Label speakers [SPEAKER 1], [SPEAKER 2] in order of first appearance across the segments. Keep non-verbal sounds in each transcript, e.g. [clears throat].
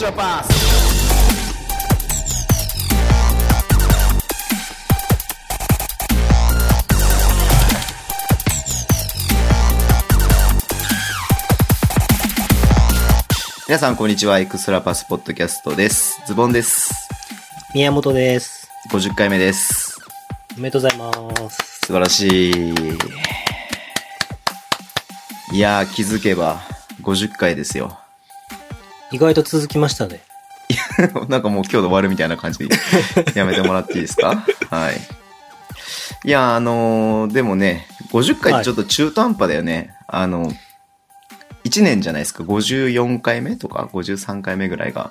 [SPEAKER 1] your past.
[SPEAKER 2] Podcast 皆さん、こんにちは。エクストラパスポッドキャストです。ズボンです。
[SPEAKER 3] 宮本です。
[SPEAKER 2] 50回目です。
[SPEAKER 3] おめでとうございます。
[SPEAKER 2] 素晴らしい。いやー、気づけば、50回ですよ。
[SPEAKER 3] 意外と続きましたね。
[SPEAKER 2] [laughs] なんかもう今日で終わるみたいな
[SPEAKER 3] [laughs]
[SPEAKER 2] 感じでやめてもらっていいですかはい。いや、あのーでもね、50回ってちょっと中途半端だよね。あの、1年じゃないですか。54回目とか53回目ぐらいが。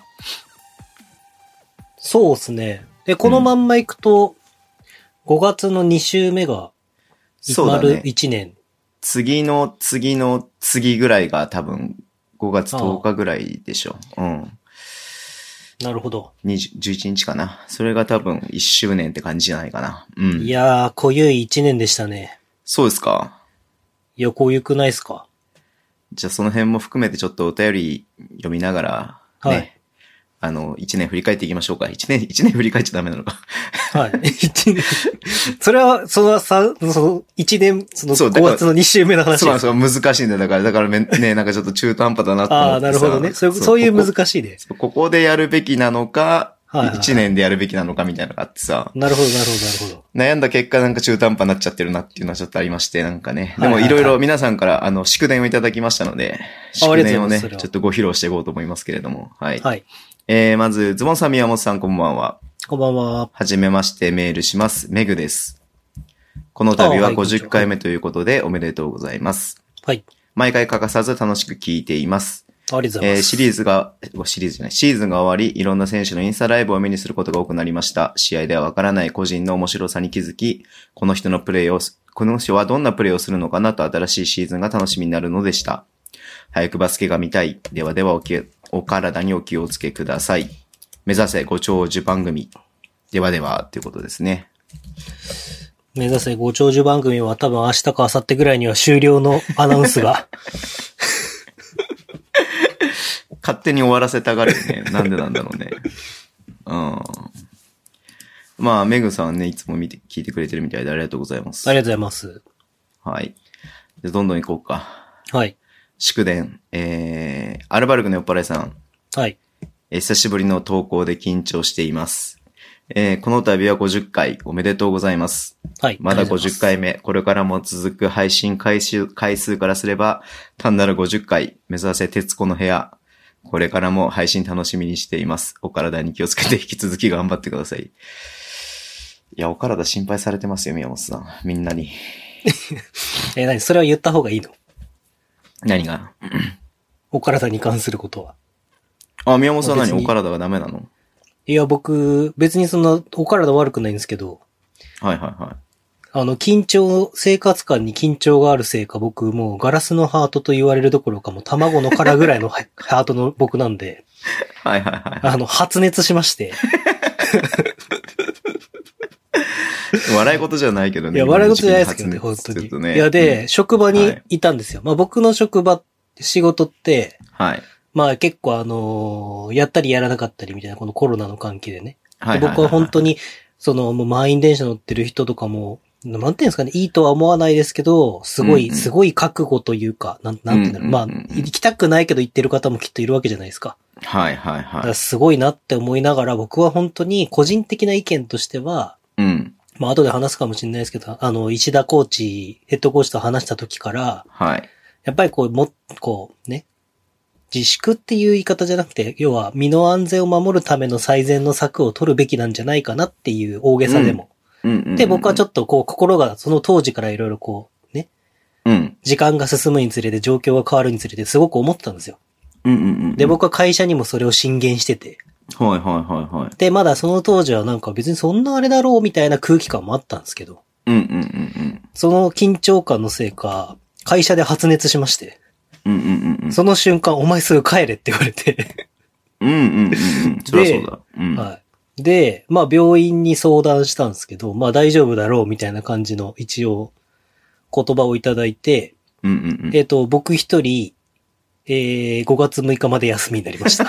[SPEAKER 3] そうっすね。で、このまんま行くと、5月の2週目が、
[SPEAKER 2] そうだ
[SPEAKER 3] 丸
[SPEAKER 2] ね。
[SPEAKER 3] 1年。
[SPEAKER 2] 次の次の次ぐらいが多分5月10日ぐらいでしょ。うん。
[SPEAKER 3] なるほど。
[SPEAKER 2] 20 11日かな。それが多分1周年って感じじゃないかな。う
[SPEAKER 3] い
[SPEAKER 2] ん。
[SPEAKER 3] やー、濃ゆい1年でしたね。
[SPEAKER 2] そうですか。
[SPEAKER 3] いや、濃ゆくないっすか
[SPEAKER 2] じゃあその辺も含めてちょっとお便り読みながら、ね。
[SPEAKER 3] はい
[SPEAKER 2] あの、1年振り返っていきましょうか。1年、 [laughs] 一年振り返っちゃダメなのか。 [laughs]
[SPEAKER 3] はい。1年。それは、そのさ、その、1年、その
[SPEAKER 2] そうだ
[SPEAKER 3] 5
[SPEAKER 2] から
[SPEAKER 3] 月の2週目の話
[SPEAKER 2] そうなん
[SPEAKER 3] で。
[SPEAKER 2] ですすよ。難しいんだよ。だから、だからめ
[SPEAKER 3] [laughs]
[SPEAKER 2] ね、なんかちょっと中途半端だなって思って
[SPEAKER 3] ああ、なるほどね。そういう、
[SPEAKER 2] さ
[SPEAKER 3] そういう
[SPEAKER 2] こ
[SPEAKER 3] 難しいね。
[SPEAKER 2] こここでやるべきなのか、
[SPEAKER 3] はいはい
[SPEAKER 2] 1年でやるべきなのかみたいなのがあってさ。
[SPEAKER 3] なるほど、なるほど、なるほど。
[SPEAKER 2] 悩んだ結果なんか中途半端になっちゃってるなっていうのはちょっとありまして、なんかね。で
[SPEAKER 3] は
[SPEAKER 2] も
[SPEAKER 3] いはいいはい
[SPEAKER 2] ろいろ皆さんからあの祝電をいただきましたので、
[SPEAKER 3] ああ
[SPEAKER 2] 祝
[SPEAKER 3] りがと
[SPEAKER 2] 電
[SPEAKER 3] う
[SPEAKER 2] を
[SPEAKER 3] ござい
[SPEAKER 2] ね、
[SPEAKER 3] ます
[SPEAKER 2] ち
[SPEAKER 3] それ
[SPEAKER 2] ょ
[SPEAKER 3] は
[SPEAKER 2] っとご披露していこうと思いますけれども。はい。
[SPEAKER 3] はい。
[SPEAKER 2] えー、まず、ズボンさん、宮本さん、こんばんは。
[SPEAKER 3] こんばんは。
[SPEAKER 2] はじめましてメールします。メグです。この度は
[SPEAKER 3] あはいこんにちは
[SPEAKER 2] 50回目ということでおめでとうございます。
[SPEAKER 3] はい。
[SPEAKER 2] 毎回欠かさず楽しく聞いています。
[SPEAKER 3] ありがとうござい
[SPEAKER 2] え
[SPEAKER 3] ま
[SPEAKER 2] ー
[SPEAKER 3] す。
[SPEAKER 2] シリーズが、おシリーズじゃない、シーズンが終わり、いろんな選手のインスタライブを目にすることが多くなりました。試合ではわからない個人の面白さに気づき、この人のプレーを、この人はどんなプレーをするのかなと新しいシーズンが楽しみになるのでした。早くバスケが見たい。ではではお気お体にお気をつけください。目指せご長寿番組。ではでは、ということですね。
[SPEAKER 3] 目指せご長寿番組は多分明日か明後日ぐらいには終了のアナウン
[SPEAKER 2] [laughs]
[SPEAKER 3] スが。
[SPEAKER 2] 勝手に終わらせたがる
[SPEAKER 3] [laughs]
[SPEAKER 2] よね。なんでなんだろうね。うん。まあ、メグさんね、いつも見て、聞いてくれてるみたいでありがとうございます。
[SPEAKER 3] ありがとうございます。
[SPEAKER 2] はい。じゃあどんどん行こうか。
[SPEAKER 3] はい。
[SPEAKER 2] 祝電、えー、アルバルクの酔っ払いさん、
[SPEAKER 3] はい。
[SPEAKER 2] えー久しぶりの投稿で緊張しています。えー、この度は50回おめでとうございます。
[SPEAKER 3] はい。
[SPEAKER 2] ま
[SPEAKER 3] あ
[SPEAKER 2] だ
[SPEAKER 3] りがとうござい
[SPEAKER 2] 50回目、これからも続く配信回数、回数からすれば、単なる50回、目指せ徹子の部屋。これからも配信楽しみにしています。お体に気をつけて引き続き頑張ってください。いや、お体心配されてますよ、宮本さん。みんなに。
[SPEAKER 3] ます。えー、何それは言った方がいいの
[SPEAKER 2] 何が
[SPEAKER 3] お体に関することは。
[SPEAKER 2] あ、宮本さん何
[SPEAKER 3] 別に
[SPEAKER 2] お体がダメなの
[SPEAKER 3] いや、僕、別にそんな、お体悪くないんですけど、
[SPEAKER 2] はいはいはい。
[SPEAKER 3] あの、緊張、生活感に緊張があるせいか、僕、もう、ガラスのハートと言われるどころか、もう、卵の殻ぐらいのはハートの僕なんで、
[SPEAKER 2] はいはいは
[SPEAKER 3] あの、発熱しまして、
[SPEAKER 2] い。笑い事じゃないけど
[SPEAKER 3] い
[SPEAKER 2] ね。
[SPEAKER 3] や、笑い事じゃないですけど
[SPEAKER 2] 今
[SPEAKER 3] ね、
[SPEAKER 2] の
[SPEAKER 3] 本
[SPEAKER 2] 時期
[SPEAKER 3] 当
[SPEAKER 2] に発熱
[SPEAKER 3] に
[SPEAKER 2] すると。ね、
[SPEAKER 3] いや、で、
[SPEAKER 2] うん、
[SPEAKER 3] 職場
[SPEAKER 2] は
[SPEAKER 3] に
[SPEAKER 2] い
[SPEAKER 3] いたんですよ。まあ、僕の職場、仕事って、
[SPEAKER 2] はい。
[SPEAKER 3] まあ、結構あのーやったりやらなかったりみたいな、このコロナの関係でね。
[SPEAKER 2] はいいいい。
[SPEAKER 3] で僕は本当
[SPEAKER 2] に。
[SPEAKER 3] に、その、もう満員電車乗ってる人とかも、なんていうんですかね、いいとは思わないですけど、すごい、
[SPEAKER 2] うんうん
[SPEAKER 3] すごい覚悟というか、なん、なんていうんだろう。
[SPEAKER 2] うんうんうんうん
[SPEAKER 3] まあ、行きたくないけど行ってる方もきっといるわけじゃないですか。
[SPEAKER 2] はいはい
[SPEAKER 3] だか
[SPEAKER 2] は
[SPEAKER 3] ら
[SPEAKER 2] い。
[SPEAKER 3] すごいなって思いながら、僕は本当に個人的な意見としては、
[SPEAKER 2] うん。
[SPEAKER 3] まあ、後で話すかもしれないですけど、あの、石田コーチ、ヘッドコーチと話した時から、
[SPEAKER 2] はい。
[SPEAKER 3] やっぱりこう、も、こうね、自粛っていう言い方じゃなくて、要は身の安全を守るための最善の策を取るべきなんじゃないかなっていう大げさでも。
[SPEAKER 2] うんうんうん。
[SPEAKER 3] で、僕はちょ
[SPEAKER 2] っ
[SPEAKER 3] っとこう、心がその当時からいろいろこう、ね、
[SPEAKER 2] と。うん。
[SPEAKER 3] 時間が進むにつれて状況が変わるにつれてすごく思ってたんですよ。
[SPEAKER 2] うんうんうん。
[SPEAKER 3] で、。僕は会社にもそれを進言してて。
[SPEAKER 2] はいはいはいはい。
[SPEAKER 3] で、まだその当時はなんか別にそんなあれだろうみたいな空気感もあったんですけど、
[SPEAKER 2] うんうんうん
[SPEAKER 3] その緊張感のせいか、会社で発熱しまして、
[SPEAKER 2] うん。うんうんうんうん。
[SPEAKER 3] その瞬間お前すぐ帰れって言われて。
[SPEAKER 2] うんうんうんうん。そりゃそうだ。うん。
[SPEAKER 3] はい。で、まあ病院に相談したんですけど、まあ大丈夫だろうみたいな感じの一応言葉をいただいて、
[SPEAKER 2] うんうんうん。
[SPEAKER 3] えっ、と、僕一人、えー、5月6日まで休みになり
[SPEAKER 2] [laughs]
[SPEAKER 3] ました。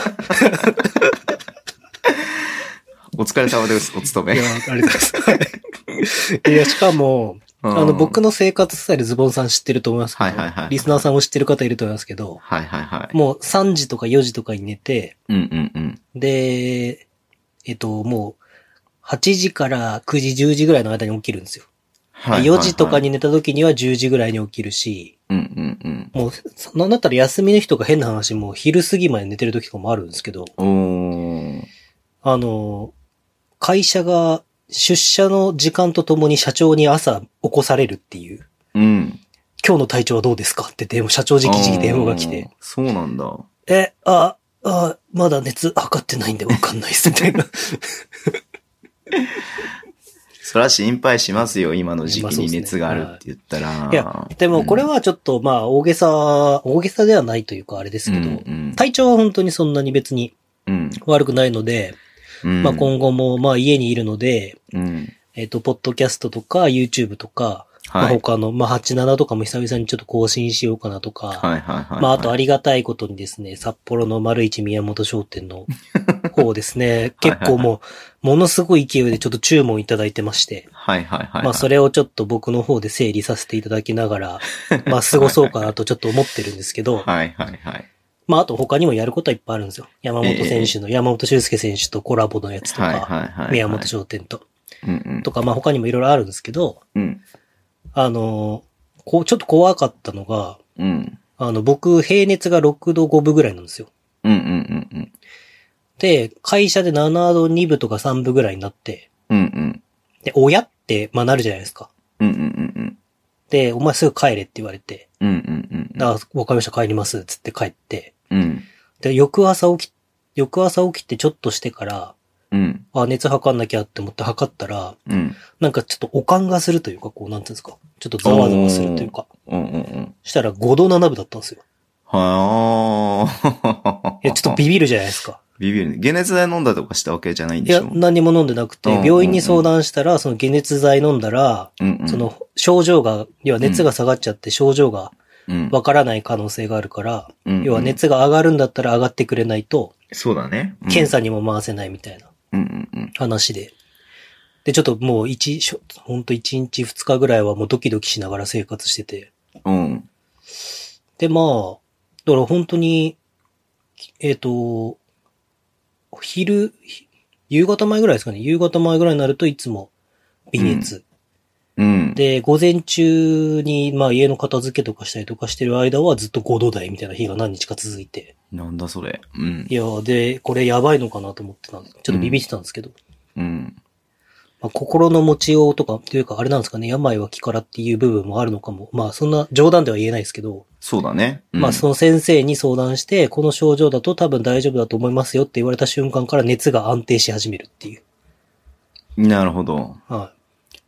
[SPEAKER 2] お疲れ様です、お勤
[SPEAKER 3] い
[SPEAKER 2] め
[SPEAKER 3] や。、ありがとうございます。いや、しかも、
[SPEAKER 2] うん
[SPEAKER 3] あの、僕の生活スタイルズボンさん知ってると思いますけど、
[SPEAKER 2] はいはいはい
[SPEAKER 3] リスナーさんも知ってる方いると思いますけど、
[SPEAKER 2] はいはいはい。
[SPEAKER 3] もう3時とか4時とかに寝て、
[SPEAKER 2] うんうんうん。
[SPEAKER 3] で、えっと、もう、8時から9時、10時ぐらいの間に起きるんですよ。
[SPEAKER 2] は
[SPEAKER 3] で4時とか。に寝た時には10時ぐらいに起きるし、
[SPEAKER 2] うんうん
[SPEAKER 3] もう、そなんだったら休みの日とか変な話、もう昼過ぎまで寝てる時とかもあるんですけど、
[SPEAKER 2] うん。おー。
[SPEAKER 3] あの、会社が出社の時間とともに社長に朝起こされるっていう、
[SPEAKER 2] うん。
[SPEAKER 3] 今日の体調はどうですかって電話、社長直々電話が来て
[SPEAKER 2] あー。、そうなんだ。
[SPEAKER 3] え、あ、あ、まだ熱測ってないんでわかんないっす、みたいな。
[SPEAKER 2] そら心配しますよ、今の時
[SPEAKER 3] まあ
[SPEAKER 2] 期
[SPEAKER 3] そう
[SPEAKER 2] に
[SPEAKER 3] です
[SPEAKER 2] 熱
[SPEAKER 3] ね
[SPEAKER 2] があるって言ったら。
[SPEAKER 3] いや、でもこれはちょっと、まあ、大げさ、大げさではないというか、あれですけど、
[SPEAKER 2] うん
[SPEAKER 3] 体調は本当にそんなに別に
[SPEAKER 2] うん
[SPEAKER 3] 悪くないので、
[SPEAKER 2] うん
[SPEAKER 3] まあ今後も、まあ家にいるので、
[SPEAKER 2] うん。
[SPEAKER 3] えっ、と、ポッドキャストとか、YouTube とか、まあ
[SPEAKER 2] はい。
[SPEAKER 3] 他の、まあ87とかも久々にちょっと更新しようかなとか、
[SPEAKER 2] はいはいはいはい。
[SPEAKER 3] まあ、あとありがたいことにですね、札幌の丸一宮本商店の方です
[SPEAKER 2] [laughs]
[SPEAKER 3] ね、結構もう、ものすごい勢いでちょっと注文いただいてまして、
[SPEAKER 2] はいはいはいはい。
[SPEAKER 3] まあ、それをちょっと僕の方で整理させていただきな
[SPEAKER 2] [laughs]
[SPEAKER 3] がら、まあ、過ごそうかなとちょっと思ってるんですけど、
[SPEAKER 2] はいはいはい。
[SPEAKER 3] まあ、あと他にもやることはいっぱいあるんですよ。山本選手の、山本修介選手とコラボのやつと
[SPEAKER 2] はいはいはい
[SPEAKER 3] か
[SPEAKER 2] は、い
[SPEAKER 3] 宮本商店と、
[SPEAKER 2] うんうん。
[SPEAKER 3] とか、まあ、他にもいろいろあるんですけど、
[SPEAKER 2] うん。
[SPEAKER 3] あのー、こう、ちょっと怖かったのが、
[SPEAKER 2] うん。
[SPEAKER 3] あの、僕、平熱が6度5分ぐらいなんですよ。
[SPEAKER 2] うんうんうんうん。
[SPEAKER 3] で、会社で7度2分とか3分ぐらいになって、
[SPEAKER 2] うんうん。
[SPEAKER 3] で、親って、まあなるじゃないですか。
[SPEAKER 2] うんうんうんうん。
[SPEAKER 3] で、お前すぐ帰れって言われて、
[SPEAKER 2] うんうんうんうん。
[SPEAKER 3] あ、わかりました、帰ります、つって帰って。
[SPEAKER 2] うん。
[SPEAKER 3] で、翌朝起き、翌朝起きてちょっとしてから、
[SPEAKER 2] うん。
[SPEAKER 3] あ、熱測んなきゃって思って測ったら、
[SPEAKER 2] うん。
[SPEAKER 3] なんかちょっとおかんがするというか、こう、なんていうんですか。ちょっとざわざわするというか。
[SPEAKER 2] うんうんうん。
[SPEAKER 3] したら5度7分だったんですよ。
[SPEAKER 2] はあ。
[SPEAKER 3] いや、ちょっとビビるじゃないですか。
[SPEAKER 2] ビビるね。解熱剤飲んだとかしたわけじゃないん
[SPEAKER 3] い
[SPEAKER 2] でし
[SPEAKER 3] や、
[SPEAKER 2] ょ
[SPEAKER 3] 何にも飲んでなくて
[SPEAKER 2] うんうんう、ん
[SPEAKER 3] 病院に相談したら、その解熱剤飲んだら、
[SPEAKER 2] うんうん。
[SPEAKER 3] その症状が、要は熱が下がっちゃって症状が
[SPEAKER 2] うん、
[SPEAKER 3] わからない可能性があるから、
[SPEAKER 2] うんうん
[SPEAKER 3] 要は熱が上がるんだったら上がってくれないと、
[SPEAKER 2] そうだね。うん
[SPEAKER 3] 検。査にも回せないみたいな
[SPEAKER 2] うんうんうん。
[SPEAKER 3] 話で。で、ちょっともう一、しょほんと一日二日ぐらいはもうドキドキしながら生活してて。
[SPEAKER 2] うん。
[SPEAKER 3] で、まあ、だから本当に、えっ、と、昼、ひ夕方前ぐらいですかね。夕方前ぐらいになるといつも微熱。
[SPEAKER 2] うん。
[SPEAKER 3] で、午前中に、まあ家の片付けとかしたりとかしてる間はずっと5度台みたいな日が何日か続いて。
[SPEAKER 2] なんだそれ。うん
[SPEAKER 3] い。やーで、これやばいのかなと思ってたんで、ちょっとビビってたんですけど。
[SPEAKER 2] うん。
[SPEAKER 3] まあ、心の持ちようとか、というかあれなんですかね、病は気からっていう部分もあるのかも。まあそんな冗談では言えないですけど、
[SPEAKER 2] そうだね。うん
[SPEAKER 3] まあその先生に相談して、この症状だと多分大丈夫だと思いますよって言われた瞬間から熱が安定し始めるっていう。
[SPEAKER 2] なるほど。
[SPEAKER 3] は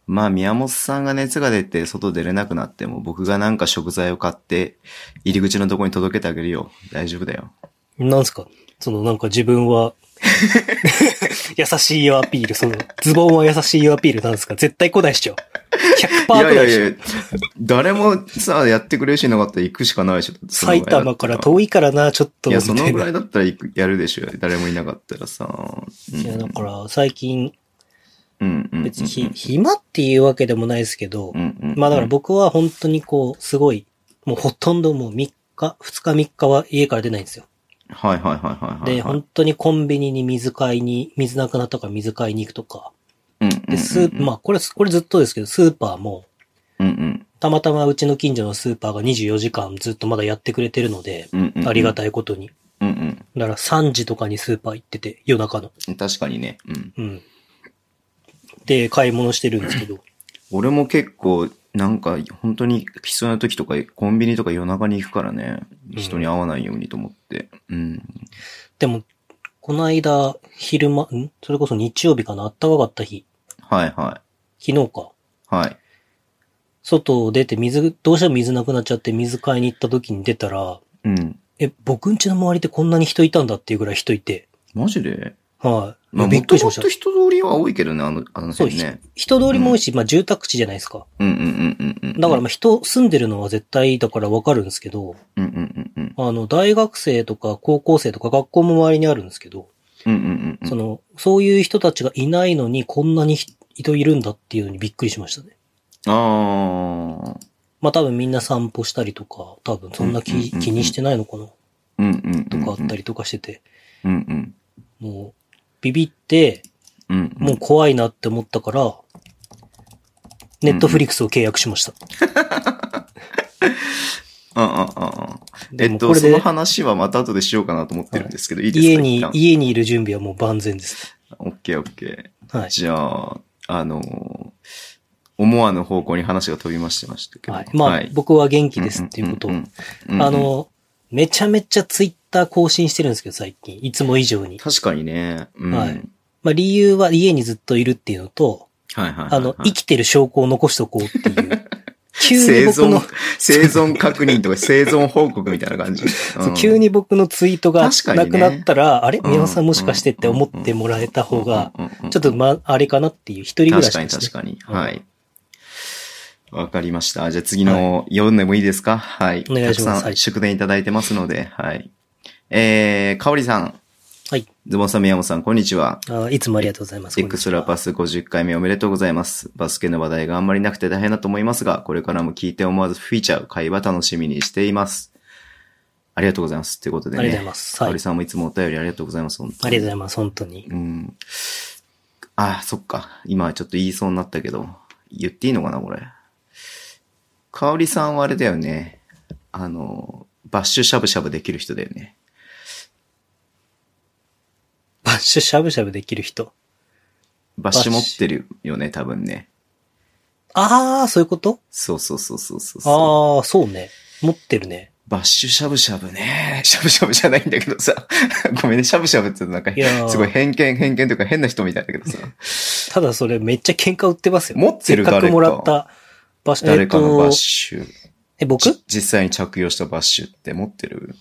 [SPEAKER 2] まあ、宮本さんが熱が出て、外出れなくなっても、僕がなんか食材を買って、入り口のとこに届けてあげるよ。大丈夫だよ。
[SPEAKER 3] い。なんすかそのなんか自分
[SPEAKER 2] [laughs]
[SPEAKER 3] は、優しいよアピール、その、ズボンは優しいよアピールなんですか絶対来ないっしょ。
[SPEAKER 2] い
[SPEAKER 3] 100%来な
[SPEAKER 2] やい
[SPEAKER 3] いっしょ。
[SPEAKER 2] やいや、誰もさ、やってくれるしなかったら行くしかないでしょ。そのぐらい
[SPEAKER 3] 埼
[SPEAKER 2] だった
[SPEAKER 3] 玉から遠いからな、ちょっと。
[SPEAKER 2] いや、そのぐら
[SPEAKER 3] い
[SPEAKER 2] いだったら行く、やるでしょ。誰もいなかったらさ。うん、
[SPEAKER 3] な。いや、だから、最近、
[SPEAKER 2] うんうん。
[SPEAKER 3] 別にひ、暇っていうわけでもないですけど
[SPEAKER 2] う、んうん。
[SPEAKER 3] まあだから僕は本当にこう、すごい、もうほとんどもう3日、2日3日は家から出ないんですよ。
[SPEAKER 2] はいはいはいはいはい。
[SPEAKER 3] で、本当にコンビニに水買いに、水なくなったから水買いに行くとか。
[SPEAKER 2] うん
[SPEAKER 3] で、スー、まあこれ、これずっとですけど、スーパーも、
[SPEAKER 2] うんうん。
[SPEAKER 3] たまたまうちの近所のスーパーが24時間ずっとまだやってくれてるので、
[SPEAKER 2] うんうん。
[SPEAKER 3] ありが
[SPEAKER 2] い。
[SPEAKER 3] たいことに。
[SPEAKER 2] うん
[SPEAKER 3] だから3時とかにスーパー行ってて、夜中の。
[SPEAKER 2] うん。確かにね。うん。
[SPEAKER 3] うん。で、買い物してるんですけど。
[SPEAKER 2] 俺も結構、なんか、本当に必要な時とか、コンビニとか夜中に行くからね、
[SPEAKER 3] うん
[SPEAKER 2] 人に会わないようにと思って。うん。
[SPEAKER 3] でも、この間、昼間、んそれこそ日曜日かな暖かかった日。
[SPEAKER 2] はいは
[SPEAKER 3] 昨日か。
[SPEAKER 2] い。はい。
[SPEAKER 3] 外を出て水、どうしても水なくなっちゃって水買いに行った時に出たら、
[SPEAKER 2] うん。
[SPEAKER 3] え、僕ん家の周りってこんなに人いたんだっていうぐらい人いて。
[SPEAKER 2] マジで
[SPEAKER 3] はい。
[SPEAKER 2] まあ、
[SPEAKER 3] び
[SPEAKER 2] も
[SPEAKER 3] っ
[SPEAKER 2] と
[SPEAKER 3] くりし
[SPEAKER 2] も
[SPEAKER 3] まし
[SPEAKER 2] と
[SPEAKER 3] た。
[SPEAKER 2] 人通りは多いけどね、あの、あの
[SPEAKER 3] そう
[SPEAKER 2] 辺ね。
[SPEAKER 3] 人通りも多いし、まあ住宅地じゃないですか。
[SPEAKER 2] うんうんうんうんうん。
[SPEAKER 3] だからまあ人住んでるのは絶対だからわかるんですけど、
[SPEAKER 2] うんうんうんうん。うん。
[SPEAKER 3] あの、大学生とか高校生とか学校も周りにあるんですけど、
[SPEAKER 2] うんうんうん。
[SPEAKER 3] その、そういう人たちがいないのにこんなにひ人いるんだっていうのにびっくりしましたね。
[SPEAKER 2] ああ。
[SPEAKER 3] まあ多分みんな散歩したりとか、多分そんな
[SPEAKER 2] うんうん
[SPEAKER 3] 気
[SPEAKER 2] うんうん
[SPEAKER 3] 気にしてないのかな
[SPEAKER 2] うんうんうん。
[SPEAKER 3] とかあった。りとかしてて、
[SPEAKER 2] うんうん。
[SPEAKER 3] もうビビって、
[SPEAKER 2] うん、
[SPEAKER 3] もう怖いなって思ったから、ネットフリックスを契約しました。
[SPEAKER 2] うん。うんうんうん。え
[SPEAKER 3] で
[SPEAKER 2] っ
[SPEAKER 3] も
[SPEAKER 2] と、
[SPEAKER 3] これ
[SPEAKER 2] その
[SPEAKER 3] で
[SPEAKER 2] 話はまた後でしようかなと思ってるんですけど、い、いですか
[SPEAKER 3] 家に
[SPEAKER 2] 一、旦
[SPEAKER 3] 家にいる準備はもう万全です。
[SPEAKER 2] オッケーオッケ
[SPEAKER 3] は
[SPEAKER 2] ー。
[SPEAKER 3] い。
[SPEAKER 2] じゃあ、あのー思わぬ方向に話が飛びましてましたけど。
[SPEAKER 3] はい、まあ、僕は元気ですっていうことを。あ、
[SPEAKER 2] んんん
[SPEAKER 3] の、めちゃめちゃツイッター更新してるんですけど、最近。いつも以上に。
[SPEAKER 2] 確かにね。うん
[SPEAKER 3] はいまあ理由は家にずっといるっていうのと、
[SPEAKER 2] はいはいはいはい。
[SPEAKER 3] あの、生きてる証拠を残しとこうって
[SPEAKER 2] [laughs]
[SPEAKER 3] いう。急に
[SPEAKER 2] 生
[SPEAKER 3] 僕
[SPEAKER 2] 存
[SPEAKER 3] の、、
[SPEAKER 2] 生存確認とか生存報告みたいな感じ。
[SPEAKER 3] [laughs] そう
[SPEAKER 2] うん
[SPEAKER 3] 急に僕のツイートが
[SPEAKER 2] 確かにね
[SPEAKER 3] なくなったら、あれ
[SPEAKER 2] うん
[SPEAKER 3] 宮本さんもしかしてって思ってもらえた方が、、
[SPEAKER 2] うんうんうんうん
[SPEAKER 3] ちょっとま、あれかなっていう、一人暮らし
[SPEAKER 2] 確
[SPEAKER 3] です、
[SPEAKER 2] か
[SPEAKER 3] ね
[SPEAKER 2] に。確かに。
[SPEAKER 3] うん
[SPEAKER 2] はい。わかりました。じゃあ次の読んでもいいですかはい。
[SPEAKER 3] お願いし
[SPEAKER 2] た
[SPEAKER 3] ます
[SPEAKER 2] くさ
[SPEAKER 3] は
[SPEAKER 2] ん
[SPEAKER 3] い
[SPEAKER 2] 祝電いただいてますので、はい。えー、かおりさん。
[SPEAKER 3] はい。
[SPEAKER 2] ズボンさん、宮本さん、こんにちは。
[SPEAKER 3] あいつもありがとうございます。
[SPEAKER 2] エクストラパス
[SPEAKER 3] ス。
[SPEAKER 2] 50回目おめでとうございます。バスケの話題があんまりなくて大変だと思いますが、これからも聞いて思わず吹いちゃう会話楽しみにしています。ありがとうございます。ということで
[SPEAKER 3] ありがとうござい
[SPEAKER 2] ね
[SPEAKER 3] ま。す。
[SPEAKER 2] か
[SPEAKER 3] はい。あ
[SPEAKER 2] お
[SPEAKER 3] り
[SPEAKER 2] りさんもいつもお便りありがとうございます。本当
[SPEAKER 3] が
[SPEAKER 2] に
[SPEAKER 3] とうございます、本当に。
[SPEAKER 2] うん。あ、そっか。今ちょっと言いそうになったけど、言っていいのかな、これ。かおりさんはあれだよね。あの、バッシュしゃぶしゃぶできる人だよね。
[SPEAKER 3] バッシュしゃぶしゃぶできる人。
[SPEAKER 2] バッシュ持ってるよね、多分ね。
[SPEAKER 3] ああ、そういうこと
[SPEAKER 2] そうそうそうそうそうそう。
[SPEAKER 3] ああ、そうね。持ってるね。
[SPEAKER 2] バッシュしゃぶしゃぶね。しゃぶしゃぶじゃないんだけどさ。 [laughs] ごめんね、しゃぶしゃぶってなんか
[SPEAKER 3] い、やー
[SPEAKER 2] すごい偏見、偏見というか変な人みたいだけどさ。
[SPEAKER 3] ただそれめっちゃ喧嘩売ってますよ。
[SPEAKER 2] 持ってる
[SPEAKER 3] せっか
[SPEAKER 2] 誰
[SPEAKER 3] く
[SPEAKER 2] か
[SPEAKER 3] もらったバッシュ、
[SPEAKER 2] 誰かのバッ
[SPEAKER 3] ュ。
[SPEAKER 2] シュ。
[SPEAKER 3] え、僕
[SPEAKER 2] じ実際に着用したバッシュって持ってる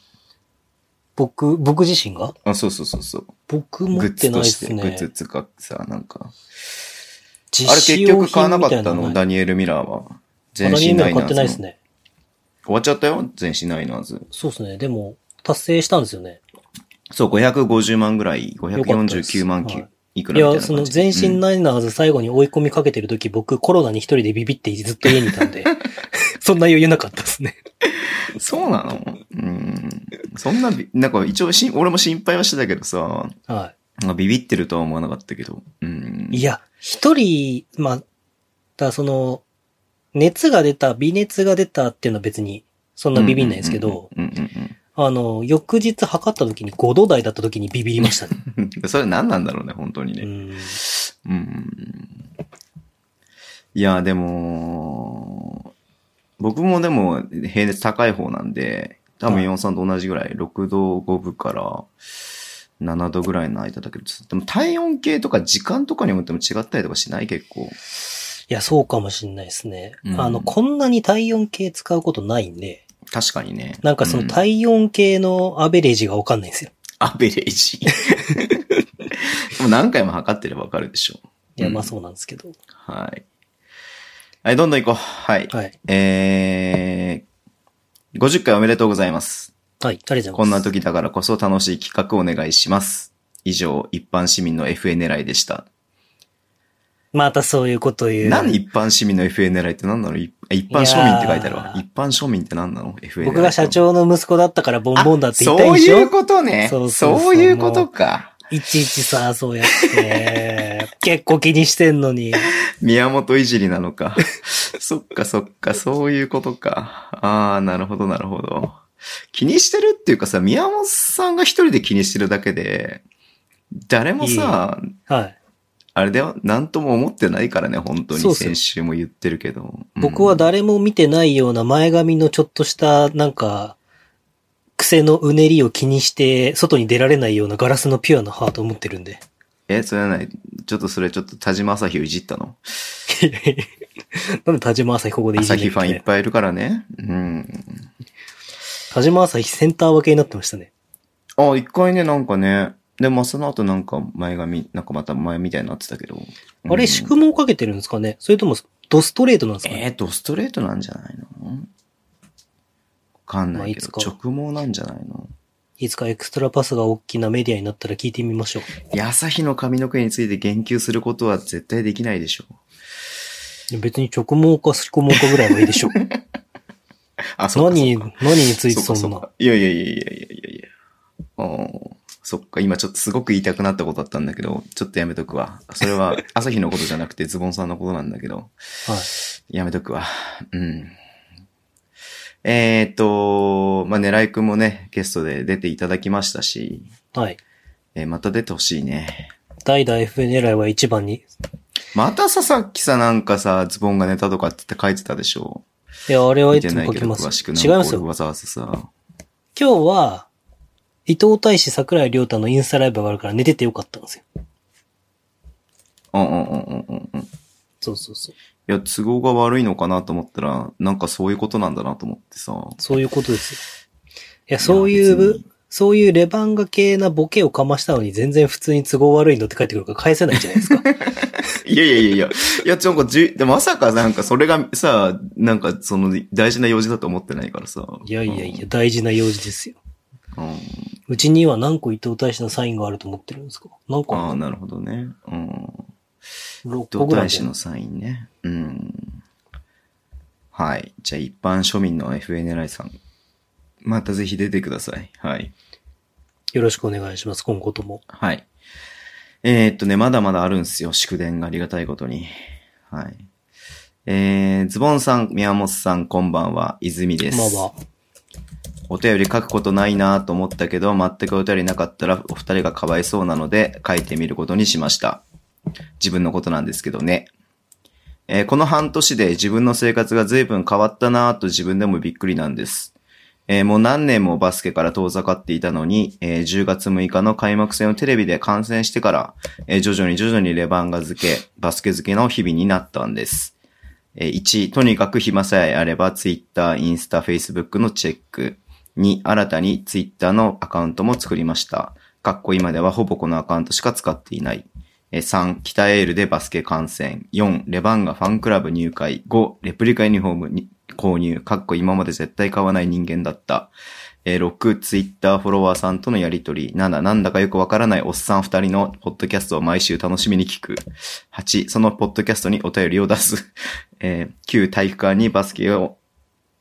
[SPEAKER 3] 僕、僕自身が
[SPEAKER 2] あ、そうそうそうそう。
[SPEAKER 3] 僕
[SPEAKER 2] グ
[SPEAKER 3] 持っ
[SPEAKER 2] ッズ
[SPEAKER 3] てな
[SPEAKER 2] と
[SPEAKER 3] いで
[SPEAKER 2] して、
[SPEAKER 3] すね。
[SPEAKER 2] グッズつかさ、なんか。あれ
[SPEAKER 3] 実
[SPEAKER 2] 結
[SPEAKER 3] 使用
[SPEAKER 2] 局
[SPEAKER 3] 品
[SPEAKER 2] 買わなか
[SPEAKER 3] み
[SPEAKER 2] った
[SPEAKER 3] い
[SPEAKER 2] た
[SPEAKER 3] の
[SPEAKER 2] の、
[SPEAKER 3] ない
[SPEAKER 2] ダニエル・ミラーは。全
[SPEAKER 3] まだ
[SPEAKER 2] 身
[SPEAKER 3] 今
[SPEAKER 2] ナイナ
[SPEAKER 3] 買
[SPEAKER 2] ー
[SPEAKER 3] って
[SPEAKER 2] ズ
[SPEAKER 3] ない
[SPEAKER 2] の。
[SPEAKER 3] です
[SPEAKER 2] 終
[SPEAKER 3] ね。
[SPEAKER 2] わっちゃったよ全身ナイナーズ。
[SPEAKER 3] そうですね。でも、達成したんですよね。
[SPEAKER 2] そう、550万ぐらい、
[SPEAKER 3] かったです
[SPEAKER 2] 549万きゅ
[SPEAKER 3] はい
[SPEAKER 2] くら
[SPEAKER 3] い
[SPEAKER 2] みたい
[SPEAKER 3] や、
[SPEAKER 2] な
[SPEAKER 3] そ
[SPEAKER 2] 感
[SPEAKER 3] の
[SPEAKER 2] じ。
[SPEAKER 3] 全身
[SPEAKER 2] うん
[SPEAKER 3] ナイナーズ最後に追い込みかけてる時、僕コロナに一人でビビってずっと家にいた
[SPEAKER 2] [laughs]
[SPEAKER 3] んで、そんな余裕なかったですね。
[SPEAKER 2] そうなのうん。そんなび、なんか一応しん、俺も心配はしてたけどさ、
[SPEAKER 3] は
[SPEAKER 2] なんかビビってるとは思わなかったけど。うん。
[SPEAKER 3] い。いや、一人、まあ、だからその、熱が出た、微熱が出たっていうのは別に、そ
[SPEAKER 2] う
[SPEAKER 3] ん
[SPEAKER 2] ん
[SPEAKER 3] な
[SPEAKER 2] うんうんうん、
[SPEAKER 3] ビビんないですけど、
[SPEAKER 2] うんうん
[SPEAKER 3] あの、翌日測った時に5度台だった時にビビりましたね。
[SPEAKER 2] うん。それ何なんだろうね、本当 [laughs] にね。
[SPEAKER 3] うん。
[SPEAKER 2] うんいや、でも、僕もでも平熱高い方なんで、多分
[SPEAKER 3] はい
[SPEAKER 2] 4さんと同じぐらい、6度5分から7度ぐらいの間だけど、でも体温計とか時間とかによっても違ったりとかしない結構。
[SPEAKER 3] いや、そうかもしんないですね。
[SPEAKER 2] うん
[SPEAKER 3] あの、こんなに体温計使うことないんで、
[SPEAKER 2] 確かにね。
[SPEAKER 3] なんかその
[SPEAKER 2] 体、
[SPEAKER 3] 体温計のアベレージがわかんないんですよ。
[SPEAKER 2] アベレー
[SPEAKER 3] [laughs]
[SPEAKER 2] ジ。でも何回も測ってればわかるでしょ。
[SPEAKER 3] いや、まあそうなんですけど。
[SPEAKER 2] はい。はい、どんどん行こう。はい。
[SPEAKER 3] はい。
[SPEAKER 2] えー、50回おめでとうございます。
[SPEAKER 3] はい、ありがとうご
[SPEAKER 2] こ
[SPEAKER 3] ざい
[SPEAKER 2] ん
[SPEAKER 3] ま
[SPEAKER 2] な
[SPEAKER 3] す。
[SPEAKER 2] 時だからこそ楽しい企画をお願いします。以上、一般市民の FA 狙いでした。
[SPEAKER 3] またそういうこと言う。
[SPEAKER 2] 何一般市民の FA 狙いって何なのい一般庶民って書いてあるわ。
[SPEAKER 3] いやー
[SPEAKER 2] 一般庶民って何なの ?FA 狙い。
[SPEAKER 3] 僕が社長の息子だったからボン
[SPEAKER 2] あ
[SPEAKER 3] ボンだって言ったん
[SPEAKER 2] そう
[SPEAKER 3] でし
[SPEAKER 2] いう
[SPEAKER 3] ょ
[SPEAKER 2] ことね。
[SPEAKER 3] そ
[SPEAKER 2] そうう
[SPEAKER 3] そうそう
[SPEAKER 2] いうことか。
[SPEAKER 3] いちいちさ、そうや
[SPEAKER 2] [laughs]
[SPEAKER 3] って。結構気にしてんのに。
[SPEAKER 2] 宮本いじりなの
[SPEAKER 3] [laughs]
[SPEAKER 2] か。そっかそっか、そういうことか。あー、なるほどなるほど。気にしてるっていうかさ、宮本さんが一人で気にしてるだけで、誰もさ、
[SPEAKER 3] はい。
[SPEAKER 2] あれだよ、なんとも思ってないからね、本当
[SPEAKER 3] そう
[SPEAKER 2] に。
[SPEAKER 3] っすよ
[SPEAKER 2] 先週も言ってるけど。
[SPEAKER 3] 僕は
[SPEAKER 2] だ、
[SPEAKER 3] 誰も見てないような前髪のちょっとした、なんか、癖のうねりを気にして、外に出られないようなガラスのピュアなハートを持ってるんで。
[SPEAKER 2] え、それはない。ちょっとそれ、ちょっと田島朝日をいじったの。
[SPEAKER 3] なんで田島朝日ここでいじ
[SPEAKER 2] 朝
[SPEAKER 3] めて
[SPEAKER 2] 日
[SPEAKER 3] き
[SPEAKER 2] ファンいってぱいいるからね。うん。
[SPEAKER 3] 田島朝日センター分けになってましたね。
[SPEAKER 2] あ、一回ね、なんかね。でも、その後なんか前髪、なんかまた前みたいになってたけど。
[SPEAKER 3] あ
[SPEAKER 2] うん
[SPEAKER 3] れ、宿毛かけてるんですかねそれとも、ドストレートなんですかね
[SPEAKER 2] えー、と、ストレートなんじゃないのかんないけど、
[SPEAKER 3] まあいつか
[SPEAKER 2] 直毛なんじゃないの
[SPEAKER 3] いつかエクストラパスが大きなメディアになったら聞いてみましょう。
[SPEAKER 2] いや、朝日の髪の毛について言及することは絶対できないでしょう。
[SPEAKER 3] いや別に直毛か直毛かぐらいはいいでしょう。
[SPEAKER 2] [laughs] あ、そうか。
[SPEAKER 3] 何、何について
[SPEAKER 2] そうか、
[SPEAKER 3] そ
[SPEAKER 2] そ
[SPEAKER 3] ん
[SPEAKER 2] う
[SPEAKER 3] な
[SPEAKER 2] か。。いやいやいやいやいやいやあーそっか、今ちょっとすごく言いたくなったことあったんだけど、ちょっとやめとくわ。それ
[SPEAKER 3] [laughs]
[SPEAKER 2] は朝日のことじゃなくてズボンさんのことなんだけど、
[SPEAKER 3] はい。
[SPEAKER 2] やめとくわ。うん。えーっと、まあ、狙いくんもね、ゲストで出ていただきましたし、
[SPEAKER 3] はい。
[SPEAKER 2] えーまた出てほしいね。
[SPEAKER 3] 代々 FN 狙いは一番に。
[SPEAKER 2] またさ、さっきさ、なんかさ、ズボンがネタとかって書いてたでしょ
[SPEAKER 3] いや、あれはい
[SPEAKER 2] 見て
[SPEAKER 3] つも
[SPEAKER 2] ない
[SPEAKER 3] 書
[SPEAKER 2] け
[SPEAKER 3] き
[SPEAKER 2] ど、
[SPEAKER 3] ま
[SPEAKER 2] 詳し
[SPEAKER 3] す。
[SPEAKER 2] く
[SPEAKER 3] 違
[SPEAKER 2] なん
[SPEAKER 3] い
[SPEAKER 2] か
[SPEAKER 3] ます
[SPEAKER 2] 俺
[SPEAKER 3] よ。
[SPEAKER 2] わざわざさ、
[SPEAKER 3] 今日は、伊藤大志桜井亮太のインスタライブがあるから寝ててよかったんですよ。
[SPEAKER 2] うんうんうんうんうんうん。
[SPEAKER 3] そうそうそう。
[SPEAKER 2] いや、都合が悪いのかなと思ったら、なんかそういうことなんだなと思ってさ。
[SPEAKER 3] そういうことですよ。いや、そうい
[SPEAKER 2] いや別
[SPEAKER 3] う、そういうレバンガ系なボケをかましたのに全然普通に都合悪いのって帰ってくるから返せないじゃないですか。
[SPEAKER 2] いやいやいやいや。いや、ちょ、なんかじゅ、でもまさかなんかそれがさ、なんかその大事な用事だと思ってないからさ。
[SPEAKER 3] いやいやいや、大事な用事ですよ。
[SPEAKER 2] うん。うん。
[SPEAKER 3] うちには何個伊藤大志のサインがあると思ってるんですか何個
[SPEAKER 2] ああ、なるほどね。うん。
[SPEAKER 3] ?6 個
[SPEAKER 2] 動
[SPEAKER 3] ぐら
[SPEAKER 2] 体
[SPEAKER 3] いじ
[SPEAKER 2] 師
[SPEAKER 3] ゃない
[SPEAKER 2] のサインね。うん。はい。じゃあ一般庶民の FNLI さん。またぜひ出てください。はい。
[SPEAKER 3] よろしくお願いします、今後とも。
[SPEAKER 2] はい。えーっとね、まだまだあるんすよ。祝電がありがたいことに。はい。えー、ズボンさん、宮本さん、こんばんは。泉です。
[SPEAKER 3] まあまあ。
[SPEAKER 2] お便り書くことないなぁと思ったけど、全くお便りなかったらお二人がかわいそうなので書いてみることにしました。自分のことなんですけどね。えーこの半年で自分の生活が随分変わったなぁと自分でもびっくりなんです。えーもう何年もバスケから遠ざかっていたのに、えー10月6日の開幕戦をテレビで観戦してから、えー徐々に徐々にレバンガ付け、バスケ付けの日々になったんです。えー1、とにかく暇さえあれば Twitter、インスタ、Facebook のチェック。2、新たに Twitter のアカウントも作りました。かっこ今ではほぼこのアカウントしか使っていない。えー3、北エールでバスケ観戦。4、レバンガファンクラブ入会。5、レプリカユニフォームに購入。かっこ今まで絶対買わない人間だった。えー6、ツイッターフォロワーさんとのやりとり。7、なんだかよくわからないおっさん2人のポッドキャストを毎週楽しみに聞く。8、そのポッドキャストにお便りを出す。えー9、体育館にバスケを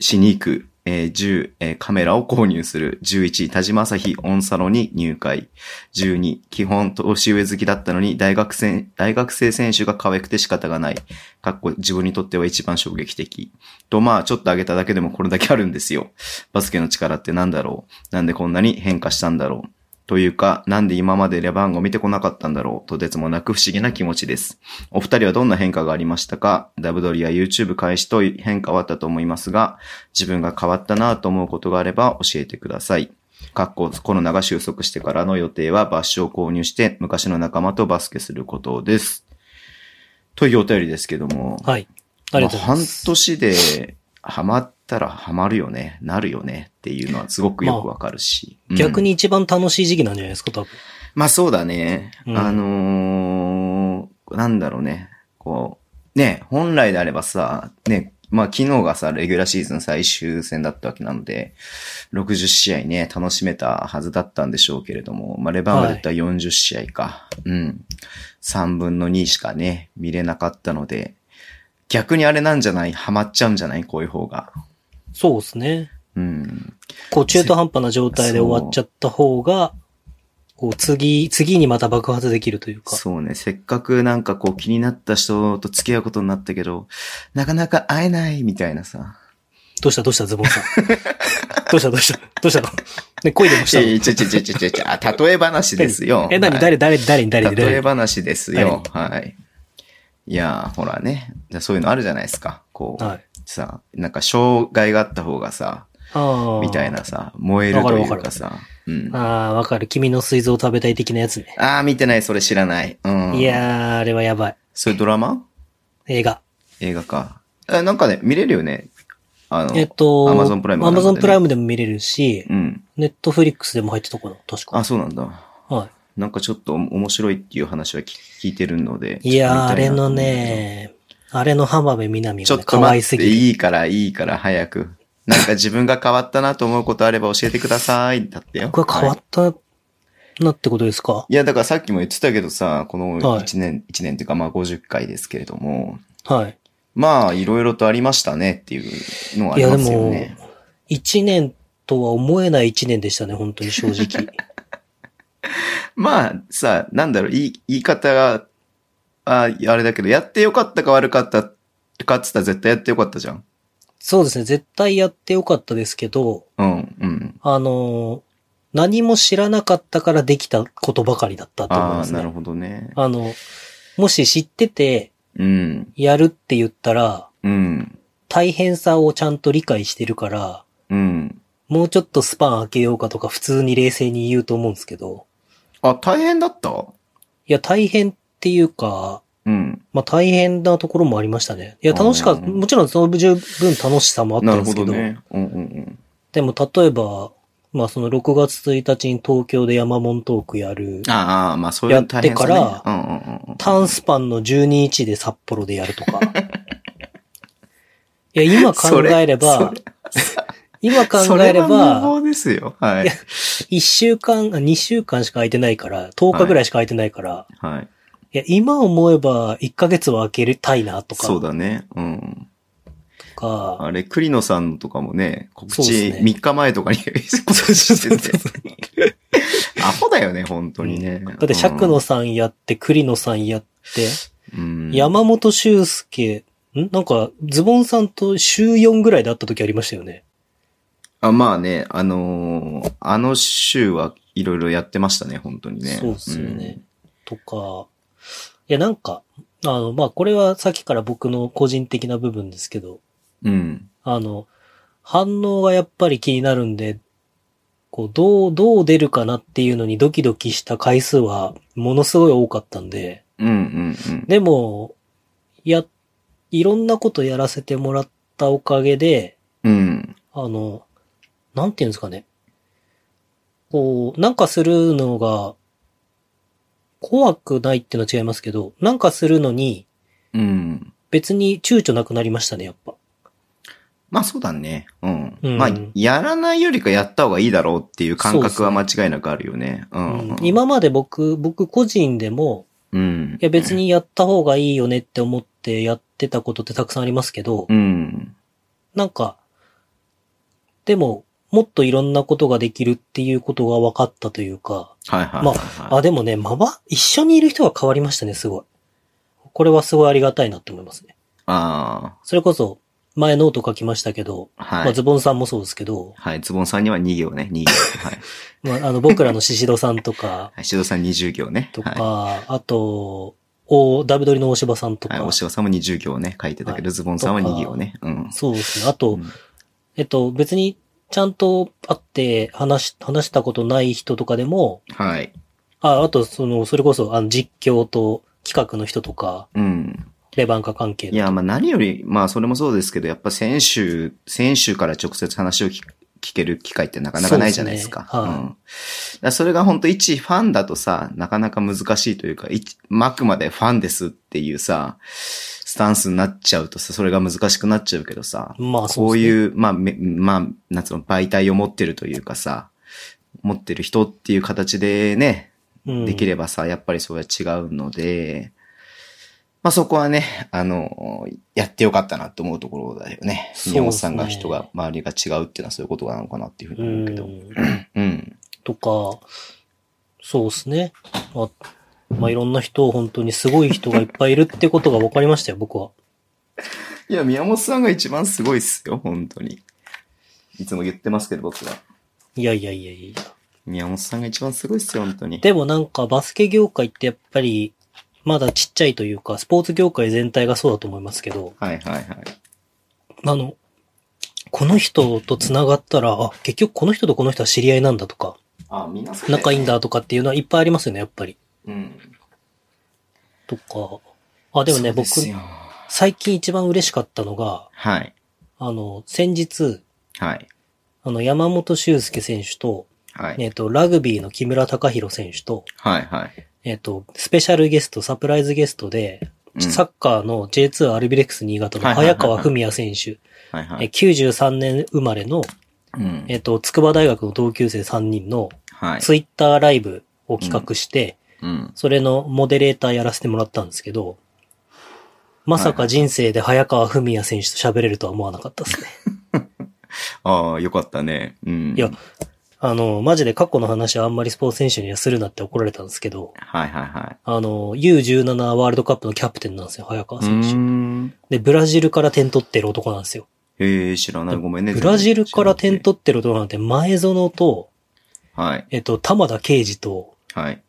[SPEAKER 2] しに行く。えー10、えーカメラを購入する。11、田島朝日オンサロに入会。12、基本年上好きだったのに大学生、大学生選手が可愛くて仕方がない。かっこ自分にとっては一番衝撃的。と、まあ、ちょっと上げただけでもこれだけあるんですよ。バスケの力ってなんだろうなんでこんなに変化したんだろうというか、なんで今までレバンガを見てこなかったんだろうとてつもなく不思議な気持ちです。お二人はどんな変化がありましたかダブドリや YouTube 開始と変化はあったと思いますが、自分が変わったなと思うことがあれば教えてください。かっこコロナが収束してからの予定はバッシュを購入して昔の仲間とバスケすることです。というお便りですけども。
[SPEAKER 3] はい。ありがとうござい
[SPEAKER 2] ま
[SPEAKER 3] ま。
[SPEAKER 2] すあ半年で、ハマったらハマるよね、なるよねっていうのはすごくよくわかるし。
[SPEAKER 3] 逆
[SPEAKER 2] うん
[SPEAKER 3] に一番楽しい時期なんじゃないですか、多分。
[SPEAKER 2] まあそうだね。
[SPEAKER 3] うん
[SPEAKER 2] あのーなんだろうね。こう、ね、本来であればさ、ね、まあ昨日がさ、レギュラーシーズン最終戦だったわけなので、60試合ね、楽しめたはずだったんでしょうけれども、まあレバンガで言ったら40試合か。うん。3分の2しかね、見れなかったので、逆にあれなんじゃないハマっちゃうんじゃないこういう方が。
[SPEAKER 3] そうですね。
[SPEAKER 2] うん。
[SPEAKER 3] こう、中途半端な状態で終わっちゃった方が、こう、次、次にまた爆発できるというか。
[SPEAKER 2] そうね。せっかくなんかこう気になった人と付き合うことになったけど、なかなか会えないみたいなさ。
[SPEAKER 3] どうしたどうしたズボンさん。 [laughs] どうしたどうしたどうしたのね、恋でもし
[SPEAKER 2] い
[SPEAKER 3] た
[SPEAKER 2] や
[SPEAKER 3] の
[SPEAKER 2] いやちょちょちょちょちょちょ、あ、 [laughs] 例え話ですよ。
[SPEAKER 3] え、何
[SPEAKER 2] はい
[SPEAKER 3] 誰誰誰誰誰
[SPEAKER 2] 例え
[SPEAKER 3] 誰
[SPEAKER 2] 話ですよ。はい。いやー、ほらね。じゃあそういうのあるじゃないですか。こう、
[SPEAKER 3] はい。
[SPEAKER 2] さ、なんか障害があった方がさ、
[SPEAKER 3] ああ。
[SPEAKER 2] みたい。なさ、燃えるとい
[SPEAKER 3] わか
[SPEAKER 2] う
[SPEAKER 3] るわ
[SPEAKER 2] かさ。うん。
[SPEAKER 3] ああ、わかる。君の膵臓を食べたい的なやつね。
[SPEAKER 2] あー、見てない、それ知らない。うん。
[SPEAKER 3] いやー、あれはやばい。
[SPEAKER 2] それドラマ
[SPEAKER 3] 映画。
[SPEAKER 2] 映画か。え、なんかね、見れるよね。あの、
[SPEAKER 3] えっと、
[SPEAKER 2] Amazon プライムかなんかでね
[SPEAKER 3] Amazon プライムでも見れるし、
[SPEAKER 2] うん。
[SPEAKER 3] ネットフリックスでも入ってたかな、確か。
[SPEAKER 2] あ、そうなんだ。
[SPEAKER 3] は
[SPEAKER 2] なんかちょっと面白いっていう話は聞聞いてるので。
[SPEAKER 3] い。いやー、あ
[SPEAKER 2] ちょっと見た
[SPEAKER 3] れ
[SPEAKER 2] いなと
[SPEAKER 3] の
[SPEAKER 2] 思うんだけど。
[SPEAKER 3] ね、あれの浜辺美波
[SPEAKER 2] ちょ
[SPEAKER 3] が
[SPEAKER 2] っ
[SPEAKER 3] ね
[SPEAKER 2] と
[SPEAKER 3] 可愛
[SPEAKER 2] 待
[SPEAKER 3] す
[SPEAKER 2] って、
[SPEAKER 3] ぎる。
[SPEAKER 2] いいから、いいから、早く。なんか自分が変わったなと思うことあれば教えてください。だってよ。
[SPEAKER 3] 僕が変わ
[SPEAKER 2] は
[SPEAKER 3] ったなってことですか、
[SPEAKER 2] い、いや、だからさっきも言ってたけどさ、この
[SPEAKER 3] はい
[SPEAKER 2] 1年、一年っていうかまあ50回ですけれども、
[SPEAKER 3] はい。
[SPEAKER 2] まあいろいろとありましたねっていうのはあ
[SPEAKER 3] い
[SPEAKER 2] り
[SPEAKER 3] や、で
[SPEAKER 2] ますよ
[SPEAKER 3] も
[SPEAKER 2] ね。、
[SPEAKER 3] 一年とは思えない一年でしたね、本当に
[SPEAKER 2] [laughs]
[SPEAKER 3] 正直。
[SPEAKER 2] まあさ、なんだろう、言い、言い方が、ああれだけど、やってよかったか悪かったかっつったら絶対やってよかったじゃん。
[SPEAKER 3] そうですね、絶対やってよかったですけど、
[SPEAKER 2] うん、うん。
[SPEAKER 3] あの、何も知らなかったからできたことばかりだったと思い
[SPEAKER 2] あ
[SPEAKER 3] ま
[SPEAKER 2] あ、
[SPEAKER 3] す
[SPEAKER 2] なる
[SPEAKER 3] ね。
[SPEAKER 2] ほどね。
[SPEAKER 3] あの、もし知ってて
[SPEAKER 2] うん、
[SPEAKER 3] やるって言ったら、
[SPEAKER 2] うん、
[SPEAKER 3] 大変さをちゃんと理解してるから、
[SPEAKER 2] うん。
[SPEAKER 3] もうちょっとスパン開けようかとか普通に冷静に言うと思うんですけど、
[SPEAKER 2] あ、大変だった
[SPEAKER 3] いや、大変っていうか、
[SPEAKER 2] うん。
[SPEAKER 3] まあ大変なところもありましたね。いや、楽しかった。
[SPEAKER 2] うん
[SPEAKER 3] もちろんその十分楽しさもあった
[SPEAKER 2] なんる
[SPEAKER 3] で
[SPEAKER 2] ほ
[SPEAKER 3] すけ
[SPEAKER 2] ど
[SPEAKER 3] ど、
[SPEAKER 2] ね。うん、うん、うん。
[SPEAKER 3] でも例えば、まあその6月1日に東京で山門トークやる、
[SPEAKER 2] ああ、まあそういう大変さ、ね、、
[SPEAKER 3] やってから
[SPEAKER 2] うんうんうんうん。
[SPEAKER 3] タンスパンの12日で札幌でやるとか。いや、今考えれば、
[SPEAKER 2] それ
[SPEAKER 3] 今
[SPEAKER 2] そ
[SPEAKER 3] 考
[SPEAKER 2] れ
[SPEAKER 3] えれ
[SPEAKER 2] は無
[SPEAKER 3] ば、
[SPEAKER 2] 謀ですよ。はい
[SPEAKER 3] いや。1週間、2週間しか空いてないから、10日ぐらいしか空いてないから、
[SPEAKER 2] はい。
[SPEAKER 3] いや、今思えば1ヶ月は空けるたいなとか、
[SPEAKER 2] そうだね。うん。
[SPEAKER 3] とか、
[SPEAKER 2] あれ、栗野さんのとかもね、告
[SPEAKER 3] そう
[SPEAKER 2] 知
[SPEAKER 3] ですね
[SPEAKER 2] 3日前 [laughs] とかに告知してて。アホだよね、本当にね。
[SPEAKER 3] だって釈野さんやって、栗野さんやって、
[SPEAKER 2] うん、うん、
[SPEAKER 3] 山本修介、んなんか、ズボンさんと週4ぐらいで会った時ありましたよね。
[SPEAKER 2] あまあね、あのーあの週はいろいろやってましたね、本当にね。
[SPEAKER 3] そうっすよね。とか、いや、なんか、あの、まあ、これはさっきから僕の個人的な部分ですけど、
[SPEAKER 2] うん。うん。
[SPEAKER 3] あの、反応がやっぱり気になるんで、こう、どう、どう出るかなっていうのにドキドキした回数はものすごい多かったんで、
[SPEAKER 2] うんうんうん。
[SPEAKER 3] でも、や、いろんなことやらせてもらったおかげで、
[SPEAKER 2] うん。
[SPEAKER 3] あの、なんていうんですかね。こう、なんかするのが、怖くないってのは違いますけど、なんかするのに、
[SPEAKER 2] うん。
[SPEAKER 3] 別に躊躇なくなりましたね、やっぱ。
[SPEAKER 2] まあそうだね。うん。
[SPEAKER 3] うん
[SPEAKER 2] まあ、やらないよりかやった方がいいだろうっていう感覚は間違いなくあるよね。う
[SPEAKER 3] うん
[SPEAKER 2] ん、うん。
[SPEAKER 3] 今まで僕、僕個人でも、
[SPEAKER 2] うん。
[SPEAKER 3] いや別にやった方がいいよねって思ってやってたことってたくさんありますけど、
[SPEAKER 2] うん。
[SPEAKER 3] なんか、でも、もっといろんなことができるっていうことが分かったというか、
[SPEAKER 2] はいはいはい、
[SPEAKER 3] ま
[SPEAKER 2] はい。
[SPEAKER 3] あ、でもね、まば、一緒にいる人が変わりましたね、すごい。これはすごいありがたいなって思いますね。
[SPEAKER 2] あ
[SPEAKER 3] それこそ、前ノート書きましたけど、
[SPEAKER 2] あ、は
[SPEAKER 3] まあ、
[SPEAKER 2] い。
[SPEAKER 3] ズボンさんもそうですけど、
[SPEAKER 2] はい、ズボンさんには2行ね、2行。はい。、
[SPEAKER 3] まあ、あの、僕らの宍戸さんとか
[SPEAKER 2] [laughs] はい、シドさん20行ね。
[SPEAKER 3] とか、
[SPEAKER 2] は
[SPEAKER 3] あと、お、ダブドリの大柴さんと
[SPEAKER 2] い。はい、
[SPEAKER 3] か、
[SPEAKER 2] おしさんも20行ね、書いてたけど、
[SPEAKER 3] はい
[SPEAKER 2] ズボンさんは2行ね。うん。
[SPEAKER 3] そうですね。あと、
[SPEAKER 2] うん
[SPEAKER 3] えっと、別に、ちゃんと会って話し、話したことない人とかでも、
[SPEAKER 2] はい。
[SPEAKER 3] あ、あと、その、それこそ、あの、実況と企画の人とか、
[SPEAKER 2] うん。
[SPEAKER 3] レバンカ関係
[SPEAKER 2] い
[SPEAKER 3] の。
[SPEAKER 2] や、まあ何より、まあそれもそうですけど、やっぱ先週、先週から直接話を聞聞ける機会ってなかなかないじゃないですか。
[SPEAKER 3] そうですねは
[SPEAKER 2] う
[SPEAKER 3] い
[SPEAKER 2] ん。だからそれが本当一ファンだとさ、なかなか難しいというか、一あくまでファンですっていうさ、スタンスになっちゃうとさ、それが難しくなっちゃうけどさ、
[SPEAKER 3] まあ、
[SPEAKER 2] こう
[SPEAKER 3] う。
[SPEAKER 2] いう、まあ、めまあ、なんつうの、媒体を持ってるというかさ、持ってる人っていう形でね、
[SPEAKER 3] うん、
[SPEAKER 2] できればさ、やっぱりそれは違うので、まあそこはね、あの、やってよかったなって思うところだよね。
[SPEAKER 3] そうですね
[SPEAKER 2] 宮本さんが人が、周りが違うっていうのはそういうことなのかなっていうふうに思うけど。
[SPEAKER 3] うん。
[SPEAKER 2] うん。
[SPEAKER 3] とか、そうですね。まあ、まあ、いろんな人、本当にすごい人がいっぱいいるってことが分かりましたよ、僕は。
[SPEAKER 2] いや、宮本さんが一番すごいっすよ、本当に。いつも言ってますけど、僕は。
[SPEAKER 3] いやいやいやいや。
[SPEAKER 2] 宮本さんが一番すごいっすよ、本当に。
[SPEAKER 3] でもなんか、バスケ業界ってやっぱり、まだちっちゃいというか、スポーツ業界全体がそうだと思いますけど、
[SPEAKER 2] はいはいはい。
[SPEAKER 3] あの、この人と繋がったら、あ、結局この人とこの人は知り合いなんだとか、
[SPEAKER 2] あ、みんなそうだよね
[SPEAKER 3] 仲いいん。だとかっていうのはいっぱいありますよね、やっぱり。
[SPEAKER 2] うん。
[SPEAKER 3] とか。あ、でもね、僕、
[SPEAKER 2] そうすよ
[SPEAKER 3] 最近一番嬉しかったのが、
[SPEAKER 2] はい。
[SPEAKER 3] あの、先日、
[SPEAKER 2] はい。
[SPEAKER 3] あの、山本修介選手と、
[SPEAKER 2] はい。
[SPEAKER 3] えっ、と、ラグビーの木村隆弘選手と、
[SPEAKER 2] はいはい。
[SPEAKER 3] えっ、と、スペシャルゲスト、サプライズゲストで、
[SPEAKER 2] うん
[SPEAKER 3] サッカーの J2 アルビレックス新潟の早川文也選手
[SPEAKER 2] はいは
[SPEAKER 3] え
[SPEAKER 2] い。
[SPEAKER 3] 93年生まれの、
[SPEAKER 2] うん。
[SPEAKER 3] えっと、筑波大学の同級生3人の
[SPEAKER 2] はい。
[SPEAKER 3] ツイッターライブを企画して、
[SPEAKER 2] うん。
[SPEAKER 3] それのモデレーターやらせてもらったんですけど、まさか人生で早川文也選手と喋れるとは思わなかったですね。
[SPEAKER 2] ああ、よかったね。うん。
[SPEAKER 3] いやあの、マジで過去の話はあんまりスポーツ選手にはするなって怒られたんですけど、
[SPEAKER 2] はいはいは
[SPEAKER 3] あの、U17 ワールドカップのキャプテンなんですよ、早川
[SPEAKER 2] い。うー
[SPEAKER 3] 選手。
[SPEAKER 2] ん。
[SPEAKER 3] で、ブラジルから点取ってる男なんですよ。
[SPEAKER 2] へえ、知らない。ごめんね。
[SPEAKER 3] ブラジルから
[SPEAKER 2] 全
[SPEAKER 3] 点
[SPEAKER 2] 然
[SPEAKER 3] 取ってる男なんて前園と、
[SPEAKER 2] 知らなくて
[SPEAKER 3] えっと、玉田圭司と、
[SPEAKER 2] はい。はい。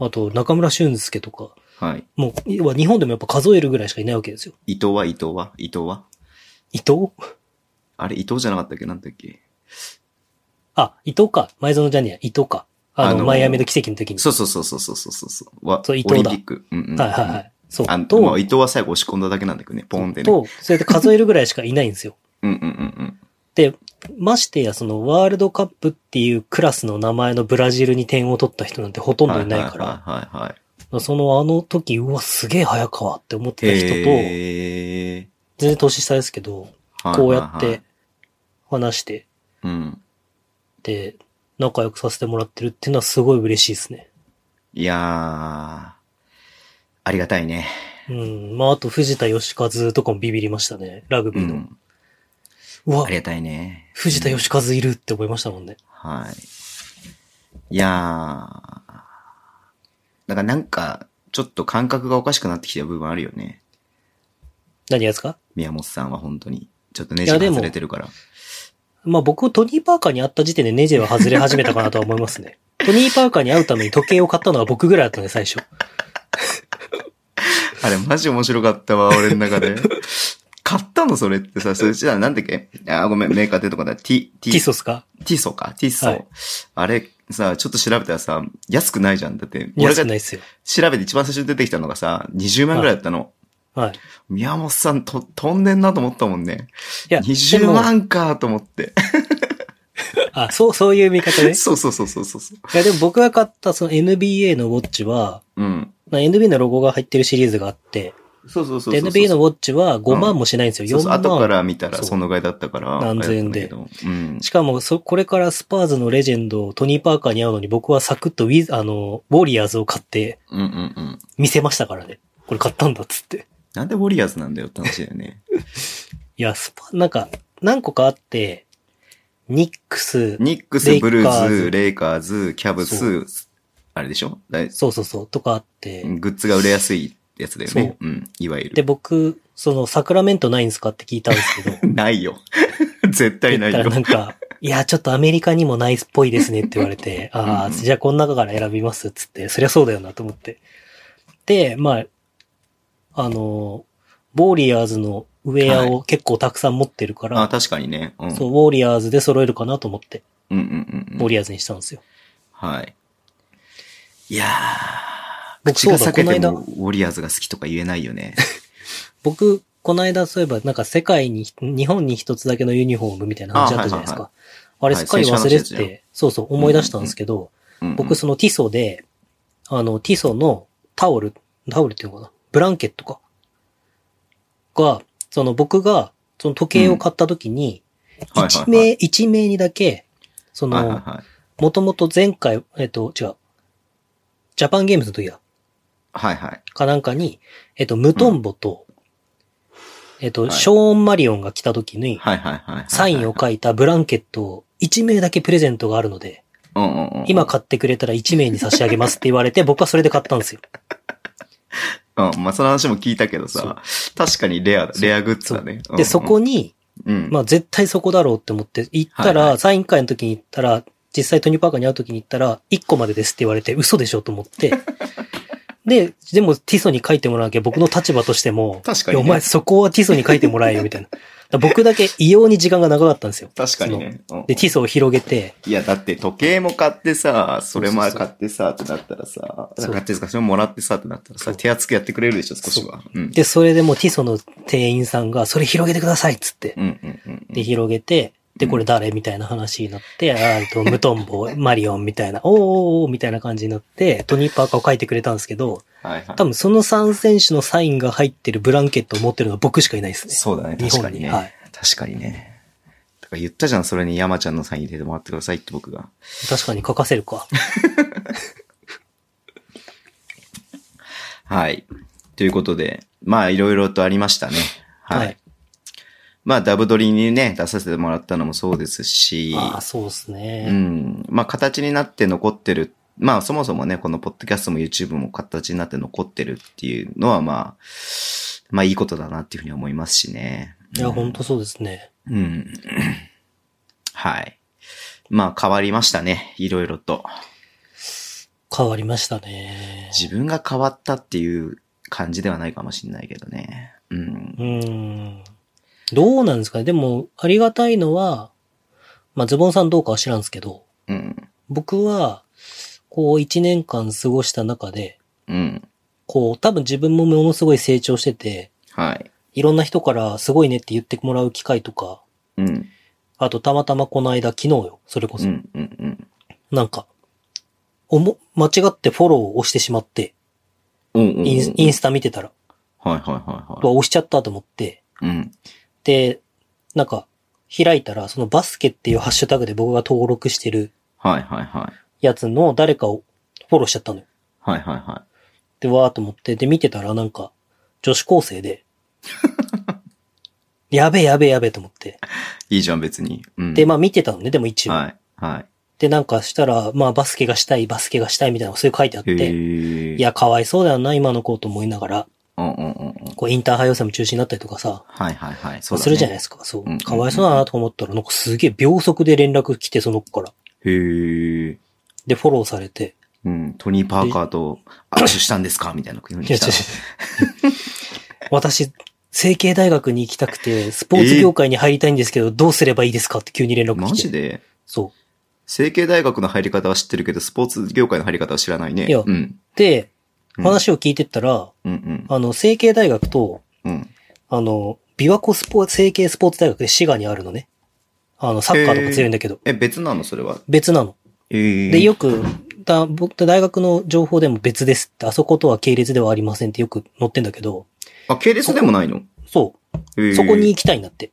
[SPEAKER 3] あと中村俊介とか、
[SPEAKER 2] はい。
[SPEAKER 3] もう、要は日本でもやっぱ数えるぐらいしかいないわけですよ。
[SPEAKER 2] 伊藤は伊藤は伊藤は
[SPEAKER 3] 伊藤
[SPEAKER 2] あれ伊藤じゃなかったっけなんだっけ
[SPEAKER 3] あ、伊藤か。前園じゃねえや伊藤か。あの、
[SPEAKER 2] あのー
[SPEAKER 3] マイアミの奇跡の時に。
[SPEAKER 2] そうそうそうそうそうそうそう。わ
[SPEAKER 3] そう伊藤だ
[SPEAKER 2] オリンピック。うんうん。
[SPEAKER 3] はいはいはい。そう。
[SPEAKER 2] あの
[SPEAKER 3] と、
[SPEAKER 2] まあ伊藤は最後押し込んだだけなんだけどね。ポンってね。
[SPEAKER 3] と、それで数えるぐらいしかいないんですよ。
[SPEAKER 2] うんうんうん
[SPEAKER 3] で、ましてや、その、ワールドカップっていうクラスの名前のブラジルに点を取った人なんてほと
[SPEAKER 2] うんん。
[SPEAKER 3] どいないから、
[SPEAKER 2] はいはいはいはいはい。
[SPEAKER 3] その、あの時、うわ、すげえ早川って思ってた人と、全
[SPEAKER 2] へえ
[SPEAKER 3] 然年下ですけど、
[SPEAKER 2] はい
[SPEAKER 3] こうやっ
[SPEAKER 2] はいは
[SPEAKER 3] て
[SPEAKER 2] い
[SPEAKER 3] 話して、
[SPEAKER 2] うん。
[SPEAKER 3] で、仲良くさせてもらってるっていうのはすごい嬉しいですね。
[SPEAKER 2] いやー、ありがたいね。
[SPEAKER 3] うん。まあ、あと、藤田義和とかもビビりましたね。ラグ
[SPEAKER 2] う
[SPEAKER 3] ビーの。
[SPEAKER 2] ん。
[SPEAKER 3] うわ
[SPEAKER 2] あり、がたいね。
[SPEAKER 3] 藤田義和いるって思いましたもんね。
[SPEAKER 2] はい。いやー、だからなんか、ちょっと感覚がおかしくなってきた部分あるよね。
[SPEAKER 3] 何やつか
[SPEAKER 2] 宮本さんは本当に。ちょっとネ
[SPEAKER 3] い
[SPEAKER 2] ジ
[SPEAKER 3] や
[SPEAKER 2] が
[SPEAKER 3] でも
[SPEAKER 2] 外れてるから。
[SPEAKER 3] まあ僕、トニー・パーカーに会った時点でネジは外れ始めたかなとは思いま
[SPEAKER 2] [laughs]
[SPEAKER 3] すね。トニー・パーカーに会うために時計を買ったのは僕ぐらいだったね、最初。
[SPEAKER 2] あれマジ面白かったわ、俺の中
[SPEAKER 3] [laughs]
[SPEAKER 2] で。買ったのそれってさ、それじゃあなんだっけあー、ごめん、メーカーってとこだ。T、T
[SPEAKER 3] ティッソスか
[SPEAKER 2] ティソか、ティソ。
[SPEAKER 3] はい
[SPEAKER 2] あれ、さ、ちょっと調べたらさ、安くないじゃん。だって、俺
[SPEAKER 3] 安
[SPEAKER 2] が
[SPEAKER 3] くないっすよ。
[SPEAKER 2] 調べて一番最初に出てきたのがさ、20万ぐらいだったの。
[SPEAKER 3] はい。
[SPEAKER 2] 宮本さんと、飛んでんなと思ったもんね。
[SPEAKER 3] いや、で
[SPEAKER 2] 20
[SPEAKER 3] も
[SPEAKER 2] 万かと思って。
[SPEAKER 3] あ、そう、そういう見
[SPEAKER 2] [laughs]
[SPEAKER 3] 方ね。
[SPEAKER 2] そうそうそうそうそう。
[SPEAKER 3] いや、でも僕が買ったその NBA のウォッチは、
[SPEAKER 2] うん。
[SPEAKER 3] まあ、NBA のロゴが入ってるシリーズがあって、
[SPEAKER 2] そうそうそうそう。
[SPEAKER 3] で NBA のウォッチは5万もしないんです
[SPEAKER 2] そ
[SPEAKER 3] よ。
[SPEAKER 2] う
[SPEAKER 3] 4
[SPEAKER 2] そう
[SPEAKER 3] 万。
[SPEAKER 2] 後から見たら
[SPEAKER 3] そう
[SPEAKER 2] そのぐらいだったから。
[SPEAKER 3] 何千円で
[SPEAKER 2] あれだったんだけどうん。
[SPEAKER 3] しかも、そ、これからスパーズのレジェンド、トニー・パーカーに会うのに僕はサクッとウィズ、あの、ウォリアーズを買って
[SPEAKER 2] うんうんうん。
[SPEAKER 3] 見せましたからね。これ買ったんだっつって。
[SPEAKER 2] なんでウォリアーズなんだよって話だよね。
[SPEAKER 3] いや、スパ、なんか、何個かあって、ニックス、
[SPEAKER 2] ニックス、ブル
[SPEAKER 3] レイカ
[SPEAKER 2] ー
[SPEAKER 3] ーズ
[SPEAKER 2] ズ、レイカーズ、キャブ
[SPEAKER 3] そ
[SPEAKER 2] ス、あれでしょだい
[SPEAKER 3] そうそうそう、とかあって、
[SPEAKER 2] グッズが売れやすいやつだよね。うん。いわゆ
[SPEAKER 3] で、
[SPEAKER 2] る。
[SPEAKER 3] 僕、その、サクラメントないんですかって聞いたんですけど、
[SPEAKER 2] [laughs] ないよ。 [laughs] 絶対
[SPEAKER 3] 言
[SPEAKER 2] な
[SPEAKER 3] っ
[SPEAKER 2] い
[SPEAKER 3] た
[SPEAKER 2] よ
[SPEAKER 3] ら。なんか、いや、ちょっとアメリカにもないっぽいですねって言われて、ああ、
[SPEAKER 2] [laughs] うんうん
[SPEAKER 3] じゃあこの中から選びますっつって、そりゃそうだよなと思って。で、まあ、あの、ウォーリアーズのウェアを結構たくさん持ってるから、
[SPEAKER 2] あ、確かにね。うん。
[SPEAKER 3] そう、ウォーリアーズで揃えるかなと思って、
[SPEAKER 2] うんうんうん
[SPEAKER 3] ウ
[SPEAKER 2] う
[SPEAKER 3] ォ
[SPEAKER 2] ん
[SPEAKER 3] ー。リアーズにしたんですよ。
[SPEAKER 2] はい。いやー、
[SPEAKER 3] 僕
[SPEAKER 2] 口が
[SPEAKER 3] そ
[SPEAKER 2] 裂
[SPEAKER 3] うだこ
[SPEAKER 2] け
[SPEAKER 3] の
[SPEAKER 2] て
[SPEAKER 3] 間
[SPEAKER 2] もウォリアーズが好きとか言えないよ
[SPEAKER 3] [laughs]
[SPEAKER 2] ね。
[SPEAKER 3] 僕、この間そういえば、なんか世界に、日本に一つだけのユニフォームみたいな話あったじゃないです
[SPEAKER 2] いはい
[SPEAKER 3] か。あ
[SPEAKER 2] はい
[SPEAKER 3] れすっか
[SPEAKER 2] はい先
[SPEAKER 3] り忘れて
[SPEAKER 2] 週の話です
[SPEAKER 3] て、そうそう思い出したんですけど、
[SPEAKER 2] うんうん
[SPEAKER 3] 僕そのティソで、あの、ティソのタオル、タオルっていうのかなブランケットか。が、その僕が、その時計を買った時に、
[SPEAKER 2] うん
[SPEAKER 3] 一
[SPEAKER 2] はいはい
[SPEAKER 3] 名、一名にだけ、そ
[SPEAKER 2] はいはい
[SPEAKER 3] の、
[SPEAKER 2] はい
[SPEAKER 3] もともと前回、えっと、違う、ジャパンゲームズの時だ。
[SPEAKER 2] はいはい。
[SPEAKER 3] かなんかに、えっと、ムトンボと、えっと、
[SPEAKER 2] はい
[SPEAKER 3] ショーン・マリオンが来た時に、
[SPEAKER 2] はいはいはいはい。
[SPEAKER 3] サインを書いたブランケットを1名だけプレゼントがあるので、
[SPEAKER 2] うんうんうん。
[SPEAKER 3] 今買ってくれたら1名に差し上げますって言われて、僕はそれで買ったんですよ。
[SPEAKER 2] うん、まあその話も聞いたけどさ、確かにレアだ、レアグッズ
[SPEAKER 3] そ
[SPEAKER 2] だ
[SPEAKER 3] う
[SPEAKER 2] ね。うんう
[SPEAKER 3] で、
[SPEAKER 2] ん
[SPEAKER 3] そこ、に、
[SPEAKER 2] うん。
[SPEAKER 3] まあ絶対そこだろうって思って、行った
[SPEAKER 2] はいは
[SPEAKER 3] ら、サイン会の時に行ったら、実際トニーパーカーに会う時に行ったら、1個までですって言われて、嘘でしょと思
[SPEAKER 2] [laughs]
[SPEAKER 3] って、で、ティソに書いてもらわなきゃ僕の立場としても、
[SPEAKER 2] 確かにね
[SPEAKER 3] いやお前そこはティソに書いてもらえよ、みたいな。だから僕だけ異様に時間が長かったんですよ。
[SPEAKER 2] 確かにね。うん
[SPEAKER 3] その。で、ティソを広げて、
[SPEAKER 2] いや、だって時計も買ってさ、それも
[SPEAKER 3] そうそうそう
[SPEAKER 2] 買ってさ、ってなったらさ、
[SPEAKER 3] そう
[SPEAKER 2] 買ってさ、それももらってさ、ってなったら
[SPEAKER 3] そ
[SPEAKER 2] さ、
[SPEAKER 3] う
[SPEAKER 2] 手厚くやってくれるでしょ、少しは。うん。
[SPEAKER 3] で、それでもうティソの店員さんが、それ広げてくださいっつって
[SPEAKER 2] う、んうんうんうん。
[SPEAKER 3] で、広げて、で、これ誰みたいな話になって、あーえっと、ムト
[SPEAKER 2] [laughs]
[SPEAKER 3] ンボ、マリオンみたいな、おーおーおーみたいな感じになって、トニーパーカーを書いてくれたんですけど、
[SPEAKER 2] はいはい。
[SPEAKER 3] 多分その3選手のサインが入ってるブランケットを持ってるのは僕しかいないですね。
[SPEAKER 2] そうだね、
[SPEAKER 3] 日
[SPEAKER 2] 確か
[SPEAKER 3] 本
[SPEAKER 2] に
[SPEAKER 3] に
[SPEAKER 2] ね。
[SPEAKER 3] はい
[SPEAKER 2] 確かにね。だから言ったじゃん、それに山ちゃんのサイン入れてもらってくださいって僕が。
[SPEAKER 3] 確かに書かせるか。
[SPEAKER 2] はい。ということで、まあいろいろとありましたね。はい。
[SPEAKER 3] はい
[SPEAKER 2] まあダブドリにね、出させてもらったのもそうですし、
[SPEAKER 3] ああ、そうです
[SPEAKER 2] う
[SPEAKER 3] ね。
[SPEAKER 2] ん。まあ形になって残ってる。まあそもそもね、このポッドキャストも YouTube も形になって残ってるっていうのはまあ、まあいいことだなっていうふうに思いますしね。
[SPEAKER 3] いや、ほんとそうですね。
[SPEAKER 2] うん。はい。まあ変わりましたね。いろいろと。
[SPEAKER 3] 変わりましたね。
[SPEAKER 2] 自分が変わったっていう感じではないかもしれないけどね。うん。
[SPEAKER 3] うん。どうなんですかね。でも、ありがたいのは、まあ、ズボンさんどうかは知らんすけど、
[SPEAKER 2] うん。
[SPEAKER 3] 僕は、こう、一年間過ごした中で、
[SPEAKER 2] うん。
[SPEAKER 3] こう、多分自分もものすごい成長してて、
[SPEAKER 2] はい。
[SPEAKER 3] いろんな人からすごいねって言ってもらう機会とか、
[SPEAKER 2] うん。
[SPEAKER 3] あとたまたまこの間、昨日よ、それこ
[SPEAKER 2] う
[SPEAKER 3] そ。
[SPEAKER 2] ん。うん。うん。
[SPEAKER 3] なんか、おも、間違ってフォローを押してしまって、
[SPEAKER 2] うんうんうん
[SPEAKER 3] インスインスタ見てたら、
[SPEAKER 2] はいはいはいは
[SPEAKER 3] 押しちゃったと思って、
[SPEAKER 2] い。うん。
[SPEAKER 3] で、なんか、開いたら、そのバスケっていうハッシュタグで僕が登録してる
[SPEAKER 2] はいはいはい。
[SPEAKER 3] やつの誰かをフォローしちゃったのよ。
[SPEAKER 2] はいはいは
[SPEAKER 3] で、わーっと思って、で、見てたらなんか、女子高
[SPEAKER 2] [laughs]
[SPEAKER 3] 生で、やべえやべえやべえと思って。
[SPEAKER 2] い。いいじゃん別に。うん。
[SPEAKER 3] で、まあ見てたのね、でも一応。
[SPEAKER 2] はい。は
[SPEAKER 3] で、なんかしたら、まあバスケがしたい、バスケがしたいみたいな、そういう書いてあっ
[SPEAKER 2] い。へ
[SPEAKER 3] て、
[SPEAKER 2] え。
[SPEAKER 3] い。や、かわいそうだよな、今の子と思いながら、
[SPEAKER 2] うんうんうんうん。
[SPEAKER 3] こう、インターハイ予選も中止になったりとかさ、
[SPEAKER 2] はいはいはい。そうだ、ね。
[SPEAKER 3] するじゃない
[SPEAKER 2] い
[SPEAKER 3] ですか。そ
[SPEAKER 2] うんうんう
[SPEAKER 3] う。
[SPEAKER 2] ん
[SPEAKER 3] かわいそうだなと思ったら、なんかすげえ秒速で連絡来て、その子から。
[SPEAKER 2] へえ。
[SPEAKER 3] で、フォローされて。
[SPEAKER 2] うん。トニー・パーカーと握手したんですかみたいな風に
[SPEAKER 3] いや、
[SPEAKER 2] 来
[SPEAKER 3] ち
[SPEAKER 2] た
[SPEAKER 3] ょ。
[SPEAKER 2] [laughs]
[SPEAKER 3] 私、成形大学に行きたくて、スポーツ業界に入りたいんですけど、どうすればいいですかって急に連絡来て。
[SPEAKER 2] マジで
[SPEAKER 3] そ
[SPEAKER 2] 成形大学の入り方は知ってるけど、スポーツ業界の入り方は知らないね。
[SPEAKER 3] いや
[SPEAKER 2] うん。
[SPEAKER 3] う。で、
[SPEAKER 2] うん
[SPEAKER 3] 話を聞いてったら、
[SPEAKER 2] うん
[SPEAKER 3] あの、成形大学と、
[SPEAKER 2] うん。うん。
[SPEAKER 3] あの、琵琶湖スポーツ、成形スポーツ大学で滋賀にあるのね。あの、サッカーとか強いんだけど、
[SPEAKER 2] え、別なのそれは。
[SPEAKER 3] 別なの。
[SPEAKER 2] ええ。
[SPEAKER 3] で、よく、だ僕大学の情報でも別ですって、あそことは系列ではありませんってよく載ってんだけど、
[SPEAKER 2] あ、系列でもないの
[SPEAKER 3] そ
[SPEAKER 2] へ
[SPEAKER 3] う、
[SPEAKER 2] え
[SPEAKER 3] そこに行きたいんだって。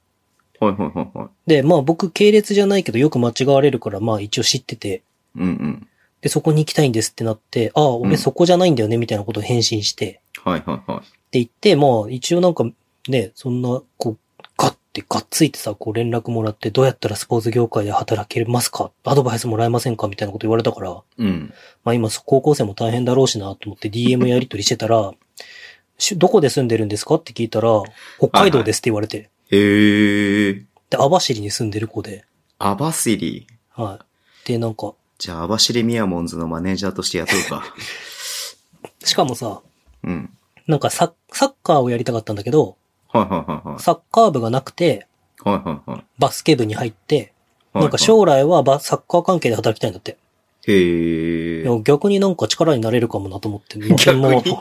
[SPEAKER 2] はいはいはいはい。
[SPEAKER 3] で、まあ僕系列じゃないけどよく間違われるから、まあ一応知ってて、
[SPEAKER 2] うんうん。
[SPEAKER 3] で、そこに行きたいんですってなって、ああ、
[SPEAKER 2] うん
[SPEAKER 3] 俺そこじゃないんだよね、みたいなことを返信して、
[SPEAKER 2] はいはいはい。
[SPEAKER 3] って言って、まあ一応なんかね、そんな、こう、ガッてガッついてさ、こう連絡もらって、どうやったらスポーツ業界で働けますかアドバイスもらえませんかみたいなこと言われたから、
[SPEAKER 2] うん。
[SPEAKER 3] まあ今、高校生も大変だろうしなと思って DM やり取りしてたら、しどこで住んでるんですかって聞いたら、北海道ですって言われて、
[SPEAKER 2] へえ。
[SPEAKER 3] で、網走に住んでる子で、
[SPEAKER 2] アバシリ。
[SPEAKER 3] はい。で、なんか、
[SPEAKER 2] じゃあ、アバシリミヤモンズのマネージャーとして雇うか。
[SPEAKER 3] しかもさ、
[SPEAKER 2] [laughs] うん。
[SPEAKER 3] なんかサッサッカーをやりたかったんだけど、
[SPEAKER 2] はいはいはいはい。
[SPEAKER 3] サッカー部がなくて、
[SPEAKER 2] はいはいはい。
[SPEAKER 3] バスケ部に入って、
[SPEAKER 2] はい
[SPEAKER 3] なんか将来はバサッカー関係で働きたいんだって。
[SPEAKER 2] へえ
[SPEAKER 3] い。や逆になんか力になれるかもなと思って。まあ
[SPEAKER 2] 逆
[SPEAKER 3] まあ
[SPEAKER 2] に
[SPEAKER 3] そ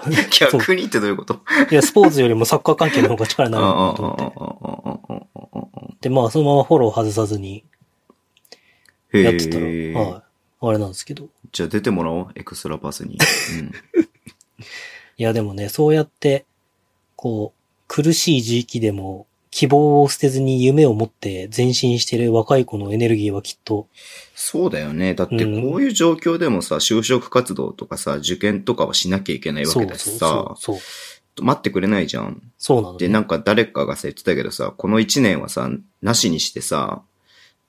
[SPEAKER 3] う
[SPEAKER 2] [laughs] 逆にってどういうこと
[SPEAKER 3] いや、スポーツよりもサッカー関係の方が力に
[SPEAKER 2] あ
[SPEAKER 3] な
[SPEAKER 2] あ
[SPEAKER 3] るか
[SPEAKER 2] あ
[SPEAKER 3] なと思って。
[SPEAKER 2] あああ
[SPEAKER 3] で、まあ、そのままフォロー外さずに
[SPEAKER 2] へ
[SPEAKER 3] やってたら、
[SPEAKER 2] え。
[SPEAKER 3] はい。あれなんですけど。
[SPEAKER 2] じゃあ出てもらおう、エクストラパスに。うん
[SPEAKER 3] いや、でもね、そうやって、こう、苦しい時期でも、希望を捨てずに夢を持って前進してる若い子のエネルギーはきっと、
[SPEAKER 2] そうだよね。だって
[SPEAKER 3] うん
[SPEAKER 2] こういう状況でもさ、就職活動とかさ、受験とかはしなきゃいけないわ
[SPEAKER 3] そ
[SPEAKER 2] け
[SPEAKER 3] う
[SPEAKER 2] だ
[SPEAKER 3] そ
[SPEAKER 2] し
[SPEAKER 3] う
[SPEAKER 2] さ、
[SPEAKER 3] そう、そう、
[SPEAKER 2] 待ってくれないじゃん。
[SPEAKER 3] そうなの
[SPEAKER 2] で、
[SPEAKER 3] ね、
[SPEAKER 2] なんか誰かがさ、言ってたけどさ、この一年はさ、なしにしてさ、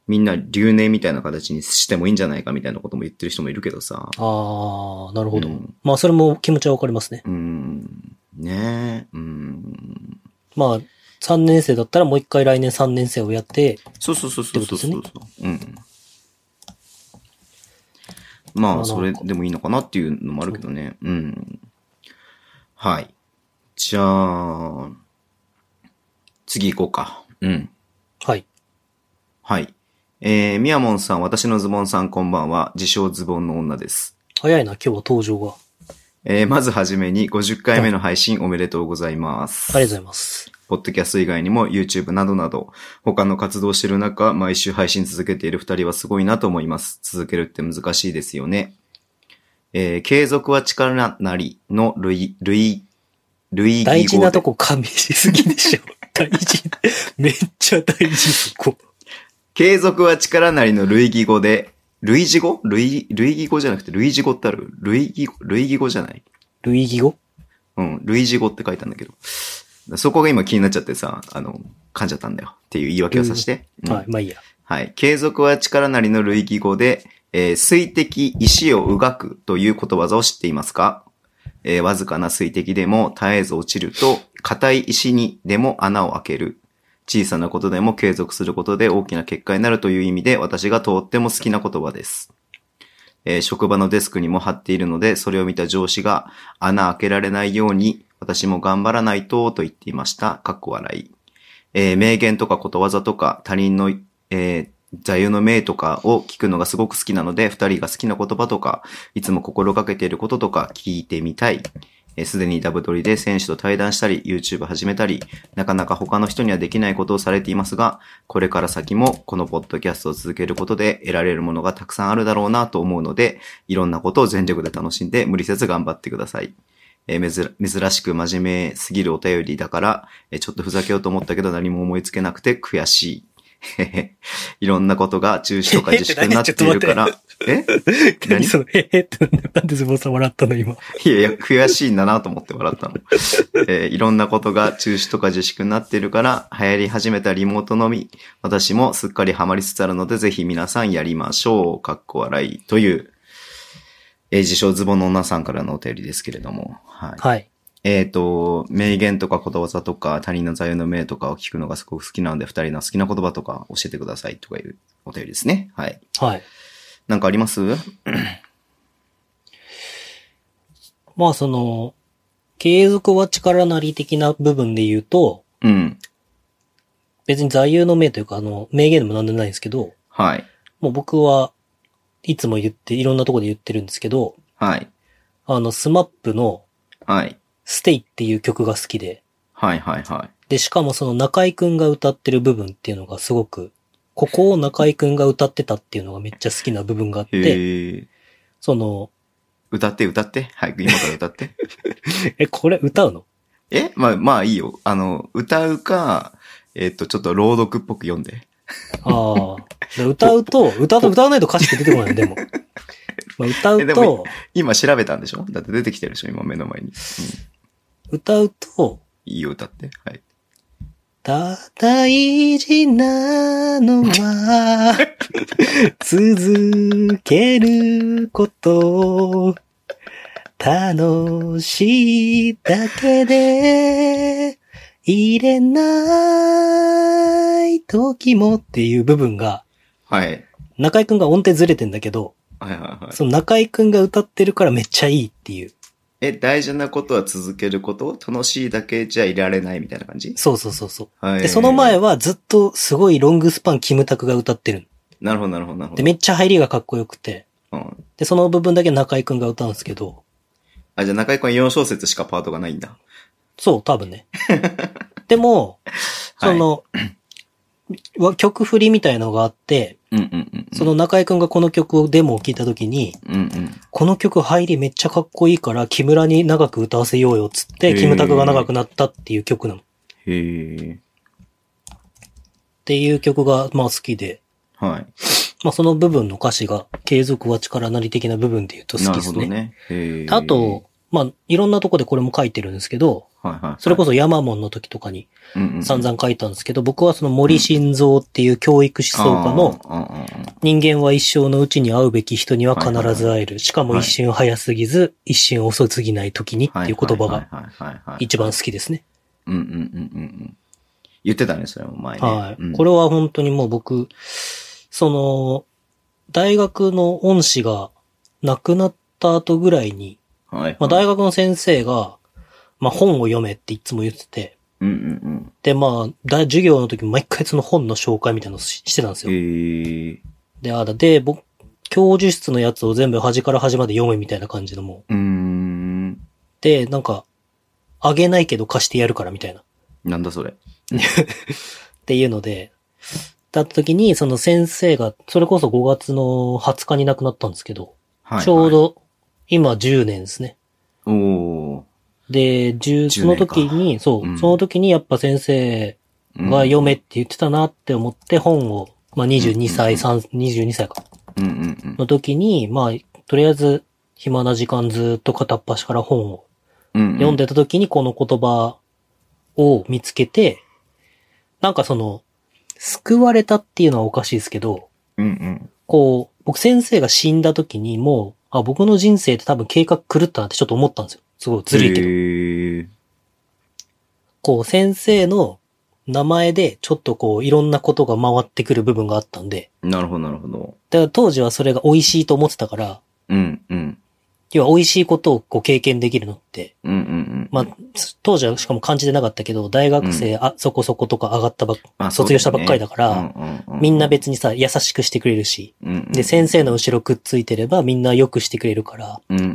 [SPEAKER 2] みんな留年みたいな形にしてもいいんじゃないかみたいなことも言ってる人もいるけどさ。
[SPEAKER 3] ああ、なるほど。
[SPEAKER 2] うん
[SPEAKER 3] まあ、それも気持ちはわかりますね。
[SPEAKER 2] うん。ねえ。うん。
[SPEAKER 3] まあ、3年生だったらもう一回来年3年生をやって、
[SPEAKER 2] そうそうそうそうそうそう
[SPEAKER 3] っ
[SPEAKER 2] そう。うん。ま
[SPEAKER 3] ま
[SPEAKER 2] あ、
[SPEAKER 3] あ
[SPEAKER 2] それ
[SPEAKER 3] なんか
[SPEAKER 2] でもいいのかなっていうのもあるけどね。うん。はい。じゃあ、次行こうか。うん。
[SPEAKER 3] はい。
[SPEAKER 2] はい。えー、みやもんさん、私のズボンさん、こんばんは。自称ズボンの女です。
[SPEAKER 3] 早いな、今日は登場が。
[SPEAKER 2] えー、まずはじめに50回目の配信おめでとうございます。
[SPEAKER 3] ありがとうございます。
[SPEAKER 2] ポッドキャスト以外にも YouTube などなど、他の活動をしている中、毎週配信続けている二人はすごいなと思います。続けるって難しいですよね。えー継続は力なりの類、類、類義語で [laughs]
[SPEAKER 3] 大事なとこ加味しすぎでしょ。大事。めっちゃ大事、そこ。
[SPEAKER 2] 継続は力なりの類義語で、類義語類、類義語じゃなくて類義語ってある類義語、類義語じゃない
[SPEAKER 3] 類義語
[SPEAKER 2] うん、類似語って書いたんだけど。そこが今気になっちゃってさ、あの、噛んじゃったんだよっていう言い訳をさせて。うん
[SPEAKER 3] はい、まあいいや。
[SPEAKER 2] はい。継続は力なりの類義語で、えー水滴、石をうがくということわざを知っていますかえーわずかな水滴でも絶えず落ちると、硬い石にでも穴を開ける。小さなことでも継続することで大きな結果になるという意味で、私がとっても好きな言葉です。えー職場のデスクにも貼っているので、それを見た上司が、穴開けられないように、私も頑張らないと、と言っていました。かっこ笑い。えー名言とかことわざとか、他人の、えー座右の銘とかを聞くのがすごく好きなので、二人が好きな言葉とか、いつも心がけていることとか聞いてみたい。えーすでにダブドリで選手と対談したり、YouTube 始めたり、なかなか他の人にはできないことをされていますが、これから先もこのポッドキャストを続けることで得られるものがたくさんあるだろうなと思うので、いろんなことを全力で楽しんで無理せず頑張ってください。えーめずら珍しく真面目すぎるお便りだから、えーちょっとふざけようと思ったけど何も思いつけなくて悔しい。 [laughs] へへへいろんなことが中止とか自粛になっているから、 [laughs] え [laughs] 何
[SPEAKER 3] 何その、へへってなんで、なんでズボンさん笑ったの今。
[SPEAKER 2] いやいや、悔しいんだなと思って笑ったの。 [laughs] えーいろんなことが中止とか自粛になっているから、流行り始めたリモートのみ、私もすっかりハマりつつあるので、ぜひ皆さんやりましょう。かっこ笑い。という、えー自称ズボンの女さんからのお便りですけれども。はい。
[SPEAKER 3] はい。
[SPEAKER 2] えっ、と、名言とかことわざとか、他人の座右の銘とかを聞くのがすごく好きなので、二人の好きな言葉とか教えてくださいとかいうお便りですね。はい。
[SPEAKER 3] はい。
[SPEAKER 2] なんかあります
[SPEAKER 3] まあその、継続は力なり的な部分で言うと、
[SPEAKER 2] うん。
[SPEAKER 3] 別に座右の銘というか、あの、名言でもなんでもないんですけど、
[SPEAKER 2] はい。
[SPEAKER 3] もう僕はいつも言って、いろんなとこで言ってるんですけど、
[SPEAKER 2] はい。
[SPEAKER 3] あの、スマップの
[SPEAKER 2] はい。
[SPEAKER 3] ステイっていう曲が好きで、
[SPEAKER 2] はいはいはい。
[SPEAKER 3] で、しかもその中井くんが歌ってる部分っていうのがすごく、ここを中井くんが歌ってたっていうのがめっちゃ好きな部分があって、
[SPEAKER 2] へえ。
[SPEAKER 3] その、
[SPEAKER 2] 歌って歌って。はい、今から歌って。 [laughs]
[SPEAKER 3] え、これ歌うの
[SPEAKER 2] えまあ、まあいいよ。あの、歌うか、えっ、と、ちょっと朗読っぽく読んで。
[SPEAKER 3] ああ。で歌うと、歌うと歌わないと歌詞って出てこないの、でも。まあ、歌
[SPEAKER 2] [laughs] えで
[SPEAKER 3] う
[SPEAKER 2] もいい
[SPEAKER 3] と、
[SPEAKER 2] 今調べたんでしょだって出てきてるでしょ今目の前に。うん。
[SPEAKER 3] 歌うと、
[SPEAKER 2] いいよ、歌って。はい。
[SPEAKER 3] た大事なの
[SPEAKER 2] [laughs]
[SPEAKER 3] は、続けること。楽しいだけで、入れない時もっていう部分が、
[SPEAKER 2] はい。
[SPEAKER 3] 中井くんが音程ずれてんだけど、
[SPEAKER 2] はいはいはい。
[SPEAKER 3] その中井くんが歌ってるからめっちゃいいっていう。
[SPEAKER 2] え、大事なことは続けること楽しいだけじゃいられないみたいな感じ
[SPEAKER 3] そうそうそうそう。
[SPEAKER 2] はい。
[SPEAKER 3] で、その前。はずっとすごいロングスパンキムタクが歌ってる
[SPEAKER 2] なるほど、なるほど、なるほ
[SPEAKER 3] で、
[SPEAKER 2] ど。
[SPEAKER 3] めっちゃ入りがかっこよくて。
[SPEAKER 2] うん。
[SPEAKER 3] で、その部分だけ中井くんが歌うんですけど。
[SPEAKER 2] あ、じゃあ中井くん4小節しかパートがないんだ。
[SPEAKER 3] そう、多
[SPEAKER 2] [laughs]
[SPEAKER 3] 分ね。でも、その、わ曲振りみたいのがあって、
[SPEAKER 2] うんうんうんうん。
[SPEAKER 3] その中井くんがこの曲をデモを聞いた時に、
[SPEAKER 2] うんうん。
[SPEAKER 3] この曲入りめっちゃかっこいいから、木村に長く歌わせようよっつっ
[SPEAKER 2] へ
[SPEAKER 3] て、
[SPEAKER 2] ー
[SPEAKER 3] キムタクが長くなったっていう曲なの。っ
[SPEAKER 2] へえ。
[SPEAKER 3] ていう曲が、まあ好きで、
[SPEAKER 2] はい。
[SPEAKER 3] まあその部分の歌詞が、継続は力なり的な部分で言うと好
[SPEAKER 2] な
[SPEAKER 3] き
[SPEAKER 2] る
[SPEAKER 3] で
[SPEAKER 2] ほ
[SPEAKER 3] す
[SPEAKER 2] ど
[SPEAKER 3] ね。
[SPEAKER 2] ね。へえ。
[SPEAKER 3] あと、まあ、いろんなとこでこれも書いてるんですけど、
[SPEAKER 2] はいはいはい。
[SPEAKER 3] それこそヤマモンの時とかに
[SPEAKER 2] うんうんうん、
[SPEAKER 3] 散々書いたんですけど、僕はその森晋三っていう教育思想家の、
[SPEAKER 2] あー。うんうんうん
[SPEAKER 3] 人間は一生のうちに会うべき人には必ず会える。しかも一瞬早すぎず、一瞬遅すぎない時にっていう言葉が
[SPEAKER 2] はいはいはいはいはい。
[SPEAKER 3] 一番好きですね。
[SPEAKER 2] うんうんうんうんうん。言ってたね、それも前ね。
[SPEAKER 3] はい。こ
[SPEAKER 2] これ
[SPEAKER 3] れは本当にもう僕、その、大学の恩師が亡くなった後ぐらいに、
[SPEAKER 2] はい。
[SPEAKER 3] まあ、大学の先生が、まあ、本を読めっていつも言ってて、
[SPEAKER 2] うんうん
[SPEAKER 3] で、まあ、だ授業の時も毎回その本の紹介みたいなのをししてたんです
[SPEAKER 2] うん。
[SPEAKER 3] よ。
[SPEAKER 2] へえ。
[SPEAKER 3] で、ああだ、で、僕、教授室のやつを全部端から端まで読むみたいな感じのも
[SPEAKER 2] うーん。
[SPEAKER 3] う。で、なんか、あげないけど貸してやるからみたいな。っ
[SPEAKER 2] なんだそれ。
[SPEAKER 3] ていうので、だった時に、その先生が、それこそ5月の20日に亡くなったんですけど、
[SPEAKER 2] はい。
[SPEAKER 3] ちょう。ど、今10年ですね。
[SPEAKER 2] おー。
[SPEAKER 3] で、10、
[SPEAKER 2] 10
[SPEAKER 3] その時に、そう、
[SPEAKER 2] うん
[SPEAKER 3] その時にやっぱ先生
[SPEAKER 2] うん
[SPEAKER 3] が読めって言ってたなって思って本を、まあ22歳、3 22歳か、
[SPEAKER 2] うんうん
[SPEAKER 3] の時に、まあ、とりあえず暇な時間ずっと片っ端から本を
[SPEAKER 2] うん。
[SPEAKER 3] 読んでた時にこの言葉を見つけて、なんかその、救われたっていうのはおかしいですけど、
[SPEAKER 2] うんうん。
[SPEAKER 3] こう、僕先生が死んだ時にもう、あ、僕の人生って多分計画狂ったなってちょっと思ったんですよ。すごいずるいけど。
[SPEAKER 2] ど。
[SPEAKER 3] こう、先生の名前でちょっとこう、いろんなことが回ってくる部分があったんで、
[SPEAKER 2] なるほど、なるほど。
[SPEAKER 3] だから当時はそれが美味しいと思ってたから、
[SPEAKER 2] うんうん。
[SPEAKER 3] 要は美味しいことをこう経験できるのって、
[SPEAKER 2] うんうん
[SPEAKER 3] まあ、当時はしかも感じてなかったけど、大学生、あ、そこそことか上がったばっ
[SPEAKER 2] うん。
[SPEAKER 3] 卒業したばっかりだから、
[SPEAKER 2] ら
[SPEAKER 3] みんな、別にさ、優しくしてくれるし、
[SPEAKER 2] うんうん、
[SPEAKER 3] で、先生の後ろくっついてればみんな良くしてくれるから、
[SPEAKER 2] うんうんう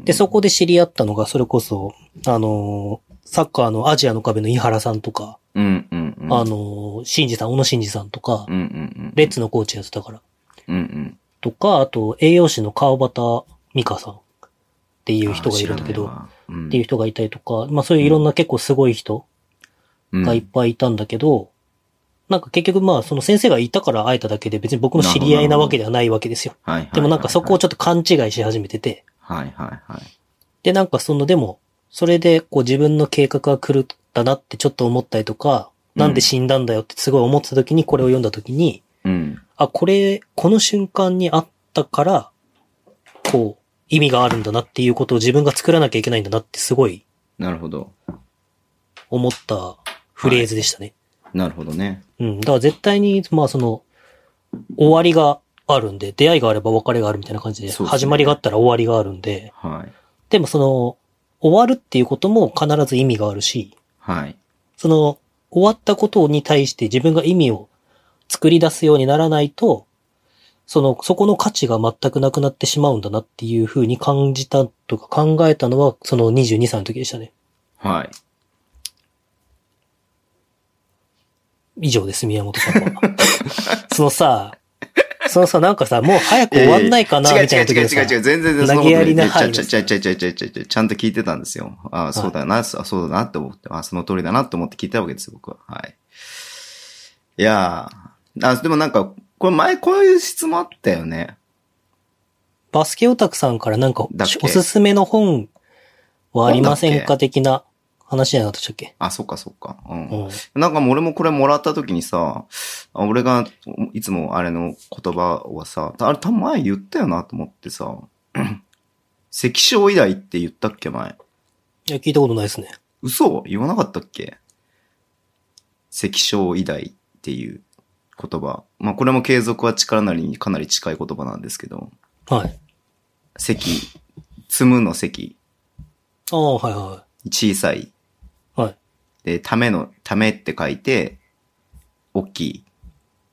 [SPEAKER 2] ん。
[SPEAKER 3] で、そこで知り合ったのが、それこそ、あのーサッカーのアジアの壁の井原さんとか、
[SPEAKER 2] うんうんうん。
[SPEAKER 3] あ、のー、新次さん、小野新次さんとか
[SPEAKER 2] う、んうんうん。
[SPEAKER 3] レッツのコーチやってたから、
[SPEAKER 2] うんうん。
[SPEAKER 3] とか、あと、栄養士の川端美香さんっていう人がいるんだけど、っ
[SPEAKER 2] あー、知らないわ
[SPEAKER 3] ていう人がいたりとか、まあそういういろんな結構すごい人
[SPEAKER 2] うん
[SPEAKER 3] がいっぱいいたんだけど、なんか結局まあその先生がいたから会えただけで別に僕の知り合いなわけではないわけですよ。
[SPEAKER 2] はいはいはいはい
[SPEAKER 3] でもなんかそこをちょっと勘違いし始めてて、
[SPEAKER 2] はいはいはい。
[SPEAKER 3] でなんかそのでも、それでこう自分の計画が狂ったなってちょっと思ったりとか、
[SPEAKER 2] うん
[SPEAKER 3] なんで死んだんだよってすごい思ってた時にこれを読んだ時に、
[SPEAKER 2] うん。
[SPEAKER 3] あ、これ、この瞬間にあったから、こう、意味があるんだなっていうことを自分が作らなきゃいけないんだなってすごい
[SPEAKER 2] なるほど。
[SPEAKER 3] 思ったフレーズでしたね。
[SPEAKER 2] なるほどね。
[SPEAKER 3] うん。だから絶対に、まあその、終わりがあるんで、出会いがあれば別れがあるみたいな感じで、
[SPEAKER 2] そうですね
[SPEAKER 3] 始まりがあったら終わりがあるんで、
[SPEAKER 2] はい。
[SPEAKER 3] でもその、終わるっていうことも必ず意味があるし、
[SPEAKER 2] はい。
[SPEAKER 3] その、終わったことに対して自分が意味を作り出すようにならないと、その、そこの価値が全くなくなってしまうんだなっていうふうに感じたとか考えたのは、その22歳の時でしたね。
[SPEAKER 2] はい。
[SPEAKER 3] 以上です、宮
[SPEAKER 2] [laughs]
[SPEAKER 3] 本さんは。そのさ、そのさ、なんかさ、もう早く終わんないかな、
[SPEAKER 2] やや
[SPEAKER 3] みたいな時
[SPEAKER 2] 違う違
[SPEAKER 3] で
[SPEAKER 2] う
[SPEAKER 3] さ
[SPEAKER 2] 違う違う、全然全然
[SPEAKER 3] 投げやりな
[SPEAKER 2] そんこと
[SPEAKER 3] 範囲
[SPEAKER 2] ちゃちゃちゃちゃちゃちゃちゃんと聞いてたんですよ。ああ、そうだよな、そそうだなって思って、あその通りだなって思って聞いたわけですよ、僕は。はい。いやーあ、でもなんか、これ前こういう質問あったよね。
[SPEAKER 3] バスケオタクさんからなんか
[SPEAKER 2] だっけ、
[SPEAKER 3] おすすめの本はありません
[SPEAKER 2] 本だ
[SPEAKER 3] か的な話じゃなかったでしたっけ
[SPEAKER 2] あ、そっかそっか。うん。
[SPEAKER 3] うん。
[SPEAKER 2] なんかもう俺もこれもらった時にさ、あ俺がいつもあれの言葉はさ、あれ多分前言ったよなと思ってさ、 [clears throat] 石章以来って言ったっけ前。
[SPEAKER 3] いや、聞いたことないですね。
[SPEAKER 2] 嘘言わなかったっけ石章以来っていう言葉。まあこれも継続は力なりにかなり近い言葉なんですけど、
[SPEAKER 3] はい。
[SPEAKER 2] 石、積むの石、
[SPEAKER 3] ああ、はいは
[SPEAKER 2] 小さい。
[SPEAKER 3] い。はい。
[SPEAKER 2] で、ための、ためって書いて、大きい。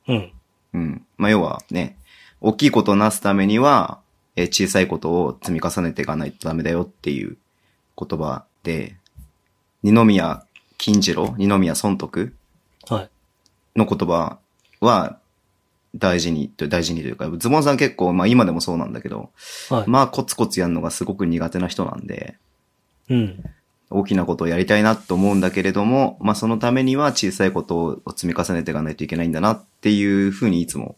[SPEAKER 3] うん。
[SPEAKER 2] うん。まあ、要はね、大きいことをなすためには、えー小さいことを積み重ねていかないとダメだよっていう言葉で、二宮金次郎、二宮尊徳
[SPEAKER 3] はい。
[SPEAKER 2] の言葉は大事に、大事にというか、ズボンさん結構、まあ今でもそうなんだけど、
[SPEAKER 3] はい。
[SPEAKER 2] まあコツコツやるのがすごく苦手な人なんで、
[SPEAKER 3] うん。
[SPEAKER 2] 大きなことをやりたいなと思うんだけれども、まあそのためには小さいことを積み重ねていかないといけないんだなっていうふうにいつも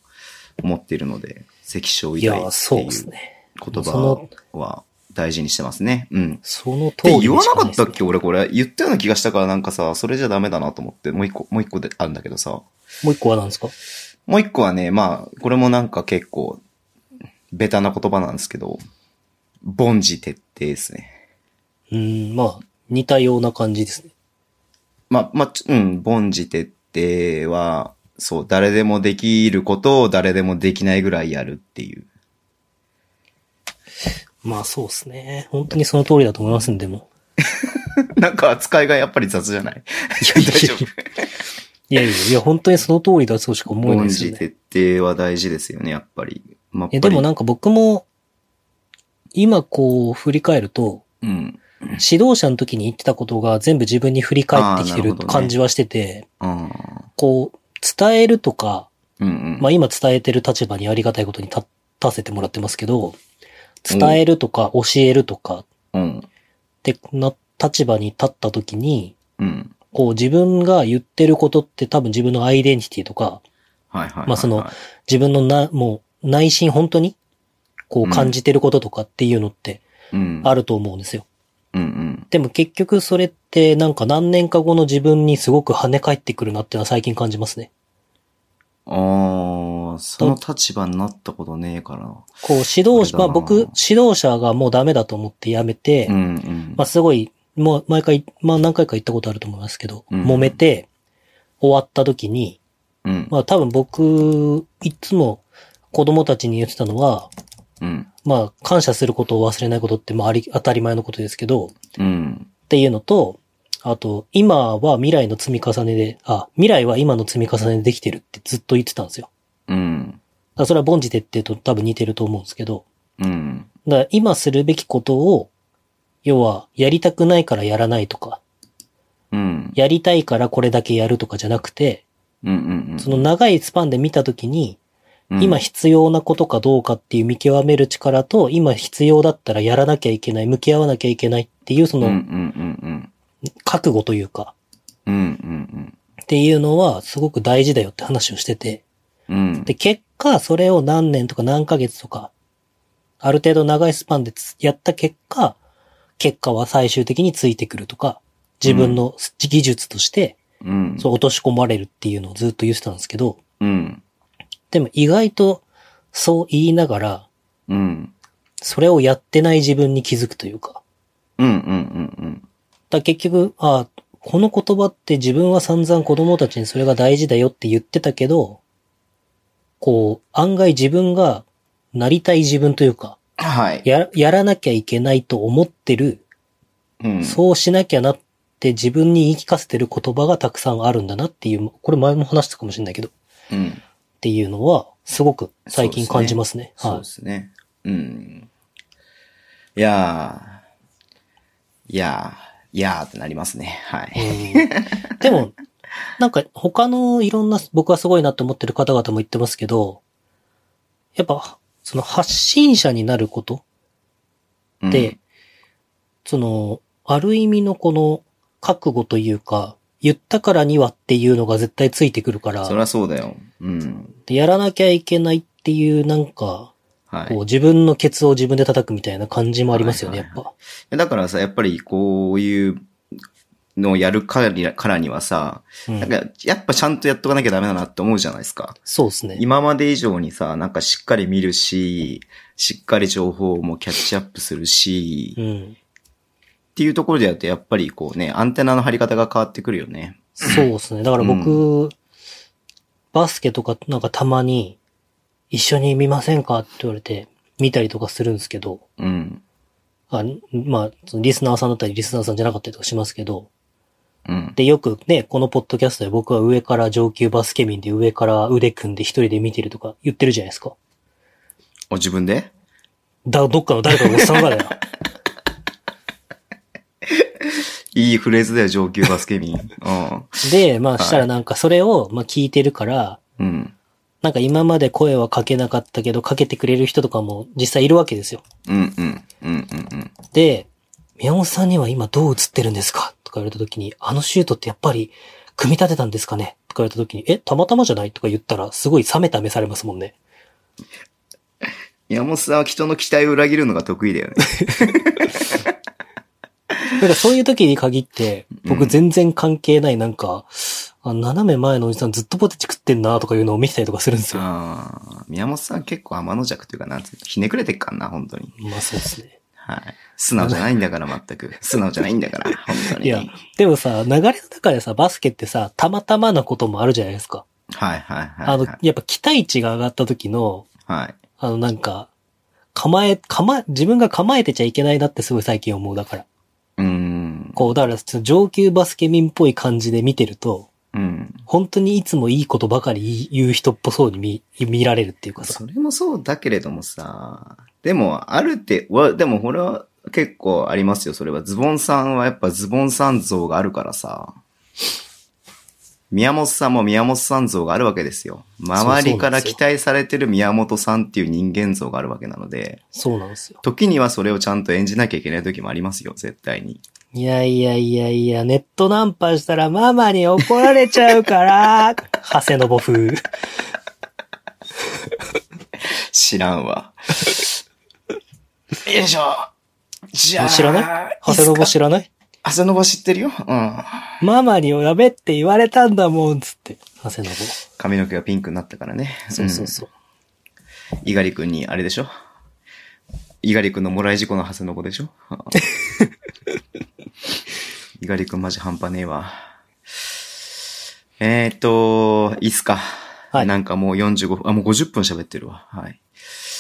[SPEAKER 2] 思っているので、関所以
[SPEAKER 3] い
[SPEAKER 2] 外
[SPEAKER 3] や、
[SPEAKER 2] って
[SPEAKER 3] そう
[SPEAKER 2] い
[SPEAKER 3] で
[SPEAKER 2] う
[SPEAKER 3] すね。
[SPEAKER 2] 言
[SPEAKER 3] そ
[SPEAKER 2] 葉
[SPEAKER 3] の
[SPEAKER 2] は大事にしてますね。うん。
[SPEAKER 3] その通り
[SPEAKER 2] で、
[SPEAKER 3] でし
[SPEAKER 2] 言わな
[SPEAKER 3] か
[SPEAKER 2] か
[SPEAKER 3] い
[SPEAKER 2] っ
[SPEAKER 3] す
[SPEAKER 2] た
[SPEAKER 3] ね
[SPEAKER 2] っけ俺これ。言ったような気がしたからなんかさ、それじゃダメだなと思って、もう一個、もう一個であるんだけどさ。
[SPEAKER 3] もう一個は何ですか
[SPEAKER 2] もう一個はね、まあ、これもなんか結構、ベタな言葉なんですけど、凡事徹底ですね。
[SPEAKER 3] うん、まあ、似たような感じですね。
[SPEAKER 2] まあ、まあ、ちょうん、凡事徹底は、そう、誰でもできることを誰でもできないぐらいやるっていう。 [laughs]
[SPEAKER 3] まあ、そうですね。本当にその通りだと思いますんで、も
[SPEAKER 2] なんか扱いがやっぱり雑じゃない
[SPEAKER 3] う。
[SPEAKER 2] [laughs] 大丈
[SPEAKER 3] [laughs]
[SPEAKER 2] 夫。
[SPEAKER 3] いやいやいや、いや本当にその通りだとしか思えない
[SPEAKER 2] 凡
[SPEAKER 3] です
[SPEAKER 2] 事
[SPEAKER 3] よね。
[SPEAKER 2] 徹底は大事ですよね、やっぱり。まあ、
[SPEAKER 3] え、でもなん
[SPEAKER 2] か、
[SPEAKER 3] んか僕も、今こう振り返ると、
[SPEAKER 2] うん。
[SPEAKER 3] 指導者の時に言ってたことが全部自分に振り返ってきて
[SPEAKER 2] あーなる
[SPEAKER 3] る
[SPEAKER 2] ほどね
[SPEAKER 3] 感じはしてて、
[SPEAKER 2] あ
[SPEAKER 3] こう、伝えるとか、
[SPEAKER 2] ーうんうん。
[SPEAKER 3] まあ今伝えてる立場にありがたいことに立たせてもらってますけど、伝えるとか教えるとか
[SPEAKER 2] うん。
[SPEAKER 3] ってな立場に立った時に、
[SPEAKER 2] うん。
[SPEAKER 3] こう自分が言ってることって多分自分のアイデンティティとか、
[SPEAKER 2] はいはいはいはい。
[SPEAKER 3] まあその自分のな、もう内心本当に、こう感じてることとかっていうのって
[SPEAKER 2] うん、
[SPEAKER 3] あると思うんですよ。
[SPEAKER 2] うんうん。
[SPEAKER 3] でも結局それってなんか何年か後の自分にすごく跳ね返ってくるなってのは最近感じますね。
[SPEAKER 2] ああ、その立場になったことねえからな。
[SPEAKER 3] こう指
[SPEAKER 2] そ
[SPEAKER 3] 導者、
[SPEAKER 2] うだ
[SPEAKER 3] ま
[SPEAKER 2] な
[SPEAKER 3] あ僕、指導者がもうダメだと思って辞めて、
[SPEAKER 2] うんうん。
[SPEAKER 3] まあすごい、もう毎回、まあ何回か言ったことあると思いますけど、
[SPEAKER 2] うん
[SPEAKER 3] 揉めて終わった時に、
[SPEAKER 2] うん。
[SPEAKER 3] まあ多分僕、いつも子供たちに言ってたのは、
[SPEAKER 2] うん。
[SPEAKER 3] まあ感謝することを忘れないことってまああり、当たり前のことですけど、
[SPEAKER 2] うん。
[SPEAKER 3] っていうのと、あと、今は未来の積み重ねで、あ、未来は今の積み重ねでできてるってずっと言ってたんですよ。
[SPEAKER 2] うん。
[SPEAKER 3] だからそれは凡事徹底と多分似てると思うんですけど、
[SPEAKER 2] うん。
[SPEAKER 3] だから今するべきことを、要は、やりたくないからやらないとか、
[SPEAKER 2] うん。
[SPEAKER 3] やりたいからこれだけやるとかじゃなくて、
[SPEAKER 2] うんうんうん。
[SPEAKER 3] その長いスパンで見たときに、
[SPEAKER 2] うん
[SPEAKER 3] 今、必要なことかどうかっていう見極める力と、今必要だったらやらなきゃいけない、向き合わなきゃいけないっていうそ
[SPEAKER 2] うんうん
[SPEAKER 3] の
[SPEAKER 2] うん
[SPEAKER 3] 覚悟というか、
[SPEAKER 2] うん。うん
[SPEAKER 3] っていうのはすごく大事だよって話をしてて、
[SPEAKER 2] うんうん。うん。
[SPEAKER 3] で、結果、それを何年とか何ヶ月とか、ある程度長いスパンでつやった結果、結果は最終的についてくるとか、自分の技術として、
[SPEAKER 2] うん。
[SPEAKER 3] そう落とし込まれるっていうのをずっと言ってたんですけど、
[SPEAKER 2] うん。
[SPEAKER 3] でも意外とそう言いながら、
[SPEAKER 2] うん。
[SPEAKER 3] それをやってない自分に気づくというか、
[SPEAKER 2] うんうんうん
[SPEAKER 3] だから結局、ああ、この言葉って自分は散々子供たちにそれが大事だよって言ってたけど、こう、案外自分がなりたい自分というか、
[SPEAKER 2] うん。はい。
[SPEAKER 3] や、やらなきゃいけないと思ってる、
[SPEAKER 2] うん。
[SPEAKER 3] そうしなきゃなって自分に言い聞かせてる言葉がたくさんあるんだなっていう、これ前も話したかもしれないけど、っ
[SPEAKER 2] うん。
[SPEAKER 3] ていうのは、すごく最近感じますね。
[SPEAKER 2] そう
[SPEAKER 3] は
[SPEAKER 2] で
[SPEAKER 3] い。
[SPEAKER 2] すね。うん。いやー。いやー。いやーってなりますね。はい。
[SPEAKER 3] うんでも、なんか他のいろんな僕はすごいなと思ってる方々も言ってますけど、やっぱ、その発信者になること
[SPEAKER 2] うん
[SPEAKER 3] で、、その、ある意味のこの覚悟というか、言ったからにはっていうのが絶対ついてくるか
[SPEAKER 2] そ
[SPEAKER 3] ら、
[SPEAKER 2] りゃそうだよ。うん。
[SPEAKER 3] でやらなきゃいけないっていうなんか、
[SPEAKER 2] はい
[SPEAKER 3] こう。自分のケツを自分で叩くみたいな感じもありますよね、
[SPEAKER 2] は
[SPEAKER 3] や
[SPEAKER 2] い
[SPEAKER 3] っ
[SPEAKER 2] はい
[SPEAKER 3] ぱ。
[SPEAKER 2] だからさ、やっぱりこういうのをやるからからにはさ、
[SPEAKER 3] うん
[SPEAKER 2] なんかやっぱちゃんとやっとかなきゃダメだなって思うじゃないですか。
[SPEAKER 3] そうですね。
[SPEAKER 2] 今まで以上にさ、なんかしっかり見るし、しっかり情報もキャッチアップするし、
[SPEAKER 3] う
[SPEAKER 2] っ
[SPEAKER 3] ん。
[SPEAKER 2] ていうところでやるとやっぱりこうね、アンテナの張り方が変わってくるよね。
[SPEAKER 3] そうですね。だから僕、バスケとかなんかたまに、一緒に見ませんかって言われて、見たりとかするんですけど、
[SPEAKER 2] うん。
[SPEAKER 3] あまあ、そのリスナーさんだったり、リスナーさんじゃなかったりとかしますけど、
[SPEAKER 2] うん。
[SPEAKER 3] で、よくね、このポッドキャストで僕は上から上級バスケ民で上から腕組んで一人で見てるとか言ってるじゃないですか。
[SPEAKER 2] お、自分で
[SPEAKER 3] だ、どっかの誰かのおっさんがだよ。
[SPEAKER 2] いいフレーズだよ、上級バスケ
[SPEAKER 3] [laughs]
[SPEAKER 2] 民。う
[SPEAKER 3] で、まあしたらなんかそれを、まあ聞いてるから、
[SPEAKER 2] ん。うん。
[SPEAKER 3] なんか今まで声はかけなかったけど、かけてくれる人とかも実際いるわけですよ。
[SPEAKER 2] うんうん。うんうんうん。
[SPEAKER 3] で、宮本さんには今どう映ってるんですかとか言われた時に、あのシュートってやっぱり組み立てたんですかねとか言われた時に、え、たまたまじゃないとか言ったら、すごい冷めた目されますもんね。
[SPEAKER 2] 山本さんは人の期待を裏切るのが得意
[SPEAKER 3] [laughs]
[SPEAKER 2] だよね。
[SPEAKER 3] だからそういう時に限って、
[SPEAKER 2] う
[SPEAKER 3] 僕
[SPEAKER 2] ん
[SPEAKER 3] 全然関係ないなんか、あ斜め前のおじさんずっとポテチ食ってんなとかいうのを見てたりとかするんですよ。
[SPEAKER 2] ああ、宮本さん結構天の弱というか、なんつうの、ひねくれてっかんな、本当に。
[SPEAKER 3] まあそうですね。
[SPEAKER 2] はい。素直じゃないんだから、全く。素直じゃないんだから、本当に。
[SPEAKER 3] いや、でもさ、流れの中でさ、バスケってさ、たまたまなこともあるじゃないですか。
[SPEAKER 2] はいはいはい。
[SPEAKER 3] あの
[SPEAKER 2] は、い
[SPEAKER 3] やっぱ期待値が上がった時の、
[SPEAKER 2] はい。
[SPEAKER 3] あの、なんか、構え、構え、自分が構えてちゃいけないなってすごい最近思う。だから。
[SPEAKER 2] うーん。
[SPEAKER 3] こう、だから、その上級バスケ民っぽい感じで見てると、
[SPEAKER 2] うん。
[SPEAKER 3] 本当にいつもいいことばかり言う人っぽそうに見、見られるっていうかさ。
[SPEAKER 2] それもそうだけれどもさ、でも、あるって、わ、でも、これは結構ありますよ、それは。ズボンさんはやっぱズボンさん像があるからさ。宮本さんも宮本さん像があるわけですよ。周りから期待されてる宮本さんっていう人間像があるわけなので、
[SPEAKER 3] そうなんですよ。
[SPEAKER 2] 時にはそれをちゃんと演じなきゃいけない時もありますよ、絶対に。
[SPEAKER 3] いやいやいやいや、ネットナンパしたらママに怒られちゃ
[SPEAKER 2] [laughs]
[SPEAKER 3] うから、長谷信風。
[SPEAKER 2] 知らん
[SPEAKER 3] [laughs]
[SPEAKER 2] わ。よいしょ。じゃあ。
[SPEAKER 3] 知らない長谷信知らない
[SPEAKER 2] 朝のぼ知ってるよ。うん。
[SPEAKER 3] ママにやめって言われたんだもん、つって。長谷信。
[SPEAKER 2] 髪の毛がピンクになったからね。
[SPEAKER 3] そうそうそう。
[SPEAKER 2] うん。猪狩くんに、あれでしょ猪狩くんのもらい事故のハセノコでしょ猪狩くんマジ半端ねえわ。えーっと、いいっすか。
[SPEAKER 3] はい
[SPEAKER 2] なんかもう45分、あ、もう50分喋ってるわ。はい。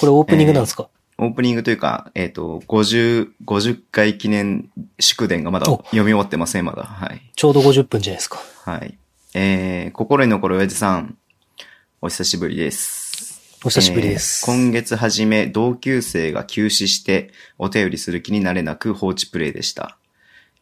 [SPEAKER 3] これオープニングなんですか、
[SPEAKER 2] オープニングというか、えーっと、50、50回記念祝電がまだ読み終わってません、まだ。はい。
[SPEAKER 3] ちょうど50分じゃないですか。
[SPEAKER 2] はい。えー、心に残る親父さん、お久しぶりです。
[SPEAKER 3] お久しぶりです。
[SPEAKER 2] えー今月初め、同級生が休止して、お便りする気になれなく放置プレイでした。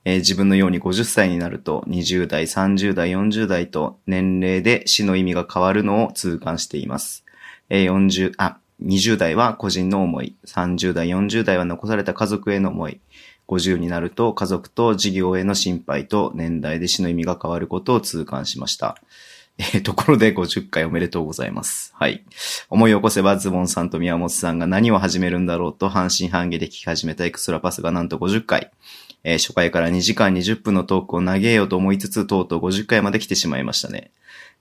[SPEAKER 2] えー自分のように50歳になると、20代、30代、40代と年齢で死の意味が変わるのを痛感しています。えー40、あ、20代は個人の思い、30代、40代は残された家族への思い、50になると家族と事業への心配と年代で死の意味が変わることを痛感しました。えーところで50回おめでとうございます。はい。思い起こせばズボンさんと宮本さんが何を始めるんだろうと半信半疑で聞き始めたエクストラパスがなんと50回。えー初回から2時間20分のトークを投げようと思いつつ、とうとう50回まで来てしまいましたね。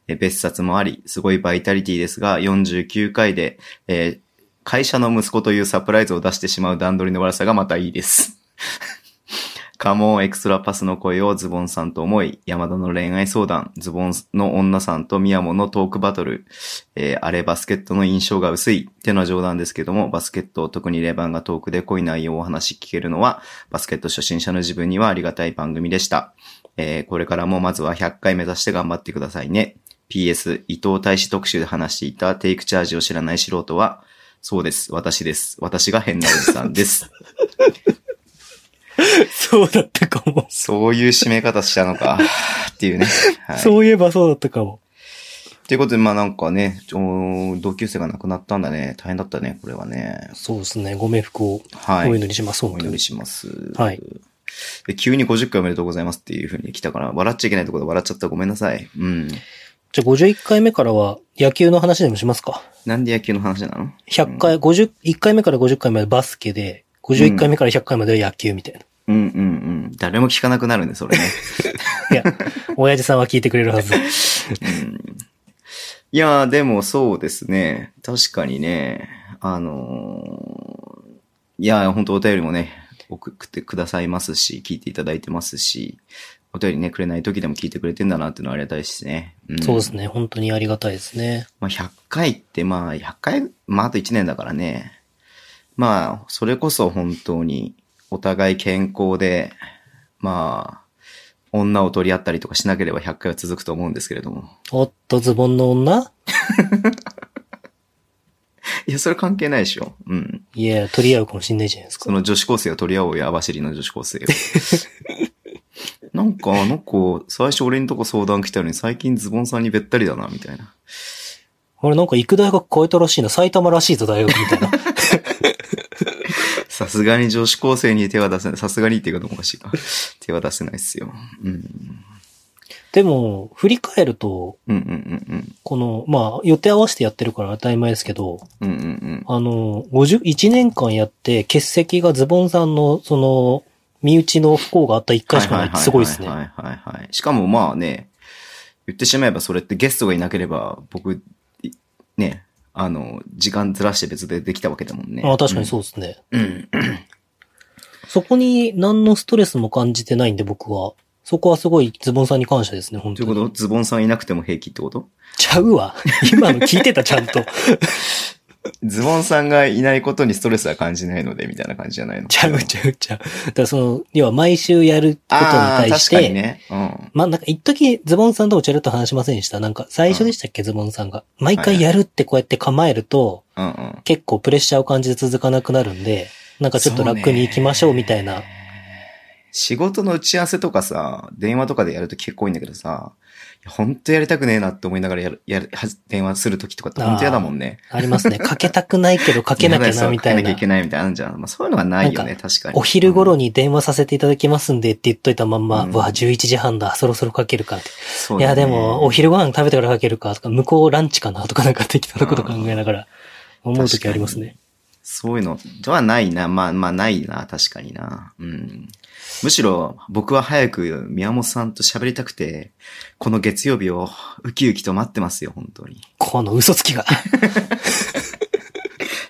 [SPEAKER 2] えー別冊もあり、すごいバイタリティですが、49回で、えー会社の息子というサプライズを出してしまう段取りの悪さがまたいいです。 [laughs] カモンエクストラパスの声をズボンさんと思い、山田の恋愛相談、ズボンの女さんと宮本のトークバトル、えーあれバスケットの印象が薄いってのは冗談ですけども、バスケット、特にレバンがトークで濃い内容をお話し聞けるのは、バスケット初心者の自分にはありがたい番組でした。えーこれからもまずは100回目指して頑張ってくださいね。PS、伊藤大使特集で話していたテイクチャージを知らない素人は、そうです。私です。私が変なおじさん
[SPEAKER 3] [laughs]
[SPEAKER 2] です。
[SPEAKER 3] そうだったかも。
[SPEAKER 2] そういう締め方したのか。っていうね。はい。
[SPEAKER 3] そういえばそうだったかも。
[SPEAKER 2] ということで、まあなんかね、おー同級生が亡くなったんだね。大変だったね、これはね。
[SPEAKER 3] そうですね。ご冥福を
[SPEAKER 2] はい。
[SPEAKER 3] お祈りします、
[SPEAKER 2] お
[SPEAKER 3] 本当
[SPEAKER 2] 祈
[SPEAKER 3] に
[SPEAKER 2] り。します。
[SPEAKER 3] はい
[SPEAKER 2] で。急に50回おめでとうございますっていう風に来たから、笑っちゃいけないところで笑っちゃったごめんなさい。うん。
[SPEAKER 3] じゃあ51回目からは野球の話でもしますか。
[SPEAKER 2] なんで野球の話なの
[SPEAKER 3] 100回、50、1回目から50回までバスケで、51回目から100回までは野球み
[SPEAKER 2] [laughs]
[SPEAKER 3] たいな。
[SPEAKER 2] うんうんうん。誰も聞かなくなるね、それ
[SPEAKER 3] [laughs]
[SPEAKER 2] ね。
[SPEAKER 3] いや、親父さんは聞いてくれるはず。
[SPEAKER 2] うんいやー、でもそうですね。確かにね。あのーいやー、本当お便りもね、送ってくださいますし、聞いていただいてますし、お便りね、くれない時でも聞いてくれてんだなっていうのはありがたいしね。ん
[SPEAKER 3] そうですね。本当にありがたいですね。
[SPEAKER 2] まあ、100回って、まあ、100回、まあ、あと1年だからね。まあ、それこそ本当に、お互い健康で、まあ、女を取り合ったりとかしなければ100回は続くと思うんですけれども。
[SPEAKER 3] おっと、ズボンの女
[SPEAKER 2] いや、それ関係ないでしょ。うん。
[SPEAKER 3] いや、取り合うかもしんないじゃないです
[SPEAKER 2] そ
[SPEAKER 3] か。
[SPEAKER 2] の女子高生を取り合おうや、網走の女子高生を。なんか、あの子、最初俺のとこ相談来たのに、最近ズボンさんにべったりだな、みたいな。
[SPEAKER 3] あれ、なんか行く大学超えたらしいな。埼玉らしいぞ、大学みたいな。
[SPEAKER 2] [laughs] さすがに女子高生に手は出せない。さすがにっていうかどうかおかしいか。手は出せないっすよ。うん。
[SPEAKER 3] でも、振り返ると、
[SPEAKER 2] うんうん
[SPEAKER 3] この、まあ、予定合わせてやってるから当たり前ですけど、
[SPEAKER 2] うんうん。うんうん
[SPEAKER 3] あの、51年間やって、欠席がズボンさんの、その、身内の不幸があった1
[SPEAKER 2] うん。
[SPEAKER 3] 回しかないってすごいです
[SPEAKER 2] は
[SPEAKER 3] ね。
[SPEAKER 2] いはいはいはい。しかもまあね、言ってしまえばそれってゲストがいなければ、僕、いね、あの、時間ずらして別でできたわけだもんね。
[SPEAKER 3] あ確かにそうですね。
[SPEAKER 2] うん。
[SPEAKER 3] そこに何のストレスも感じてないんで、僕は。そこはすごいズボンさんに感謝ですね、本
[SPEAKER 2] とい
[SPEAKER 3] 当
[SPEAKER 2] う
[SPEAKER 3] に。
[SPEAKER 2] ことズボンさんいなくても平気ってこと
[SPEAKER 3] ちゃうわ。今の聞いてた、ちゃんと。
[SPEAKER 2] ズボンさんがいないことにストレスは感じないので、みたいな感じじゃないの
[SPEAKER 3] ちゃうちゃうちゃう。だからその、要は毎週やることに
[SPEAKER 2] ああー、
[SPEAKER 3] 対し
[SPEAKER 2] 確か
[SPEAKER 3] て、
[SPEAKER 2] にね。うん。
[SPEAKER 3] まあ、なんか一時ズボンさんともちょろっと話しませんでした。なんか最初でしたっけ、ズボンさんが。毎回やるってこうやって構えると、
[SPEAKER 2] うんうん。
[SPEAKER 3] 結構プレッシャーを感じて続かなくなるんで、なんかちょっと楽に行きましょうみたいな
[SPEAKER 2] そうね仕事の打ち合わせとかさ、電話とかでやるとき結構多いんだけどさ、いやほんとやりたくねえなって思いながらやる、やる、は電話するときとかってほんと嫌だもんね。
[SPEAKER 3] ありますね。かけたくないけどかけなきゃ
[SPEAKER 2] 嫌だよ
[SPEAKER 3] な、みたい
[SPEAKER 2] かけなきゃ。
[SPEAKER 3] ない
[SPEAKER 2] けないみたいなのあるじゃん。まあそういうのがないよ
[SPEAKER 3] な
[SPEAKER 2] ね、確かに。
[SPEAKER 3] お昼頃
[SPEAKER 2] に、
[SPEAKER 3] に電話させていただきますんでって言っといたまんま、
[SPEAKER 2] うん
[SPEAKER 3] うわ、11時半だ、そろそろかけるかって。
[SPEAKER 2] そう
[SPEAKER 3] い
[SPEAKER 2] だ
[SPEAKER 3] や、
[SPEAKER 2] ね
[SPEAKER 3] でも、お昼ご飯食べてからかけるかとか、向こうランチかなとか、なんか適当なこと考えながら、思うときありますね。
[SPEAKER 2] そういうのではないな。まあまあないな、確かにな。うん。むしろ僕は早く宮本さんと喋りたくて、この月曜日をウキウキと待ってますよ、本当に。
[SPEAKER 3] この嘘つ
[SPEAKER 2] [laughs]
[SPEAKER 3] きが。
[SPEAKER 2] だか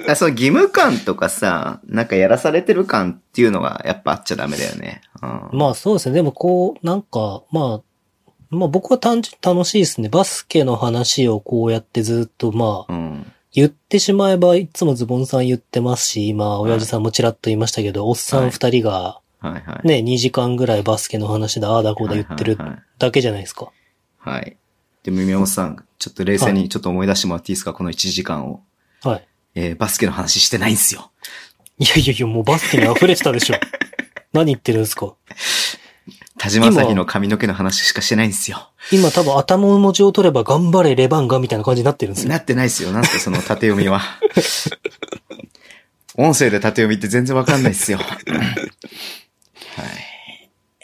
[SPEAKER 2] らその義務感とかさ、なんかやらされてる感っていうのがやっぱあっちゃダメだよね。うん。
[SPEAKER 3] まあそうですね。でもこう、なんか、まあ、まあ僕は単純に楽しいですね。バスケの話をこうやってずっとまあ、
[SPEAKER 2] うん。
[SPEAKER 3] 言ってしまえばいつもズボンさん言ってますし、今、親父さんもちらっと言いましたけど、おっさん二人が
[SPEAKER 2] はいはい。
[SPEAKER 3] ね、2時間ぐらいバスケの話でああだこうだ言ってる
[SPEAKER 2] はいはいはい
[SPEAKER 3] だけじゃないですか。
[SPEAKER 2] はい。でも宮本さん、ちょっと冷静
[SPEAKER 3] は
[SPEAKER 2] にちょっと思い出してもらっていいですか、この1時間を。
[SPEAKER 3] はい。
[SPEAKER 2] えーバスケの話してないんですよ。
[SPEAKER 3] いやいやいや、もうバスケに溢れてたで
[SPEAKER 2] [laughs]
[SPEAKER 3] しょ。何言ってるんですか
[SPEAKER 2] 田島朝日の髪の毛の話しかしてないんですよ。
[SPEAKER 3] 今多分頭文字を取れば頑張れレバンガみたいな感じになってるんですよ。
[SPEAKER 2] なってないですよ。なんすか、その縦読み [laughs] は。音声で縦読みって全然わかんないですよ。は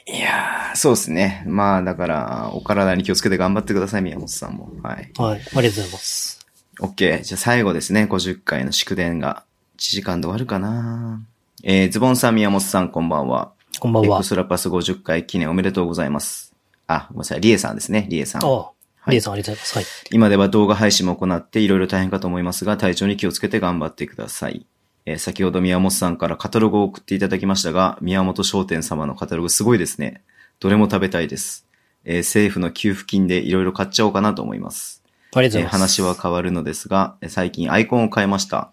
[SPEAKER 2] い。いやー、そうですね。まあ、だから、お体に気をつけて頑張ってください、宮本さんも。はい。
[SPEAKER 3] はい。ありがとうございます。
[SPEAKER 2] OK。じゃあ最後ですね、50回の祝電が。1時間で終わるかなえー、ズボンさん、宮本さん、こんばんは。
[SPEAKER 3] こんばん
[SPEAKER 2] エ
[SPEAKER 3] は
[SPEAKER 2] クス。トラパス50回記念おめでとうございます。あ、ごめんなさい、リエさんですね、リエさん。
[SPEAKER 3] ああ、
[SPEAKER 2] はい
[SPEAKER 3] リエさんありがとうございます。
[SPEAKER 2] 今では動画配信も行っていろいろ大変かと思いますが、体調に気をつけて頑張ってください。えー先ほど宮本さんからカタログを送っていただきましたが、宮本商店様のカタログすごいですね。どれも食べたいです。えー政府の給付金でいろいろ買っちゃおうかなと思います。
[SPEAKER 3] はい。ありがとう
[SPEAKER 2] えー
[SPEAKER 3] ございます。
[SPEAKER 2] 話は変わるのですが、えー最近アイコンを変えました。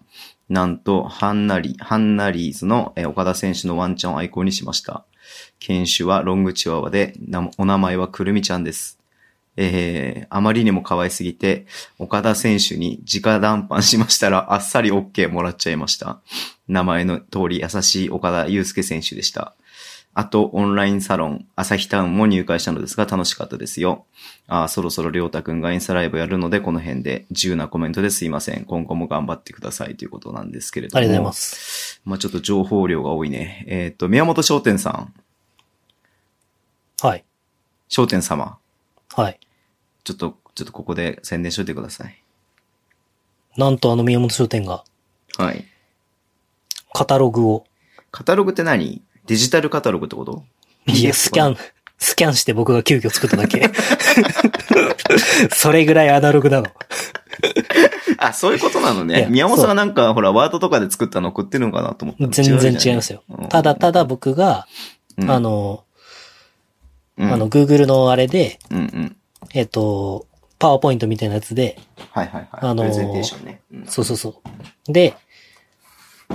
[SPEAKER 2] なんと、ハンナリ、ハンナリーズのえー岡田選手のワンちゃんをアイコンにしました。犬種はロングチワワで、なお名前はくるみちゃんです。えー、あまりにも可愛すぎて、岡田選手に直談判しましたら、 [laughs] あっさり OK もらっちゃいました。名前の通り優しい岡田祐介選手でした。あと、オンラインサロン、朝日タウンも入会したのですが楽しかったですよ。あーそろそろりょうたくんがインスタライブやるので、この辺で自由なコメントですいません。今後も頑張ってくださいということなんですけれども。
[SPEAKER 3] ありがとうございます。
[SPEAKER 2] まあちょっと情報量が多いね。えっ、と、宮本商店さん、
[SPEAKER 3] はい。
[SPEAKER 2] 商店様、
[SPEAKER 3] はい。
[SPEAKER 2] ちょっと、ちょっとここで宣伝しといてください。
[SPEAKER 3] なんとあの宮本商店が
[SPEAKER 2] はい。
[SPEAKER 3] カタログを、
[SPEAKER 2] カタログって何デジタルカタログってこと
[SPEAKER 3] いや、スキャ
[SPEAKER 2] ン。
[SPEAKER 3] ン、スキャンして僕が急遽作っただ
[SPEAKER 2] [laughs]
[SPEAKER 3] け。それぐらいアナログなの。
[SPEAKER 2] あ、そういうことなの
[SPEAKER 3] い
[SPEAKER 2] ね
[SPEAKER 3] や。
[SPEAKER 2] 宮本さんはなんか、ほら、ワードとかで作ったの送ってるのかなと思った
[SPEAKER 3] 全然違いますよ。ただた
[SPEAKER 2] だ、
[SPEAKER 3] だ僕が、
[SPEAKER 2] うん
[SPEAKER 3] あ、の、
[SPEAKER 2] うん
[SPEAKER 3] あの、、Google のあれで、
[SPEAKER 2] うんうん。
[SPEAKER 3] えっと、パワーポイントみたいなやつで、
[SPEAKER 2] はいはいはい。
[SPEAKER 3] あのー
[SPEAKER 2] プレゼンテーションね。うん
[SPEAKER 3] そうそうそう。で、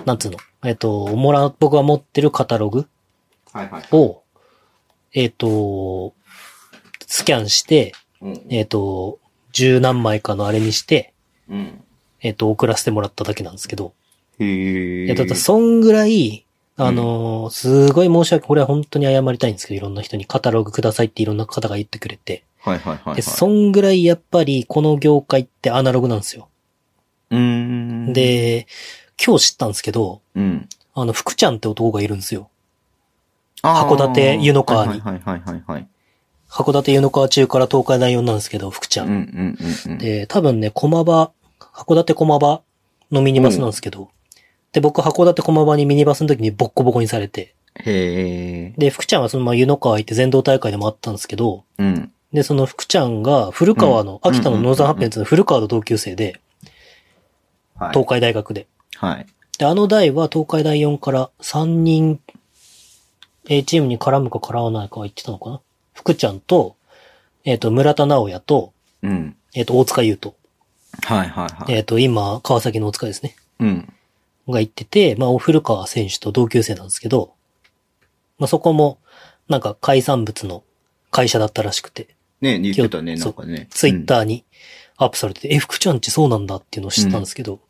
[SPEAKER 3] なんつうの、えっと、もら、僕が持ってるカタログ
[SPEAKER 2] はいはい。
[SPEAKER 3] を、えっと、スキャンして、
[SPEAKER 2] うん
[SPEAKER 3] えっと、十何枚かのあれにして、
[SPEAKER 2] うん。
[SPEAKER 3] えっと、送らせてもらっただけなんですけど、
[SPEAKER 2] へー
[SPEAKER 3] いや、だってそんぐらい、あのー、すごい申し訳、これは本当に謝りたいんですけど、いろんな人にカタログくださいっていろんな方が言ってくれて、
[SPEAKER 2] はいはいはいはい。
[SPEAKER 3] で、そんぐらいやっぱりこの業界ってアナログなんですよ。
[SPEAKER 2] うーん。、
[SPEAKER 3] で、今日知ったんですけど、
[SPEAKER 2] うん。
[SPEAKER 3] あの、福ちゃんって男がいるんですよ。
[SPEAKER 2] あー
[SPEAKER 3] 函館湯の川に
[SPEAKER 2] はいはいはいはいはい。
[SPEAKER 3] 函館湯の川中から東海大4なんですけど、福ちゃ。
[SPEAKER 2] うんんうんうんうん。
[SPEAKER 3] で、多分ね、駒場、函館駒場のミニバスなんですけど、で、僕、函館駒場にミニバスの時にボッコボコにされて、
[SPEAKER 2] へえ。
[SPEAKER 3] で、福ちゃんはそのまま湯の川行って全道大会でもあったんですけど、
[SPEAKER 2] うん。
[SPEAKER 3] で、その福ちゃんが古川の、
[SPEAKER 2] うん
[SPEAKER 3] 秋田のノーザンハッペンズの古川の同級生で、
[SPEAKER 2] はい。
[SPEAKER 3] 東海大学で。
[SPEAKER 2] はい。
[SPEAKER 3] で、あの代は東海大4から3人、A チームに絡むか絡まないかは言ってたのかな福ちゃんと、えっ、と、村田直也と、
[SPEAKER 2] うん。
[SPEAKER 3] えっ、と、大塚優と、
[SPEAKER 2] はいはいはい。
[SPEAKER 3] えっ、と、今、川崎の大塚ですね。
[SPEAKER 2] うん。
[SPEAKER 3] が行ってて、まあ、お古川選手と同級生なんですけど、まあ、そこも、なんか、海産物の会社だったらしくて、
[SPEAKER 2] ね、言ってたね、な
[SPEAKER 3] そ
[SPEAKER 2] ん
[SPEAKER 3] う
[SPEAKER 2] かね。
[SPEAKER 3] ツイッターにアップされてて、え、福ちゃんちそうなんだっていうのを知ったんですけど、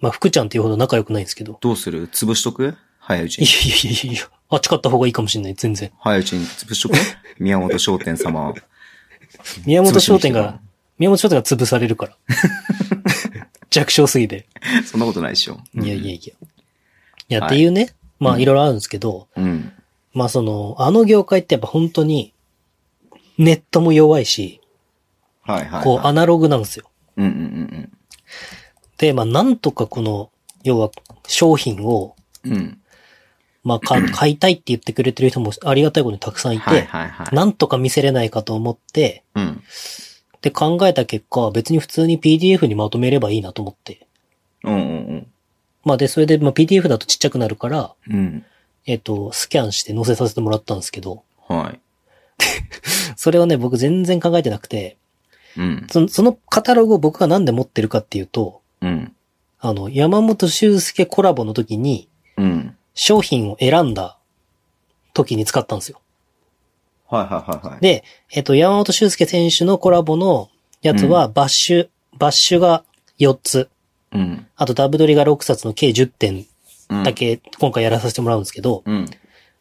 [SPEAKER 3] まあ、福ちゃんっていうほど仲良くないんですけど、
[SPEAKER 2] どうする潰しとく早いうち
[SPEAKER 3] い
[SPEAKER 2] に
[SPEAKER 3] や。いやいやいや、あっち買った方がいいかもしれない、全然。
[SPEAKER 2] 早いうちに潰
[SPEAKER 3] [laughs]
[SPEAKER 2] しとくね。宮本商店様。
[SPEAKER 3] 宮本商
[SPEAKER 2] 潰しに来て
[SPEAKER 3] 店が
[SPEAKER 2] も、
[SPEAKER 3] 宮本商店が潰されるから。弱小すぎて。
[SPEAKER 2] そんなことないでしょ。
[SPEAKER 3] いやいやいや。いや、
[SPEAKER 2] は
[SPEAKER 3] っ
[SPEAKER 2] い
[SPEAKER 3] ていうね、ま
[SPEAKER 2] う
[SPEAKER 3] あ
[SPEAKER 2] ん
[SPEAKER 3] いろいろあるんですけど、
[SPEAKER 2] うん。
[SPEAKER 3] まあその、あの業界ってやっぱ本当に、ネットも弱いし、
[SPEAKER 2] はいはい、はい。
[SPEAKER 3] こうアナログなんですよ。
[SPEAKER 2] うんうんうん
[SPEAKER 3] で、まあなんとかこの、要は商品を、
[SPEAKER 2] うん。うん。
[SPEAKER 3] ま
[SPEAKER 2] [clears throat]
[SPEAKER 3] あか買いたいって言ってくれてる人もありがたいことにたくさんいて、
[SPEAKER 2] はいはいはい。
[SPEAKER 3] なんとか見せれないかと思って、
[SPEAKER 2] うん。
[SPEAKER 3] で考えた結果、別に普通に PDF にまとめればいいなと思って。
[SPEAKER 2] うんうん
[SPEAKER 3] まあで、それで、まあ PDF だとちっちゃくなるから、
[SPEAKER 2] うん。うん。
[SPEAKER 3] えっと、スキャンして載せさせてもらったんですけど、
[SPEAKER 2] はい。
[SPEAKER 3] それはね、僕全然考えてなくて、
[SPEAKER 2] うん。
[SPEAKER 3] そのそのカタログを僕がなんで持ってるかっていうと、
[SPEAKER 2] うん。
[SPEAKER 3] あの、山本修介コラボの時に
[SPEAKER 2] うん。
[SPEAKER 3] 商品を選んだ時に使ったんですよ。
[SPEAKER 2] はいはいはいはい。
[SPEAKER 3] で、えっと、山本修介選手のコラボのやつはバッシュ、バッシュが4つ、
[SPEAKER 2] うん。
[SPEAKER 3] あとダブドリが6冊の計10点
[SPEAKER 2] うん
[SPEAKER 3] だ。け今回やらさせてもらうんですけど、
[SPEAKER 2] うん。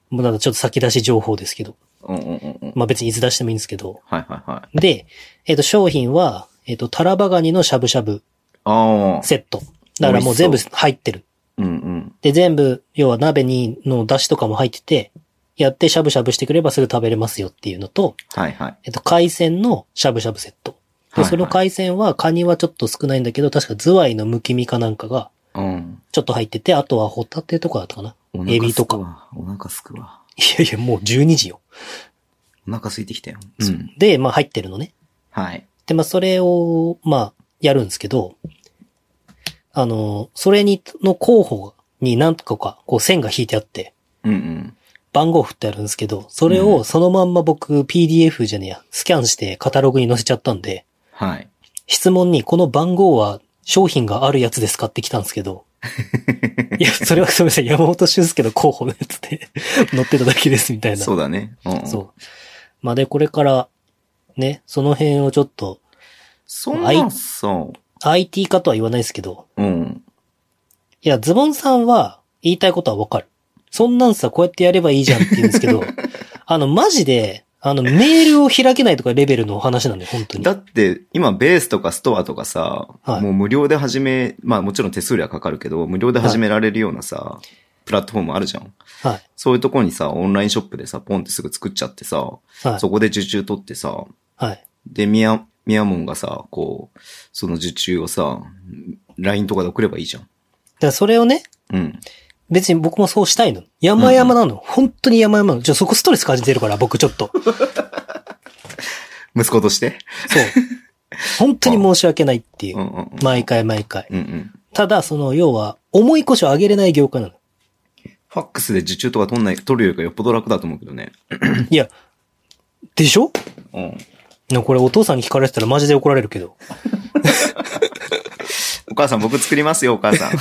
[SPEAKER 3] もうなんかちょっと先出し情報ですけど、
[SPEAKER 2] うんうんうんうん。
[SPEAKER 3] まあ別にいつ出してもいいんですけど、
[SPEAKER 2] はいはいはい。
[SPEAKER 3] で、えっと、商品は、えっと、タラバガニのしゃぶしゃぶ
[SPEAKER 2] ああ。
[SPEAKER 3] セット。だからもう全部入ってる。
[SPEAKER 2] うんうん。
[SPEAKER 3] で、全部、要は鍋にの出汁とかも入ってて、やってしゃぶしゃぶしてくればすぐ食べれますよっていうのと、
[SPEAKER 2] はいはい。
[SPEAKER 3] えっと、海鮮のしゃぶしゃぶセット。
[SPEAKER 2] はい
[SPEAKER 3] で、
[SPEAKER 2] はい
[SPEAKER 3] その海鮮は、カニはちょっと少ないんだけど、確かズワイのむき身かなんかが
[SPEAKER 2] うん。
[SPEAKER 3] ちょっと入ってて、あとはホタテとかだったかな。 [laughs]
[SPEAKER 2] お
[SPEAKER 3] エ
[SPEAKER 2] 腹
[SPEAKER 3] ビ
[SPEAKER 2] す
[SPEAKER 3] と
[SPEAKER 2] く
[SPEAKER 3] か。
[SPEAKER 2] わ。お腹すくわ。
[SPEAKER 3] いやいや、もう12時よ。
[SPEAKER 2] お腹空いてきたよ。うん。
[SPEAKER 3] で、まあ入ってるのね。
[SPEAKER 2] はい。
[SPEAKER 3] で、まあ、それを、まあ、やるんですけど、あの、それに、の候補に何とか、こう線が引いてあって、
[SPEAKER 2] うんうん。
[SPEAKER 3] 番号振ってあるんですけど、それ
[SPEAKER 2] う
[SPEAKER 3] をそのまんま僕 PDF じゃねえや、スキャンしてカタログに載せちゃったんで、
[SPEAKER 2] はい。
[SPEAKER 3] 質問にこの番号は商品があるやつですかって来たんです
[SPEAKER 2] [laughs]
[SPEAKER 3] けど、いや、それはすみません、山本修介の候補のやつで [laughs] 載ってただけですみたいな。
[SPEAKER 2] そうだね。うんうん。
[SPEAKER 3] そう。まあ、で、これから、ね、その辺をちょっと、
[SPEAKER 2] そんなんさ、
[SPEAKER 3] IT 化とは言わないですけど、
[SPEAKER 2] うん。
[SPEAKER 3] いや、ズボンさんは言いたいことはわかる。そんなんさ、こうやってやればいいじゃんって言うんですけ
[SPEAKER 2] [laughs]
[SPEAKER 3] ど、あの、マジで、あの、メールを開けないとかレベルのお話なんで、本当に。
[SPEAKER 2] だって、今、ベースとかストアとかさ、
[SPEAKER 3] はい
[SPEAKER 2] もう無料で始め、まあもちろん手数料はかかるけど、無料で始められるようなさ、プラットフォームあるじゃん。
[SPEAKER 3] はい。
[SPEAKER 2] そういうとこにさ、オンラインショップでさ、ポンってすぐ作っちゃってさ、
[SPEAKER 3] はい。
[SPEAKER 2] そこで受注取ってさ、
[SPEAKER 3] はい。
[SPEAKER 2] で、ミヤ、ミヤモンがさ、こう、その受注をさ、LINE とかで送ればいいじゃん。
[SPEAKER 3] だからそれをね、
[SPEAKER 2] うん。
[SPEAKER 3] 別に僕もそうしたいの。山々なの。本当に山々なの。ちょ、そこストレス感じてるから、僕ちょっと。そう。
[SPEAKER 2] 息子として。
[SPEAKER 3] 本当に申し訳ないっていうう。
[SPEAKER 2] んうんうん。
[SPEAKER 3] 毎回毎回。
[SPEAKER 2] うんうん。
[SPEAKER 3] ただ、その、要は、重い腰を上げれない業界なの。
[SPEAKER 2] ファックスで受注とか取んない、取るよりかよっぽど楽だと思うけどね。
[SPEAKER 3] いや、でしょ
[SPEAKER 2] うん。
[SPEAKER 3] なこれお父さんに聞かれてたらマジで怒られるけど。
[SPEAKER 2] お母さん僕作りますよ、お母さん。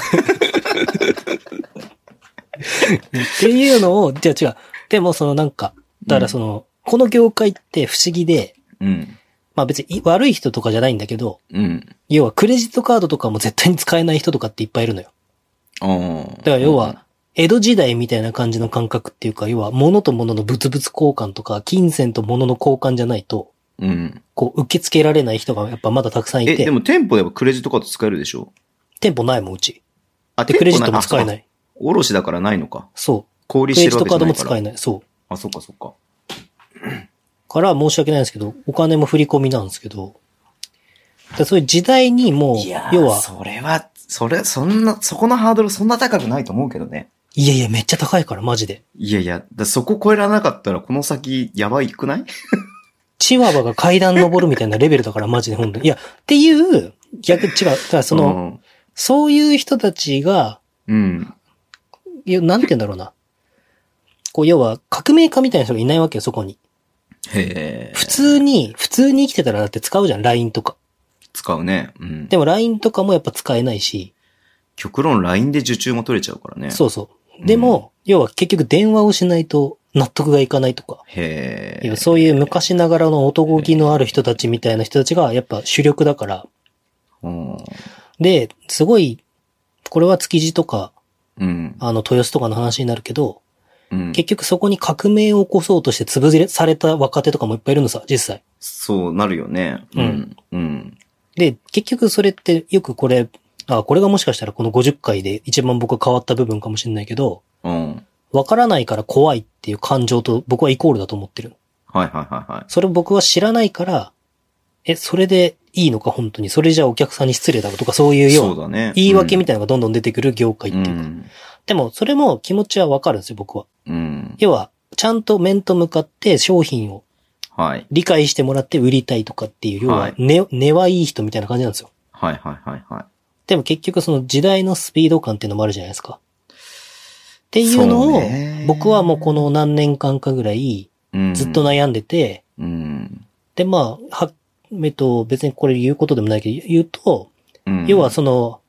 [SPEAKER 3] っていうのを、じゃあ違う。でもそのなんか、だからその、この業界って不思議で、
[SPEAKER 2] うん。
[SPEAKER 3] まあ別に悪い人とかじゃないんだけど、
[SPEAKER 2] うん。
[SPEAKER 3] 要はクレジットカードとかも絶対に使えない人とかっていっぱいいるのよ。
[SPEAKER 2] あー
[SPEAKER 3] だから要、は、江戸時代みたいな感じの感覚っていうか、要は物と物の物々交換とか、金銭と物の交換じゃないと、
[SPEAKER 2] うん。
[SPEAKER 3] こう受け付けられない人がやっぱまだたくさんい
[SPEAKER 2] え、
[SPEAKER 3] て
[SPEAKER 2] で、も店舗ではクレジットカード使えるでしょ
[SPEAKER 3] 店舗ないもんうち。
[SPEAKER 2] あ、
[SPEAKER 3] で、クレジットも使え
[SPEAKER 2] い。
[SPEAKER 3] な
[SPEAKER 2] あ
[SPEAKER 3] い。
[SPEAKER 2] そうかおろしだからないのか。
[SPEAKER 3] そ
[SPEAKER 2] 小売
[SPEAKER 3] う。
[SPEAKER 2] り
[SPEAKER 3] ク
[SPEAKER 2] し
[SPEAKER 3] レ
[SPEAKER 2] て
[SPEAKER 3] ジ
[SPEAKER 2] る
[SPEAKER 3] ッ
[SPEAKER 2] わ
[SPEAKER 3] ト
[SPEAKER 2] けじ
[SPEAKER 3] カー
[SPEAKER 2] ゃ
[SPEAKER 3] ド
[SPEAKER 2] な
[SPEAKER 3] も
[SPEAKER 2] いから。
[SPEAKER 3] 使えない。そう。
[SPEAKER 2] あ、そっかそっか。
[SPEAKER 3] から申し訳ないんですけど、お金も振り込みなんですけど、だからそういう時代にもう
[SPEAKER 2] いや、ー
[SPEAKER 3] 要は、
[SPEAKER 2] それは、それ、そんな、そこのハードルそんな高くないと思うけどね。
[SPEAKER 3] いやいや、めっちゃ高いから、マジで。
[SPEAKER 2] いやいや、だそこ超えられなかったらこの先やばいくない
[SPEAKER 3] チワワが階段登るみたいなレベルだから、マジで、本当に。いや、っていう、逆、違う。だからその、、そういう人たちが、
[SPEAKER 2] うん。うん。
[SPEAKER 3] いやなんて言うんだろうな。こう、要は、革命家みたいな人がいないわけよ、そこに。
[SPEAKER 2] へえ。
[SPEAKER 3] 普通に、普通に生きてたらだって使うじゃん、LINE とか。
[SPEAKER 2] 使うね。うん。
[SPEAKER 3] でも LINE とかもやっぱ使えないし、
[SPEAKER 2] 極論 LINE で受注も取れちゃうからね。う。
[SPEAKER 3] そうそう。でも、要は結局電話をしないと納得がいかないとか。
[SPEAKER 2] へ
[SPEAKER 3] い
[SPEAKER 2] え
[SPEAKER 3] や。そういう昔ながらの男気のある人たちみたいな人たちがやっぱ主力だから。
[SPEAKER 2] うん。
[SPEAKER 3] で、すごい、これは築地とか、
[SPEAKER 2] うん。
[SPEAKER 3] あの、豊洲とかの話になるけど、
[SPEAKER 2] うん。
[SPEAKER 3] 結局そこに革命を起こそうとして潰れされた若手とかもいっぱいいるのさ、実際。
[SPEAKER 2] そうなるよね。うん。うん。
[SPEAKER 3] で、結局それってよくこれ、あ、これがもしかしたらこの50回で一番僕が変わった部分かもしれないけど、
[SPEAKER 2] うん。
[SPEAKER 3] わからないから怖いっていう感情と僕はイコールだと思ってる。
[SPEAKER 2] はいはいはいはい。
[SPEAKER 3] それ僕は知らないから、え、それでいいのか本当に、それじゃお客さんに失礼だろとかそういうよ
[SPEAKER 2] そうう
[SPEAKER 3] な
[SPEAKER 2] だね。
[SPEAKER 3] 言い訳み
[SPEAKER 2] た
[SPEAKER 3] たいなのがどんどん出てくる業界っていうか。
[SPEAKER 2] うん。
[SPEAKER 3] でもそれも気持ちはわかるんですよ、僕は。
[SPEAKER 2] うん。
[SPEAKER 3] 要は、ちゃんと面と向かって商品を
[SPEAKER 2] はい。
[SPEAKER 3] 理解してもらって売りたいとかっていう、要
[SPEAKER 2] は
[SPEAKER 3] はい根、根はいい人みたいな感じなんですよ。
[SPEAKER 2] はいはいはいはい。っ
[SPEAKER 3] でも結局その時代のスピード感っていうのもあるじゃないですか。って
[SPEAKER 2] て
[SPEAKER 3] いうのを、僕はもうこの何年間かぐらいずっと悩んでて、
[SPEAKER 2] うん。
[SPEAKER 3] でまあ、は、えっと、別にこれ言うことでもないけど、言うと、
[SPEAKER 2] うん。
[SPEAKER 3] 要はその、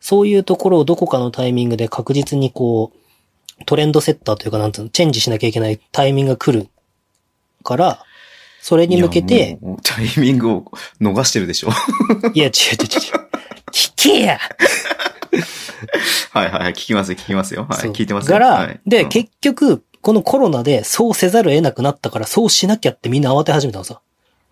[SPEAKER 3] そういうところをどこかのタイミングで確実にこう、トレンドセッターというかなんつうの、チェンジしなきゃいけないタイミングが来るから、それに向け
[SPEAKER 2] いや
[SPEAKER 3] て、。
[SPEAKER 2] もうタイミングを逃してるでしょ。 [laughs]
[SPEAKER 3] いや、違う違う違う。聞けや
[SPEAKER 2] はいはいはい。聞きますよ聞きますよ。は
[SPEAKER 3] そ。
[SPEAKER 2] いう聞いてますよ
[SPEAKER 3] から、
[SPEAKER 2] はい
[SPEAKER 3] で、
[SPEAKER 2] うん
[SPEAKER 3] 結局、このコロナでそうせざるを得なくなったから、そうしなきゃってみんな慌て始めたのさ。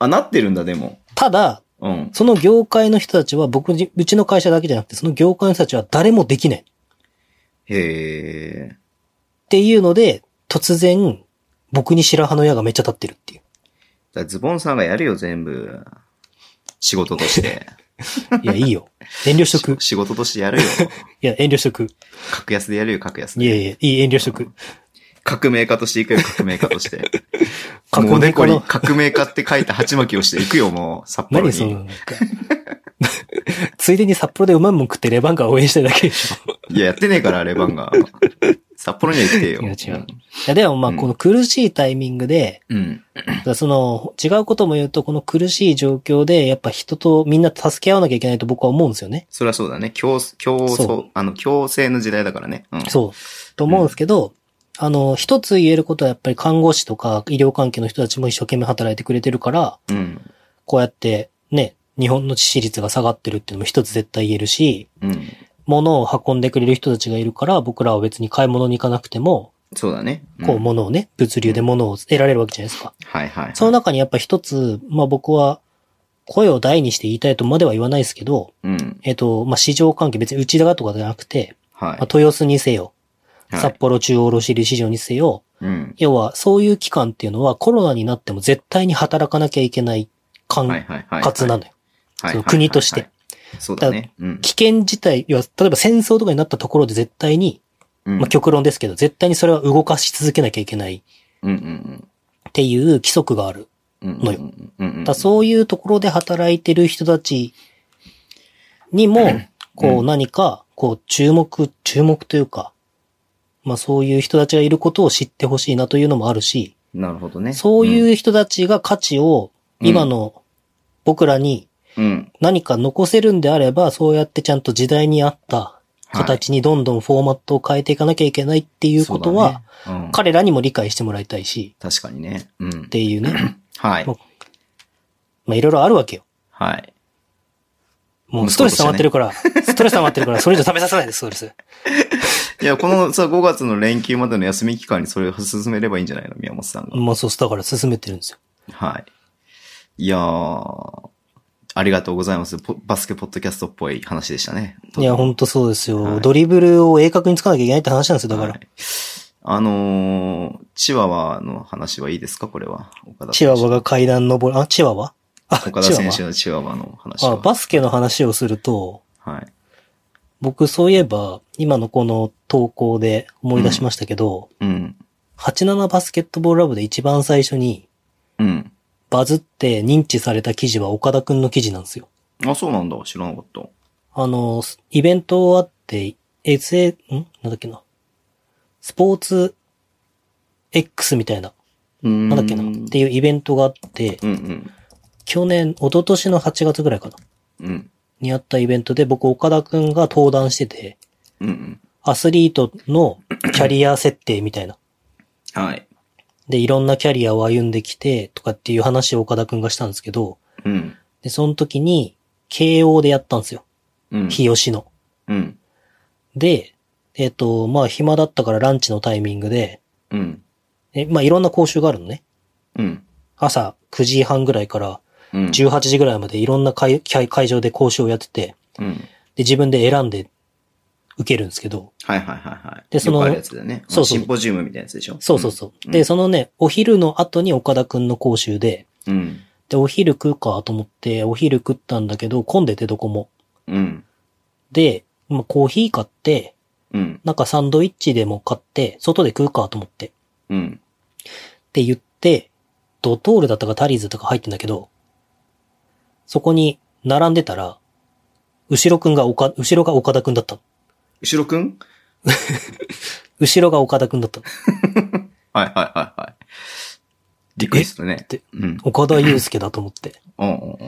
[SPEAKER 2] あ、なってるんだ、でも。
[SPEAKER 3] ただ、
[SPEAKER 2] うん。
[SPEAKER 3] その業界の人たちは、僕じ、うちの会社だけじゃなくて、その業界の人たちは誰もできない。っ
[SPEAKER 2] へえ。
[SPEAKER 3] ていうので、突然、僕に白羽の矢がめっちゃ立ってるって [laughs] いう。
[SPEAKER 2] だからズボンさんがやるよ、全部。仕事と
[SPEAKER 3] [laughs]
[SPEAKER 2] して。
[SPEAKER 3] いや、いいよ。遠慮しと
[SPEAKER 2] し
[SPEAKER 3] [laughs] く。い
[SPEAKER 2] 仕事としてやるよ。
[SPEAKER 3] や、遠慮しとく。
[SPEAKER 2] 格安でやるよ、格安
[SPEAKER 3] いや
[SPEAKER 2] で。
[SPEAKER 3] いや、いい遠慮しとく。
[SPEAKER 2] 革命家としていくよ、革命家として。
[SPEAKER 3] [laughs] 革命家の
[SPEAKER 2] もうおでこに革命家って書いた鉢巻きをしていくよ、もう、札幌
[SPEAKER 3] 何
[SPEAKER 2] に。
[SPEAKER 3] その、なんか [laughs] ついでに札幌でうまいもん食ってレバンガー応援したいだけで [laughs] しょ。
[SPEAKER 2] いや、やってねえから、レバン
[SPEAKER 3] [laughs]
[SPEAKER 2] が。札幌には行ってよ。
[SPEAKER 3] 違う違ういや、でもまあ、この苦しいタイミングで、
[SPEAKER 2] うん。
[SPEAKER 3] だからその、違うことも言うと、この苦しい状況で、やっぱ人とみんな助け合わなきゃいけないと僕は思うんですよね。
[SPEAKER 2] それはそうだね。競、競
[SPEAKER 3] そ
[SPEAKER 2] 争、あの、強制の時代だからね。うん。
[SPEAKER 3] そう。と思うんですけど、あの、一つ言えることはやっぱり看護師とか医療関係の人たちも一生懸命働いてくれてるから、
[SPEAKER 2] うん。
[SPEAKER 3] こうやってね、日本の致死率が下がってるっていうのも一つ絶対言えるし、
[SPEAKER 2] うん。
[SPEAKER 3] 物を運んでくれる人たちがいるから、僕らは別に買い物に行かなくても、
[SPEAKER 2] そうだね。ん
[SPEAKER 3] こう物をね、物流で物を得られるわけじゃないですか。
[SPEAKER 2] はいはいはい。
[SPEAKER 3] その中にやっぱ一つ、まあ僕は、声を大にして言いたいとまでは言わないですけど、
[SPEAKER 2] うん。
[SPEAKER 3] えっ、と、まあ、市場関係、別にうちだとかじゃなくて、
[SPEAKER 2] は
[SPEAKER 3] まあ、豊洲にせよ、
[SPEAKER 2] い。は
[SPEAKER 3] 札
[SPEAKER 2] い。
[SPEAKER 3] 幌中央卸売市場にせよ、
[SPEAKER 2] うん。
[SPEAKER 3] 要はそういう期間っていうのはコロナになっても絶対に働かなきゃいけない管
[SPEAKER 2] はいはいはい。
[SPEAKER 3] 轄なのよ。
[SPEAKER 2] はいはいはいはい
[SPEAKER 3] その国として。
[SPEAKER 2] そうだね。うん。
[SPEAKER 3] 危険自体、要は例えば戦争とかになったところで絶対に、
[SPEAKER 2] うん
[SPEAKER 3] まあ、極論ですけど、絶対にそれは動かし続けなきゃいけない
[SPEAKER 2] うんうん
[SPEAKER 3] っていう規則がある。
[SPEAKER 2] うん。うん
[SPEAKER 3] のよ
[SPEAKER 2] うんうんうん。
[SPEAKER 3] だからそういうところで働いてる人たちにも、こう何か、こう注目、注目というか、まあそういう人たちがいることを知ってほしいなというのもあるし、
[SPEAKER 2] なるほどね。
[SPEAKER 3] そう
[SPEAKER 2] う
[SPEAKER 3] いう人たちが価値を今の僕らに
[SPEAKER 2] ん。うん。
[SPEAKER 3] 何か残せるんであれば、そうやってちゃんと時代に合った形にどんどんフォーマットを変えていかなきゃいけないっていうことは、
[SPEAKER 2] そうだね、うん
[SPEAKER 3] 彼らにも理解してもらいたいし、
[SPEAKER 2] 確かにね。う
[SPEAKER 3] っ
[SPEAKER 2] ん。
[SPEAKER 3] ていうね、
[SPEAKER 2] はい
[SPEAKER 3] も。うまあいろいろあるわけよ。
[SPEAKER 2] はい。
[SPEAKER 3] もうストレス溜まってるから、ストレス溜まってるから、それ以上食べさせないです、ストレス。
[SPEAKER 2] いや、このさ、5月の連休までの休み期間にそれを進めればいいんじゃないの宮本さんが。
[SPEAKER 3] まあそうっす、だから進めてるんですよ。
[SPEAKER 2] はい。いやー、ありがとうございます。ポバスケポッドキャストっぽい話でしたね。
[SPEAKER 3] いや、ほんとそうですよ。
[SPEAKER 2] はい
[SPEAKER 3] ドリブルを鋭角につかなきゃいけないって話なんですよ、だから。
[SPEAKER 2] はいあのー、チワワの話はいいですかこれは。岡田
[SPEAKER 3] チ
[SPEAKER 2] 選
[SPEAKER 3] ワ
[SPEAKER 2] 手
[SPEAKER 3] ワが階段登る、あ、チワワあ、
[SPEAKER 2] 岡
[SPEAKER 3] チ
[SPEAKER 2] 田
[SPEAKER 3] ワ
[SPEAKER 2] 選
[SPEAKER 3] ワ
[SPEAKER 2] 手のチワワの話
[SPEAKER 3] あ、
[SPEAKER 2] は。
[SPEAKER 3] バスケの話をすると、
[SPEAKER 2] はい。
[SPEAKER 3] 僕そういえば、今のこの投稿で思い出しましたけど、
[SPEAKER 2] うん。
[SPEAKER 3] 87バスケットボールラブで一番最初に、
[SPEAKER 2] うん。
[SPEAKER 3] バズって認知された記事は岡田くんの記事なんですよ。
[SPEAKER 2] あ、そうなんだ。知らなかった。
[SPEAKER 3] あの、スイベントあって、SA、んなんだっけな。スポーツ X みたいな、
[SPEAKER 2] うん
[SPEAKER 3] なんだっけな。
[SPEAKER 2] うん
[SPEAKER 3] っていうイベントがあって
[SPEAKER 2] う、ん。
[SPEAKER 3] 去年、一昨年の8月ぐらいかな。
[SPEAKER 2] うん。
[SPEAKER 3] にあったイベントで僕、岡田くんが登壇してて、
[SPEAKER 2] うんうん。
[SPEAKER 3] アスリートのキャリア設定みたいな。
[SPEAKER 2] はい。
[SPEAKER 3] で、いろんなキャリアを歩んできて、とかっていう話を岡田くんがしたんですけど、
[SPEAKER 2] うん。
[SPEAKER 3] で、その時に、慶応でやったんですよ。
[SPEAKER 2] うん。
[SPEAKER 3] 日吉の。
[SPEAKER 2] うん。
[SPEAKER 3] で、えっ、と、まあ暇だったからランチのタイミングで、
[SPEAKER 2] うん。
[SPEAKER 3] えまあいろんな講習があるのね。
[SPEAKER 2] うん。
[SPEAKER 3] 朝9時半ぐらいから
[SPEAKER 2] うん。
[SPEAKER 3] 18時ぐらいまでいろんな会会会場で講習をやってて、
[SPEAKER 2] うん。
[SPEAKER 3] で、自分で選んで受けるんですけど、
[SPEAKER 2] はいはいはいはい。
[SPEAKER 3] でその
[SPEAKER 2] よくあるやつだよね。
[SPEAKER 3] そうそう
[SPEAKER 2] シンポジウムみたいなやつでしょ
[SPEAKER 3] そうそうそう。
[SPEAKER 2] うん
[SPEAKER 3] で、そのね、お昼の後に岡田くんの講習で、
[SPEAKER 2] うん。うん。
[SPEAKER 3] で、お昼食うかと思って、お昼食ったんだけど、混んでてどこも。
[SPEAKER 2] うん。
[SPEAKER 3] で、まあ、コーヒー買って、
[SPEAKER 2] うん。
[SPEAKER 3] なんかサンドイッチでも買って、外で食うかと思って。っ
[SPEAKER 2] うん。
[SPEAKER 3] て言って、ドトールだったかタリーズだったか入ってんだけど、そこに並んでたら、後ろくんが岡、後ろが岡田くんだったの。
[SPEAKER 2] 後ろくん
[SPEAKER 3] 後ろが岡田くんだったの。
[SPEAKER 2] はいはいはいはい。リクエストね。
[SPEAKER 3] て
[SPEAKER 2] うん。
[SPEAKER 3] 岡田祐介だと思って。
[SPEAKER 2] うんうんうんうん。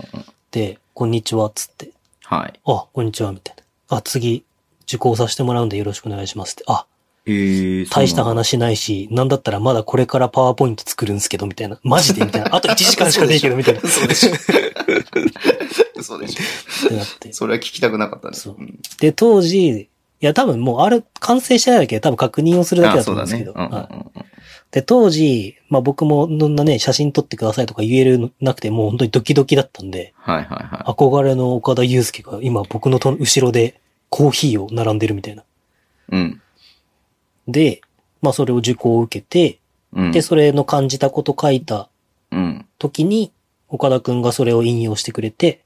[SPEAKER 3] で、こんにちは、っつって。
[SPEAKER 2] はい。
[SPEAKER 3] あ、こんにちは、みたいな。あ、次、受講させてもらうんでよろしくお願いしますって。あ、
[SPEAKER 2] えー、そう
[SPEAKER 3] 大し
[SPEAKER 2] な
[SPEAKER 3] た
[SPEAKER 2] んだ。
[SPEAKER 3] 話ないし、なんだったらまだこれからパワーポイント作るんですけど、みたいな。マジでみたいな。あと1時間しかねえけど、みたいな。っ
[SPEAKER 2] そうでしょ。そうで
[SPEAKER 3] [laughs]
[SPEAKER 2] しょ。
[SPEAKER 3] てなって。
[SPEAKER 2] それは聞きたくなかったね。
[SPEAKER 3] そうんで、当時、いや、多分もうあれ、完成してないだけで多分確認をするだけ
[SPEAKER 2] あ
[SPEAKER 3] だと
[SPEAKER 2] そう
[SPEAKER 3] 思う
[SPEAKER 2] だ
[SPEAKER 3] んで
[SPEAKER 2] ね。
[SPEAKER 3] すけど。
[SPEAKER 2] うんうんうん
[SPEAKER 3] はいで、当時、まあ僕も、そんなね、写真撮ってくださいとか言えるのなくて、もう本当にドキドキだったんで、
[SPEAKER 2] はいはいは
[SPEAKER 3] 憧れの岡田祐介が今僕のと後ろでコーヒーを並んでるみたいな。
[SPEAKER 2] い。うん。
[SPEAKER 3] で、まあそれを受講を受けて、
[SPEAKER 2] うん。
[SPEAKER 3] で、それの感じたこと書いた
[SPEAKER 2] うん。
[SPEAKER 3] 時に、岡田くんがそれを引用してくれて、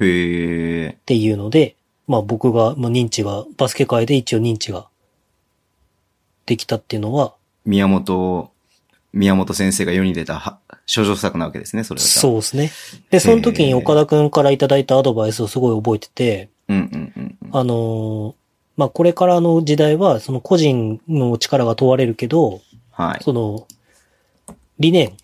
[SPEAKER 2] へえ。
[SPEAKER 3] っていうので、まあ僕が、まあ認知が、バスケ界で一応認知ができたっていうのは、
[SPEAKER 2] 宮本、宮本先生が世に出たは少女作なわけですね、それは。
[SPEAKER 3] そうですね。で、その時に岡田くんからいただいたアドバイスをすごい覚えてて、
[SPEAKER 2] う。うんうんうんうん。
[SPEAKER 3] あのーまあこれからの時代は、その個人の力が問われるけど、
[SPEAKER 2] はい。
[SPEAKER 3] その、理念、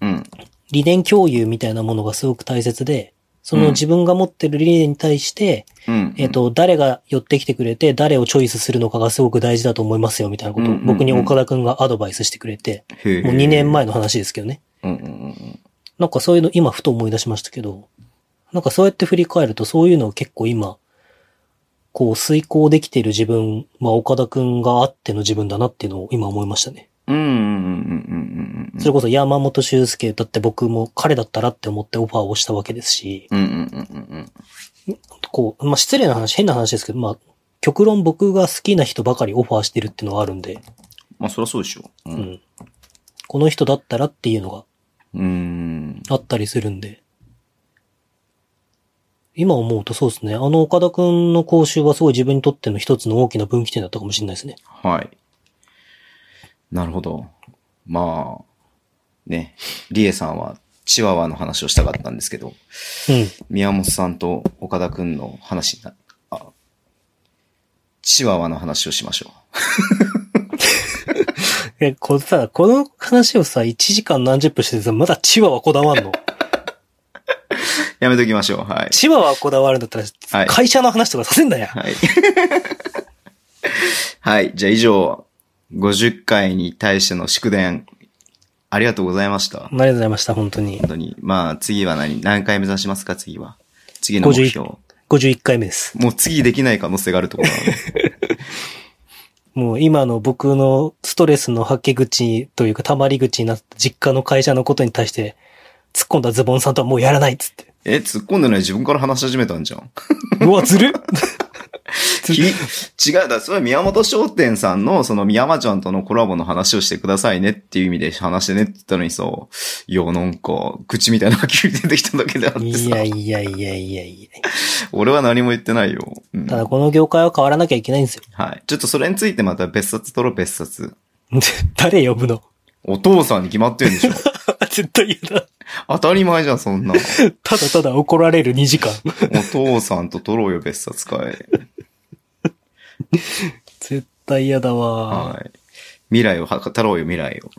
[SPEAKER 2] うん。
[SPEAKER 3] 理念共有みたいなものがすごく大切で、そ
[SPEAKER 2] うん
[SPEAKER 3] の自分が持ってる理念に対して、
[SPEAKER 2] うん。
[SPEAKER 3] えっ、、と、誰が寄ってきてくれて、誰をチョイスするのかがすごく大事だと思いますよ、みたいなこと
[SPEAKER 2] うんう
[SPEAKER 3] を
[SPEAKER 2] んうん
[SPEAKER 3] 僕に岡田くんがアドバイスしてくれて、
[SPEAKER 2] へえ
[SPEAKER 3] もう2年。前の話ですけどね。
[SPEAKER 2] うんうんうん
[SPEAKER 3] なんかそういうの今ふと思い出しましたけど、なんかそうやって振り返るとそういうのを結構今、こう遂行できている自分は岡田くんがあっての自分だなっていうのを今思いましたね。
[SPEAKER 2] うん。うんうんうんうんうんうん。
[SPEAKER 3] それこそ山本修介だって僕も彼だったらって思ってオファーをしたわけですし、
[SPEAKER 2] うんうんうんうんうん。
[SPEAKER 3] こう、まあ、失礼な話、変な話ですけど、まあ、極論僕が好きな人ばかりオファーしてるっていうのはあるんで、
[SPEAKER 2] まあ、そりゃそうでしょ。う。
[SPEAKER 3] うんん。この人だったらっていうのが
[SPEAKER 2] うーん。
[SPEAKER 3] あったりするんで。今思うとそうですね。あの岡田くんの講習はすごい自分にとっての一つの大きな分岐点だったかもしれないですね。
[SPEAKER 2] はい。なるほど。まあ、ね、リエさんはチワワの話をしたかったんですけど、
[SPEAKER 3] うん。
[SPEAKER 2] 宮本さんと岡田くんの話にな、あ、チワワの話をしましょ
[SPEAKER 3] え、これさ、この話をさ、1時間何十分してさ、まだチワワこだわん [laughs] の
[SPEAKER 2] う。やめときましょう。はい。
[SPEAKER 3] チワワこだわるんだったら、
[SPEAKER 2] はい
[SPEAKER 3] 会社の話とかさせんなや。
[SPEAKER 2] はい。 [laughs] はい。じゃあ以上、50回に対しての祝電、ありがとうございました。
[SPEAKER 3] ありがとうございました、本当に
[SPEAKER 2] 本。当に。まあ、次は何何回目指しますか次は。次の目標。
[SPEAKER 3] 51回目です。
[SPEAKER 2] もう次できない可能性があるところなので。
[SPEAKER 3] もう今の僕のストレスの吐け口というか溜まり口になった実家の会社のことに対して、突っ込んだズボンさんとはもうやらないっつって。
[SPEAKER 2] え、突っ込んでない自分から話し始めたんじゃん。
[SPEAKER 3] うわ、ずるっ
[SPEAKER 2] き [laughs] 違うだ、それは宮本商店さんの、その宮間ちゃんとのコラボの話をしてくださいねっていう意味で話してねって言ったのにさ、いや、なんか、口みたいなのが急に出てきただけであって
[SPEAKER 3] い
[SPEAKER 2] さ
[SPEAKER 3] や、いやいやいやいや。
[SPEAKER 2] 俺は何も言ってないよ。うん
[SPEAKER 3] ただこの業界は変わらなきゃいけないんですよ。 [laughs]
[SPEAKER 2] はい。ちょっとそれについてまた別冊取ろう、別冊。
[SPEAKER 3] 誰呼ぶの [laughs]
[SPEAKER 2] お父さんに決まってるんでしょ。
[SPEAKER 3] 絶対嫌だ。
[SPEAKER 2] 当たり前じゃん、そんな。
[SPEAKER 3] ただただ怒られる2時間。
[SPEAKER 2] [laughs] お父さんと取ろうよ、別冊会。
[SPEAKER 3] 絶対嫌だわ、
[SPEAKER 2] はい。未来を語ろうよ、未来を。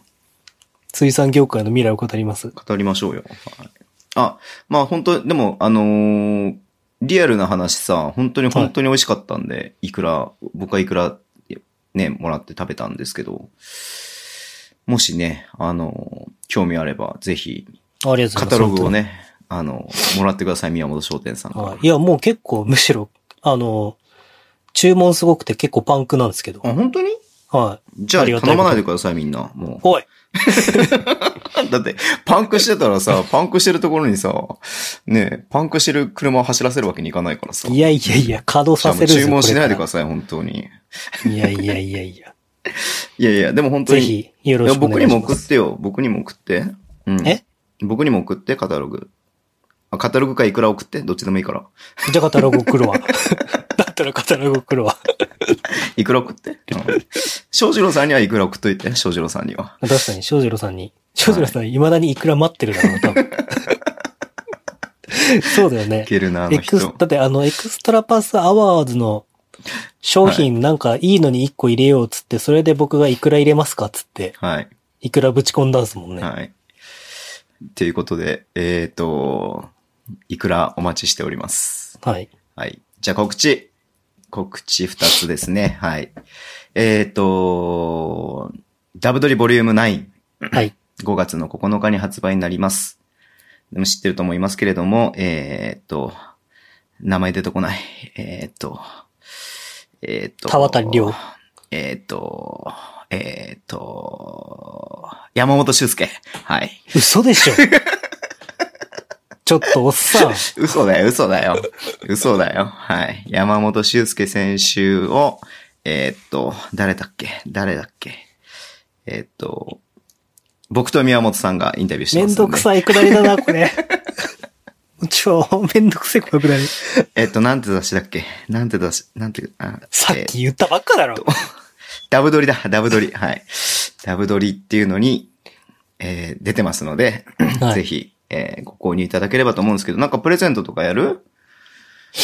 [SPEAKER 3] 水産業界の未来を語ります。
[SPEAKER 2] 語りましょうよ。はい、あ、まあ本当でも、あのーリアルな話さ、本当に本当に美味しかったんで、い、くら、僕はいくら、ね、もらって食べたんですけど、もしね、あのー興味あれば、ぜひ、
[SPEAKER 3] ありがとうございます。
[SPEAKER 2] カタログをね、あのーもらってください、宮本商店さんか
[SPEAKER 3] 本当
[SPEAKER 2] ら
[SPEAKER 3] に。はい。いや、もう結構むしろ、あの、注文すごくて結構パンクなんですけど。
[SPEAKER 2] あ、本当に
[SPEAKER 3] は
[SPEAKER 2] じゃあ
[SPEAKER 3] ありがたい
[SPEAKER 2] 頼まないでください、みんな。も
[SPEAKER 3] い。ほい。
[SPEAKER 2] う。 [laughs] だって、パンクしてたら
[SPEAKER 3] [laughs]
[SPEAKER 2] さ、パンクしてるところにさ、ねえパンクしてる車を走らせるわけにいかないからさ。
[SPEAKER 3] いやいやいや、稼働
[SPEAKER 2] じゃ
[SPEAKER 3] さ
[SPEAKER 2] あも
[SPEAKER 3] せ
[SPEAKER 2] う
[SPEAKER 3] るん
[SPEAKER 2] 注文しないでくだ
[SPEAKER 3] さ
[SPEAKER 2] さい、本当に。
[SPEAKER 3] い。いやいやいや
[SPEAKER 2] [laughs]
[SPEAKER 3] いや。
[SPEAKER 2] いやいや、でも本当
[SPEAKER 3] ぜ
[SPEAKER 2] に。
[SPEAKER 3] ひ、よろ
[SPEAKER 2] いや、
[SPEAKER 3] しくお願
[SPEAKER 2] 僕
[SPEAKER 3] い
[SPEAKER 2] に
[SPEAKER 3] します。
[SPEAKER 2] も送ってよ。僕にも送って。うん。
[SPEAKER 3] え
[SPEAKER 2] 僕にも送って、カタログ。あ、カタログかいくら送って、どっちでもいいから。
[SPEAKER 3] じゃあカタログ
[SPEAKER 2] [laughs]
[SPEAKER 3] 送るわ。だったらカタログ送るわ。
[SPEAKER 2] いくら送
[SPEAKER 3] [laughs]
[SPEAKER 2] って。うん。翔士郎さんにはいくら送っといて、翔士郎さんには。
[SPEAKER 3] 確かに、翔士郎さんに。翔士郎さん、未だにいくら待ってるだろうな、多分。
[SPEAKER 2] [laughs]
[SPEAKER 3] そうだよ
[SPEAKER 2] い
[SPEAKER 3] ね。
[SPEAKER 2] けるな、あ
[SPEAKER 3] エ
[SPEAKER 2] の
[SPEAKER 3] クス
[SPEAKER 2] 人。
[SPEAKER 3] だってあの、エクストラパスアワーズの商品なんかいいのに1個入れようっつって、それで僕がいくら入れますかっつって、
[SPEAKER 2] はい。
[SPEAKER 3] いくらぶち込んだんすもんね。
[SPEAKER 2] はい。ということで、えっ、ー、と、いくらお待ちしております。
[SPEAKER 3] はい。
[SPEAKER 2] はい。じゃあ告知。告知二つですね。はい。えっ、ー、と、ダブドリボリューム9。
[SPEAKER 3] はい。
[SPEAKER 2] 5月の9日に発売になります。でも知ってると思いますけれども、えー、っと、名前出てこない。えー、っと、えー、っと、
[SPEAKER 3] 田渡良。
[SPEAKER 2] えー、っと、えー、っと、山本修介。はい。
[SPEAKER 3] 嘘でしょちょっとおっさん。
[SPEAKER 2] 嘘だよ、嘘だよ。嘘だよ。はい。山本修介選手を、えーっと、誰だっけ誰だっけえーっと、僕と宮本さんがインタビューして
[SPEAKER 3] め
[SPEAKER 2] ます
[SPEAKER 3] ん
[SPEAKER 2] んで。
[SPEAKER 3] どくさいくだり
[SPEAKER 2] [laughs]
[SPEAKER 3] だな、これ。超めんどくせえこのくだり。
[SPEAKER 2] えっと、なんて雑誌だっけなんて雑誌、なんて、あ
[SPEAKER 3] さっ
[SPEAKER 2] えー
[SPEAKER 3] き言ったばっかだろ。
[SPEAKER 2] ダブドリだ、ダブドリ。はい。ダブドリっていうのに、えー出てますので、
[SPEAKER 3] はい
[SPEAKER 2] ぜひ、えーご購入いただければと思うんですけど、なんかプレゼントとかやる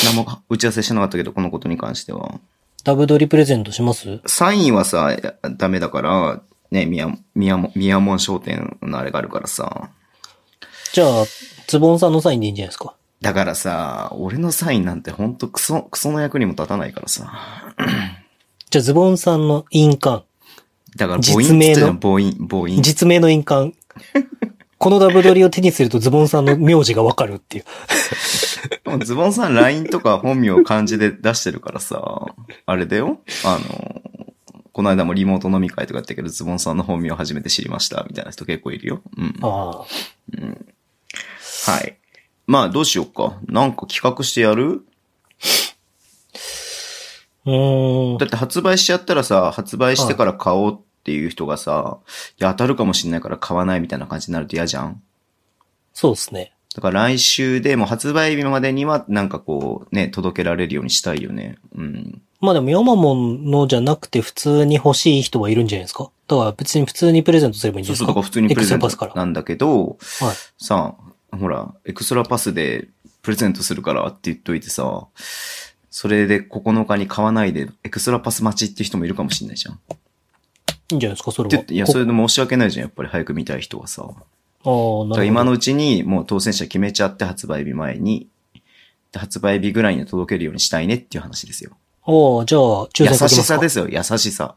[SPEAKER 2] 何も打ち合わせしてなかったけど、このことに関しては。
[SPEAKER 3] ダブドリプレゼントします
[SPEAKER 2] サインはさ、やダメだから、ね、宮、宮も、宮門商店のあれがあるからさ。
[SPEAKER 3] じゃあ、ズボンさんのサインでいいんじゃないですか。
[SPEAKER 2] だからさ、俺のサインなんてほんとクソ、クソの役にも立たないからさ。
[SPEAKER 3] じゃあ、ズボンさんの印鑑。
[SPEAKER 2] だから母音っつ
[SPEAKER 3] 実
[SPEAKER 2] っ
[SPEAKER 3] 名の
[SPEAKER 2] てたじゃん、母音、母音。
[SPEAKER 3] 実名の印鑑。 [laughs] このダブドリを手にするとズボンさんの名字がわかるっていう。
[SPEAKER 2] でもズボンさん LINE とか本名を漢字で出してるからさ、あれだよあの、この間もリモート飲み会とかやったけど、ズボンさんの本名を初めて知りました、みたいな人結構いるよ。うん。は
[SPEAKER 3] ああ。
[SPEAKER 2] い。まあ、どうしようか。なんか企画してやる
[SPEAKER 3] うーん。
[SPEAKER 2] だって発売しちゃったらさ、発売してから買おうっていう人がさ、いや、当たるかもしんないから買わないみたいな感じになると嫌じゃん
[SPEAKER 3] そうですね。
[SPEAKER 2] だから来週でもう発売日までには、なんかこう、ね、届けられるようにしたいよね。うん。
[SPEAKER 3] まあでも、ヤマモンのじゃなくて普通に欲しい人はいるんじゃないですか。だから別に普通にプレゼントすればいいんじ
[SPEAKER 2] そ
[SPEAKER 3] ゃ
[SPEAKER 2] う
[SPEAKER 3] ない
[SPEAKER 2] そ
[SPEAKER 3] で
[SPEAKER 2] う、だか。普通に
[SPEAKER 3] すから
[SPEAKER 2] プレゼン
[SPEAKER 3] エクストラパスか
[SPEAKER 2] トな
[SPEAKER 3] ら
[SPEAKER 2] んだけど、
[SPEAKER 3] はい。
[SPEAKER 2] さあ、ほら、エクストラパスでプレゼントするからって言っといてさ、それで9日に買わないで、エクストラパス待ちって人もいるかもしんないじゃん。って
[SPEAKER 3] いいんじゃないですか、それ
[SPEAKER 2] 言っ
[SPEAKER 3] は。
[SPEAKER 2] ていや、それで申し訳ないじゃん、やっぱり早く見たい人はさ。
[SPEAKER 3] こああ、
[SPEAKER 2] だ
[SPEAKER 3] な
[SPEAKER 2] から
[SPEAKER 3] る
[SPEAKER 2] 今
[SPEAKER 3] ほど。
[SPEAKER 2] のうちにもう当選者決めちゃって発売日前に、で発売日ぐらいに届けるようにしたいねっていう話ですよ。
[SPEAKER 3] ああ、じゃあ、抽
[SPEAKER 2] 優
[SPEAKER 3] 選かけ
[SPEAKER 2] し
[SPEAKER 3] ます
[SPEAKER 2] さ
[SPEAKER 3] か
[SPEAKER 2] で。すよ、優しさ。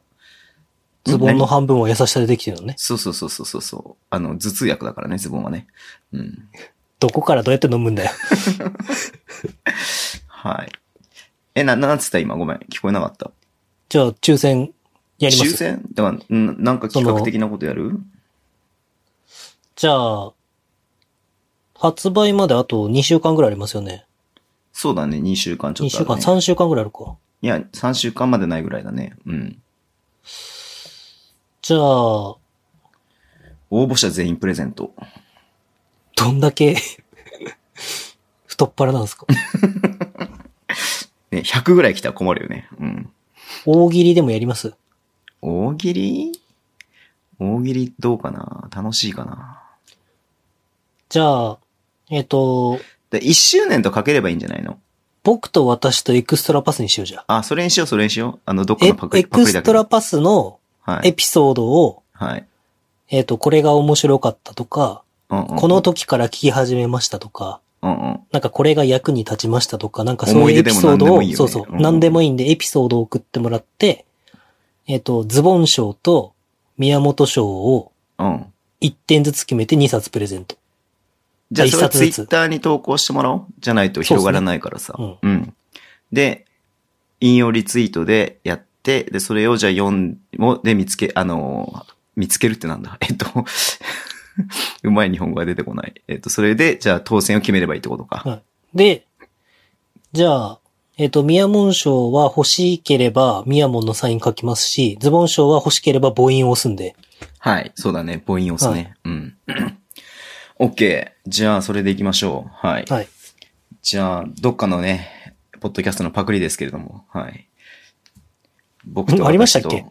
[SPEAKER 3] ズボンの
[SPEAKER 2] 何
[SPEAKER 3] 半分は優しさでできてるのね。
[SPEAKER 2] そうそうそうそうそうそう。あの、頭痛薬だからね、ズボンはね。うん。
[SPEAKER 3] どこからどうやって飲むんだよ。
[SPEAKER 2] はい。え、な、なんつった今ごめん。聞こえなかった。
[SPEAKER 3] じゃあ、抽選やりま
[SPEAKER 2] 抽
[SPEAKER 3] す。
[SPEAKER 2] 選だから、んなんか企
[SPEAKER 3] そ
[SPEAKER 2] 画
[SPEAKER 3] の
[SPEAKER 2] 的なことやる
[SPEAKER 3] じゃあ、発売まであと2週間ぐらいありますよね。
[SPEAKER 2] そうだね、2週間ちょ
[SPEAKER 3] 2
[SPEAKER 2] っとあ
[SPEAKER 3] 週
[SPEAKER 2] るね、
[SPEAKER 3] 間、3週間ぐらいあるか。
[SPEAKER 2] いや、3週間までないぐらいだね。うん。
[SPEAKER 3] じゃあ、ど
[SPEAKER 2] 応募者全員プレゼント。
[SPEAKER 3] んだけ、 [laughs] 太っ腹な
[SPEAKER 2] [laughs]
[SPEAKER 3] んですか
[SPEAKER 2] ね、100ぐらい来たら困るよね。うん。
[SPEAKER 3] 大喜利でもやります
[SPEAKER 2] 大喜利大喜利どうかな楽しいかな
[SPEAKER 3] じゃあ、えっ、と、
[SPEAKER 2] で ?1 周年とかければいいんじゃないの
[SPEAKER 3] 僕と私とエクストラパスにしようじゃあ。
[SPEAKER 2] あ、それにしよう、それにしよう。あの、どっか
[SPEAKER 3] え
[SPEAKER 2] のパク
[SPEAKER 3] エ
[SPEAKER 2] リ、パ
[SPEAKER 3] ク
[SPEAKER 2] クリ
[SPEAKER 3] ス
[SPEAKER 2] だ
[SPEAKER 3] ト
[SPEAKER 2] け
[SPEAKER 3] ラ
[SPEAKER 2] ど。
[SPEAKER 3] パスの
[SPEAKER 2] は
[SPEAKER 3] エ
[SPEAKER 2] い。
[SPEAKER 3] ピソードを、
[SPEAKER 2] はい。
[SPEAKER 3] えっ、と、これが面白かったとか、
[SPEAKER 2] うんうん、
[SPEAKER 3] この、時から聞き始めましたとか、
[SPEAKER 2] うんうん。
[SPEAKER 3] なんかこれが役に立ちましたとか、なんかそういうエピソード
[SPEAKER 2] 思
[SPEAKER 3] を、
[SPEAKER 2] い出でも何でもいいよね
[SPEAKER 3] そうそう
[SPEAKER 2] う、ん
[SPEAKER 3] 何でもいいんでエピソードを送ってもらって、えっ、と、ズボン賞と宮本賞を
[SPEAKER 2] うん。
[SPEAKER 3] 1点ずつ決めて2冊プレゼント。
[SPEAKER 2] じゃあ、
[SPEAKER 3] 一
[SPEAKER 2] それ
[SPEAKER 3] 冊
[SPEAKER 2] ツイ
[SPEAKER 3] ずつ
[SPEAKER 2] ッターに投稿してもらおう。じゃないと広がらないからさ。
[SPEAKER 3] そうっす
[SPEAKER 2] うん。で、引用リツイートでやって、で、それをじゃあ読んも、で見つけ、あの、見つけるってなんだ。え [laughs] っと、うまい日本語が出てこない。えっと、それで、じゃあ当選を決めればいいってことか。
[SPEAKER 3] で、じゃあ、えっ、と、宮門賞は欲しければ宮門のサイン書きますし、ズボン賞は欲しければ母音を押すんで。
[SPEAKER 2] はい。そうだね。母音を押すね。うん。OK。じゃあ、それで行きましょう。はい。
[SPEAKER 3] はい。
[SPEAKER 2] じゃあ、どっかのね、ポッドキャストのパクリですけれども、はい。僕
[SPEAKER 3] んありましたっけ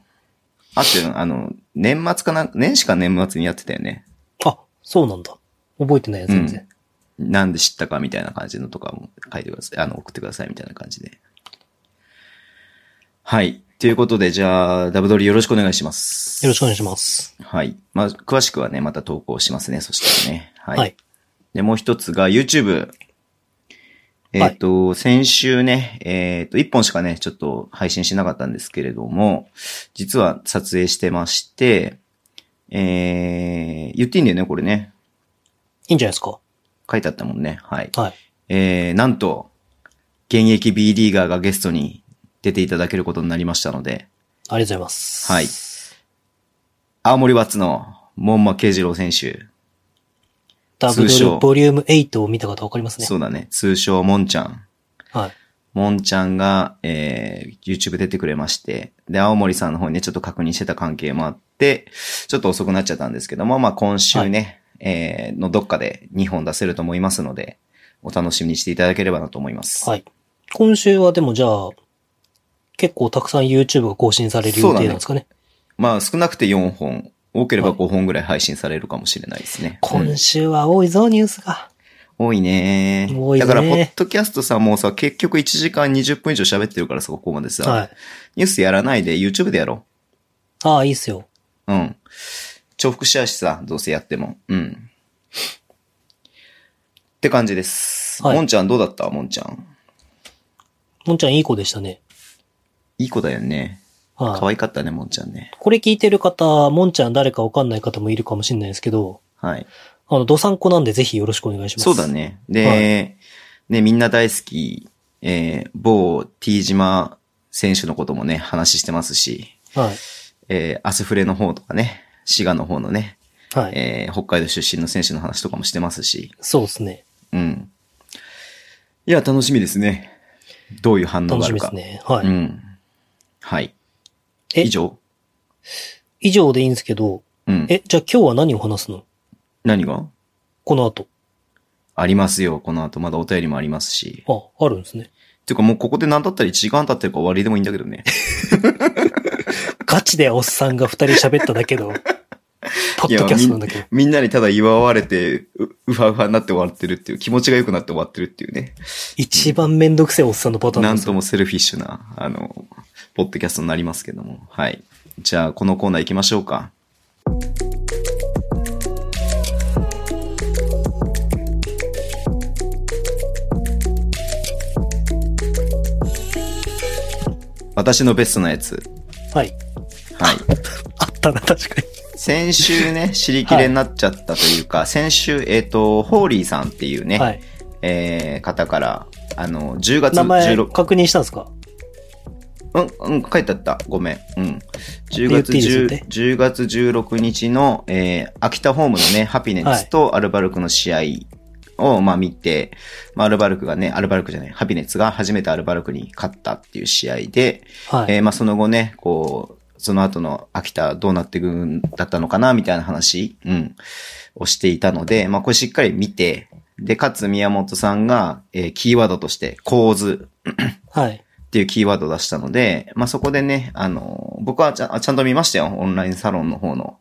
[SPEAKER 2] 私とあってるあの、年末かな、年始か年末にやってたよね。
[SPEAKER 3] あ、そうなんだ。覚えてないや、全然。
[SPEAKER 2] なんで知ったかみたいな感じのとかも書いてください。あの、送ってくださいみたいな感じで。はい。ということで、じゃあ、ダブドリよろしくお願いします。
[SPEAKER 3] よろしくお願いします。
[SPEAKER 2] はい。まあ、詳しくはね、また投稿しますね。そしたらね。は。
[SPEAKER 3] はいい。
[SPEAKER 2] で、もう一つが YouTube。えっ、と、先週ね、えっ、と、一本しかね、ちょっと配信しなかったんですけれども、実は撮影してまして、えー、言っていいんだよね、これね。
[SPEAKER 3] いいんじゃないですか。
[SPEAKER 2] 書いてあったもんね。はい。
[SPEAKER 3] はい。
[SPEAKER 2] えー、なんと、現役 B リーガーがゲストに出ていただけることになりましたので、
[SPEAKER 3] ありがとうございます。
[SPEAKER 2] はい。青森ワッツの門馬慶次郎選手、
[SPEAKER 3] ダブ
[SPEAKER 2] 通
[SPEAKER 3] ド
[SPEAKER 2] 称
[SPEAKER 3] ルボリューム8を見た方わかりますね。
[SPEAKER 2] そうだね、通称モンちゃん。
[SPEAKER 3] はい。
[SPEAKER 2] もんちゃんが、えー、YouTube 出てくれまして、で、青森さんの方にね、ちょっと確認してた関係もあって、ちょっと遅くなっちゃったんですけども、まあ今週ね、えー、のどっかで2本出せると思いますので、お楽しみにしていただければなと思います。
[SPEAKER 3] はい。今週はでもじゃあ、結構たくさん YouTube が更新される予定なんですかね。
[SPEAKER 2] まあ少なくて4本、多ければ5本ぐらい配信されるかもしれないですね。うん
[SPEAKER 3] 今週は多いぞ、ニュースが。
[SPEAKER 2] 多いね
[SPEAKER 3] 多いね
[SPEAKER 2] だから、ポッドキャストさ、もうさ、結局1時間20分以上喋ってるからさ、ここまでさ、
[SPEAKER 3] はい。
[SPEAKER 2] ニュースやらないで YouTube でやろう。
[SPEAKER 3] ああ、いいっすよ。
[SPEAKER 2] うん。重複しやしさ、どうせやっても。うん。って感じです。
[SPEAKER 3] はい
[SPEAKER 2] もんちゃんどうだったもんちゃん。
[SPEAKER 3] もんちゃんいい子でしたね。
[SPEAKER 2] いい子だよね。可
[SPEAKER 3] はい。
[SPEAKER 2] 愛かったね、もんちゃんね。
[SPEAKER 3] これ聞いてる方、もんちゃん誰かわかんない方もいるかもしれないですけど、
[SPEAKER 2] はい。
[SPEAKER 3] あの、どさんこなんでぜひよろしくお願いします。
[SPEAKER 2] そうだ。ね。で、
[SPEAKER 3] はい
[SPEAKER 2] ね、みんな大好き、えー、某 T 島選手のこともね、話してますし、
[SPEAKER 3] はい。
[SPEAKER 2] えー、アスフレの方とかね、滋賀の方のね、
[SPEAKER 3] はい。
[SPEAKER 2] えー、北海道出身の選手の話とかもしてますし、
[SPEAKER 3] そうですね。
[SPEAKER 2] うん。いや、楽しみですね。どういう反応
[SPEAKER 3] 楽
[SPEAKER 2] があ
[SPEAKER 3] し
[SPEAKER 2] る
[SPEAKER 3] みで
[SPEAKER 2] か
[SPEAKER 3] す。ね。はい。
[SPEAKER 2] うん。はい。
[SPEAKER 3] え
[SPEAKER 2] 以上
[SPEAKER 3] 以上でいいんですけど、
[SPEAKER 2] うん。
[SPEAKER 3] え、じゃあ今日は何を話すの
[SPEAKER 2] 何が
[SPEAKER 3] この後。
[SPEAKER 2] ありますよ。この後まだお便りもありますし。
[SPEAKER 3] あ、あるんですね。
[SPEAKER 2] ていうかもうここで何だったら1時間経ってるから終わりでもいいんだけどね。
[SPEAKER 3] ガチでおっさんが二人喋っただけ
[SPEAKER 2] [laughs]
[SPEAKER 3] ど、 [laughs] ポッドキャストなんだけど。
[SPEAKER 2] みんなにただ祝われて、う、うはうはになって終わってるっていう、気持ちが良くなって終わってるっていうね。
[SPEAKER 3] 一番めんどくせえおっさんのパターン
[SPEAKER 2] なん
[SPEAKER 3] ですよ
[SPEAKER 2] ともセルフィッシュな、あの、ポッドキャストになりますけども。はい。じゃあ、このコーナー行きましょうか。私のベストなやつ。
[SPEAKER 3] はい。
[SPEAKER 2] はい。
[SPEAKER 3] あったな、確かに。
[SPEAKER 2] 先週
[SPEAKER 3] [laughs]
[SPEAKER 2] ね、知りきれになっちゃったというか、先週、えっ、と、ホーリーさんっていうね、
[SPEAKER 3] はい。
[SPEAKER 2] えー方から、あの、10月
[SPEAKER 3] 名前
[SPEAKER 2] 16、
[SPEAKER 3] 確認したんですか
[SPEAKER 2] うん、うん、書いてあった。ごめん。うん。10
[SPEAKER 3] 言っ
[SPEAKER 2] 月
[SPEAKER 3] ていいですよね
[SPEAKER 2] 10 10月16日の、えー、秋田ホームのね、ハピネッツとアルバルクの試合を、まあ見て、まあアルバルクがね、アルバルクじゃない、ハピネッツが初めてアルバルクに勝ったっていう試合で、
[SPEAKER 3] はい。
[SPEAKER 2] えーまあその後ね、こう、その後の秋田どうなっていくんだったのかな、みたいな話、うん、をしていたので、まあこれしっかり見て、で、かつ宮本さんが、えーキーワードとして構図
[SPEAKER 3] はい。
[SPEAKER 2] っていうキーワードを出したので、まあ、そこでね、あの、僕はちゃんちゃんと見ましたよ。オンラインサロンの方の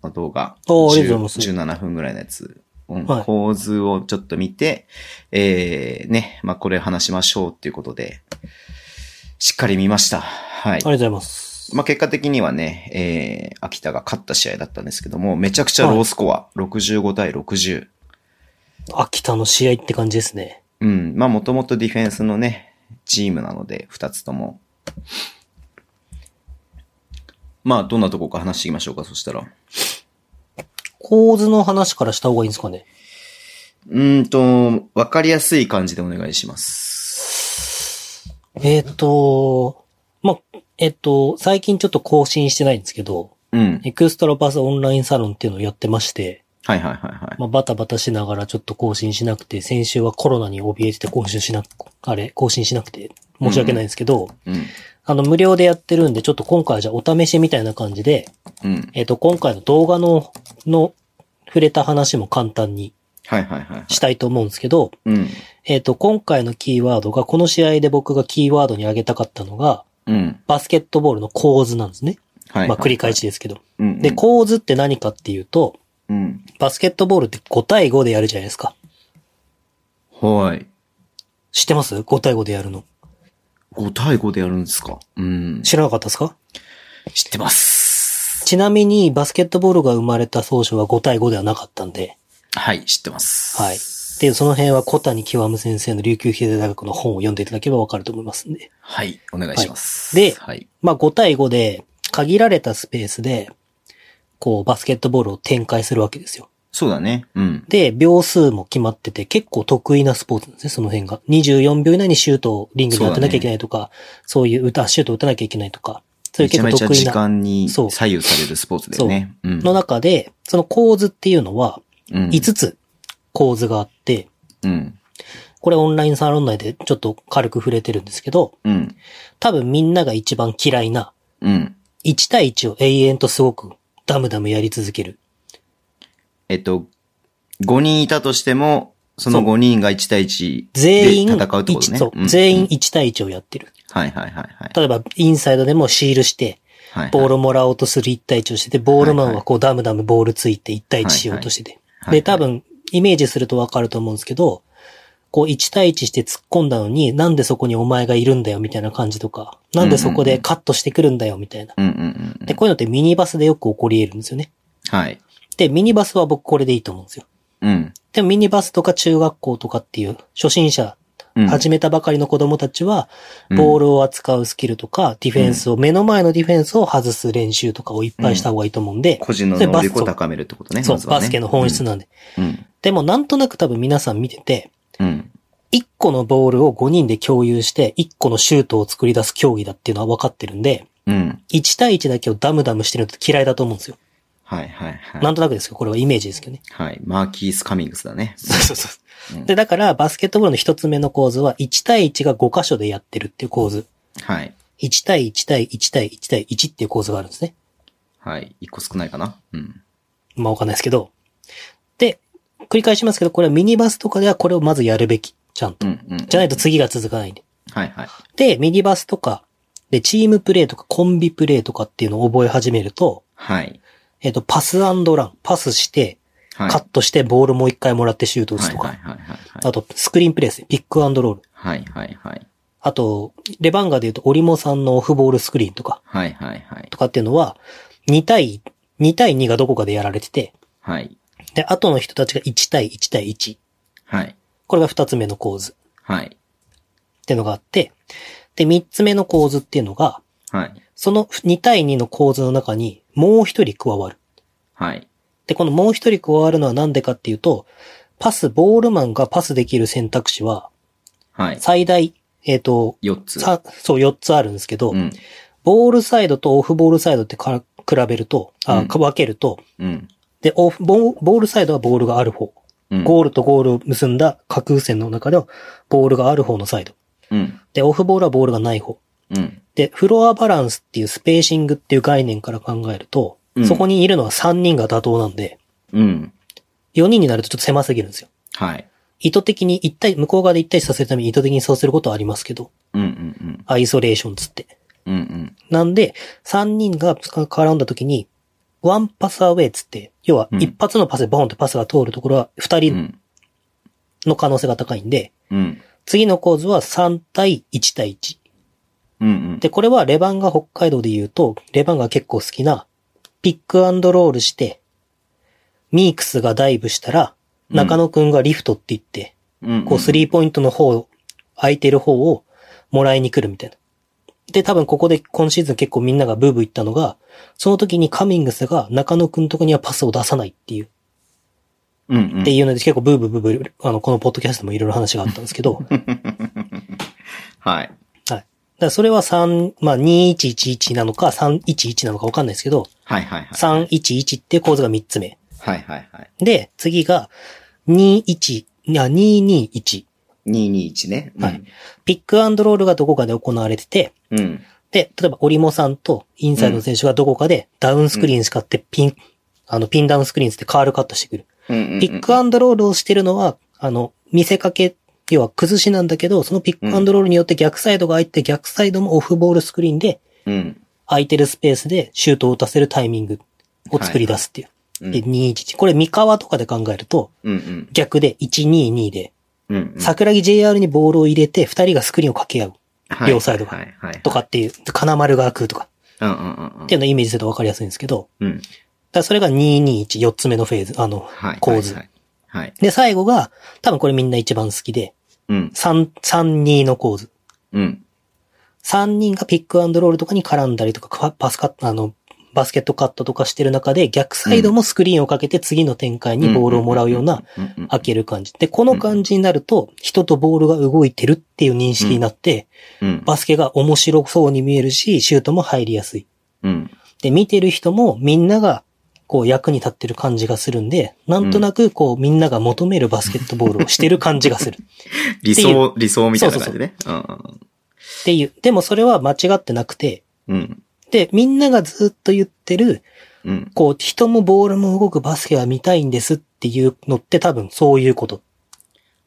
[SPEAKER 2] あの動画。
[SPEAKER 3] おーありがとうござい
[SPEAKER 2] 17分ぐらいのやつ。うん
[SPEAKER 3] はい
[SPEAKER 2] 構図をちょっと見て、えー、ね、まあ、これ話しましょうっていうことで、しっかり見ました。はい。
[SPEAKER 3] ありがとうございます。
[SPEAKER 2] まあ、結果的にはね、えー、秋田が勝った試合だったんですけども、めちゃくちゃロースコア、65対60。
[SPEAKER 3] 秋田の試合って感じですね。
[SPEAKER 2] うん。まあ、もともとディフェンスのね、チームなので、二つとも。まあ、どんなとこか話していきましょうか、そしたら。
[SPEAKER 3] 構図の話からした方がいいんですかね。
[SPEAKER 2] うーんと、わかりやすい感じでお願いします。
[SPEAKER 3] えっ、と、まあ、えっ、と、最近ちょっと更新してないんですけど、
[SPEAKER 2] うん。
[SPEAKER 3] エクストラパスオンラインサロンっていうのをやってまして、
[SPEAKER 2] はいはいはいはい。
[SPEAKER 3] まあ、バタバタしながらちょっと更新しなくて、先週はコロナに怯えてて今週しなく、あれ、更新しなくて申し訳ないんですけど、
[SPEAKER 2] うん。
[SPEAKER 3] あの、無料でやってるんで、ちょっと今回はじゃあお試しみたいな感じで、
[SPEAKER 2] うん。
[SPEAKER 3] えっ、と、今回の動画の、の、触れた話も簡単に
[SPEAKER 2] はいはいはいはい。
[SPEAKER 3] したいと思うんですけど、
[SPEAKER 2] うん。
[SPEAKER 3] えっ、と、今回のキーワードが、この試合で僕がキーワードに挙げたかったのが、
[SPEAKER 2] うん。
[SPEAKER 3] バスケットボールの構図なんですね。
[SPEAKER 2] はい。
[SPEAKER 3] まあ、繰り返し。ですけど。
[SPEAKER 2] うんうん。
[SPEAKER 3] で、構図って何かっていうと、
[SPEAKER 2] うん。
[SPEAKER 3] バスケットボールって5対5でやるじゃないですか。
[SPEAKER 2] はい。
[SPEAKER 3] 知ってます ?5 対5でやるの。
[SPEAKER 2] 5対5でやるんですかうん。
[SPEAKER 3] 知らなかったですか
[SPEAKER 2] 知ってます。
[SPEAKER 3] ちなみに、バスケットボールが生まれた総称は5対5ではなかったんで、
[SPEAKER 2] はい、知ってます。
[SPEAKER 3] はい。っていう、その辺は小谷極先生の琉球経済大学の本を読んでいただければわかると思いますんで。
[SPEAKER 2] はい、お願いします。
[SPEAKER 3] はいで
[SPEAKER 2] はい。
[SPEAKER 3] まあ5対5で、限られたスペースで、こう、バスケットボールを展開するわけですよ。
[SPEAKER 2] そうだね。うん。
[SPEAKER 3] で、秒数も決まってて、結構得意なスポーツなんですね、その辺が。24秒以内にシュートをリングに当てなきゃいけないとか、そう,、いう歌、シュートを打たなきゃいけないとか、そう
[SPEAKER 2] め
[SPEAKER 3] いう
[SPEAKER 2] ちゃ
[SPEAKER 3] 結
[SPEAKER 2] め
[SPEAKER 3] 構
[SPEAKER 2] ちゃ
[SPEAKER 3] 得意
[SPEAKER 2] 時
[SPEAKER 3] な、
[SPEAKER 2] 間に
[SPEAKER 3] そう
[SPEAKER 2] 左右されるスポーツだよね。うん。
[SPEAKER 3] の中で、その構図っていうのは、
[SPEAKER 2] うん、
[SPEAKER 3] 5つ構図があって、
[SPEAKER 2] うん。
[SPEAKER 3] これオンラインサロン内でちょっと軽く触れてるんですけど、
[SPEAKER 2] うん。
[SPEAKER 3] 多分みんなが一番嫌いな、
[SPEAKER 2] うん。
[SPEAKER 3] 1対1を永遠とすごくダムダムやり続ける。
[SPEAKER 2] えっと、5人いたとしても、その
[SPEAKER 3] そう
[SPEAKER 2] 5人が1対1
[SPEAKER 3] 全員、
[SPEAKER 2] で戦うってことね。
[SPEAKER 3] 一そう
[SPEAKER 2] うん
[SPEAKER 3] 全員
[SPEAKER 2] うん
[SPEAKER 3] 1対1をやってる。
[SPEAKER 2] はいはいはいはい。
[SPEAKER 3] 例えば、インサイドでもシールして、
[SPEAKER 2] はいはい
[SPEAKER 3] ボールをもらおうとする1対1をしてて、ボールマンはこうダムダムボールついて1対1しようとしてて。
[SPEAKER 2] はいはい
[SPEAKER 3] で、多分、イメージするとわかると思うんですけど、こう1対1して突っ込んだのに、なんでそこにお前がいるんだよみたいな感じとか、なんでそこでカットしてくるんだよみたいな。
[SPEAKER 2] うんうんうんうん。
[SPEAKER 3] で、こういうのってミニバスでよく起こり得るんですよね。
[SPEAKER 2] はい。
[SPEAKER 3] で、ミニバスは僕これでいいと思うんですよ。
[SPEAKER 2] うん。
[SPEAKER 3] でもミニバスとか中学校とかっていう初心者、
[SPEAKER 2] うん
[SPEAKER 3] 始めたばかりの子供たちは、
[SPEAKER 2] うん
[SPEAKER 3] ボールを扱うスキルとか、ディフェンスを、目の前のディフェンスを外す練習とかをいっぱいした方がいいと思うんで、
[SPEAKER 2] 個人の
[SPEAKER 3] それ
[SPEAKER 2] 能
[SPEAKER 3] バス
[SPEAKER 2] 力を
[SPEAKER 3] と
[SPEAKER 2] 高めるってことね。
[SPEAKER 3] そう
[SPEAKER 2] ま、ずはね
[SPEAKER 3] バスケの本質なんで。
[SPEAKER 2] うん。
[SPEAKER 3] でもなんとなく多分皆さん見てて、
[SPEAKER 2] うん。
[SPEAKER 3] 1個のボールを5人で共有して、1個のシュートを作り出す競技だっていうのは分かってるんで、
[SPEAKER 2] うん。
[SPEAKER 3] 1対1だけをダムダムしてるのって嫌いだと思うんですよ。
[SPEAKER 2] はいはいはい。
[SPEAKER 3] なんとなくですけど、これはイメージですけどね。
[SPEAKER 2] はい。マーキース・カミングスだね。
[SPEAKER 3] そうそうそううんで、だから、バスケットボールの一つ目の構図は、1対1が5箇所でやってるっていう構図。
[SPEAKER 2] はい。
[SPEAKER 3] 1対1対1対1対1っていう構図があるんですね。
[SPEAKER 2] はい。一個少ないかな。うん。
[SPEAKER 3] まあ、わかんないですけど。で、繰り返しますけど、これはミニバスとかではこれをまずやるべき。ちゃん
[SPEAKER 2] う
[SPEAKER 3] と。
[SPEAKER 2] んうん。
[SPEAKER 3] じゃないと次が続かないんで。
[SPEAKER 2] はいはい。
[SPEAKER 3] で、ミニバスとか、で、チームプレーとかコンビプレーとかっていうのを覚え始めると、
[SPEAKER 2] はい。
[SPEAKER 3] えっ、と、パスラン。パスして、
[SPEAKER 2] はい。
[SPEAKER 3] カットして、ボールもう一回もらってシュート打つと
[SPEAKER 2] は
[SPEAKER 3] か
[SPEAKER 2] い。はいはいはいは
[SPEAKER 3] あ
[SPEAKER 2] い。
[SPEAKER 3] と、スクリーンプレーですね。ピックアンドロール。
[SPEAKER 2] はいはいはい。
[SPEAKER 3] あと、レバンガで言うと、オリモさんのオフボールスクリーンとか、
[SPEAKER 2] はいはいはい。
[SPEAKER 3] とかっていうのは、2対、2対2がどこかでやられてて、
[SPEAKER 2] はい。
[SPEAKER 3] で、後の人たちが1対1対1。
[SPEAKER 2] はい。
[SPEAKER 3] これが2つ目の構図
[SPEAKER 2] はい。
[SPEAKER 3] っていうのがあって、で、3つ目の構図っていうのが、
[SPEAKER 2] はい。
[SPEAKER 3] その2対2の構図の中に、もう1人加わる。
[SPEAKER 2] はい。
[SPEAKER 3] で、このもう1人加わるのはなんでかっていうと、パス、ボールマンがパスできる選択肢は、
[SPEAKER 2] はい。
[SPEAKER 3] 最大、えっ、と、
[SPEAKER 2] 四つ。
[SPEAKER 3] さ、そう、4つあるんですけど、
[SPEAKER 2] うん。
[SPEAKER 3] ボールサイドとオフボールサイドってか比べると、あ、
[SPEAKER 2] うん
[SPEAKER 3] か分けると、
[SPEAKER 2] うん。
[SPEAKER 3] で、オフボー、ボールサイドはボールがある方。
[SPEAKER 2] うん。
[SPEAKER 3] ゴールとゴールを結んだ架空線の中では、ボールがある方のサイド。
[SPEAKER 2] うん。
[SPEAKER 3] で、オフボールはボールがない方。
[SPEAKER 2] うん。
[SPEAKER 3] で、フロアバランスっていうスペーシングっていう概念から考えると、
[SPEAKER 2] うん
[SPEAKER 3] そこにいるのは3人が妥当なんで、
[SPEAKER 2] うん。
[SPEAKER 3] 4人になるとちょっと狭すぎるんですよ。
[SPEAKER 2] はい。
[SPEAKER 3] 意図的に一対、向こう側で一対一させるために意図的にそうすることはありますけど、
[SPEAKER 2] うんうん
[SPEAKER 3] アイソレーションつって。
[SPEAKER 2] うん。うんうん。
[SPEAKER 3] なんで、3人が絡んだ時に、ワンパスアウェイつって、要は
[SPEAKER 2] うん
[SPEAKER 3] 一発のパスでボーンってパスが通るところは2
[SPEAKER 2] う
[SPEAKER 3] 人
[SPEAKER 2] ん。
[SPEAKER 3] の可能性が高いんで、
[SPEAKER 2] うん。
[SPEAKER 3] 次の構図は3対1対1。
[SPEAKER 2] うんうん。
[SPEAKER 3] で、これはレバンが北海道で言うと、レバンが結構好きな、ピックアンドロールして、ミークスがダイブしたら、
[SPEAKER 2] うん
[SPEAKER 3] 中野くんがリフトって言って、
[SPEAKER 2] うん。
[SPEAKER 3] こうスリーポイントの方、空いてる方をもらいに来るみたいな。で、多分ここで今シーズン結構みんながブーブー言ったのが、その時にカミングスが中野くんとかにはパスを出さないっていう、
[SPEAKER 2] うんうん。
[SPEAKER 3] っていうので結構ブーブーブー [laughs] ブー、あの、このポッドキャストでもいろいろ話があったんですけど、
[SPEAKER 2] はい。
[SPEAKER 3] はい。からそれは3、まあ2111なのか311なのかわかんないですけど、
[SPEAKER 2] はいはいはい。
[SPEAKER 3] 311って構図が3つ目。
[SPEAKER 2] はいはいはい。
[SPEAKER 3] で、次が21、いや221。
[SPEAKER 2] 221ね。うん
[SPEAKER 3] はい。ピックアンドロールがどこかで行われてて、
[SPEAKER 2] うん。
[SPEAKER 3] で、例えば、オリモさんとインサイドの選手がどこかでダウンスクリーン使ってピン、あの、ピンダウンスクリーンつってカールカットしてくる。
[SPEAKER 2] うんうんうん
[SPEAKER 3] ピックアンドロールをしてるのは、あの、見せかけ、要は崩しなんだけど、そのピックアンドロールによって逆サイドが空いて、逆サイドもオフボールスクリーンで
[SPEAKER 2] うん。
[SPEAKER 3] 空いてるスペースでシュートを打たせるタイミングを作り出すっていう。
[SPEAKER 2] うん
[SPEAKER 3] で、211。これ、三河とかで考えると、
[SPEAKER 2] うん
[SPEAKER 3] 逆で122で、
[SPEAKER 2] うん。うん。
[SPEAKER 3] 桜木 JR にボールを入れて、二人がスクリーンを掛け合う
[SPEAKER 2] はい
[SPEAKER 3] 両サイドが
[SPEAKER 2] はいはいはい。
[SPEAKER 3] とかっていう、金丸が空くとか
[SPEAKER 2] うんうんうんうん
[SPEAKER 3] っていうのをイメージすると分かりやすいんですけど、
[SPEAKER 2] うん。
[SPEAKER 3] だからそれが221、4つ目のフェーズ、あの
[SPEAKER 2] はい。、
[SPEAKER 3] 構図
[SPEAKER 2] は。いはい。はい
[SPEAKER 3] で、最後が、多分これみんな一番好きで、
[SPEAKER 2] うん。
[SPEAKER 3] 3、32の構図。
[SPEAKER 2] うん。
[SPEAKER 3] 3人がピックアンドロールとかに絡んだりとか、パパスカット、あの、バスケットカットとかしてる中で、逆サイドもスクリーンをかけて次の展開にボールをもらうような、
[SPEAKER 2] んんんうん
[SPEAKER 3] 開ける感じ。で、この感じになると、人とボールが動いてるっていう認識になって、
[SPEAKER 2] うん。
[SPEAKER 3] バスケが面白そうに見えるし、シュートも入りやすい。
[SPEAKER 2] うん。
[SPEAKER 3] で、見てる人もみんなが、こう役に立ってる感じがするんで、なんとなくこうみんなが求めるバスケットボールをしてる感じがする。っ
[SPEAKER 2] 理想、理想みたいな感じね。うんうん
[SPEAKER 3] ていう。でもそれは間違ってなくて、
[SPEAKER 2] うん。
[SPEAKER 3] で、みんながずっと言ってる、
[SPEAKER 2] うん。
[SPEAKER 3] こう人もボールも動くバスケが見たいんですっていうのって多分そういうこと。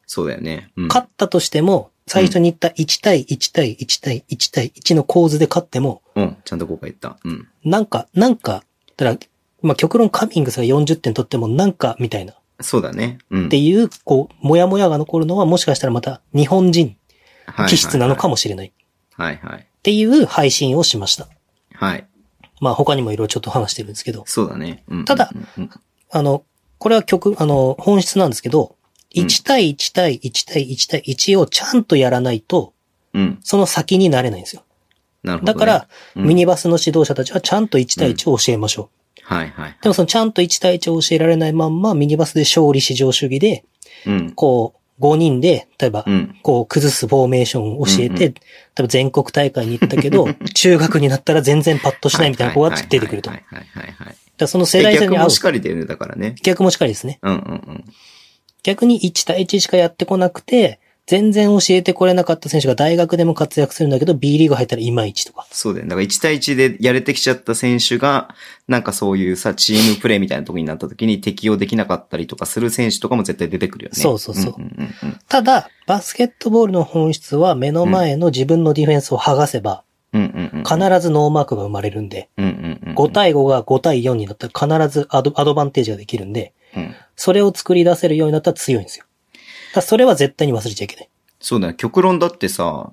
[SPEAKER 2] そうだよね。うん。
[SPEAKER 3] 勝ったとしても、最初に言った1対1対1対1対1の構図で勝っても、
[SPEAKER 2] うん。ちゃんと後悔言った。うん。
[SPEAKER 3] なんか、なんか、だから、まあ、極論カミングスが40点取ってもなんか、みたいな。
[SPEAKER 2] そうだね。うん。
[SPEAKER 3] っていう、こう、もやもやが残るのはもしかしたらまた日本人
[SPEAKER 2] はい
[SPEAKER 3] 気質なのかもしれない。っ
[SPEAKER 2] はいはい。
[SPEAKER 3] ていう配信をしました。
[SPEAKER 2] はい。
[SPEAKER 3] まあ他にもいろいろちょっと話してるんですけど、
[SPEAKER 2] そうだね。うん
[SPEAKER 3] ただ、
[SPEAKER 2] うんうん
[SPEAKER 3] あの、これは曲、あの、本質なんですけど、
[SPEAKER 2] うん
[SPEAKER 3] 1対1対1対1対1をちゃんとやらないと、
[SPEAKER 2] うん。うん
[SPEAKER 3] その先になれないんですよ。
[SPEAKER 2] なるほど
[SPEAKER 3] だ
[SPEAKER 2] ね。
[SPEAKER 3] から、
[SPEAKER 2] うん
[SPEAKER 3] ミニバスの指導者たちはちゃんと1対1を教えましょう。
[SPEAKER 2] はいはい。
[SPEAKER 3] でもそのちゃんと1対1を教えられないまんま、ミニバスで勝利至上主義で、
[SPEAKER 2] うん。
[SPEAKER 3] こう、5人で、例えば
[SPEAKER 2] う、ん。
[SPEAKER 3] こう、崩すフォーメーションを教え
[SPEAKER 2] うんう
[SPEAKER 3] て、多分全国大会に行った
[SPEAKER 2] [laughs]
[SPEAKER 3] けど、中学になったら全然パッとしないみたいな子が出てくると。
[SPEAKER 2] は
[SPEAKER 3] だか
[SPEAKER 2] いはいはいはいはい。
[SPEAKER 3] らその世代差
[SPEAKER 2] 逆
[SPEAKER 3] に合う
[SPEAKER 2] もし。かりだよね、だからね。
[SPEAKER 3] 逆もしかりですね。
[SPEAKER 2] うんうんうん。
[SPEAKER 3] 逆に1対1しかやってこなくて、全然教えてこれなかった選手が大学でも活躍するんだけど、B リーグ入ったらいまいちとか。
[SPEAKER 2] そうだよね。だから1対1でやれてきちゃった選手が、なんかそういうさ、チームプレーみたいな時になった時に適用できなかったりとかする選手とかも絶対出てくるよね。
[SPEAKER 3] そうそうそう
[SPEAKER 2] うんんうんうん
[SPEAKER 3] ただ、バスケットボールの本質は目の前の自分のディフェンスを剥がせば、
[SPEAKER 2] うんうんうん。
[SPEAKER 3] 必ずノーマークが生まれるんで、
[SPEAKER 2] うんうんうん。
[SPEAKER 3] 5対5が5対4になったら必ずアドアドバンテージができるんで、
[SPEAKER 2] うん
[SPEAKER 3] それを作り出せるようになったら強いんですよ。だからそれは絶対に忘れちゃいけない。
[SPEAKER 2] そうだよ。極論だってさ、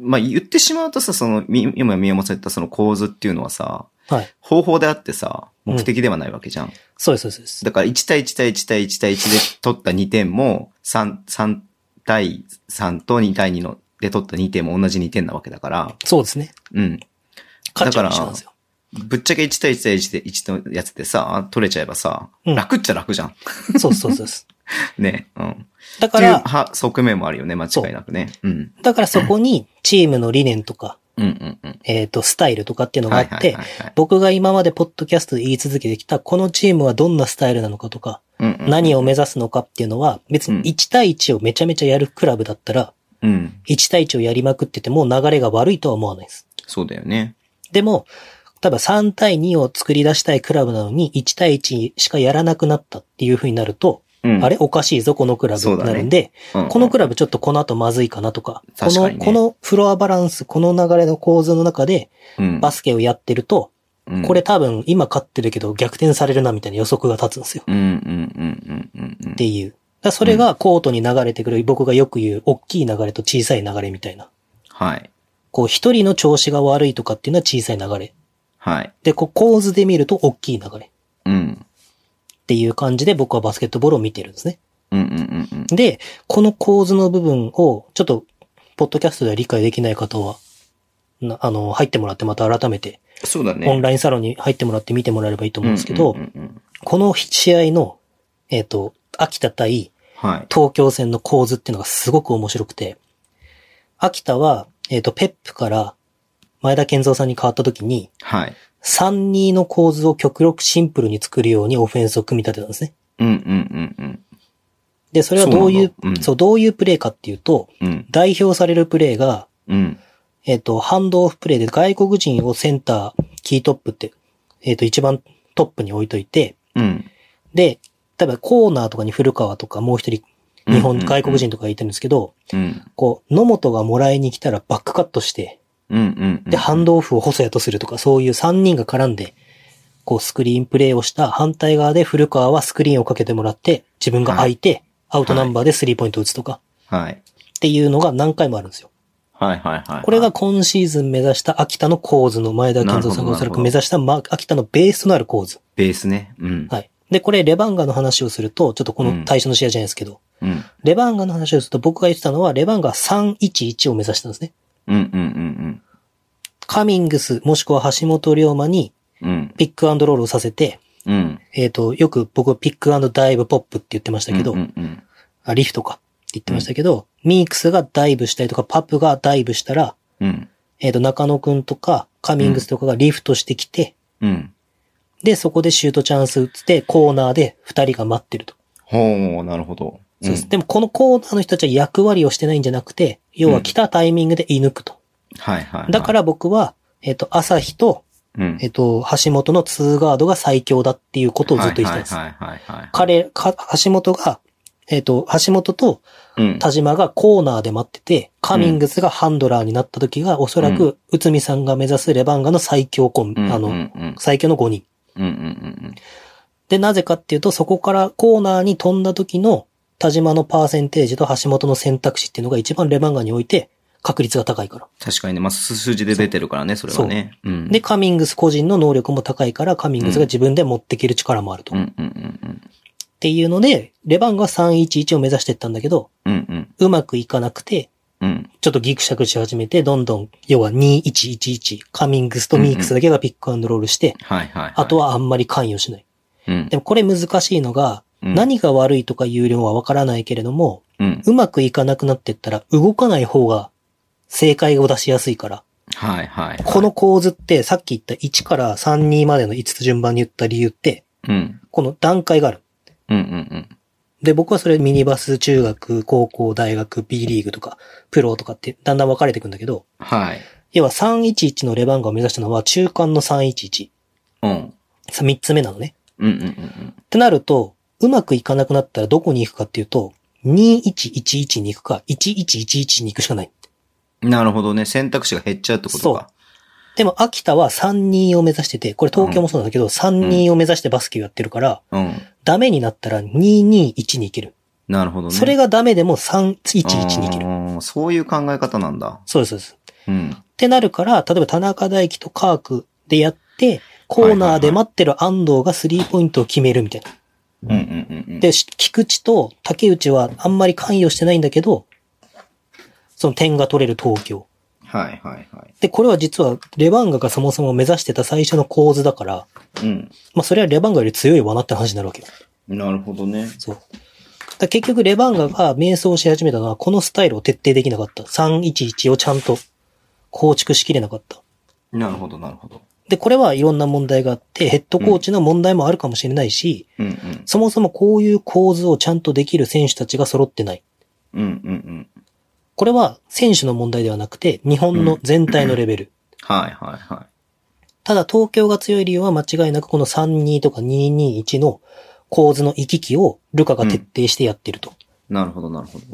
[SPEAKER 2] まあ、言ってしまうとさ、その、み今宮本さん言ったその構図っていうのはさ、
[SPEAKER 3] はい。
[SPEAKER 2] 方法であってさ、
[SPEAKER 3] うん
[SPEAKER 2] 目的ではないわけじゃん。
[SPEAKER 3] そうです、そうです。
[SPEAKER 2] だから1対1対1対1対1で取った2点も、3、3対3と2対2の、で取った2点も同じ2点なわけだから、
[SPEAKER 3] そうですね。
[SPEAKER 2] うん。
[SPEAKER 3] 勝ち
[SPEAKER 2] だから
[SPEAKER 3] は一緒なんですよ。
[SPEAKER 2] ぶっちゃけ1対1対1で1のやつでさ、取れちゃえばさ、
[SPEAKER 3] うん
[SPEAKER 2] 楽っちゃ楽じゃん。
[SPEAKER 3] そうそうそうです。
[SPEAKER 2] ね。うん。[laughs]
[SPEAKER 3] だ
[SPEAKER 2] って
[SPEAKER 3] か
[SPEAKER 2] いう
[SPEAKER 3] ら、
[SPEAKER 2] は側面もあるよね、間違いなくね。うん。
[SPEAKER 3] だからそこにチームの理念とか、
[SPEAKER 2] うんうんうん。
[SPEAKER 3] えっ、と、スタイルとかっていうのがあって、
[SPEAKER 2] はいはい
[SPEAKER 3] 僕が今までポッドキャストで言い続けてきた、このチームはどんなスタイルなのかとか、
[SPEAKER 2] うんうん、
[SPEAKER 3] 何を目指すのかっていうのは、別
[SPEAKER 2] うん
[SPEAKER 3] に1対1をめちゃめちゃやるクラブだったら、
[SPEAKER 2] うん。
[SPEAKER 3] 1対1をやりまくってても流れが悪いとは思わないです。
[SPEAKER 2] そうだよね。
[SPEAKER 3] でも、例えば3対2を作り出したいクラブなのに、1対1しかやらなくなったっていう風になると、
[SPEAKER 2] うん。
[SPEAKER 3] あれおかしいぞ、このクラブ
[SPEAKER 2] そう
[SPEAKER 3] に
[SPEAKER 2] だね
[SPEAKER 3] なるんで、
[SPEAKER 2] うんうん
[SPEAKER 3] このクラブちょっとこの後まずいかなとか、こ
[SPEAKER 2] 確か
[SPEAKER 3] の、
[SPEAKER 2] にね
[SPEAKER 3] このフロアバランス、この流れの構図の中で
[SPEAKER 2] うん
[SPEAKER 3] バスケをやってると、
[SPEAKER 2] うん
[SPEAKER 3] これ多分今勝ってるけど逆転されるなみたいな予測が立つんですよ。
[SPEAKER 2] うんうんうんうんうんうん。
[SPEAKER 3] っていう。だからそれがコートに流れてくる、僕がよく言う、大きい流れと小さい流れみたいな。
[SPEAKER 2] はい。
[SPEAKER 3] こう、一人の調子が悪いとかっていうのは小さい流れ。
[SPEAKER 2] はい。
[SPEAKER 3] で、こう、構図で見ると大きい流れ。
[SPEAKER 2] うん。
[SPEAKER 3] っていう感じで僕はバスケットボールを見てるんですね。
[SPEAKER 2] うんうんうんうん。
[SPEAKER 3] で、この構図の部分を、ちょっと、ポッドキャストでは理解できない方は、なあの、入ってもらってまた改めて、
[SPEAKER 2] そうだね。
[SPEAKER 3] オンラインサロンに入ってもらって見てもらえればいいと思うんですけど、
[SPEAKER 2] うんうんうんうん
[SPEAKER 3] この試合の、えっ、と、秋田対
[SPEAKER 2] はい。
[SPEAKER 3] 東京戦の構図っていうのがすごく面白くて、秋田は、えっ、と、ペップから、前田健三さんに変わった時に、
[SPEAKER 2] はい。
[SPEAKER 3] 3-2の構図を極力シンプルに作るようにオフェンスを組み立てたんですね。
[SPEAKER 2] うんうんうん
[SPEAKER 3] で、それはどういう
[SPEAKER 2] そう、なんだうん
[SPEAKER 3] そう、どういうプレーかっていうと、
[SPEAKER 2] うん。うん。
[SPEAKER 3] 代表されるプレーが、
[SPEAKER 2] うん。
[SPEAKER 3] えっ、と、ハンドオフプレーで外国人をセンター、キートップって、えっ、と、一番トップに置いといて、
[SPEAKER 2] うん。
[SPEAKER 3] で、例えばコーナーとかに古川とかもう一人、
[SPEAKER 2] う
[SPEAKER 3] 日
[SPEAKER 2] ん
[SPEAKER 3] 本
[SPEAKER 2] うん
[SPEAKER 3] 外国人とかがいてるんですけど、
[SPEAKER 2] うん。
[SPEAKER 3] こう、野本がもらいに来たらバックカットして、
[SPEAKER 2] うんうんうん。
[SPEAKER 3] で、ハンドオフを細谷とするとか、そういう3人が絡んで、こう、スクリーンプレーをした反対側で古川はスクリーンをかけてもらって、自分が空いて、アウトナンバーでスリーポイントを打つとか、
[SPEAKER 2] はい。
[SPEAKER 3] っていうのが何回もあるんですよ。
[SPEAKER 2] はいはいはいはい。
[SPEAKER 3] これが今シーズン目指した秋田の構図の前田健三さんがおそらく目指した、ま、秋田のベースとなる構図。
[SPEAKER 2] ベースね。うん。
[SPEAKER 3] はい。で、これレバンガの話をすると、ちょっとこの対象の試合じゃないですけど、
[SPEAKER 2] うん。
[SPEAKER 3] レバンガの話をすると僕が言ってたのは、レバンガ311を目指したんですね。
[SPEAKER 2] うんうんうん
[SPEAKER 3] カミングス、もしくは橋本龍馬に
[SPEAKER 2] うん。うん。
[SPEAKER 3] ピックアンドロールをさせて、
[SPEAKER 2] うん。
[SPEAKER 3] えっ、と、よく僕ピックアンドダイブポップって言ってましたけど、
[SPEAKER 2] うんうん
[SPEAKER 3] あリフトかって言ってましたけど、ミークスがダイブしたりとか、パプがダイブしたら、
[SPEAKER 2] うん。うん
[SPEAKER 3] えっ、と、中野くんとか、カミングスとかがリフトしてきて、
[SPEAKER 2] うん。
[SPEAKER 3] で、そこでシュートチャンス打って、コーナーで二人が待ってると。
[SPEAKER 2] ほう、なるほど。
[SPEAKER 3] そうです。
[SPEAKER 2] ん
[SPEAKER 3] でも、このコーナーの人たちは役割をしてないんじゃなくて、要は来たタイミングで射抜くと。
[SPEAKER 2] はいはいはい。
[SPEAKER 3] だから僕は、えっ、と、朝日と、
[SPEAKER 2] うん、
[SPEAKER 3] えっ、と、橋本のツーガードが最強だっていうことをずっと言ってたんです。
[SPEAKER 2] はいはいはいはい、
[SPEAKER 3] 彼、か、橋本が、えっ、と、橋本と
[SPEAKER 2] うん、
[SPEAKER 3] 田島がコーナーで待ってて、カミングスがハンドラーになった時が、おそら
[SPEAKER 2] う
[SPEAKER 3] く、内海さんが目指すレバンガの最強コンビ、
[SPEAKER 2] うん
[SPEAKER 3] あ
[SPEAKER 2] うん
[SPEAKER 3] の、
[SPEAKER 2] うん、
[SPEAKER 3] 最強の5人。
[SPEAKER 2] うん、うん、
[SPEAKER 3] で、なぜかっていうと、そこからコーナーに飛んだ時の田島のパーセンテージと橋本の選択肢っていうのが一番レバンガにおいて確率が高いから。
[SPEAKER 2] 確かにね、まあ、数数字で出てるからね、それはね。うん。
[SPEAKER 3] で、カミングス個人の能力も高いから、カミングスが自分で持っていける力もあると。
[SPEAKER 2] うん、
[SPEAKER 3] っ
[SPEAKER 2] うん、うん、
[SPEAKER 3] ていうので、レバンガは311を目指していったんだけど、
[SPEAKER 2] うん、うん、
[SPEAKER 3] うまくいかなくて、
[SPEAKER 2] うん、
[SPEAKER 3] ちょっとギクシャクし始めて、どんどん、要は2111、カミングスとミークスだけがピックアンドロールして、
[SPEAKER 2] はいはい、はい。
[SPEAKER 3] あと、はあんまり関与しない。
[SPEAKER 2] うん
[SPEAKER 3] で、もこれ難しいのが、
[SPEAKER 2] うん
[SPEAKER 3] 何が悪いとか有料はわからないけれども、
[SPEAKER 2] うん、
[SPEAKER 3] うまくいかなくなってったら動かない方が正解を出しやすいから。
[SPEAKER 2] はいはい。
[SPEAKER 3] こ、の構図ってさっき言った1から32までの5つ順番に言った理由って、
[SPEAKER 2] うん、
[SPEAKER 3] この段階がある。
[SPEAKER 2] うん、うん、
[SPEAKER 3] で、僕はそれミニバス、中学、高校、大学、B リーグとか、プロとかってだんだん分かれていくんだけど、
[SPEAKER 2] はい。
[SPEAKER 3] 要は311のレバンガを目指したのは中間の311。
[SPEAKER 2] うん、
[SPEAKER 3] さ3つ目なのね。
[SPEAKER 2] うん、うん、うん、
[SPEAKER 3] ってなると、うまくいかなくなったらどこに行くかっていうと、2111に行くか、1111に行くしかない。
[SPEAKER 2] うん。なるほどね、選択肢が減っちゃうってことか。
[SPEAKER 3] でも秋田は3-2を目指してて、これ東京もそうなんだけど、3-2を目指してバスケをやってるから、
[SPEAKER 2] うん。
[SPEAKER 3] ダメになったら2-2-1に行ける。
[SPEAKER 2] なるほどね。
[SPEAKER 3] それ
[SPEAKER 2] が、
[SPEAKER 3] がダメでも3-1-1に行ける。
[SPEAKER 2] る。そういう考え方なんだ。
[SPEAKER 3] そうです、そうです。っ
[SPEAKER 2] うん。
[SPEAKER 3] てなるから、例えば田中大輝とカークでやって、コーナーで待ってる安藤がスリーポイントを決めるみたいな。
[SPEAKER 2] うん、うん、うん。
[SPEAKER 3] で、し菊池と竹内はあんまり関与してないんだけど、その点が取れる東京。
[SPEAKER 2] はいはいはい。
[SPEAKER 3] で、これは実はレバンガがそもそも目指してた最初の構図だから、
[SPEAKER 2] うん。
[SPEAKER 3] まあそれはレバンガより強い罠って話になるわけよ。
[SPEAKER 2] なるほどね。
[SPEAKER 3] そう。だから結局、レバンガが瞑想し始めたのは、このスタイルを徹底できなかった。311をちゃんと構築しきれなかった。
[SPEAKER 2] なるほど、なるほど。
[SPEAKER 3] で、これはいろんな問題があって、ヘッドコーチの問題もあるかもしれないし、
[SPEAKER 2] うんうん。
[SPEAKER 3] そもそもこういう構図をちゃんとできる選手たちが揃ってない。
[SPEAKER 2] うんうんうん。
[SPEAKER 3] これは選手の問題ではなくて、日本の全体のレベル。
[SPEAKER 2] はいはいは
[SPEAKER 3] ただ、東京が強い理由は間違いなくこの32とか221の構図の行き来をルカが徹底してやってると。
[SPEAKER 2] い。なるほど、なるほど。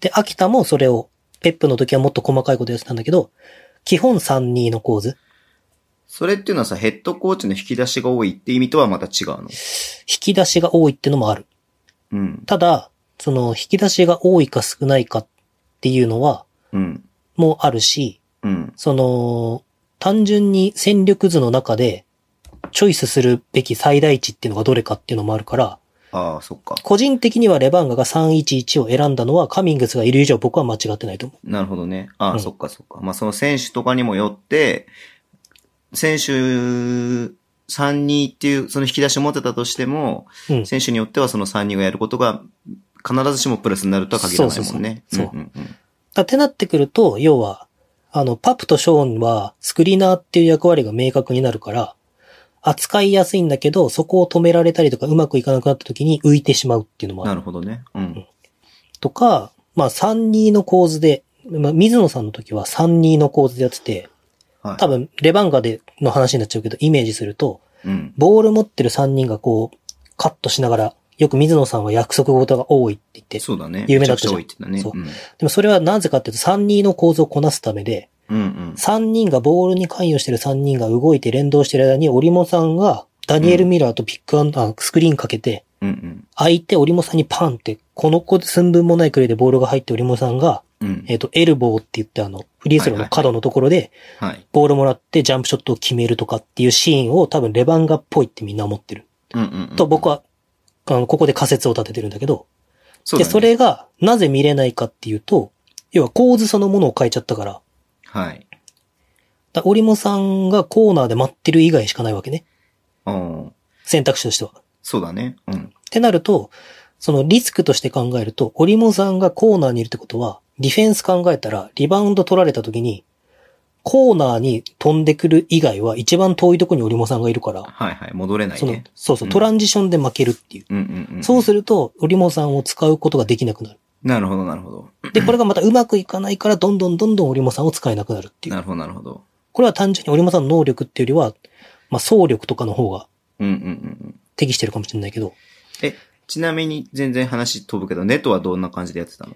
[SPEAKER 3] で、秋田もそれを、ペップの時はもっと細かいことやってたんだけど、基本3-2の構図。
[SPEAKER 2] それっていうのはさ、ヘッドコーチの引き出しが多いって意味とはまた違うの。
[SPEAKER 3] 引き出しが多いってのもある。
[SPEAKER 2] うん。
[SPEAKER 3] ただ、その引き出しが多いか少ないかっていうのは、
[SPEAKER 2] うん。
[SPEAKER 3] もうあるし、
[SPEAKER 2] うん。
[SPEAKER 3] その、単純に戦力図の中で、チョイスするべき最大値っていうのがどれかっていうのもあるから、
[SPEAKER 2] ああ、そっか。
[SPEAKER 3] 個人的にはレバンガが311を選んだのはカミングスがいる以上僕は間違ってないと思う。
[SPEAKER 2] なるほどね。ああ、
[SPEAKER 3] うん
[SPEAKER 2] そっかそっか。まあ、その選手とかにもよって、選手3-2っていう、その引き出しを持ってたとしても、
[SPEAKER 3] うん。
[SPEAKER 2] 選手によってはその3-2がやることが、必ずしもプラスになるとは限らないもんね。
[SPEAKER 3] そうそうそう
[SPEAKER 2] うんうんうん
[SPEAKER 3] だってなってくると、要は、あの、パプとショーンはスクリーナーっていう役割が明確になるから、扱いやすいんだけど、そこを止められたりとかうまくいかなくなった時に浮いてしまうっていうのもあ
[SPEAKER 2] な
[SPEAKER 3] る
[SPEAKER 2] るほどね。うん。
[SPEAKER 3] とか、まあ3-2の構図で、まあ水野さんの時は3-2の構図でやってて、
[SPEAKER 2] はい。
[SPEAKER 3] 多分レバンガでの話になっちゃうけど、イメージすると、
[SPEAKER 2] うん。
[SPEAKER 3] ボール持ってる3人がこう、カットしながら、よく水野さんは約束事が多いって言って、
[SPEAKER 2] そうだね。
[SPEAKER 3] 有名だったじゃん
[SPEAKER 2] めちゃくちゃ多いって言
[SPEAKER 3] そ
[SPEAKER 2] っ
[SPEAKER 3] う
[SPEAKER 2] たね。
[SPEAKER 3] でもそれはなぜかっていうと3-2の構図をこなすためで、
[SPEAKER 2] うん。うんうん。
[SPEAKER 3] 3人がボールに関与してる3人が動いて連動してる間に、オリモさんがダニエル・ミラーとピックアン、あスクリーンかけて、
[SPEAKER 2] うん
[SPEAKER 3] 相手オリモさんにパンって、この子寸分もないくらいでボールが入ってオリモさんが、
[SPEAKER 2] うん。うん。
[SPEAKER 3] えっ、と、エルボーって言ってあの、フリースローの角のところで、
[SPEAKER 2] はい。
[SPEAKER 3] ボールもらってジャンプショットを決めるとかっていうシーンを多分レバンガっぽいってみんな思ってる。
[SPEAKER 2] うんうんうん。
[SPEAKER 3] と僕は、あの、ここで仮説を立ててるんだけど、
[SPEAKER 2] そう
[SPEAKER 3] で、
[SPEAKER 2] だね
[SPEAKER 3] そ、れがなぜ見れないかっていうと、要は構図そのものを変えちゃったから、
[SPEAKER 2] はい。
[SPEAKER 3] だオリモさんがコーナーで待ってる以外しかないわけね。
[SPEAKER 2] あー
[SPEAKER 3] 選択肢としては。っ
[SPEAKER 2] そうだね。うん。
[SPEAKER 3] てなると、そのリスクとして考えると、オリモさんがコーナーにいるってことは、ディフェンス考えたら、リバウンド取られた時に、コーナーに飛んでくる以外は一番遠いとこにオリモさんがいるから、
[SPEAKER 2] はいはい。戻れない
[SPEAKER 3] その
[SPEAKER 2] ね。、
[SPEAKER 3] そうそう、
[SPEAKER 2] うん
[SPEAKER 3] トランジションで負けるっていう。
[SPEAKER 2] うんうんうん。
[SPEAKER 3] そうすると、オリモさんを使うことができなくなる。
[SPEAKER 2] なるほど、なるほど。
[SPEAKER 3] で、これがまたうまくいかないから、どんどんどんどんオリモさんを使えなくなるってい
[SPEAKER 2] な
[SPEAKER 3] う。
[SPEAKER 2] るほど、なるほど。
[SPEAKER 3] これは単純にオリモさんの能力っていうよりは、まあ、総力とかの方が
[SPEAKER 2] うんうんうんうん。
[SPEAKER 3] 適してるかもしれないけど、
[SPEAKER 2] え、ちなみに全然話飛ぶけど、ネトはどんな感じでやってたの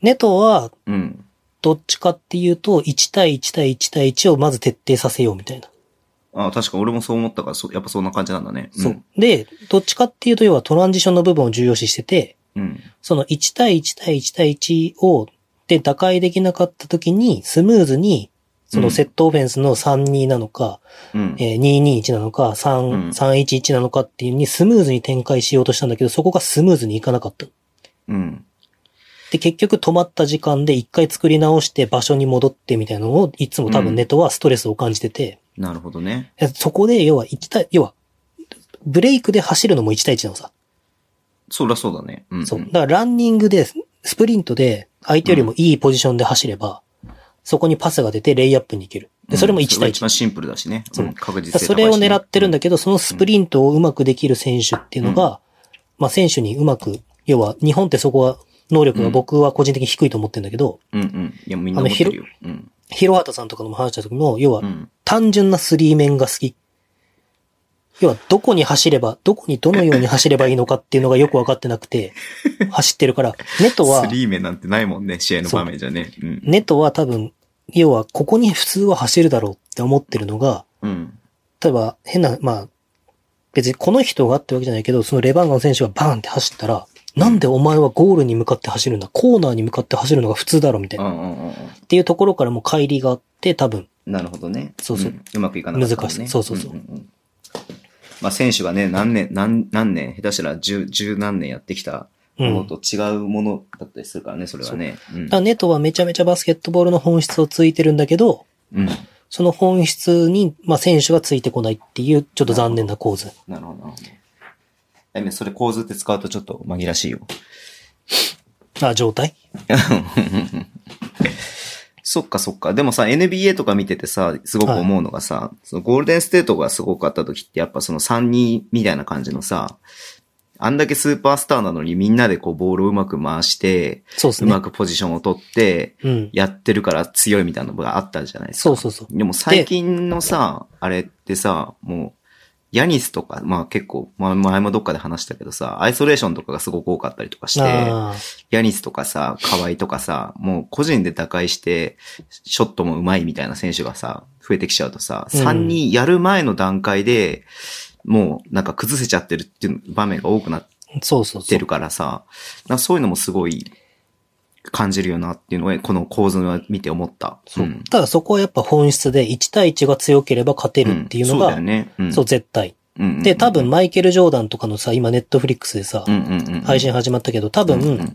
[SPEAKER 3] ネトは、
[SPEAKER 2] うん。
[SPEAKER 3] どっちかっていうと、1対1対1対1をまず徹底させようみたいな。
[SPEAKER 2] あ確か俺もそう思ったから、そやっぱそんな感じなんだね。ん
[SPEAKER 3] そう。。で、どっちかっていうと、要はトランジションの部分を重要視してて、
[SPEAKER 2] うん。
[SPEAKER 3] その1対1対1対1を、で、打開できなかった時に、スムーズに、そのセットオフェンスの3-2なのか、
[SPEAKER 2] うん。
[SPEAKER 3] えー2-2-1なのか、
[SPEAKER 2] うん
[SPEAKER 3] 3、3-1-1なのかっていうのにスムーズに展開しようとしたんだけど、そこがスムーズにいかなかった。
[SPEAKER 2] うん。
[SPEAKER 3] で、結局止まった時間で一回作り直して場所に戻ってみたいなのを、いつも多
[SPEAKER 2] うん
[SPEAKER 3] 分ネットはストレスを感じてて、
[SPEAKER 2] なるほどね。
[SPEAKER 3] えそこで要は1対、要は、ブレイクで走るのも1対1なのさ。
[SPEAKER 2] そらそうだね。うん、うん。
[SPEAKER 3] そう。だからランニングで、スプリントで相手よりもいいポジションで走れば、そこにパスが出てレイアップに行ける。で、それも1
[SPEAKER 2] が
[SPEAKER 3] 対
[SPEAKER 2] 一
[SPEAKER 3] 1。
[SPEAKER 2] 番シンプルだしね。
[SPEAKER 3] そうん
[SPEAKER 2] 確実性高いし
[SPEAKER 3] だ
[SPEAKER 2] ね
[SPEAKER 3] からそれを狙ってるんだけど、そのスプリントをうまくできる選手っていうのが、まあ選手にうまく、要は日本ってそこは能力が僕は個人的に低いと思ってるんだけど、
[SPEAKER 2] うんうん。いや、みんな思ってるよ。うん。
[SPEAKER 3] ヒロハタさんとかのも話した時の、要は
[SPEAKER 2] うん。
[SPEAKER 3] 単純なスリーメンが好き。要は、どこに走れば、どこにどのように走ればいいのかっていうのがよく分かってな
[SPEAKER 2] [laughs]
[SPEAKER 3] くて、走ってるから、ネトは
[SPEAKER 2] ス、リーメンなんてないもんね、試合の場面じゃね。うん。
[SPEAKER 3] ネトは多分、要は、ここに普通は走るだろうって思ってるのが、
[SPEAKER 2] うん。
[SPEAKER 3] 例えば、変な、まあ、別にこの人がってわけじゃないけど、そのレバンガの選手がバーンって走ったら、なんでお前はゴールに向かって走るんだ、コーナーに向かって走るのが普通だろ、みたいうな。っ
[SPEAKER 2] んうんうんうん。
[SPEAKER 3] ていうところからもう乖離があって、多分、
[SPEAKER 2] なるほどね。
[SPEAKER 3] そうそうん
[SPEAKER 2] うまくいかなかったもんね、
[SPEAKER 3] 難しいそうそうそうん
[SPEAKER 2] んんまあ選手がね、何年、何、何年、下手したら十、十何年やってきたものと違うものだったりするからね、それはね。うん
[SPEAKER 3] だからネトはめちゃめちゃバスケットボールの本質をついてるんだけど、
[SPEAKER 2] うん。
[SPEAKER 3] その本質に、まあ、選手がついてこないっていう、ちょっと残念な構図。
[SPEAKER 2] なるほど、なるほど。え、ねそれ構図って使うとちょっと紛らしいよ。
[SPEAKER 3] あ、状態
[SPEAKER 2] そっかそっか。でもさ、NBA とか見ててさ、すごく思うのがさ、そのゴールデンステートがすごかった時って、やっぱその3-2みたいな感じのさ、あんだけスーパースターなのにみんなでこうボールをうまく回して、
[SPEAKER 3] そうです
[SPEAKER 2] う
[SPEAKER 3] ね。
[SPEAKER 2] まくポジションを取って、
[SPEAKER 3] うん。
[SPEAKER 2] やってるから強いみたいなのがあったじゃないですか。
[SPEAKER 3] そうそうそう。
[SPEAKER 2] でも最近のさ、あれってさ、もう、ヤニスとか、まあ結構、まあ前もどっかで話したけどさ、アイソレーションとかがすごく多かったりとかして、
[SPEAKER 3] あー
[SPEAKER 2] ヤニスとかさ、河合とかさ、もう個人で打開して、ショットも上手いみたいな選手がさ、増えてきちゃうとさ、
[SPEAKER 3] うん
[SPEAKER 2] 3人やる前の段階で、もうなんか崩せちゃってるっていう場面が多くなっ
[SPEAKER 3] そうそう
[SPEAKER 2] っ
[SPEAKER 3] そ
[SPEAKER 2] て
[SPEAKER 3] う
[SPEAKER 2] る。からさ、なんかそういうのもすごい感じるよなっていうのを、この構図を見て思った。
[SPEAKER 3] そう
[SPEAKER 2] うん
[SPEAKER 3] ただそこはやっぱ本質で、1対1が強ければ勝てるっていうの
[SPEAKER 2] んそうだ
[SPEAKER 3] が、
[SPEAKER 2] よね。うん
[SPEAKER 3] そう、絶対。
[SPEAKER 2] うんうんうん
[SPEAKER 3] で、多分、マイケル・ジョーダンとかのさ、今ネットフリックスでさ
[SPEAKER 2] う、んうんうん、
[SPEAKER 3] 配信始まったけど、多
[SPEAKER 2] うんうん
[SPEAKER 3] 分、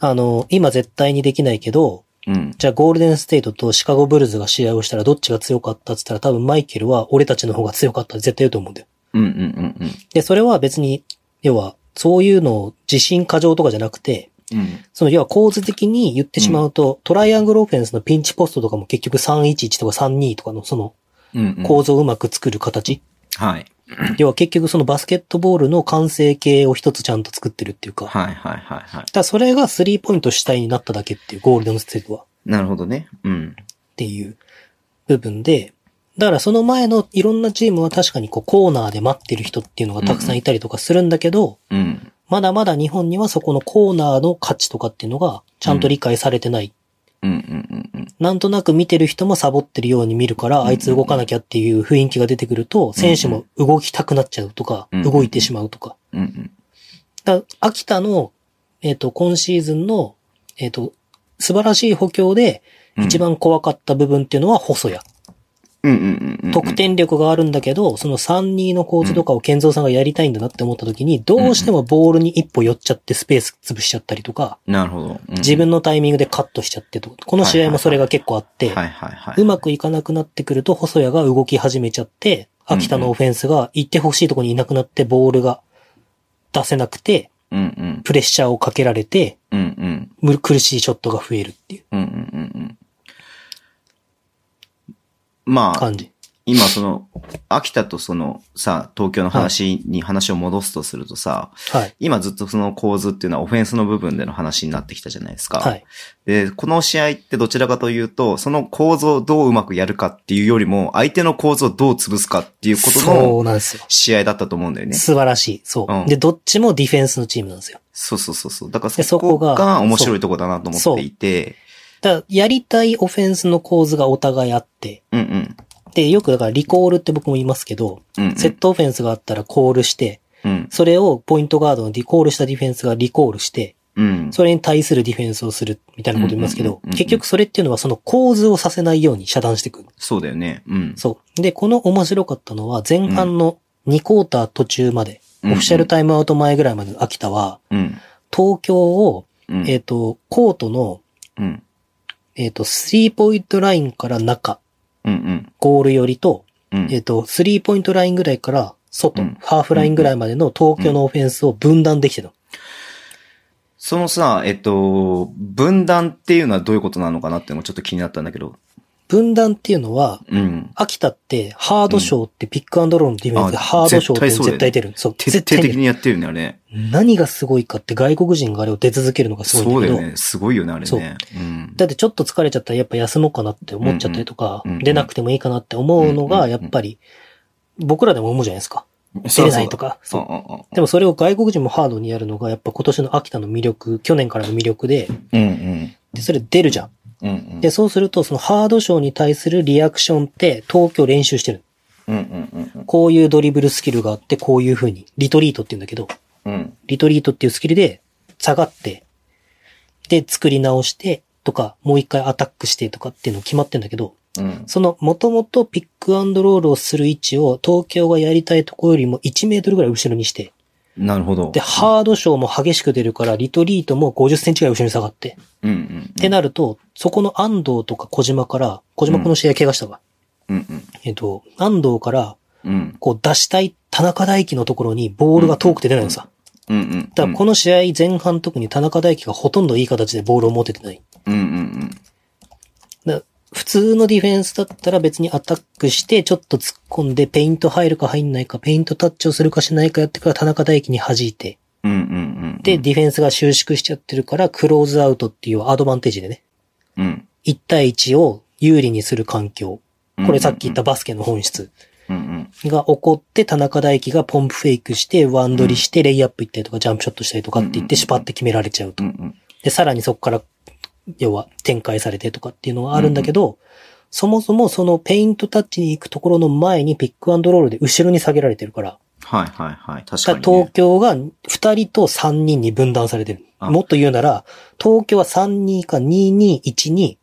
[SPEAKER 3] あの、今絶対にできないけど、
[SPEAKER 2] うんうん
[SPEAKER 3] じゃあゴールデンステートとシカゴブルズが試合をしたらどっちが強かったって言ったら多分マイケルは俺たちの方が強かったって絶対言うと思うんだよ。
[SPEAKER 2] うんうんうんうん
[SPEAKER 3] で、それは別に、要は、そういうのを自信過剰とかじゃなくて、
[SPEAKER 2] うん。
[SPEAKER 3] その要は構図的に言ってしまうと、トライアングルオフェンスのピンチポストとかも結局311とか32とかのその
[SPEAKER 2] うん、うん。
[SPEAKER 3] 構造をうまく作る形。
[SPEAKER 2] はい。
[SPEAKER 3] 要は結局そのバスケットボールの完成形を一つちゃんと作ってるっていうか。だか
[SPEAKER 2] はいはいはいはい。
[SPEAKER 3] らそれがスリーポイント主体になっただけっていう、ゴールデンステートは。
[SPEAKER 2] なるほどね。うん。
[SPEAKER 3] っていう部分で、だからその前のいろんなチームは確かにこうコーナーで待ってる人っていうのがたくさんいたりとかするんだけど、
[SPEAKER 2] うん。
[SPEAKER 3] まだまだ日本にはそこのコーナーの価値とかっていうのがちゃんと理解されてない。
[SPEAKER 2] うんうんうんうん。
[SPEAKER 3] なんとなく見てる人もサボってるように見るから、
[SPEAKER 2] ん
[SPEAKER 3] あいつ動かなきゃっていう雰囲気が出てくると、選手も動きたくなっちゃうとか、
[SPEAKER 2] うん
[SPEAKER 3] 動いてしまうとか。
[SPEAKER 2] うんうん。
[SPEAKER 3] だから秋田の、えっ、と、今シーズンの、えっ、と、素晴らしい補強で、
[SPEAKER 2] うん
[SPEAKER 3] 一番怖かった部分っていうのは細谷。
[SPEAKER 2] うんうんうんうん。
[SPEAKER 3] 得点力があるんだけど、その3-2の構図とかを健三さんがやりたいんだなって思った時に、どうしてもボールに一歩寄っちゃってスペース潰しちゃったりとか、
[SPEAKER 2] なるほど。うん
[SPEAKER 3] 自分のタイミングでカットしちゃってとか、この試合もそれが結構あって、
[SPEAKER 2] はいはいは
[SPEAKER 3] う
[SPEAKER 2] い。
[SPEAKER 3] まくいかなくなってくると、細谷が動き始めちゃって、秋田のオフェンスが行ってほしいとこにいなくなって、ボールが出せなくて、
[SPEAKER 2] うんうん。
[SPEAKER 3] プレッシャーをかけられて、
[SPEAKER 2] うんうん。
[SPEAKER 3] む苦しいショットが増えるっていう
[SPEAKER 2] うんうんうんうん。まあ、
[SPEAKER 3] 感じ。
[SPEAKER 2] 今その、秋田とそのさ、東京の話に話を戻すとするとさ、
[SPEAKER 3] はい。
[SPEAKER 2] 今ずっとその構図っていうのはオフェンスの部分での話になってきたじゃないですか。
[SPEAKER 3] はい。
[SPEAKER 2] で、この試合ってどちらかというと、その構造をどううまくやるかっていうよりも、相手の構造をどう潰すかっていうこと
[SPEAKER 3] そ
[SPEAKER 2] の
[SPEAKER 3] うなんですよ。
[SPEAKER 2] 試合だったと思うんだよね。
[SPEAKER 3] 素晴らしい。そうう。
[SPEAKER 2] ん
[SPEAKER 3] で、どっちもディフェンスのチームなんですよ。
[SPEAKER 2] そうそうそうそう。だか
[SPEAKER 3] で
[SPEAKER 2] らそこ
[SPEAKER 3] そこが
[SPEAKER 2] が面白いとこだなと思っていて、
[SPEAKER 3] だからやりたいオフェンスの構図がお互いあって、
[SPEAKER 2] うんうん。
[SPEAKER 3] で、よくだからリコールって僕も言いますけど、
[SPEAKER 2] うんうん
[SPEAKER 3] セットオフェンスがあったらコールして、
[SPEAKER 2] うん。
[SPEAKER 3] それをポイントガードのリコールしたディフェンスがリコールして、
[SPEAKER 2] うん。
[SPEAKER 3] それに対するディフェンスをするみたいなこと言いますけ
[SPEAKER 2] うんう
[SPEAKER 3] ど
[SPEAKER 2] んうん、うん
[SPEAKER 3] 結局それっていうのはその構図をさせないように遮断していくる。
[SPEAKER 2] そうだよね。うん。
[SPEAKER 3] そう。で、この面白かったのは前半の2クォーター途中まで、オ
[SPEAKER 2] うん
[SPEAKER 3] フィシャルタイムアウト前ぐらいまでの秋田は、
[SPEAKER 2] うん。
[SPEAKER 3] 東京を、
[SPEAKER 2] うん。
[SPEAKER 3] えっと、コートの、
[SPEAKER 2] うん。
[SPEAKER 3] えっと、スリーポイントラインから中、
[SPEAKER 2] うんうん。
[SPEAKER 3] ゴール寄りと、
[SPEAKER 2] うん。
[SPEAKER 3] えっと、スリーポイントラインぐらいから外、
[SPEAKER 2] うん
[SPEAKER 3] ハーフラインぐらいまでの東京のオフェンスを分断できてたの。
[SPEAKER 2] そのさ、えっと、分断っていうのはどういうことなのかなっていうのもちょっと気になったんだけど。
[SPEAKER 3] 分断っていうのは、
[SPEAKER 2] うん。
[SPEAKER 3] 秋田ってハードショーってピックアンドロールのディフェンスで
[SPEAKER 2] あ
[SPEAKER 3] ハードショー
[SPEAKER 2] 絶
[SPEAKER 3] って
[SPEAKER 2] 対そうだよね
[SPEAKER 3] 絶対出る。そう、
[SPEAKER 2] 徹
[SPEAKER 3] 絶
[SPEAKER 2] 底
[SPEAKER 3] 対出
[SPEAKER 2] 的
[SPEAKER 3] る。
[SPEAKER 2] にやってるね、あれ。
[SPEAKER 3] 何がすごいかって外国人があれを出続けるのがすごい
[SPEAKER 2] そ
[SPEAKER 3] ん
[SPEAKER 2] う
[SPEAKER 3] だ
[SPEAKER 2] だ
[SPEAKER 3] け
[SPEAKER 2] よ
[SPEAKER 3] ど、
[SPEAKER 2] ね。すごいよね、あれ
[SPEAKER 3] そう
[SPEAKER 2] ね。うん。
[SPEAKER 3] だってちょっと疲れちゃったらやっぱ休もうかなって思っちゃったりとか、
[SPEAKER 2] うんうんうんうん
[SPEAKER 3] 出なくてもいいかなって思うの
[SPEAKER 2] うんう
[SPEAKER 3] が、
[SPEAKER 2] ん
[SPEAKER 3] やっぱり、僕らでも思うじゃないですか。出
[SPEAKER 2] そ
[SPEAKER 3] れ
[SPEAKER 2] うだ
[SPEAKER 3] ないと。か。
[SPEAKER 2] そ
[SPEAKER 3] そうう
[SPEAKER 2] だ。あああ
[SPEAKER 3] でもそれを外国人もハードにやるのが、やっぱ今年の秋田の魅力、去年からの魅力で、
[SPEAKER 2] うんうん。
[SPEAKER 3] で、それ出るじゃん。
[SPEAKER 2] うんうん。
[SPEAKER 3] で、そうすると、そのハードショーに対するリアクションって、東京練習してる。
[SPEAKER 2] うんうんうん
[SPEAKER 3] こういうドリブルスキルがあって、こういう風に、リトリートって言うんだけど、
[SPEAKER 2] うん。うん。
[SPEAKER 3] リトリートっていうスキルで、下がって、で、作り直して、とか、もう一回アタックしてとかっていうの決まってんだけど、
[SPEAKER 2] うん。
[SPEAKER 3] その、もともとピックアンドロールをする位置を、東京がやりたいとこよりも1メートルぐらい後ろにして、
[SPEAKER 2] なるほど。
[SPEAKER 3] で、ハードショーも激しく出るから、リトリートも50センチぐらい後ろに下がって、
[SPEAKER 2] うんうん。
[SPEAKER 3] ってなると、そこの安藤とか小島から、小島この試合怪我したわ。
[SPEAKER 2] うんうん。
[SPEAKER 3] えっと、安藤から、
[SPEAKER 2] うん。
[SPEAKER 3] こう出したい田中大輝のところにボールが遠くて出ないのさ。
[SPEAKER 2] うんうん。
[SPEAKER 3] だからこの試合前半特に田中大輝がほとんどいい形でボールを持ててない。
[SPEAKER 2] うんうんうん。
[SPEAKER 3] だから普通のディフェンスだったら別にアタックして、ちょっと突っ込んで、ペイント入るか入んないか、ペイントタッチをするかしないかやってから田中大輝に弾いて、
[SPEAKER 2] うんうんうん。
[SPEAKER 3] で、、ディフェンスが収縮しちゃってるから、クローズアウトっていうアドバンテージでね、
[SPEAKER 2] うん。
[SPEAKER 3] 1対1を有利にする環境。これさっき言ったバスケの本質
[SPEAKER 2] うんうん。
[SPEAKER 3] が起こって、田中大輝がポンプフェイクして、ワンドリして、レイアップ行ったりとか、ジャンプショットしたりとかって言って、シュパって決められちゃうと
[SPEAKER 2] うん。うん。
[SPEAKER 3] で、さらにそこから、要は展開されてとかっていうのはあるんだけど、そもそもそのペイントタッチに行くところの前にピックアンドロールで後ろに下げられてるから、
[SPEAKER 2] はいはいはい。確か
[SPEAKER 3] だ
[SPEAKER 2] に、
[SPEAKER 3] か
[SPEAKER 2] ね。
[SPEAKER 3] ら東京が2人と3人に分断されてる。
[SPEAKER 2] あ
[SPEAKER 3] もっと言うなら、東京は32か2212に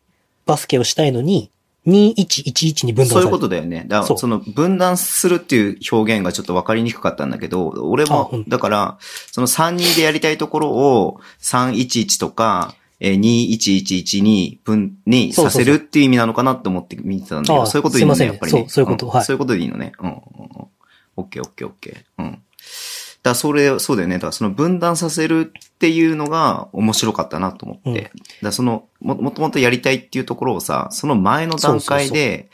[SPEAKER 3] バスケをしたいのに、2111に分断
[SPEAKER 2] そう
[SPEAKER 3] さ
[SPEAKER 2] い
[SPEAKER 3] れて
[SPEAKER 2] う
[SPEAKER 3] る。
[SPEAKER 2] ことだよね。だか
[SPEAKER 3] そ
[SPEAKER 2] ら、
[SPEAKER 3] う
[SPEAKER 2] その分断するっていう表現がちょっと分かりにくかったんだけど、俺
[SPEAKER 3] あ
[SPEAKER 2] も
[SPEAKER 3] ほん、と
[SPEAKER 2] だから、その3人でやりたいところを311とか、えー21111に分にさせるっていう意味なのかなって思って見てたんだけ
[SPEAKER 3] あ
[SPEAKER 2] ど、
[SPEAKER 3] あ
[SPEAKER 2] そういうことでいいの
[SPEAKER 3] す
[SPEAKER 2] ね、
[SPEAKER 3] いま
[SPEAKER 2] や
[SPEAKER 3] せん
[SPEAKER 2] っぱりね。
[SPEAKER 3] そうそういうこと
[SPEAKER 2] ん
[SPEAKER 3] はい
[SPEAKER 2] そういうことでいいのね。うんうんうん。オッケーオッケーオッケー。うん。だからそれ、そうだよね。だからその分断させるっていうのが面白かったなと思って。
[SPEAKER 3] うん
[SPEAKER 2] だからそのも、もともとやりたいっていうところをさ、その前の段階で、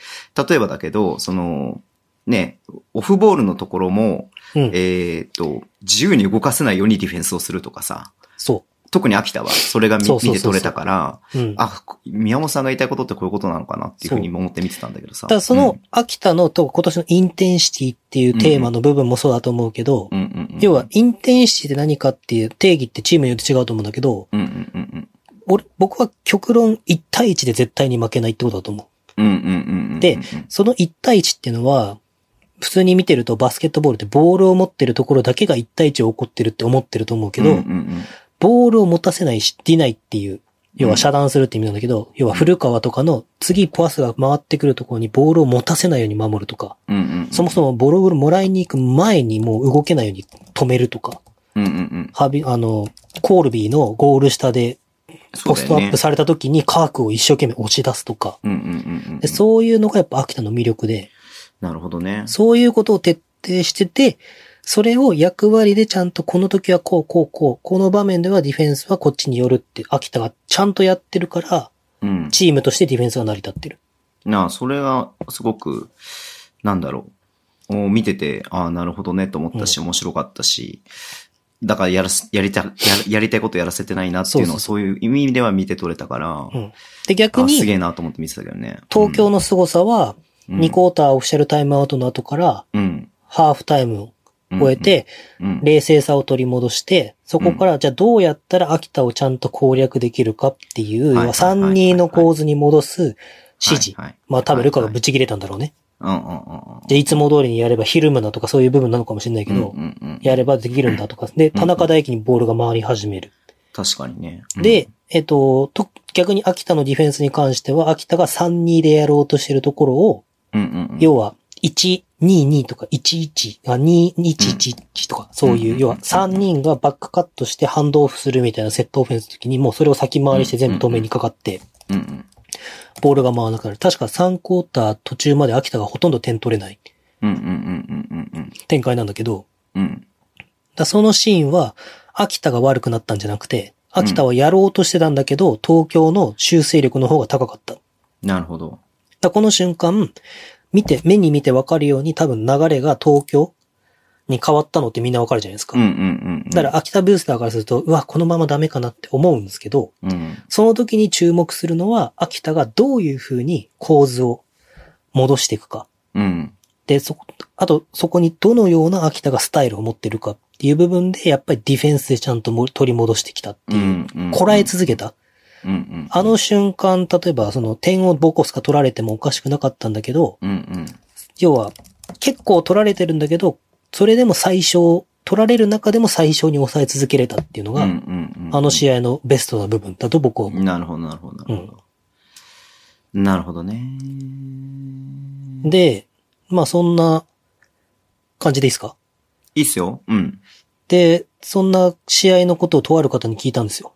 [SPEAKER 2] 例えばだけど、その、ね、オフボールのところも、
[SPEAKER 3] うん。
[SPEAKER 2] えーっと、自由に動かせないようにディフェンスをするとかさ、
[SPEAKER 3] そ
[SPEAKER 2] 特に秋田はそれが見
[SPEAKER 3] そうそうそうそう
[SPEAKER 2] 見て取れたから、
[SPEAKER 3] う。うん。
[SPEAKER 2] あ、宮本さんが言いたいことってこういうことなのかなっていうふうに思って見てたんだけどさ。
[SPEAKER 3] ただその
[SPEAKER 2] う、
[SPEAKER 3] 秋田のと今年のインテンシティっていうテーマの部分もそうだと思うけど、
[SPEAKER 2] ん、うんうんうん
[SPEAKER 3] 要は、インテンシティって何かっていう定義ってチームによって違うと思うんだけど、
[SPEAKER 2] うんうんうんうん。
[SPEAKER 3] 俺、僕は極論1対1で絶対に負けないってことだと思う。
[SPEAKER 2] うんうんうんうん。
[SPEAKER 3] で、その1対1っていうのは、普通に見てるとバスケットボールってボールを持ってるところだけが1対1を起こってるって思ってると思うけど、
[SPEAKER 2] うんうんうん
[SPEAKER 3] ボールを持たせないし、出ないっていう、要は遮断するって意味なんだけど、要は古川とかの次パスが回ってくるところにボールを持たせないように守るとか、
[SPEAKER 2] うんうんうん。
[SPEAKER 3] そもそもボールをもらいに行く前にもう動けないように止めるとか、
[SPEAKER 2] うんうんうん。
[SPEAKER 3] ハビ、あの、コールビーのゴール下でポストアップされた時にカークを一生懸命押し出すとか、
[SPEAKER 2] うんうんうんうん。
[SPEAKER 3] でそういうのがやっぱ秋田の魅力で、
[SPEAKER 2] なるほどね。
[SPEAKER 3] そういうことを徹底してて、それを役割でちゃんとこの時はこうこうこう、この場面ではディフェンスはこっちによるって、秋田がちゃんとやってるから、
[SPEAKER 2] うん。
[SPEAKER 3] チームとしてディフェンスが成り立ってる。
[SPEAKER 2] なあ、それがすごく、なんだろう。お見てて、ああ、なるほどねと思ったし、面白かったし、だからやらす、やりた、ややりたいことやらせてないなっていうのを、そういう意味では見て取れたから、
[SPEAKER 3] うん。で、逆
[SPEAKER 2] あすげ
[SPEAKER 3] に、
[SPEAKER 2] えなと思って見てたけどね。
[SPEAKER 3] 東京の凄さは、
[SPEAKER 2] うん
[SPEAKER 3] 2クォーターオフィシャルタイムアウトの後から、
[SPEAKER 2] うん。
[SPEAKER 3] ハーフタイムを
[SPEAKER 2] うん
[SPEAKER 3] 超え、て、
[SPEAKER 2] うん。
[SPEAKER 3] 冷静さを取り戻して、そこから、じゃあどうやったら秋田をちゃんと攻略できるかってい
[SPEAKER 2] は
[SPEAKER 3] う、
[SPEAKER 2] いはいはいはい
[SPEAKER 3] 3-2の構図に戻す指示。
[SPEAKER 2] はいはい
[SPEAKER 3] まあ多分ルカがぶち切れたんだろうね。
[SPEAKER 2] うんうんうん
[SPEAKER 3] で、いつも通りにやればヒルムナとかそういう部分なのかもしれないけ
[SPEAKER 2] うん。
[SPEAKER 3] ど、
[SPEAKER 2] うんうんうん、
[SPEAKER 3] やればできるんだとか、で、田中大輝にボールが回り始める。
[SPEAKER 2] 確かにね。うん、
[SPEAKER 3] で、えっと、と、逆に秋田のディフェンスに関しては、秋田が3-2でやろうとしてるところを、
[SPEAKER 2] うんうんうん、
[SPEAKER 3] 要は、1-2-2とか11、あ、2-1-1とか、そういうう、
[SPEAKER 2] ん
[SPEAKER 3] 要は3人がバックカットしてハンドオフするみたいなセットオフェンスの時に、もうそれを先回りして全部止めにかかって、
[SPEAKER 2] うんうん
[SPEAKER 3] ボールが回らなくなる。確か3クォーター途中まで秋田がほとんど点取れない
[SPEAKER 2] うんうんうんうんうん
[SPEAKER 3] 展開なんだけど、
[SPEAKER 2] うんうん。
[SPEAKER 3] だからそのシーンは、秋田が悪くなったんじゃなくて、秋田はやろうとしてたんだけど、東京の修正力の方が高かった。だか
[SPEAKER 2] なるほど。
[SPEAKER 3] らこの瞬間、見て、目に見てわかるように多分流れが東京に変わったのってみんなわかるじゃないですか。
[SPEAKER 2] うんうんうんうん。
[SPEAKER 3] だから秋田ブースターからすると、うわ、このままダメかなって思うんですけど、
[SPEAKER 2] うん、
[SPEAKER 3] その時に注目するのは、秋田がどういう風に構図を戻していくか。
[SPEAKER 2] うん。
[SPEAKER 3] で、そこ、あと、そこにどのような秋田がスタイルを持ってるかっていう部分で、やっぱりディフェンスでちゃんとも取り戻してきたっていう、
[SPEAKER 2] うんうん
[SPEAKER 3] こらえ続けた。
[SPEAKER 2] うんうん。
[SPEAKER 3] あの瞬間、例えば、その点をボコスか取られてもおかしくなかったんだけど、
[SPEAKER 2] うんうん。
[SPEAKER 3] 要は、結構取られてるんだけど、それでも最小、取られる中でも最小に抑え続けれたっていうの
[SPEAKER 2] うんう
[SPEAKER 3] が、
[SPEAKER 2] んうん。
[SPEAKER 3] あの試合のベストな部分だと僕は思う。
[SPEAKER 2] なるほど、なるほど、なるほど。なるほどね。
[SPEAKER 3] で、まあそんな感じでいいですか
[SPEAKER 2] いいっすよ。うん。
[SPEAKER 3] で、そんな試合のことをとある方に聞いたんですよ。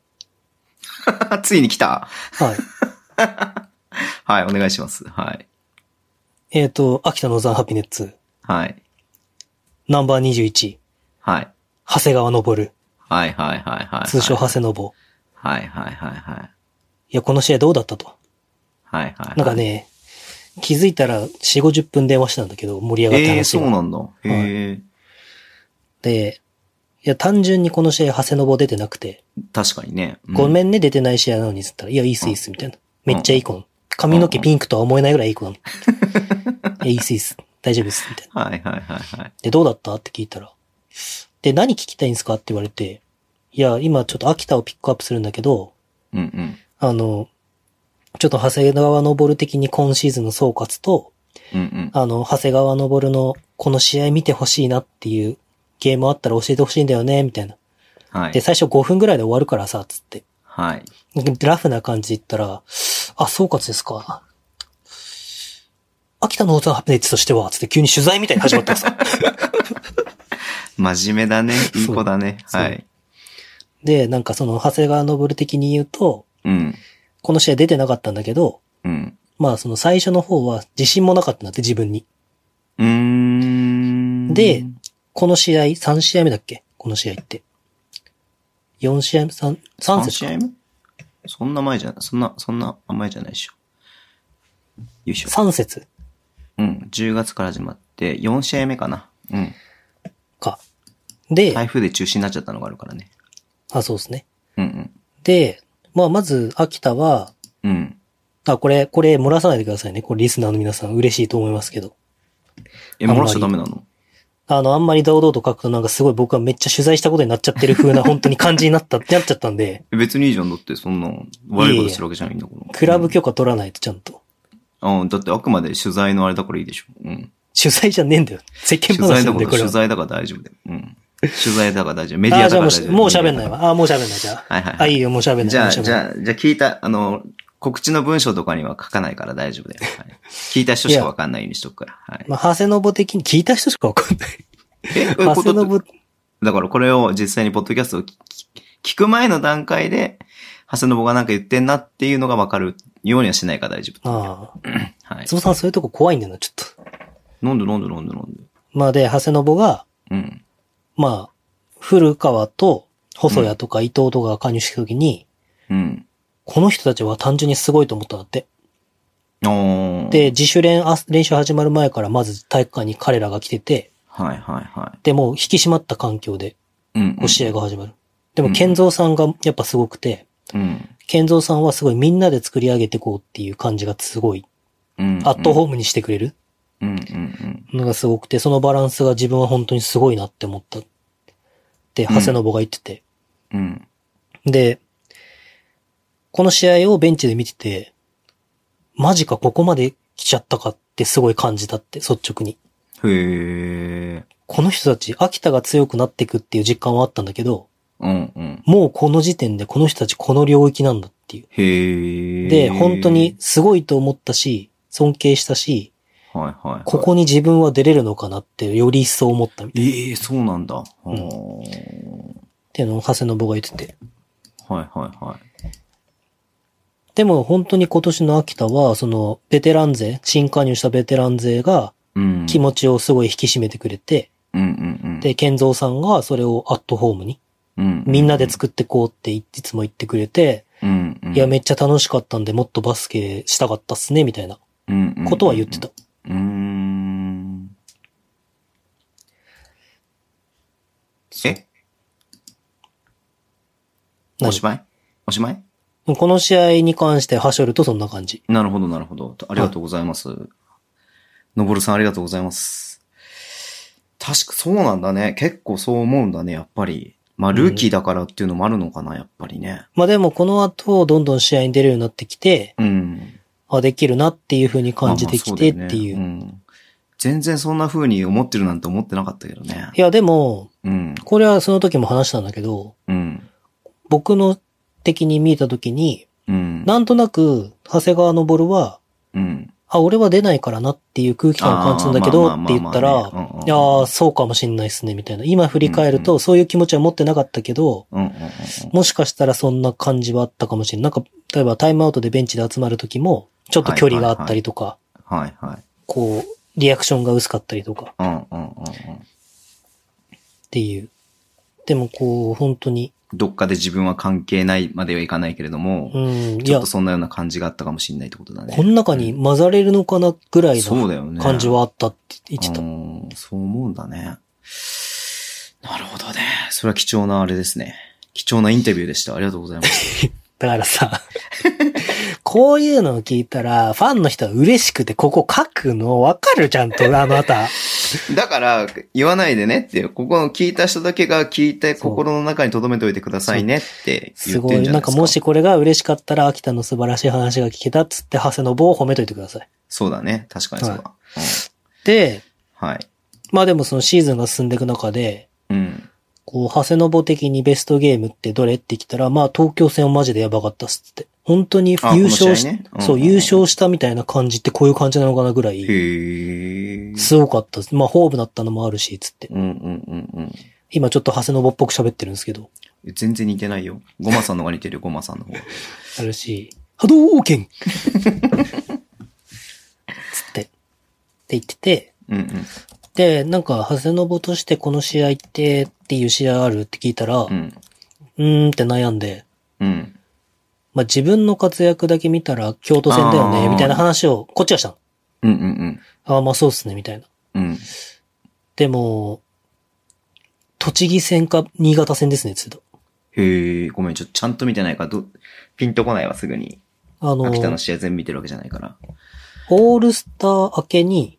[SPEAKER 2] ついに来た。
[SPEAKER 3] はい。 [laughs]
[SPEAKER 2] はい、お願いします。はい。
[SPEAKER 3] えっ、と、秋田のザンハピネッツ、
[SPEAKER 2] はい。
[SPEAKER 3] ナンバー21、
[SPEAKER 2] はい。
[SPEAKER 3] 長谷川昇、
[SPEAKER 2] はい、はい、はい、はい。
[SPEAKER 3] 通称長谷昇。い
[SPEAKER 2] はい、はい、はい、はい。
[SPEAKER 3] や、この試合どうだったと。
[SPEAKER 2] はい、はい。
[SPEAKER 3] なんか、ね、気づいたら4、50分電話したんだけど、盛り上がった
[SPEAKER 2] ええ、
[SPEAKER 3] 話
[SPEAKER 2] そ
[SPEAKER 3] が、
[SPEAKER 2] うなんだ。へえ、
[SPEAKER 3] で、いや、単純にこの試合、長谷昇出てなくて、
[SPEAKER 2] 確かにね。
[SPEAKER 3] ご
[SPEAKER 2] ん。
[SPEAKER 3] めんね、出てない試合なのに、つったら、いや、いいっす、いいっす、みたいな。めっちゃいい子なの。髪の毛ピンクとは思えないぐらいいい子なの。いや、 [laughs] いいっす、いいっす。大丈夫っす、みたいな。
[SPEAKER 2] はい、はい、はい、はい。
[SPEAKER 3] で、どうだったって聞いたら、で、何聞きたいんですかって言われて、いや、今ちょっと秋田をピックアップするんだけど、
[SPEAKER 2] うん、うん。
[SPEAKER 3] あの、ちょっと長谷川昇的に今シーズンの総括と、
[SPEAKER 2] うん、うん。
[SPEAKER 3] あの、長谷川昇のこの試合見てほしいなっていうゲームあったら教えてほしいんだよね、みたいな。
[SPEAKER 2] は
[SPEAKER 3] で、
[SPEAKER 2] い。
[SPEAKER 3] 最初5分ぐらいで終わるからさ、つって。
[SPEAKER 2] はい。
[SPEAKER 3] でラフな感じで言ったら、あ、総括ですか。秋田のオーツハプネッツとしては、つって急に取材みたいに始まっ
[SPEAKER 2] [laughs]
[SPEAKER 3] たさ。
[SPEAKER 2] 真面目だね。いい子だね。
[SPEAKER 3] そう
[SPEAKER 2] はい。
[SPEAKER 3] で、なんかその、長谷川昇的に言うと、
[SPEAKER 2] うん。
[SPEAKER 3] この試合出てなかったんだけど、
[SPEAKER 2] うん。
[SPEAKER 3] まあその最初の方は自信もなかったんだって自分に。
[SPEAKER 2] うーん。
[SPEAKER 3] でこの試合、3試合目だっけこの試合って。 4試合目、3、3
[SPEAKER 2] 3
[SPEAKER 3] 節
[SPEAKER 2] 試
[SPEAKER 3] か
[SPEAKER 2] 合目そんな前じゃない、そんな、そんな前じゃないでしょ。よいしょ。
[SPEAKER 3] 3節
[SPEAKER 2] うん、10月から始まって、4試合目かな。うん。
[SPEAKER 3] か。で、
[SPEAKER 2] 台風で中止になっちゃったのがあるからね。
[SPEAKER 3] あ、そうですね。
[SPEAKER 2] うん
[SPEAKER 3] で、まあ、まず、秋田は、
[SPEAKER 2] うん。うん。
[SPEAKER 3] あ、これ、これ漏らさないでくださいね。これリスナーの皆さん嬉しいと思いますけど。
[SPEAKER 2] え、漏らしちゃダメなの
[SPEAKER 3] あの、あんまり堂々と書くとなんかすごい僕はめっちゃ取材したことになっちゃって
[SPEAKER 2] [laughs]
[SPEAKER 3] る風な本当に感じになったってなっちゃったんで、
[SPEAKER 2] え別にいいじゃん。だって、そんな、悪いことしてるわけじゃないんだから。
[SPEAKER 3] クラブ許可取らないとちゃんと。
[SPEAKER 2] うん、だってあくまで取材のあれだからいいでしょ。うん。
[SPEAKER 3] 取材じゃねえんだよ。世間
[SPEAKER 2] 取材
[SPEAKER 3] 話な
[SPEAKER 2] だ
[SPEAKER 3] ん
[SPEAKER 2] か
[SPEAKER 3] で
[SPEAKER 2] ら、
[SPEAKER 3] これ
[SPEAKER 2] 取
[SPEAKER 3] は。
[SPEAKER 2] 材だから大丈夫だよ。うん。取材だから大丈夫。メディ
[SPEAKER 3] [laughs] あ
[SPEAKER 2] ア
[SPEAKER 3] あ、じ
[SPEAKER 2] だか
[SPEAKER 3] ゃあ
[SPEAKER 2] ら
[SPEAKER 3] もう
[SPEAKER 2] 大
[SPEAKER 3] し
[SPEAKER 2] 丈夫。
[SPEAKER 3] もう喋んないわ。ああ、もう喋んないじゃあ。
[SPEAKER 2] はいはいはい
[SPEAKER 3] あ、いいよ、もう喋んない。
[SPEAKER 2] じゃあ、
[SPEAKER 3] もう喋ん
[SPEAKER 2] じ
[SPEAKER 3] ない
[SPEAKER 2] ゃあ、じゃあ聞いた、あの、告知の文章とかには書かないから大丈夫だ
[SPEAKER 3] [laughs]
[SPEAKER 2] よ。はい、聞いた人しかわかんないようにしとくから。はい。
[SPEAKER 3] まあ、長谷信的に聞いた人しかわかんない。
[SPEAKER 2] え、こういう
[SPEAKER 3] 長
[SPEAKER 2] こ
[SPEAKER 3] 谷
[SPEAKER 2] とって
[SPEAKER 3] 信、
[SPEAKER 2] だからこれを実際にポッドキャストを聞き聞く前の段階で、長谷信がなんか言ってんなっていうのがわかるようにはしないから大丈夫。
[SPEAKER 3] ああ、
[SPEAKER 2] はい。
[SPEAKER 3] つぼさんそういうとこ怖いんだよな、ちょっと。
[SPEAKER 2] 飲んで飲んで飲んで飲んで。
[SPEAKER 3] まあ、で、長谷信が、
[SPEAKER 2] うん。
[SPEAKER 3] まあ、古川と細谷とか伊藤とかが加入したときに、
[SPEAKER 2] うん。
[SPEAKER 3] この人たちは単純にすごいと思ったんだって。
[SPEAKER 2] おー。
[SPEAKER 3] で、自主練、あ練習始まる前からまず体育館に彼らが来てて、
[SPEAKER 2] はいはいは
[SPEAKER 3] で、もう引き締まった環境で、
[SPEAKER 2] い。うん、う。
[SPEAKER 3] こうん試合が始まる。で
[SPEAKER 2] う
[SPEAKER 3] も、
[SPEAKER 2] ん
[SPEAKER 3] 健三さんがやっぱすごくて、
[SPEAKER 2] うん。
[SPEAKER 3] 健三さんはすごいみんなで作り上げてこうっていう感じがすごい、
[SPEAKER 2] うん。
[SPEAKER 3] アットホームにしてくれる
[SPEAKER 2] うんうんうん。
[SPEAKER 3] のがすごくて、そのバランスが自分は本当にすごいなって思った。
[SPEAKER 2] う
[SPEAKER 3] で、
[SPEAKER 2] ん
[SPEAKER 3] 長谷信が言ってて。
[SPEAKER 2] うん。
[SPEAKER 3] で、この試合をベンチで見てて、マジかここまで来ちゃったかってすごい感じたって、率直に。
[SPEAKER 2] へえ。
[SPEAKER 3] この人たち、秋田が強くなっていくっていう実感はあったんだけど、
[SPEAKER 2] うんうん。
[SPEAKER 3] もうこの時点でこの人たちこの領域なんだっていう。
[SPEAKER 2] へえ。
[SPEAKER 3] で、本当に。すごいと思ったし、尊敬したし、
[SPEAKER 2] はいはい、はい。
[SPEAKER 3] ここに自分は出れるのかなってより一層思ったみたい
[SPEAKER 2] ええそうなんだ。
[SPEAKER 3] ん
[SPEAKER 2] あー
[SPEAKER 3] っていうのを長谷信が言ってて。
[SPEAKER 2] はいはいはい。
[SPEAKER 3] でも本当に今年の秋田は、そのベテラン勢、新加入したベテラン勢が
[SPEAKER 2] うん。
[SPEAKER 3] 気持ちをすごい引き締めてくれて、
[SPEAKER 2] うんうんうん。
[SPEAKER 3] で、健三さんがそれをアットホームに、
[SPEAKER 2] うん、
[SPEAKER 3] みんなで作ってこうっていつも言ってくれて、
[SPEAKER 2] うんうん、
[SPEAKER 3] いや、めっちゃ楽しかったんでもっとバスケしたかったっすね、みたいなことは言ってた。。
[SPEAKER 2] うーん。
[SPEAKER 3] そう
[SPEAKER 2] え
[SPEAKER 3] 何
[SPEAKER 2] おしまいおしまい
[SPEAKER 3] この試合に関してはしょるとそんな感じ。
[SPEAKER 2] なるほど、なるほど。ありがとうございます。のぼるさんありがとうございます。確か、そうなんだね。結構そう思うんだね、やっぱり。まあ、ルーキーだからっていうのもあるのかな、やっぱりね。
[SPEAKER 3] まあでもこの後どんどん試合に出るようになってきて、
[SPEAKER 2] うん。
[SPEAKER 3] あ、できるなっていう風に感じてきてっていう。
[SPEAKER 2] まあまあそうだよねん全然そんな風に思ってるなんて思ってなかったけどね
[SPEAKER 3] い。や、でも、
[SPEAKER 2] うん。
[SPEAKER 3] これはその時も話したんだけど、
[SPEAKER 2] うん。
[SPEAKER 3] 僕の的に見えた時に、
[SPEAKER 2] うん。
[SPEAKER 3] なんとなく、長谷川昇は、
[SPEAKER 2] うん。
[SPEAKER 3] あ、俺は出ないからなっていう空気感を感じたんだけど
[SPEAKER 2] あー
[SPEAKER 3] って言っ
[SPEAKER 2] まあま
[SPEAKER 3] た
[SPEAKER 2] あ
[SPEAKER 3] ら
[SPEAKER 2] まあまあねうんうん、
[SPEAKER 3] いやー、そうかもしんないっすね、みたいな。今振り返る
[SPEAKER 2] うんう
[SPEAKER 3] と、そういう気持ちは持ってなかったけど、
[SPEAKER 2] うん。うん。
[SPEAKER 3] もしかしたらそんな感じはあったかもしれない。なんか、例えばタイムアウトでベンチで集まる時も、ちょっと距離があったりとか、
[SPEAKER 2] はいはい。
[SPEAKER 3] こう、リアクションが薄かったりとか
[SPEAKER 2] うんうんうんうん。
[SPEAKER 3] っていう。でもこう、本当に、
[SPEAKER 2] どっかで自分は関係ないまではいかないけれども、
[SPEAKER 3] うん、い
[SPEAKER 2] ちょっ
[SPEAKER 3] や
[SPEAKER 2] と、そんなような感じがあったかもしれないってことだね。
[SPEAKER 3] この中に混ざれるのかなぐらい
[SPEAKER 2] そう
[SPEAKER 3] の
[SPEAKER 2] だよね。
[SPEAKER 3] 感じはあったって言ってた。
[SPEAKER 2] うんそう思うんだね。なるほどね。それは貴重なあれですね。貴重なインタビューでした。ありがとうございます。
[SPEAKER 3] だからさ、こういうのを聞いたら、ファンの人は嬉しくて、ここ書くのわかるちゃんと、あなた。
[SPEAKER 2] だから、言わないでねっていう、ここの聞いた人だけが聞いて心の中に留めておいてくださいねって
[SPEAKER 3] す
[SPEAKER 2] [laughs] 言っ
[SPEAKER 3] ご
[SPEAKER 2] てん
[SPEAKER 3] い。
[SPEAKER 2] じゃな
[SPEAKER 3] な
[SPEAKER 2] い
[SPEAKER 3] ん
[SPEAKER 2] で
[SPEAKER 3] か
[SPEAKER 2] すか。
[SPEAKER 3] もしこれが嬉しかったら、秋田の素晴らしい話が聞けたっつって、長谷の棒を褒めといてください。
[SPEAKER 2] そうだね。確かにそうだ。
[SPEAKER 3] はで、
[SPEAKER 2] うんはい。
[SPEAKER 3] まあでもそのシーズンが進んでいく中で、
[SPEAKER 2] うん。
[SPEAKER 3] こう、長谷信的にベストゲームってどれって来たら、まあ東京戦はマジでやばかったっすって。本当に
[SPEAKER 2] あ
[SPEAKER 3] 優
[SPEAKER 2] この
[SPEAKER 3] 勝し、
[SPEAKER 2] 試合ねうん
[SPEAKER 3] そう、
[SPEAKER 2] うんうん
[SPEAKER 3] 優勝したみたいな感じってこういう感じなのかなぐらい、
[SPEAKER 2] へえ。
[SPEAKER 3] すごかったっす。まあ、ホームだったのもあるし、つって。
[SPEAKER 2] うんうんうんうん。
[SPEAKER 3] 今ちょっと長谷信っぽく喋ってるんですけど、
[SPEAKER 2] 全然似てないよ。ゴマさんの方が似てるよ、ゴマさんの方が。
[SPEAKER 3] あるし、波動拳つって、って言ってて、
[SPEAKER 2] うんうん。
[SPEAKER 3] で、なんか、長谷信としてこの試合って、っていう試合あるって聞いたら、
[SPEAKER 2] うん。
[SPEAKER 3] うーんって悩んで、
[SPEAKER 2] うん。
[SPEAKER 3] まあ、自分の活躍だけ見たら京都戦だよ
[SPEAKER 2] あ
[SPEAKER 3] ね、
[SPEAKER 2] ー
[SPEAKER 3] みたいな話を、こっちはしたの。
[SPEAKER 2] うんうん
[SPEAKER 3] ああ、まあそうっすね、みたいな。
[SPEAKER 2] うん。うん。
[SPEAKER 3] でも、栃木戦か新潟戦ですね、つうと。
[SPEAKER 2] へえ、ごめん、ちょっとちゃんと見てないから、ど、ピンとこないわ、すぐに。
[SPEAKER 3] あの、
[SPEAKER 2] 秋田の試合全部見てるわけじゃないから。
[SPEAKER 3] オールスター明けに、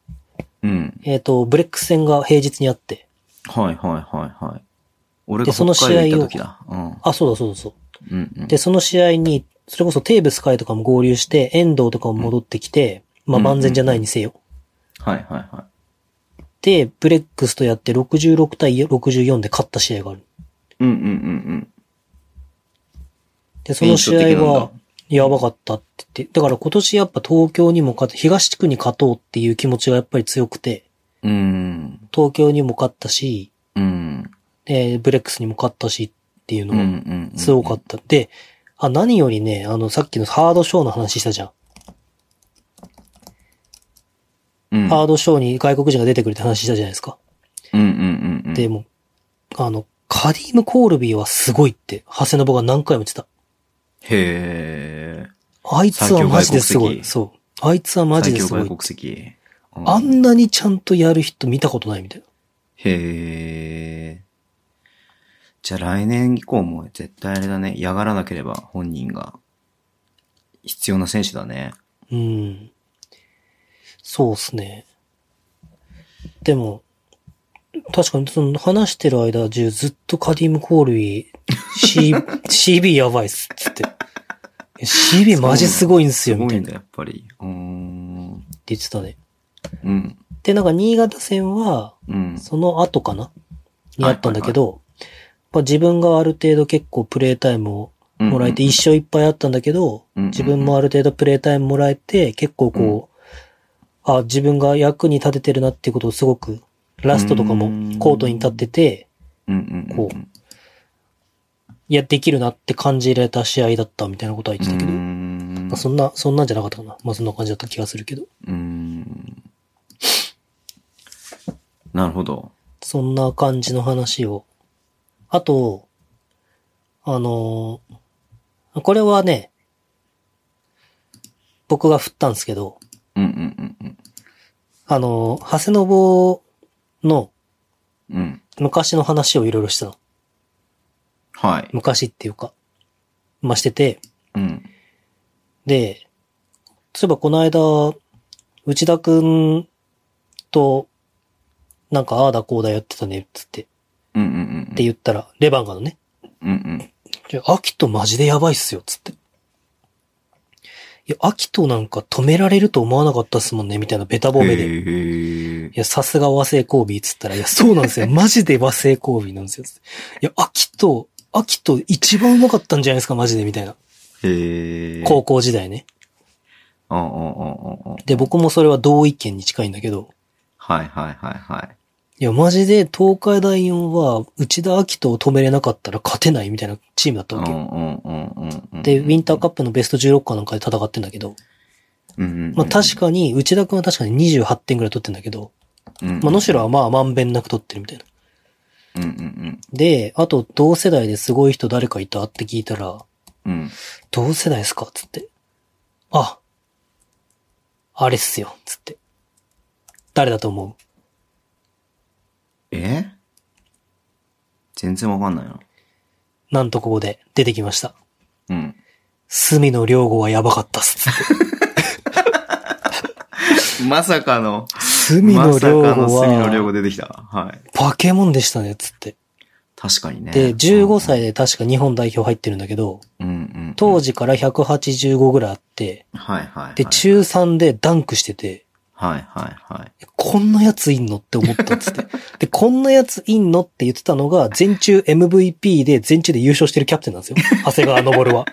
[SPEAKER 2] うん。
[SPEAKER 3] えっ、と、ブレックス戦が平日にあって、
[SPEAKER 2] はいはいはいはい。俺
[SPEAKER 3] で
[SPEAKER 2] が
[SPEAKER 3] そ
[SPEAKER 2] 北
[SPEAKER 3] の
[SPEAKER 2] 海道
[SPEAKER 3] 試合
[SPEAKER 2] 行
[SPEAKER 3] を
[SPEAKER 2] った時だ。うん。
[SPEAKER 3] あ、そうだそうだそう。
[SPEAKER 2] うんうん。
[SPEAKER 3] で、その試合に、それこそテーブス海とかも合流して、遠藤とかも戻ってきて、まあ
[SPEAKER 2] うん
[SPEAKER 3] 万全じゃないにせよ。
[SPEAKER 2] はいはいは
[SPEAKER 3] で、ブレックスとやって66対64で勝った試合がある。
[SPEAKER 2] い。うんうんうん
[SPEAKER 3] で、その
[SPEAKER 2] 印
[SPEAKER 3] 試
[SPEAKER 2] 象的
[SPEAKER 3] 合
[SPEAKER 2] なんだ
[SPEAKER 3] は、やばかったって言って、だから今年やっぱ東京にも勝って、東地区に勝とうっていう気持ちがやっぱり強くて、
[SPEAKER 2] うん。うーん。
[SPEAKER 3] 東京にも勝ったし、
[SPEAKER 2] うん。
[SPEAKER 3] で、ブレックスにも勝ったしっていう
[SPEAKER 2] うんうん
[SPEAKER 3] のが
[SPEAKER 2] うんうん。
[SPEAKER 3] 強かった。で、あ、何よりね、あの、さっきのハードショーの話したじゃん。
[SPEAKER 2] うん。
[SPEAKER 3] ハードショーに外国人が出てくるって話したじゃないですか。
[SPEAKER 2] うんうんうんうん。
[SPEAKER 3] でも、あの、カリーム・コールビーはすごいって、長谷信が何回も言ってた。
[SPEAKER 2] へえ。
[SPEAKER 3] あいつはマジですご
[SPEAKER 2] 最強外国
[SPEAKER 3] い。
[SPEAKER 2] 籍
[SPEAKER 3] そう。あいつはマジですご
[SPEAKER 2] 最強
[SPEAKER 3] い
[SPEAKER 2] 外。国籍。う
[SPEAKER 3] あんなにちゃんとやる人見たことないみたいな。
[SPEAKER 2] へえ。じゃあ来年以降も絶対あれだね。嫌がらなければ本人が必要な選手だね。
[SPEAKER 3] うん。そうっすね。でも、確かにその話してる間中ずっとカディム・コールイ、C、
[SPEAKER 2] [laughs]
[SPEAKER 3] CB やばいっす、つって。CB マジすごいんす
[SPEAKER 2] す
[SPEAKER 3] よ、み
[SPEAKER 2] ご
[SPEAKER 3] た
[SPEAKER 2] い
[SPEAKER 3] い
[SPEAKER 2] ん
[SPEAKER 3] な。っ
[SPEAKER 2] だ、
[SPEAKER 3] て
[SPEAKER 2] やっぱり。うーん。
[SPEAKER 3] 言ってたね。
[SPEAKER 2] うん。
[SPEAKER 3] で、なんか新潟戦は、
[SPEAKER 2] うん。
[SPEAKER 3] その後かなにあったんだけど、まあ自分がある程度結構プレイタイムをもらえて、一生いっぱいあったんだけど、
[SPEAKER 2] うんうんうん
[SPEAKER 3] 自分もある程度プレイタイムもらえて、結構こう、あ、自分が役に立ててるなっていうことをすごく、ラストとかもコートに立ってて、
[SPEAKER 2] うんうんうん。
[SPEAKER 3] こういや、できるなって感じられた試合だったみたいなことは言ってたけど、ま
[SPEAKER 2] ん
[SPEAKER 3] あそんな、そんなんじゃなかったかな。まあそんな感じだった気がするけど、
[SPEAKER 2] うーん。なるほど。
[SPEAKER 3] そんな感じの話を。あと、あのーこれはね、僕が振ったんですけど、
[SPEAKER 2] うんうんうん
[SPEAKER 3] あのー長谷信の
[SPEAKER 2] うん。うん。
[SPEAKER 3] 昔の話をいろいろしてたの。
[SPEAKER 2] はい。
[SPEAKER 3] 昔っていうか、まあ、してて。
[SPEAKER 2] うん。
[SPEAKER 3] で、そういえばこの間、内田くんと、なんかああだこうだやってたね、つって、
[SPEAKER 2] うんうんうんうん。
[SPEAKER 3] って言ったら、レバンガのね、
[SPEAKER 2] うんうん。
[SPEAKER 3] いや、秋とマジでやばいっすよ、つって。いや、秋となんか止められると思わなかったっすもんね、みたいなベタ褒めで。い
[SPEAKER 2] へえ。
[SPEAKER 3] や、さすが和製コービーっつったら、いや、そうなんですよ。 [laughs] マジで和製コービーなんですよ。つっていや、秋と、秋と一番うまかったんじゃないですか、マジで、みたいな。
[SPEAKER 2] へえ。
[SPEAKER 3] 高校時代ね。
[SPEAKER 2] うんうんうんうんうん。
[SPEAKER 3] で、僕もそれは同意見に近いんだけど、
[SPEAKER 2] はいはいはいはい。
[SPEAKER 3] いや、マジで東海大4は内田秋とを止めれなかったら勝てないみたいなチームだった
[SPEAKER 2] うん
[SPEAKER 3] わ
[SPEAKER 2] う
[SPEAKER 3] けよ。
[SPEAKER 2] んうんうんうん。
[SPEAKER 3] で、ウィンターカップのベスト16かなんかで戦ってんだけど、
[SPEAKER 2] うんうんうん。
[SPEAKER 3] まあ確かに、内田くんは確かに28点ぐらい取ってんだけど、まあ、
[SPEAKER 2] ま
[SPEAKER 3] 野代はまあ、まんべんなく取ってるみたいな。
[SPEAKER 2] うんうん
[SPEAKER 3] で、あと、同世代ですごい人誰かいたって聞いたら、
[SPEAKER 2] うん。うん。
[SPEAKER 3] 同世代ですかつって。あ、あれっすよ。つって。誰だと思う
[SPEAKER 2] え全然わかんないな。
[SPEAKER 3] なんとここで出てきました。
[SPEAKER 2] うん。
[SPEAKER 3] 隅野良吾はやばかったっす。
[SPEAKER 2] [laughs] まさかの、
[SPEAKER 3] 隅
[SPEAKER 2] ま
[SPEAKER 3] 野
[SPEAKER 2] さか
[SPEAKER 3] 良吾
[SPEAKER 2] の隅の量
[SPEAKER 3] は、
[SPEAKER 2] が出てきた。はい。
[SPEAKER 3] バケモンでしたね。つって。
[SPEAKER 2] 確かにね。
[SPEAKER 3] で、15歳で確か日本代表入ってるんだけど、
[SPEAKER 2] うんうん。
[SPEAKER 3] 当時から185ぐらいあって、
[SPEAKER 2] はいはいはい。
[SPEAKER 3] で、中3でダンクしてて、
[SPEAKER 2] はいはいはい。
[SPEAKER 3] こんなやついんのって思ったっつ [laughs] って。で、こんなやついんのって言ってたのが、全中 MVP で全中で優勝してるキャプテンなんですよ。長谷川昇は。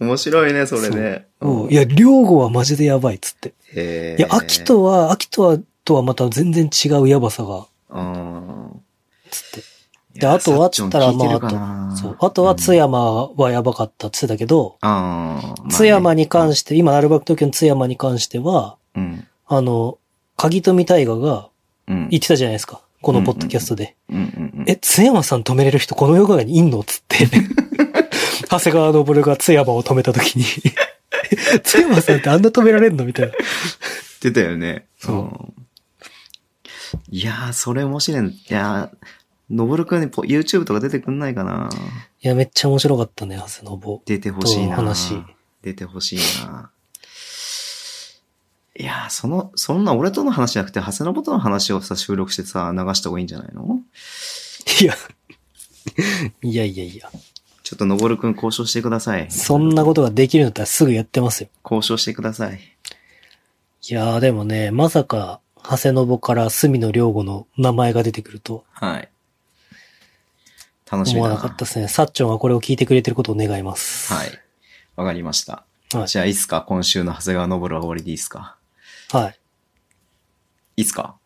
[SPEAKER 2] 面白いね、それね。
[SPEAKER 3] [laughs] うんいや、両吾はマジでやばいっつって。
[SPEAKER 2] へー
[SPEAKER 3] いや、秋。とは、秋とは、とはまた全然違うやばさが、
[SPEAKER 2] うん。
[SPEAKER 3] つっ
[SPEAKER 2] い
[SPEAKER 3] で
[SPEAKER 2] や
[SPEAKER 3] あと
[SPEAKER 2] サ
[SPEAKER 3] は
[SPEAKER 2] ッチョン聞いてるか
[SPEAKER 3] て。
[SPEAKER 2] な
[SPEAKER 3] そう。あとは津山はやばかったっつってたけど、
[SPEAKER 2] ああ。
[SPEAKER 3] 津山に関
[SPEAKER 2] し
[SPEAKER 3] して、今、アルバク東京の津山に関しては、
[SPEAKER 2] て。うん。
[SPEAKER 3] あの、鍵富大河が
[SPEAKER 2] うん。
[SPEAKER 3] 言ってたじゃないですか。このポッドキャストで。
[SPEAKER 2] うんうんうん。
[SPEAKER 3] え、津山さん止めれる人この世の中にいんのつって。
[SPEAKER 2] [laughs]
[SPEAKER 3] 長谷川昇が津山を止めた時に。 [laughs] 津山さんってあんな止められんのみたいな。
[SPEAKER 2] 言ってたよね。。
[SPEAKER 3] そうん
[SPEAKER 2] いやー、それ面白いね。いやー、のぼるくんにポ YouTube とか出てくんないかない
[SPEAKER 3] や、めっちゃ面白かったね、長谷信。
[SPEAKER 2] 出てほしいな
[SPEAKER 3] と話
[SPEAKER 2] 出てほしいないやー、その、そんな俺との話じゃなくて、長谷信との話をさ、収録してさ、流した方がいいんじゃないの
[SPEAKER 3] いや。いやいやいや。
[SPEAKER 2] ちょっとのぼるくん交渉してください。
[SPEAKER 3] そんなことができるんだったらすぐやってますよ。
[SPEAKER 2] 交渉してください。
[SPEAKER 3] いやーでもね、まさか、長谷信から隅野良吾の名前が出てくると
[SPEAKER 2] はい。楽しみ
[SPEAKER 3] 思
[SPEAKER 2] だ
[SPEAKER 3] わ
[SPEAKER 2] な。
[SPEAKER 3] なかったですね。サッチョンはこれを聞いてくれてることを願います。
[SPEAKER 2] はい。わかりました。
[SPEAKER 3] はい。
[SPEAKER 2] じゃあ、いつか今週の長谷川昇は終わりでいいですか
[SPEAKER 3] はい。
[SPEAKER 2] いつか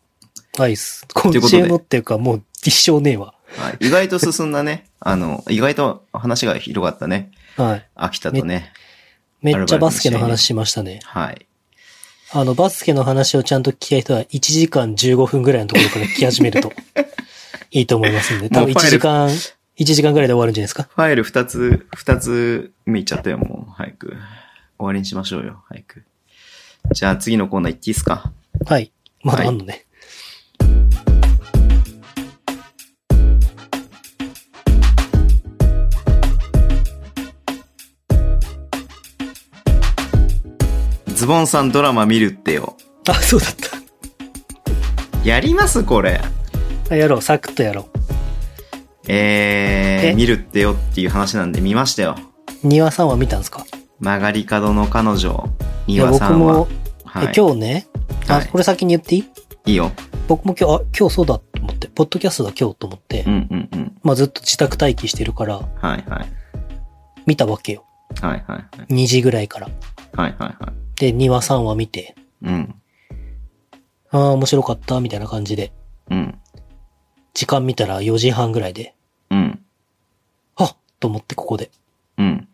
[SPEAKER 3] アイス。
[SPEAKER 2] いうこ
[SPEAKER 3] 今
[SPEAKER 2] とで
[SPEAKER 3] 週のっていうか、もう一生ねえわ。
[SPEAKER 2] はい、意外と進んだね。あの、意外と話が広がったね。
[SPEAKER 3] はい。
[SPEAKER 2] 秋田とね。
[SPEAKER 3] めっちゃバスケの話しましたね。
[SPEAKER 2] はい。
[SPEAKER 3] あの、バスケの話をちゃんと聞きたい人は1時間15分ぐらいのところから聞き始
[SPEAKER 2] [laughs]
[SPEAKER 3] めるといいと思いますんで、多
[SPEAKER 2] もう
[SPEAKER 3] 分
[SPEAKER 2] ファ
[SPEAKER 3] 1
[SPEAKER 2] イル
[SPEAKER 3] 時間、1時間ぐらいで終わるんじゃないですか。
[SPEAKER 2] ファイル二つ、二つ見ちゃったよ、もう。早く。終わりにしましょうよ、早く。じゃあ次のコーナー行っていいですか
[SPEAKER 3] はい。まだあんのね。
[SPEAKER 2] ズボンさんドラマ見るってよ。
[SPEAKER 3] あ、そうだった。
[SPEAKER 2] やりますこれ。
[SPEAKER 3] あやろう、サクッとやろ
[SPEAKER 2] えー、
[SPEAKER 3] え
[SPEAKER 2] 見るってよっていう話なんで見ましたよ。
[SPEAKER 3] う。庭さんは見たんですか
[SPEAKER 2] 曲がり角の彼女、
[SPEAKER 3] い
[SPEAKER 2] 庭
[SPEAKER 3] 僕
[SPEAKER 2] さんは
[SPEAKER 3] も。、
[SPEAKER 2] は
[SPEAKER 3] え
[SPEAKER 2] い、
[SPEAKER 3] 今日ね、あ、
[SPEAKER 2] はい
[SPEAKER 3] これ先に言っていい
[SPEAKER 2] いいよ。
[SPEAKER 3] 僕も今日、あ、今日そうだと思って、ポッドキャストだ今日と思って、
[SPEAKER 2] うんうんうん。
[SPEAKER 3] まあずっと自宅待機してるから、
[SPEAKER 2] はいはい。
[SPEAKER 3] 見たわけよ。
[SPEAKER 2] はいはいはい。
[SPEAKER 3] 2時ぐらいから。
[SPEAKER 2] はいはいは
[SPEAKER 3] で、庭さんは見て、
[SPEAKER 2] い。うん。
[SPEAKER 3] ああ、面白かった、みたいな感じで、
[SPEAKER 2] うん。
[SPEAKER 3] 時間見たら4時半ぐらいで、
[SPEAKER 2] うん。
[SPEAKER 3] あっと思ってここで、
[SPEAKER 2] うん。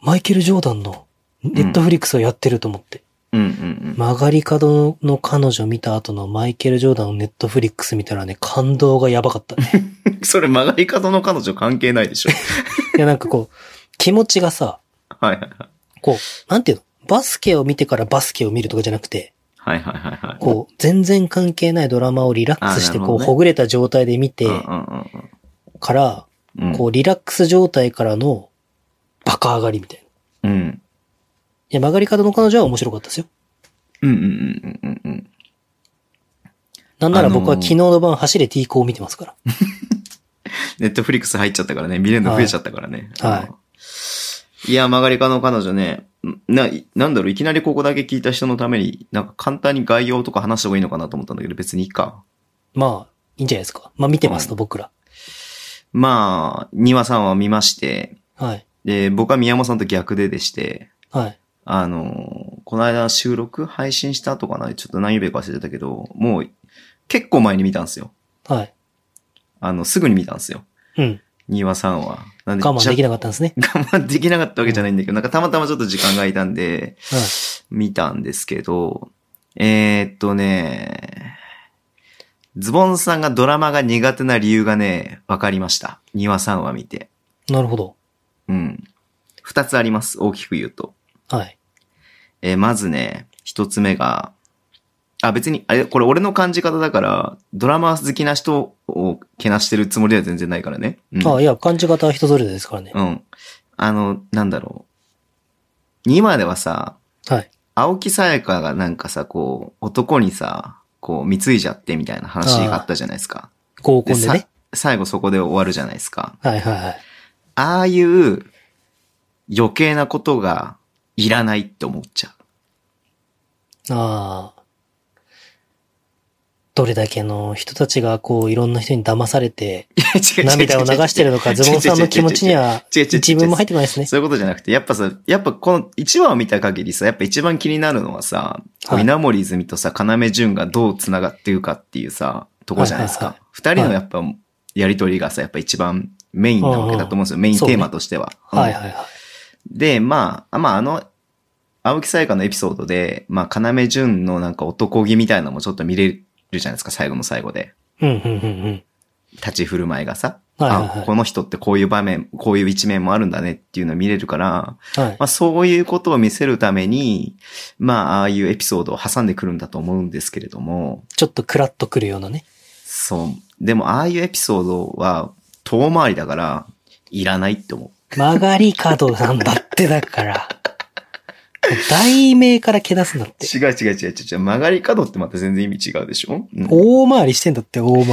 [SPEAKER 3] マイケル・ジョーダンのネットフリックスをやってると思って、
[SPEAKER 2] うんうんうん。
[SPEAKER 3] 曲がり角の彼女見た後のマイケル・ジョーダンのネットフリックス見たらね、感動がやば
[SPEAKER 2] [laughs]
[SPEAKER 3] かったね。
[SPEAKER 2] それ曲がり角の彼女関係ないでしょ。
[SPEAKER 3] いや、なんかこう、気持ちがさ、
[SPEAKER 2] はいはいはい。
[SPEAKER 3] こう、なんていうのバスケを見てからバスケを見るとかじゃなくて、
[SPEAKER 2] はいはいはいはい。
[SPEAKER 3] こう、全然関係ないドラマをリラックスして、
[SPEAKER 2] あなる
[SPEAKER 3] こ
[SPEAKER 2] ほ
[SPEAKER 3] う、
[SPEAKER 2] どね
[SPEAKER 3] ほぐれた状態で見て
[SPEAKER 2] うんうん
[SPEAKER 3] から、
[SPEAKER 2] うんうん。
[SPEAKER 3] こう、リラックス状態からのバカ上がりみたいな。い
[SPEAKER 2] うん。うん。
[SPEAKER 3] や、曲がり方の彼女は面白かったですよ。
[SPEAKER 2] うんうんうんうんうんうん。
[SPEAKER 3] なんなら僕
[SPEAKER 2] あ
[SPEAKER 3] は
[SPEAKER 2] のー
[SPEAKER 3] 昨日の晩走れ T 校を見てますから。
[SPEAKER 2] ネットフリックス入っちゃったからね、見れるの増えちゃったからね。。
[SPEAKER 3] はいはい
[SPEAKER 2] いや、曲がり角の彼女ね、な、なんだろう、いきなりここだけ聞いた人のために、なんか簡単に概要とか話した方がいいのかなと思ったんだけど、別にいいか。
[SPEAKER 3] まあ、いいんじゃないですか。まあ見てますと、僕ら。
[SPEAKER 2] まあ、庭さんは見まして、
[SPEAKER 3] はい。
[SPEAKER 2] で、僕は宮本さんと逆ででして、
[SPEAKER 3] はい。
[SPEAKER 2] あのー、この間収録配信した後かな、ちょっと何曜日か忘れてたけど、もう結構前に見たんですよ。
[SPEAKER 3] はい。
[SPEAKER 2] あの、すぐに見たんですよ。
[SPEAKER 3] うん。
[SPEAKER 2] 庭さんは。なん
[SPEAKER 3] 我慢でき
[SPEAKER 2] な
[SPEAKER 3] なかったんですね。
[SPEAKER 2] [laughs] 我慢できなかったわけじゃないんだけど、なんかたまたまちょっと時間が空いたんで、
[SPEAKER 3] はい。
[SPEAKER 2] 見たんですけど、えー、っとね、ズボンさんがドラマが苦手な理由がね、わかりました。庭さんは見て。
[SPEAKER 3] なるほど。
[SPEAKER 2] うん。二つあります。大きく言うと。
[SPEAKER 3] はい。
[SPEAKER 2] えーまずね、一つ目が、あ、別に、あれ、これ俺の感じ方だから、ドラマ好きな人をけなしてるつもりは全然ないからね。うん。
[SPEAKER 3] ああ、いや、感じ方は人それぞれですからね。
[SPEAKER 2] うん。あの、なんだろう。今ではさ、
[SPEAKER 3] はい。
[SPEAKER 2] 青木さやかがなんかさ、こう、男にさ、こう、貢いじゃってみたいな話があったじゃないですか。
[SPEAKER 3] 合コ
[SPEAKER 2] で
[SPEAKER 3] ンで
[SPEAKER 2] さ
[SPEAKER 3] ね。
[SPEAKER 2] 最後そこで終わるじゃないですか。
[SPEAKER 3] はいはいはい。
[SPEAKER 2] ああいう余計なことがいらないって思っち
[SPEAKER 3] [laughs]
[SPEAKER 2] ゃう。
[SPEAKER 3] ああ。どれだけの人たちがこういろんな人に騙されて涙を流してるのか、ズボンさんの気持ちには
[SPEAKER 2] 違う違う違う違う
[SPEAKER 3] 一文も入ってこないですね。
[SPEAKER 2] そういうことじゃなくて、やっぱさ、やっぱこの1話を見た限りさ、やっぱ一番気になるのはさ、こう
[SPEAKER 3] はい
[SPEAKER 2] 稲森泉とさ、要潤がどう繋がっているかっていうさ、とこじゃないです
[SPEAKER 3] はい
[SPEAKER 2] か
[SPEAKER 3] は。
[SPEAKER 2] 二、人のやっぱ、やりとりがさ、やっぱ一番メインなわけだと思うんですよ。メインテーマとしては。
[SPEAKER 3] はい
[SPEAKER 2] うん
[SPEAKER 3] はいはい。
[SPEAKER 2] で、まあ、あまあ、あの、青木さやかのエピソードで、まあ、要潤のなんか男気みたいなのもちょっと見れるじゃないですか、最後の最後で。
[SPEAKER 3] うん、うん、うん、うん。
[SPEAKER 2] 立ち振る舞いがさ、
[SPEAKER 3] はいはいはい
[SPEAKER 2] あ、この人ってこういう場面、こういう一面もあるんだねっていうのを見れるから、
[SPEAKER 3] はい
[SPEAKER 2] ま。あそういうことを見せるために、まあああいうエピソードを挟んでくるんだと思うんですけれども、
[SPEAKER 3] ちょっとクラッとくるようなね。
[SPEAKER 2] そう。でもああいうエピソードは遠回りだから、いらないって思う。
[SPEAKER 3] 曲がり角なんだって、だから。題名からけなすんだって。
[SPEAKER 2] 違う違う違う違う違う。曲がり角ってまた全然意味違うでしょ、うん
[SPEAKER 3] 大回りしてんだって、大回り。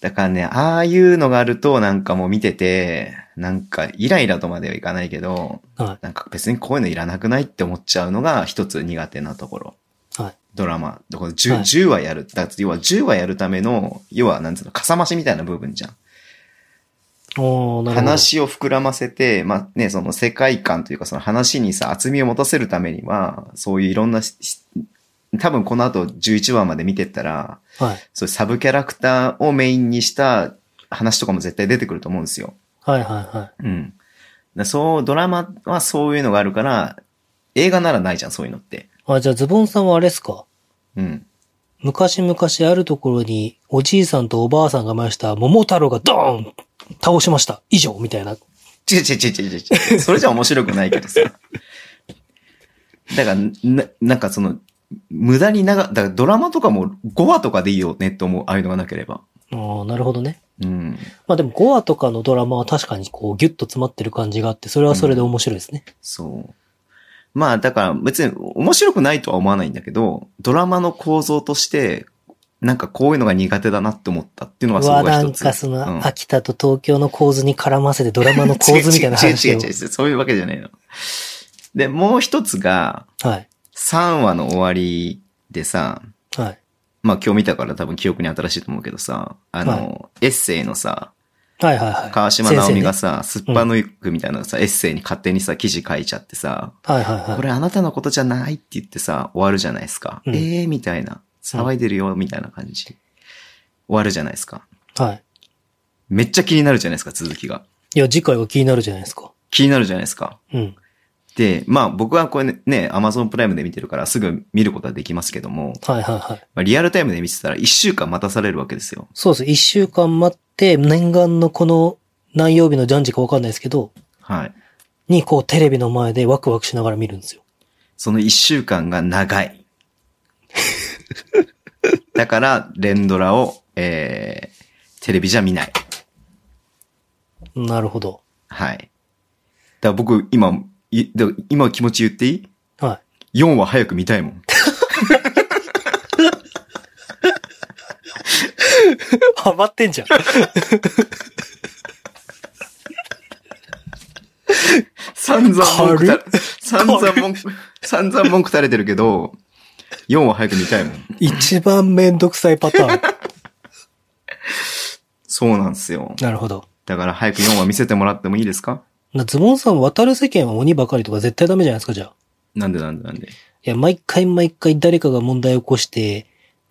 [SPEAKER 2] だからね、ああいうのがあるとなんかもう見てて、なんかイライラとまではいかないけど、
[SPEAKER 3] は
[SPEAKER 2] なんか別にこういうのいらなくないって思っちゃうのが一つ苦手なところ。
[SPEAKER 3] い。はい。
[SPEAKER 2] ドラマ。だから 10,
[SPEAKER 3] はい
[SPEAKER 2] 10話やる。だから要は10話やるための、要はなんつうの、かさ増しみたいな部分じゃん。
[SPEAKER 3] おーなるほど。
[SPEAKER 2] 話を膨らませて、まあね、その世界観というかその話にさ、厚みを持たせるためには、そういういろんなし、し多分この後11話まで見てったら、
[SPEAKER 3] はい。
[SPEAKER 2] そういうサブキャラクターをメインにした話とかも絶対出てくると思うんですよ。
[SPEAKER 3] はい、はい、はい。
[SPEAKER 2] うん。だそう、ドラマはそういうのがあるから、映画ならないじゃん、そういうのって。
[SPEAKER 3] あ、じゃあズボンさんはあれですか
[SPEAKER 2] うん。
[SPEAKER 3] 昔々あるところに、おじいさんとおばあさんが前した桃太郎がドーン倒しました以上みたいな。
[SPEAKER 2] 違う違う違う違う違う。それじゃ面白くないけどさ。だから、な、なんかその、無駄に長、だからドラマとかも5話とかでいいよねって思う、ああいうのがなければ。
[SPEAKER 3] ああ、なるほどね。
[SPEAKER 2] うん。
[SPEAKER 3] まあでも5話とかのドラマは確かにこうギュッと詰まってる感じがあって、それはそれで面白いですね。
[SPEAKER 2] そう。まあ、だから別に面白くないとは思わないんだけど、ドラマの構造として、なんかこういうのが苦手だなって思ったっていうの
[SPEAKER 3] う
[SPEAKER 2] がそ
[SPEAKER 3] わ、
[SPEAKER 2] こが
[SPEAKER 3] な
[SPEAKER 2] 一
[SPEAKER 3] ん
[SPEAKER 2] つ。
[SPEAKER 3] かそ
[SPEAKER 2] うん
[SPEAKER 3] の、秋田と東京の構図に絡ませてドラ
[SPEAKER 2] [laughs]
[SPEAKER 3] マの構図みたいな話
[SPEAKER 2] 違う違
[SPEAKER 3] を
[SPEAKER 2] う違う違う。違うそういうわけじゃないの。で、もう一つが、
[SPEAKER 3] はい。
[SPEAKER 2] 3話の終わりでさ、
[SPEAKER 3] はい。
[SPEAKER 2] まあ今日見たから多分記憶に新しいと思うけどさ、あの、エッセイのさ、
[SPEAKER 3] はいはいはい。
[SPEAKER 2] 川島直美が
[SPEAKER 3] 先
[SPEAKER 2] さ、すっぱ抜くみたいなさ、エッセイに勝手にさ、記事書いちゃってさ、
[SPEAKER 3] 生ね。はいはいはい。
[SPEAKER 2] これあなたのことじゃないって言ってさ、終わるじゃないですか。
[SPEAKER 3] うん
[SPEAKER 2] ええー、みたいな。騒いでるよ、みたいな感じ。終わるじゃないですか。
[SPEAKER 3] はい。
[SPEAKER 2] めっちゃ気になるじゃないですか、続きが。
[SPEAKER 3] いや、次回は気になるじゃないですか。
[SPEAKER 2] 気になるじゃないですか。
[SPEAKER 3] うん。
[SPEAKER 2] で、まあ僕はこれねね、Amazon プライムで見てるからすぐ見ることはできますけども、
[SPEAKER 3] はいはいはい。
[SPEAKER 2] まあ、リアルタイムで見てたら1週間待たされるわけですよ。
[SPEAKER 3] そうです。一週間待って、念願のこの何曜日のジャンジかわかんないですけど、
[SPEAKER 2] はい。
[SPEAKER 3] にこうテレビの前でワクワクしながら見るんですよ。
[SPEAKER 2] その1週間が長
[SPEAKER 3] [laughs]
[SPEAKER 2] い。だから、連ドラを、えー、テレビじゃ見ない。
[SPEAKER 3] なるほど。
[SPEAKER 2] はい。だから僕、今、いだから今気持ち言っていい
[SPEAKER 3] は
[SPEAKER 2] ?4 話早く見たいもん。
[SPEAKER 3] [laughs] い。ハマってんじゃん。
[SPEAKER 2] 散々文句た
[SPEAKER 3] 軽っ、
[SPEAKER 2] 散々文句、散々文句垂れてるけど、4話早く見たいもん。
[SPEAKER 3] 一番めんどくさいパターン。 [laughs]
[SPEAKER 2] そうなんですよ。
[SPEAKER 3] なるほど。
[SPEAKER 2] だから早く4話見せてもらってもいいですか
[SPEAKER 3] なズボンさん、渡る世間は鬼ばかりとか絶対ダメじゃないですか、じゃあ。
[SPEAKER 2] なんでなんでなんで。
[SPEAKER 3] いや、毎回毎回誰かが問題を起こして、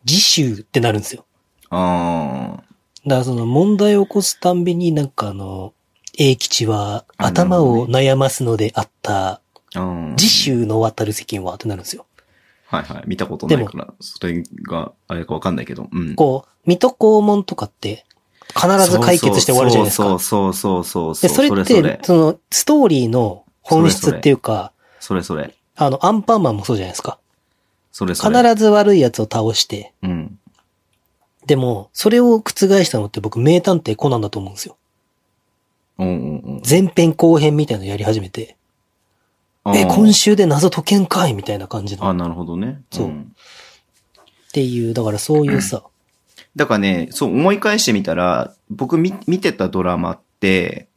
[SPEAKER 3] 次週ってなるんですよ。
[SPEAKER 2] あ
[SPEAKER 3] だからその問題を起こすたんびになんかあの、英吉は頭を悩ますのであった、
[SPEAKER 2] ー。うん。
[SPEAKER 3] 次週の渡る世間はってなるんですよ。
[SPEAKER 2] はいはい。見たことないから、それがあれかわかんないけど。うん。
[SPEAKER 3] こう、水戸黄門とかって、必ず解決して終わるじゃないです
[SPEAKER 2] そ
[SPEAKER 3] か
[SPEAKER 2] う。そうそうそうそ
[SPEAKER 3] で、
[SPEAKER 2] う。
[SPEAKER 3] それっ
[SPEAKER 2] それ
[SPEAKER 3] て、その、ストーリーの本質っていうか、
[SPEAKER 2] それそれ。
[SPEAKER 3] あの、アンパンマンもそうじゃないですか。
[SPEAKER 2] それそ
[SPEAKER 3] 必
[SPEAKER 2] れ。
[SPEAKER 3] ず悪い奴を倒して、
[SPEAKER 2] うん。
[SPEAKER 3] でも、それを覆したのって僕、名探偵コナンだと思うんですよ。
[SPEAKER 2] うんうん
[SPEAKER 3] 前編後編みたいなのやり始めて、
[SPEAKER 2] うん。
[SPEAKER 3] え、
[SPEAKER 2] あー
[SPEAKER 3] 今週で謎解けんかいみたいな感じの。
[SPEAKER 2] あ、
[SPEAKER 3] っ
[SPEAKER 2] なるほどね。
[SPEAKER 3] そうんていう、だからそういうさ、
[SPEAKER 2] だからね、そう思い返してみたら、僕見見てたドラマって、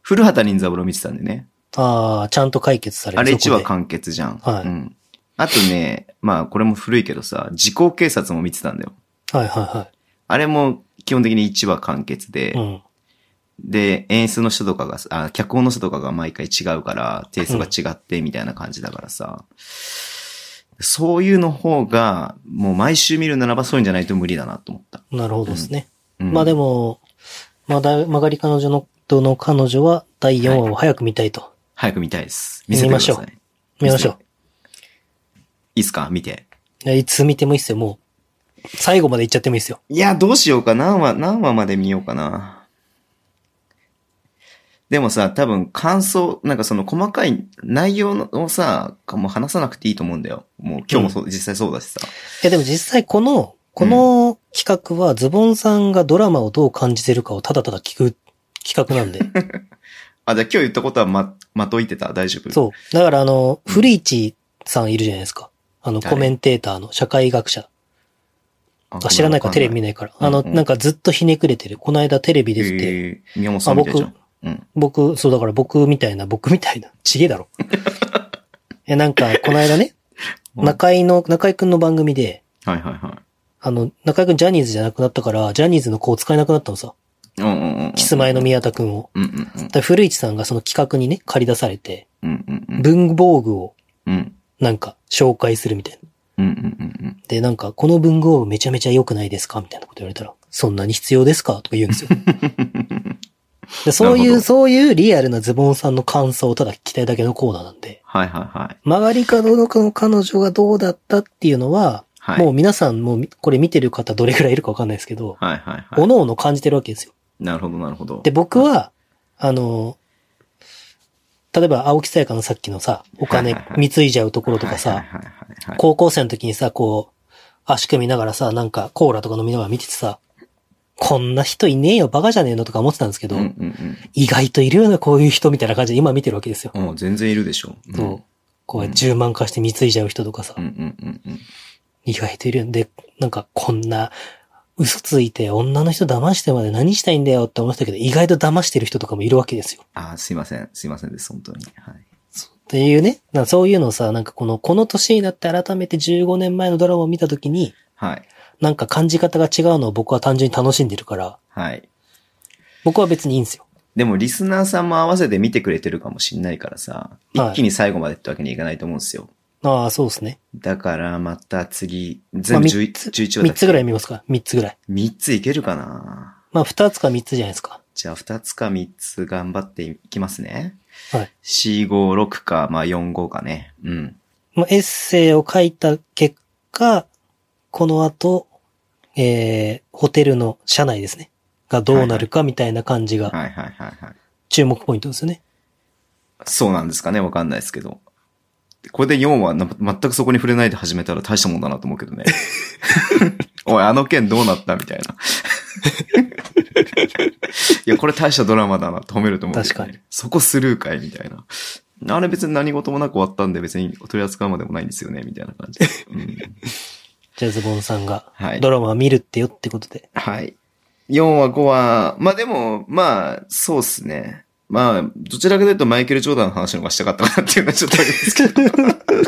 [SPEAKER 2] 古畑任三郎見てたんでね。
[SPEAKER 3] ああ、ちゃんと解決される。
[SPEAKER 2] あれ
[SPEAKER 3] そこで
[SPEAKER 2] 1話完結じゃん。
[SPEAKER 3] はい
[SPEAKER 2] うん。あとね、まあこれも古いけどさ、時効警察も見てたんだよ。
[SPEAKER 3] はいはいは
[SPEAKER 2] あれも基本的に1話完結で、
[SPEAKER 3] い。うん。
[SPEAKER 2] で、演出の人とかが、あ、脚本の人とかが毎回違うから、テイストが違ってみたいな感じだからさ、そういうの方が、もう毎週見るならばそういうんじゃないと無理だなと思った。
[SPEAKER 3] なるほどですね。
[SPEAKER 2] うん
[SPEAKER 3] まあでも、まだ、曲がり彼女の、との彼女は第4話を早く見たいと。
[SPEAKER 2] 早く見たいです。見せてください。
[SPEAKER 3] 見ましょ見ましょ
[SPEAKER 2] いいっすか見て。
[SPEAKER 3] う。いやいつ見てもいいっすよ、も最後まで行っちゃってもいいですよ。
[SPEAKER 2] いや、どうしようか。何話、何話まで見ようかな。でもさ、多分感想、なんかその細かい内容のをさ、もう話さなくていいと思うんだよ。もう今日もそう、実際そうだしさ。
[SPEAKER 3] え、でも実際この、この企画はズボンさんがドラマをどう感じてるかをただただ聞く企画なんで。
[SPEAKER 2] あ、じゃあ今日言ったことはま、まといてた大丈夫う。
[SPEAKER 3] そう。だからあの、古市さんいるじゃないですか。あの、
[SPEAKER 2] 誰
[SPEAKER 3] コメンテーターの社会学者。
[SPEAKER 2] あ
[SPEAKER 3] あ、知らないかテレビ見ないから。あ
[SPEAKER 2] う
[SPEAKER 3] の、
[SPEAKER 2] んうん
[SPEAKER 3] なんかずっとひねくれてる。この間テレビ
[SPEAKER 2] え
[SPEAKER 3] 出てて、
[SPEAKER 2] ー宮本さんみたいじゃ
[SPEAKER 3] あ
[SPEAKER 2] ん。うん。
[SPEAKER 3] 僕、そうだから僕みたいな、僕みたいな、ちげえ
[SPEAKER 2] [laughs]
[SPEAKER 3] だろ。え、なんか、この間ね、
[SPEAKER 2] うん
[SPEAKER 3] 中井の、中井くんの番組で、
[SPEAKER 2] はいはいは
[SPEAKER 3] あの、中井くんジャニーズじゃなくなったから、ジャニーズの子を使えなくなったのさ。
[SPEAKER 2] い。うんうんうん。
[SPEAKER 3] キスマイの宮田くんを。
[SPEAKER 2] うんうんうん
[SPEAKER 3] だ。から古市さんがその企画にね、借り出されて、
[SPEAKER 2] うんうんうん。
[SPEAKER 3] 文房具を
[SPEAKER 2] うん
[SPEAKER 3] なんか紹介するみたいな。
[SPEAKER 2] うんうんうんうん。
[SPEAKER 3] で、なんか、この文具をめちゃめちゃ良くないですかみたいなこと言われたら、そんなに必要ですかとか言うん
[SPEAKER 2] [laughs]
[SPEAKER 3] ですよ。でそ
[SPEAKER 2] な
[SPEAKER 3] う
[SPEAKER 2] いるほ
[SPEAKER 3] う、
[SPEAKER 2] ど
[SPEAKER 3] そういうリアルなズボンさんの感想をただ聞きたいだけのコーナーなんで、
[SPEAKER 2] はいはいはい。
[SPEAKER 3] 曲がり角の彼女がどうだったっていうのは、
[SPEAKER 2] はい。
[SPEAKER 3] もう皆さんもうこれ見てる方どれくらいいるかわかんないですけど、
[SPEAKER 2] はいはいは
[SPEAKER 3] 各々感じてるわけですよ。
[SPEAKER 2] い。なるほどなるほど。
[SPEAKER 3] で、僕は、あの、例えば青木さやかのさっきのさ、お金
[SPEAKER 2] はいはいはい
[SPEAKER 3] 貢いじゃうところとか
[SPEAKER 2] はい
[SPEAKER 3] さ、
[SPEAKER 2] はいはいはい。
[SPEAKER 3] 高校生の時にさ、こう、足組みながらさ、なんかコーラとか飲みながら見ててさ、こんな人いねえよ、バカじゃねえのとか思ってたんですけど、
[SPEAKER 2] うんうん
[SPEAKER 3] 意外といるよな、こういう人みたいな感じで今見てるわけですよ。
[SPEAKER 2] うん。もう全然いるでしょ。ん
[SPEAKER 3] そう。こう10万貸して貢いじゃう人とかさ、
[SPEAKER 2] うんうんうんうん。
[SPEAKER 3] 意外といるよね。で、なんかこんな、嘘ついて女の人騙してまで何したいんだよって思ってたけど、意外と騙してる人とかもいるわけですよ。
[SPEAKER 2] あーすいません。すいませんです。本当に。はい。
[SPEAKER 3] っていうね。なんかそういうのをさ、なんかこの、この年になって改めて15年前のドラマを見たときに、
[SPEAKER 2] はい。
[SPEAKER 3] なんか感じ方が違うのを僕は単純に楽しんでるから、
[SPEAKER 2] はい。
[SPEAKER 3] 僕は別にいいんですよ。
[SPEAKER 2] でも、リスナーさんも合わせて見てくれてるかもしんないからさ、
[SPEAKER 3] は
[SPEAKER 2] 一
[SPEAKER 3] い
[SPEAKER 2] 気に最後までってわけにいかないと思うんですよ。
[SPEAKER 3] ああ、そうですね。
[SPEAKER 2] だから、また次、
[SPEAKER 3] ま
[SPEAKER 2] 全
[SPEAKER 3] あ、
[SPEAKER 2] 部
[SPEAKER 3] 三
[SPEAKER 2] 11
[SPEAKER 3] つ、
[SPEAKER 2] 11話だ
[SPEAKER 3] 三
[SPEAKER 2] っ
[SPEAKER 3] つ
[SPEAKER 2] け
[SPEAKER 3] ぐらい見ますか三つぐらい。
[SPEAKER 2] 3ついけるかな
[SPEAKER 3] まあ、二つか三つじゃないですか。
[SPEAKER 2] じゃあ、2つか3つ頑張っていきますね。
[SPEAKER 3] はい。
[SPEAKER 2] 4、5、6か、まあ、4、5かね。うん。
[SPEAKER 3] まあ、エッセイを書いた結果、この後、えー、ホテルの社内ですね。がどうなるかみたいな感じが
[SPEAKER 2] はいはいはいはい。
[SPEAKER 3] 注目ポイントですよね。
[SPEAKER 2] そうなんですかねわかんないですけど。これで4はな全くそこに触れないで始めたら大したもんだなと思う
[SPEAKER 3] [laughs]
[SPEAKER 2] けどね。おい、あの件どうなったみたいな。いや、これ大したドラマだなと褒めると思うけど、ね。
[SPEAKER 3] 確かに。
[SPEAKER 2] そこスルーかいみたいな。あれ別に何事もなく終わったんで別に取り扱うまでもないんですよねみたいな感じ。うん、
[SPEAKER 3] じゃあズボンさんが
[SPEAKER 2] はい
[SPEAKER 3] ドラマを見るってよってことで。 [laughs]
[SPEAKER 2] はい。4話、5話。まあでも、まあ、そうっすね。まあ、どちらかというとマイケル・ジョーダンの話の方がしたかったなっていうのはちょっとあるんですけど。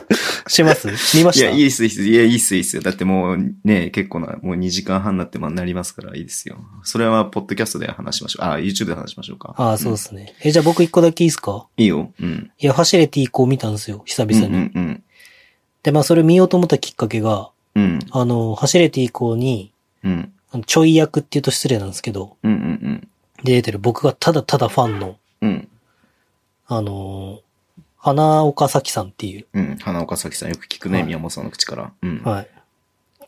[SPEAKER 3] します見ま
[SPEAKER 2] い
[SPEAKER 3] し
[SPEAKER 2] や、
[SPEAKER 3] た
[SPEAKER 2] いいっす、いいっす。いや、いいっす、いいっすよ。だってもうね、結構な、もう2時間半になってまあなりますから、いいですよ。それは、ポッドキャストで話しましょう。あ、YouTube で話しましょうか。
[SPEAKER 3] ああ、そうで
[SPEAKER 2] ん
[SPEAKER 3] すね。え、じゃあ僕一個だけいいですか
[SPEAKER 2] いいよ。うん。
[SPEAKER 3] いや、ファシレティこう見たんですよ。久
[SPEAKER 2] うん、う
[SPEAKER 3] 々に。
[SPEAKER 2] ん、うん。
[SPEAKER 3] で、まあそれ見ようと思ったきっかけが、
[SPEAKER 2] うん、
[SPEAKER 3] あの、走れて以降に、
[SPEAKER 2] うん、
[SPEAKER 3] あのちょい役って言うと失礼なんですけど、
[SPEAKER 2] うん、うん、
[SPEAKER 3] で出てる僕がただただファンの、
[SPEAKER 2] うん。うん、
[SPEAKER 3] あのー花岡咲さんっていう、
[SPEAKER 2] うん。花岡咲さんよく聞くね、
[SPEAKER 3] はい
[SPEAKER 2] 宮本さんの口から。うん。
[SPEAKER 3] はい。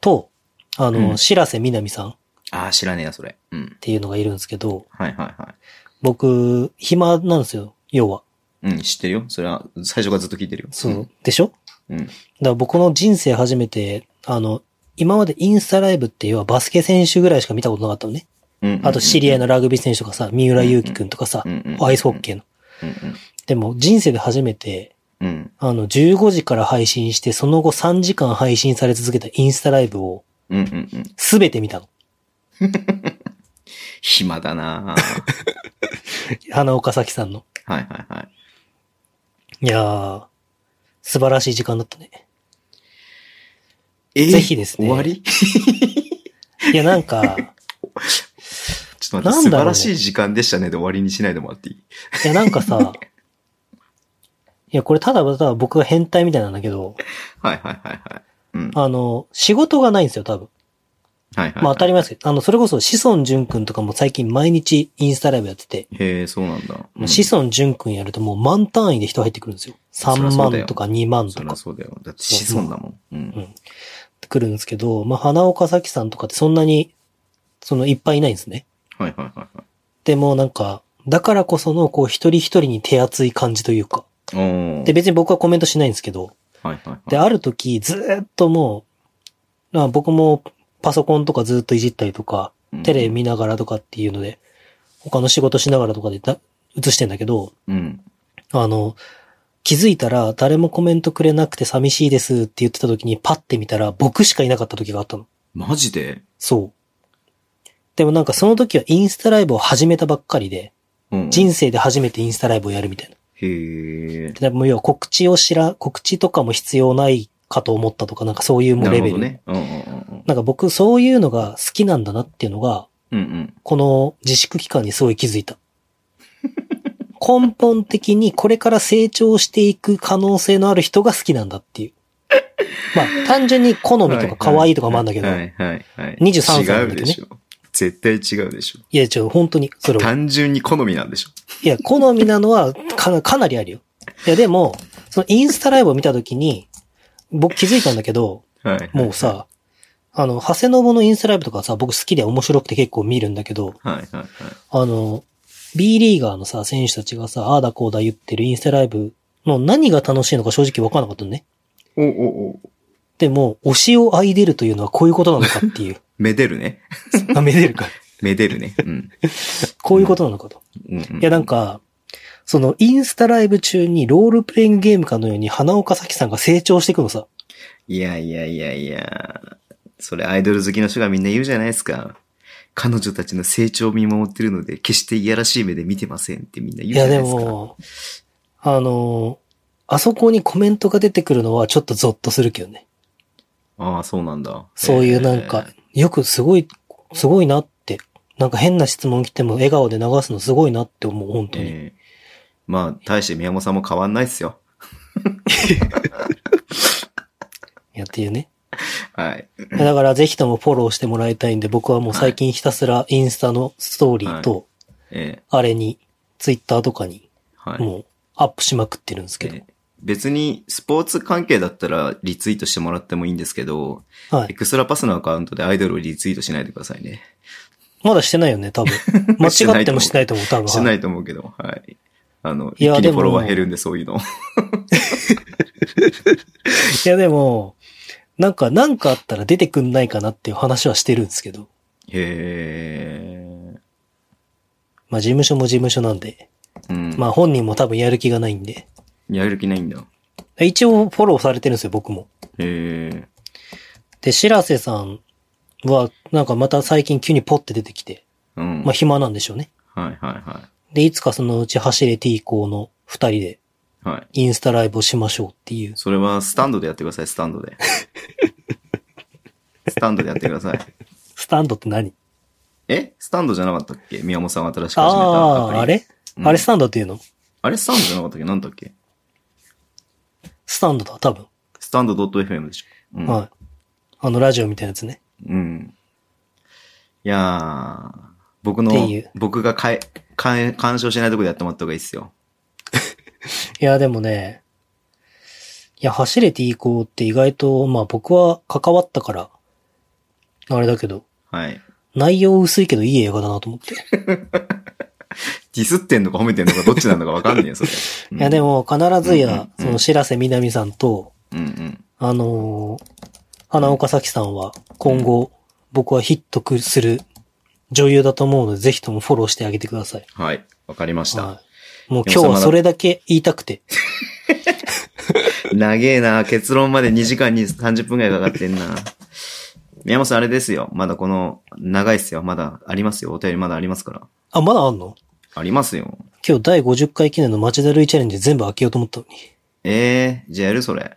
[SPEAKER 3] と、あのー、
[SPEAKER 2] うん
[SPEAKER 3] 白瀬みなみさんっ
[SPEAKER 2] ああ、知らねえや、それ。うん。
[SPEAKER 3] ていうのがいるんですけど、
[SPEAKER 2] はい、はい、は
[SPEAKER 3] 僕、暇なんですよ、要は。
[SPEAKER 2] い。うん、知ってるよ。それは、最初からずっと聞いてるよ。
[SPEAKER 3] そう。。でしょだか
[SPEAKER 2] うん。
[SPEAKER 3] ら僕の人生初めて、あの、今までインスタライブって要はバスケ選手ぐらいしか見たことなかったのね。
[SPEAKER 2] うん。
[SPEAKER 3] あと知り合いのラグビー選手とかさ、三浦祐希くんとかさ
[SPEAKER 2] うんうんう、ん
[SPEAKER 3] アイスホッケーの。
[SPEAKER 2] うん、うん、
[SPEAKER 3] でも人生で初めて、
[SPEAKER 2] うん。
[SPEAKER 3] あの、15時から配信して、その後3時間配信され続けたインスタライブを
[SPEAKER 2] うん、うん、うんうん。
[SPEAKER 3] すべて見たの。
[SPEAKER 2] 暇だな
[SPEAKER 3] [laughs]
[SPEAKER 2] ぁ
[SPEAKER 3] 花岡咲さんの。
[SPEAKER 2] はい、はい、はい。
[SPEAKER 3] いやー、素晴らしい時間だったね。
[SPEAKER 2] えー
[SPEAKER 3] ぜひですね
[SPEAKER 2] 終わり
[SPEAKER 3] いや、なんか、
[SPEAKER 2] ちょっと待って、
[SPEAKER 3] な
[SPEAKER 2] 素
[SPEAKER 3] んだろ
[SPEAKER 2] 晴
[SPEAKER 3] うね
[SPEAKER 2] らしい時間でしたねで終わりにしないでもらっていい
[SPEAKER 3] いや、なんかさ、いや、これただただ僕が変態みたいなんだけど、
[SPEAKER 2] はいはいはいはい。うん。
[SPEAKER 3] あの、仕事がないんですよ、多分。
[SPEAKER 2] はいはい。
[SPEAKER 3] まあ当たり前ですけど、あの、それこそ、志尊淳くんとかも最近毎日インスタライブやってて、
[SPEAKER 2] へえ、そうなんだ。
[SPEAKER 3] まあ志尊淳くんやるともう満単位で人入ってくるんですよ。
[SPEAKER 2] りゃ
[SPEAKER 3] 3
[SPEAKER 2] そうだよ
[SPEAKER 3] 万とか2万
[SPEAKER 2] そ
[SPEAKER 3] と
[SPEAKER 2] りゃ
[SPEAKER 3] か。
[SPEAKER 2] そうだよ。だって子孫だもん。うん。
[SPEAKER 3] うんくるんですけど、まあ、花岡咲さんとかってそんなに、そのいっぱいいないんですね。
[SPEAKER 2] はいはいはいは
[SPEAKER 3] でもなんか、だからこその、こう、一人一人に手厚い感じというか。
[SPEAKER 2] い。おー
[SPEAKER 3] で、別に僕はコメントしないんですけど、
[SPEAKER 2] はいはいはい。
[SPEAKER 3] で、ある時、ずーっともう、まあ、僕もパソコンとかずーっといじったりとか、
[SPEAKER 2] うん
[SPEAKER 3] テレビ。見ながらとかっていうので、他の仕事しながらとかでだ映してんだけど、
[SPEAKER 2] うん。
[SPEAKER 3] あの、気づいたら誰もコメントくれなくて寂しいですって言ってた時にパッて見たら僕しかいなかった時があったの。
[SPEAKER 2] マジで
[SPEAKER 3] そう。でもなんかその時はインスタライブを始めたばっかりで、
[SPEAKER 2] うん。
[SPEAKER 3] 人生で初めてインスタライブをやるみたいな。
[SPEAKER 2] へえ。
[SPEAKER 3] で、もう要は告知を知ら、告知とかも必要ないかと思ったとか、なんかそういうもう
[SPEAKER 2] な
[SPEAKER 3] レ
[SPEAKER 2] る
[SPEAKER 3] ベ
[SPEAKER 2] ほ
[SPEAKER 3] ル。
[SPEAKER 2] どね。うんうんうん
[SPEAKER 3] なんか僕そういうのが好きなんだなっていうのが、
[SPEAKER 2] うん。うんうん。
[SPEAKER 3] この自粛期間にすごい気
[SPEAKER 2] [laughs]
[SPEAKER 3] づいた。根本的にこれから成長していく可能性のある人が好きなんだっていう。まあ、単純に好みとか可愛いとかもあるんだけど、
[SPEAKER 2] はい
[SPEAKER 3] い
[SPEAKER 2] はいはいはい。
[SPEAKER 3] 23歳
[SPEAKER 2] 違
[SPEAKER 3] の
[SPEAKER 2] う
[SPEAKER 3] 時ね
[SPEAKER 2] でしょ。絶対違うでしょ。
[SPEAKER 3] や、ちょ、本当に、それは。
[SPEAKER 2] 単純に好みなんでしょ。
[SPEAKER 3] いや、好みなのはかなかなりあるよ。いや、でも、そのインスタライブを見たときに、僕気づいたんだけど、
[SPEAKER 2] はい。
[SPEAKER 3] もうさ、あの、長谷信のインスタライブとかさ、僕好きで面白くて結構見るんだけど、
[SPEAKER 2] はいはいはい。
[SPEAKER 3] あの、B リーガーのさ、選手たちがさ、ああだこうだ言ってるインスタライブの何が楽しいのか正直わからなかったのね。
[SPEAKER 2] おおお。
[SPEAKER 3] でも、推しを愛でるというのはこういうことなのかっていう。
[SPEAKER 2] めでるね。
[SPEAKER 3] あ、めでるか。
[SPEAKER 2] めでるね。うん。
[SPEAKER 3] こういうことなのかと。
[SPEAKER 2] うんうん
[SPEAKER 3] いや、なんか、その、インスタライブ中にロールプレイングゲームかのように花岡咲さんが成長していくのさ。
[SPEAKER 2] いやいやいやいや。それアイドル好きの人がみんな言うじゃないですか。彼女たちの成長を見守ってるので、決していやらしい目で見てませんってみんな言う
[SPEAKER 3] い
[SPEAKER 2] じゃ
[SPEAKER 3] や、
[SPEAKER 2] ない
[SPEAKER 3] で
[SPEAKER 2] ですか。
[SPEAKER 3] も、あの、あそこにコメントが出てくるのはちょっとゾッとするけどね。
[SPEAKER 2] ああ、そうなんだ。
[SPEAKER 3] そういうなんか、よくすごい、すごいなって、なんか変な質問来ても笑顔で流すのすごいなって思う、本
[SPEAKER 2] え
[SPEAKER 3] 当
[SPEAKER 2] ー。
[SPEAKER 3] に。
[SPEAKER 2] えーまあ、大して宮本さんも変わんないっすよ。
[SPEAKER 3] やっていうね。
[SPEAKER 2] はい。
[SPEAKER 3] だからぜひともフォローしてもらいたいんで、僕はもう最近ひたすらインスタのストーリーと、
[SPEAKER 2] え
[SPEAKER 3] あれに、ツイッターとかに、
[SPEAKER 2] ーはい。
[SPEAKER 3] もうアップしまくってるんですけ
[SPEAKER 2] えー
[SPEAKER 3] ど。
[SPEAKER 2] 別に、スポーツ関係だったらリツイートしてもらってもいいんですけど、
[SPEAKER 3] はい
[SPEAKER 2] エ。クストラパスのアカウントでアイドルをリツイートしないでくださいね。
[SPEAKER 3] まだしてないよ
[SPEAKER 2] [laughs]
[SPEAKER 3] ね、多分。間違ってもしてないと思う、多分。
[SPEAKER 2] してな
[SPEAKER 3] はい
[SPEAKER 2] いと思うけど、はい。あの、
[SPEAKER 3] い
[SPEAKER 2] 一
[SPEAKER 3] や
[SPEAKER 2] 気
[SPEAKER 3] で
[SPEAKER 2] に
[SPEAKER 3] も
[SPEAKER 2] フォロワー減るんで、そういうの。
[SPEAKER 3] いや、でも、なんか、なんかあったら出てくんないかなっていう話はしてるんですけど。
[SPEAKER 2] へ
[SPEAKER 3] まあ、事務所も事務所なんで。
[SPEAKER 2] ーうん。
[SPEAKER 3] まあ、本人も多分やる気がないんで。
[SPEAKER 2] やる気ないんだ。
[SPEAKER 3] 一応フォローされてるんですよ、僕も。
[SPEAKER 2] へー
[SPEAKER 3] で、白瀬さんは、なんかまた最近急にポッて出てきて、
[SPEAKER 2] うん。
[SPEAKER 3] まあ暇なんでしょうね。
[SPEAKER 2] はいはいは
[SPEAKER 3] で、いつかそのうち走れ T 校の二人で
[SPEAKER 2] い。はい。
[SPEAKER 3] インスタライブをしましょうっていう。
[SPEAKER 2] それはスタンドでやってください、スタンド
[SPEAKER 3] [laughs]
[SPEAKER 2] で。スタンドでやってください。
[SPEAKER 3] スタンドって何
[SPEAKER 2] えスタンドじゃなかったっけ宮本さんが新しく始めたア
[SPEAKER 3] あ
[SPEAKER 2] プリ。
[SPEAKER 3] あー、あれ、
[SPEAKER 2] うん
[SPEAKER 3] あれスタンドっていうの
[SPEAKER 2] あれスタンドじゃなかったっけなんだっけ
[SPEAKER 3] スタンドだ、多分。
[SPEAKER 2] スタンド .fm でしょ。うん。
[SPEAKER 3] はい。あの、ラジオみたいなやつね。
[SPEAKER 2] うん。いやー、僕の
[SPEAKER 3] っていう、
[SPEAKER 2] 僕がかえ、かえ、干渉しないとこでやってもらった方がいいっすよ。
[SPEAKER 3] いや、でもね、いや、走れ T 校って意外と、まあ僕は関わったから、あれだけど、
[SPEAKER 2] はい。
[SPEAKER 3] 内容薄いけどいい映画だなと思って。
[SPEAKER 2] ディスってんのか褒めてんのかどっちなのかわかんねえよ、それ。うん
[SPEAKER 3] いや、で。も、必ず
[SPEAKER 2] うんうんう
[SPEAKER 3] や
[SPEAKER 2] ん、
[SPEAKER 3] その、白瀬みなみさんと、
[SPEAKER 2] うんうん。
[SPEAKER 3] あのー花岡咲さんは、今後、僕はヒットする女優だと思うので、ぜひともフォローしてあげてください。
[SPEAKER 2] はい。わかりました。
[SPEAKER 3] はい。もう今日はそれだけ言いたくて。
[SPEAKER 2] 長えな。結論まで2時間に30分くらいかかってんな。宮本さん、あれですよ。まだこの、長いっすよ。まだありますよ。お便りまだありますから。
[SPEAKER 3] あ、まだあんの
[SPEAKER 2] ありますよ。
[SPEAKER 3] 今日第50回記念の町だるいチャレンジ全部開けようと思ったのに。
[SPEAKER 2] ええー、じゃあやるそれ。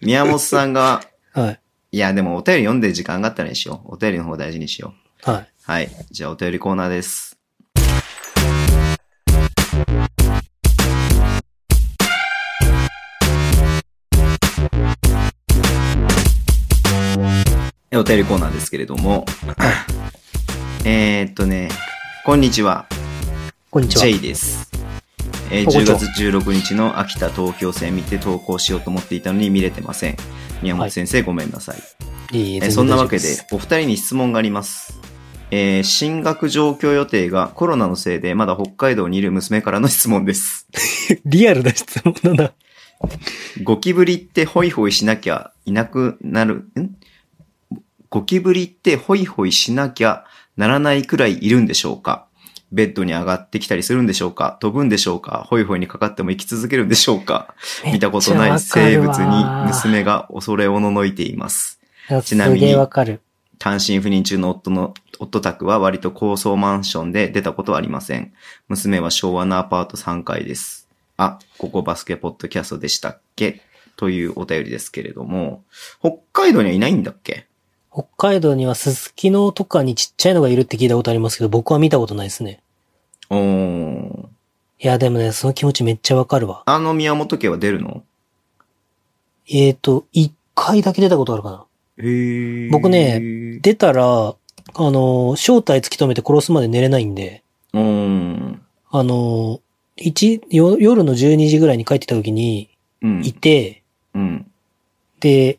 [SPEAKER 2] 宮本さんが、
[SPEAKER 3] はい。
[SPEAKER 2] いや、でもお便り読んでる時間があったらにしよう。お便りの方大事にしよう。
[SPEAKER 3] はい。
[SPEAKER 2] はい。じゃあお便りコーナーです。えお便りコーナーですけれど
[SPEAKER 3] [coughs]
[SPEAKER 2] も。えーっとね、こんにちは。
[SPEAKER 3] こんにちは。
[SPEAKER 2] J です。えー
[SPEAKER 3] ここ
[SPEAKER 2] 10
[SPEAKER 3] ちょ
[SPEAKER 2] 月16日の秋田東京戦見て投稿しようと思っていたのに見れてません。宮本先生、ごめんなさい。
[SPEAKER 3] いい
[SPEAKER 2] えー
[SPEAKER 3] 全然
[SPEAKER 2] そんなわけ
[SPEAKER 3] 大丈
[SPEAKER 2] で、
[SPEAKER 3] 夫
[SPEAKER 2] お二人に質問があります。えー進学上京予定がコロナのせいでまだ北海道にいる娘からの質問です。 [laughs]
[SPEAKER 3] す。 [laughs] リアルな質問だな。
[SPEAKER 2] ゴキブリってホイホイしなきゃいなくなる、んゴキブリってホイホイしなきゃならないくらいいるんでしょうかベッドに上がってきたりするんでしょうか飛ぶんでしょうかホイホイにかかっても生き続けるんでしょうか [laughs] 見たことない生物に娘が恐れおののいています。
[SPEAKER 3] 娘
[SPEAKER 2] ちなみに
[SPEAKER 3] すげえわかる。
[SPEAKER 2] 単身赴任中の夫の、夫宅は割と高層マンションで出たことはありません。娘は昭和のアパート3階です。あ、ここバスケポッドキャストでしたっけというお便りですけれども、北海道にはいないんだっけ
[SPEAKER 3] 北海道にはススキのとかにちっちゃいのがいるって聞いたことありますけど、僕は見たことないですね。
[SPEAKER 2] おー。
[SPEAKER 3] いや、でもね、その気持ちめっちゃわかるわ。
[SPEAKER 2] あの宮本家は出るの
[SPEAKER 3] えーと、一回だけ出たことあるかな。
[SPEAKER 2] へー
[SPEAKER 3] 僕ね、出たら、あのー、正体突き止めて殺すまで寝れないんで、
[SPEAKER 2] うーん。
[SPEAKER 3] あのー、一、よ夜の12時ぐらいに帰ってた時に、
[SPEAKER 2] うん。
[SPEAKER 3] いて、
[SPEAKER 2] うん。
[SPEAKER 3] で、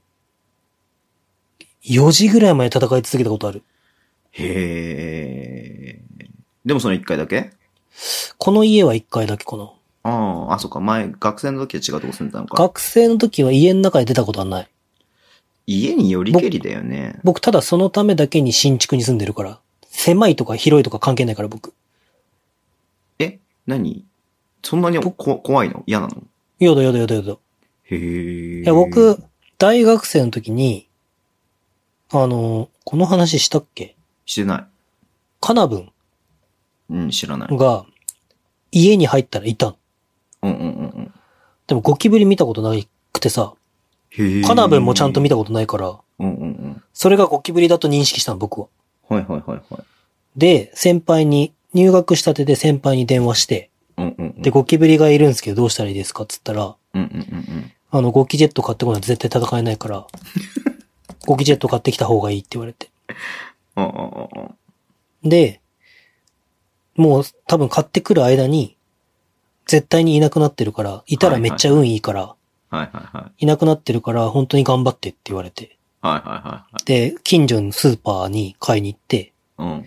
[SPEAKER 3] 4時ぐらいまで戦い続けたことある。
[SPEAKER 2] へー。でもその1回だけ
[SPEAKER 3] この家は一回だけかな。
[SPEAKER 2] ああ、あ、そっか。前、学生の時は違うとこ住んでたのか。
[SPEAKER 3] 学生の時は家の中で出たことはない。
[SPEAKER 2] 家によりけりだよね。
[SPEAKER 3] 僕ただそのためだけに新築に住んでるから。狭いとか広いとか関係ないから僕。
[SPEAKER 2] え、何そんなにこ怖いの嫌なの
[SPEAKER 3] よどよどよどよど。
[SPEAKER 2] へえ。
[SPEAKER 3] いや、僕、大学生の時に、あの、この話したっけ
[SPEAKER 2] してな
[SPEAKER 3] カナブン
[SPEAKER 2] い。うん、知らない。
[SPEAKER 3] が家に入ったらいたの。
[SPEAKER 2] うんうんうんうん。
[SPEAKER 3] でもゴキブリ見たことなくてさ、
[SPEAKER 2] へえ。
[SPEAKER 3] カナブンもちゃんと見たことないから、
[SPEAKER 2] うんうんうん。
[SPEAKER 3] それがゴキブリだと認識したの僕は。
[SPEAKER 2] はいはいはいはい。
[SPEAKER 3] で、先輩に、入学したてで先輩に電話して、
[SPEAKER 2] うんうんうん。
[SPEAKER 3] で、ゴキブリがいるんですけどどうしたらいいですかっつったら、
[SPEAKER 2] うんうんうん
[SPEAKER 3] あの、ゴキジェット買ってこないと絶対戦えな
[SPEAKER 2] [laughs]
[SPEAKER 3] いから、ゴキジェット買ってきた方がいいって言われて。
[SPEAKER 2] うん。ああああ。
[SPEAKER 3] で、もう多分買ってくる間に、絶対にいなくなってるから、いたらめっちゃ運いいから、い
[SPEAKER 2] はいはいはい。
[SPEAKER 3] なくなってるから本当に頑張ってって言われて。
[SPEAKER 2] はいはいはいはい。
[SPEAKER 3] で、近所のスーパーに買いに行って、
[SPEAKER 2] うん。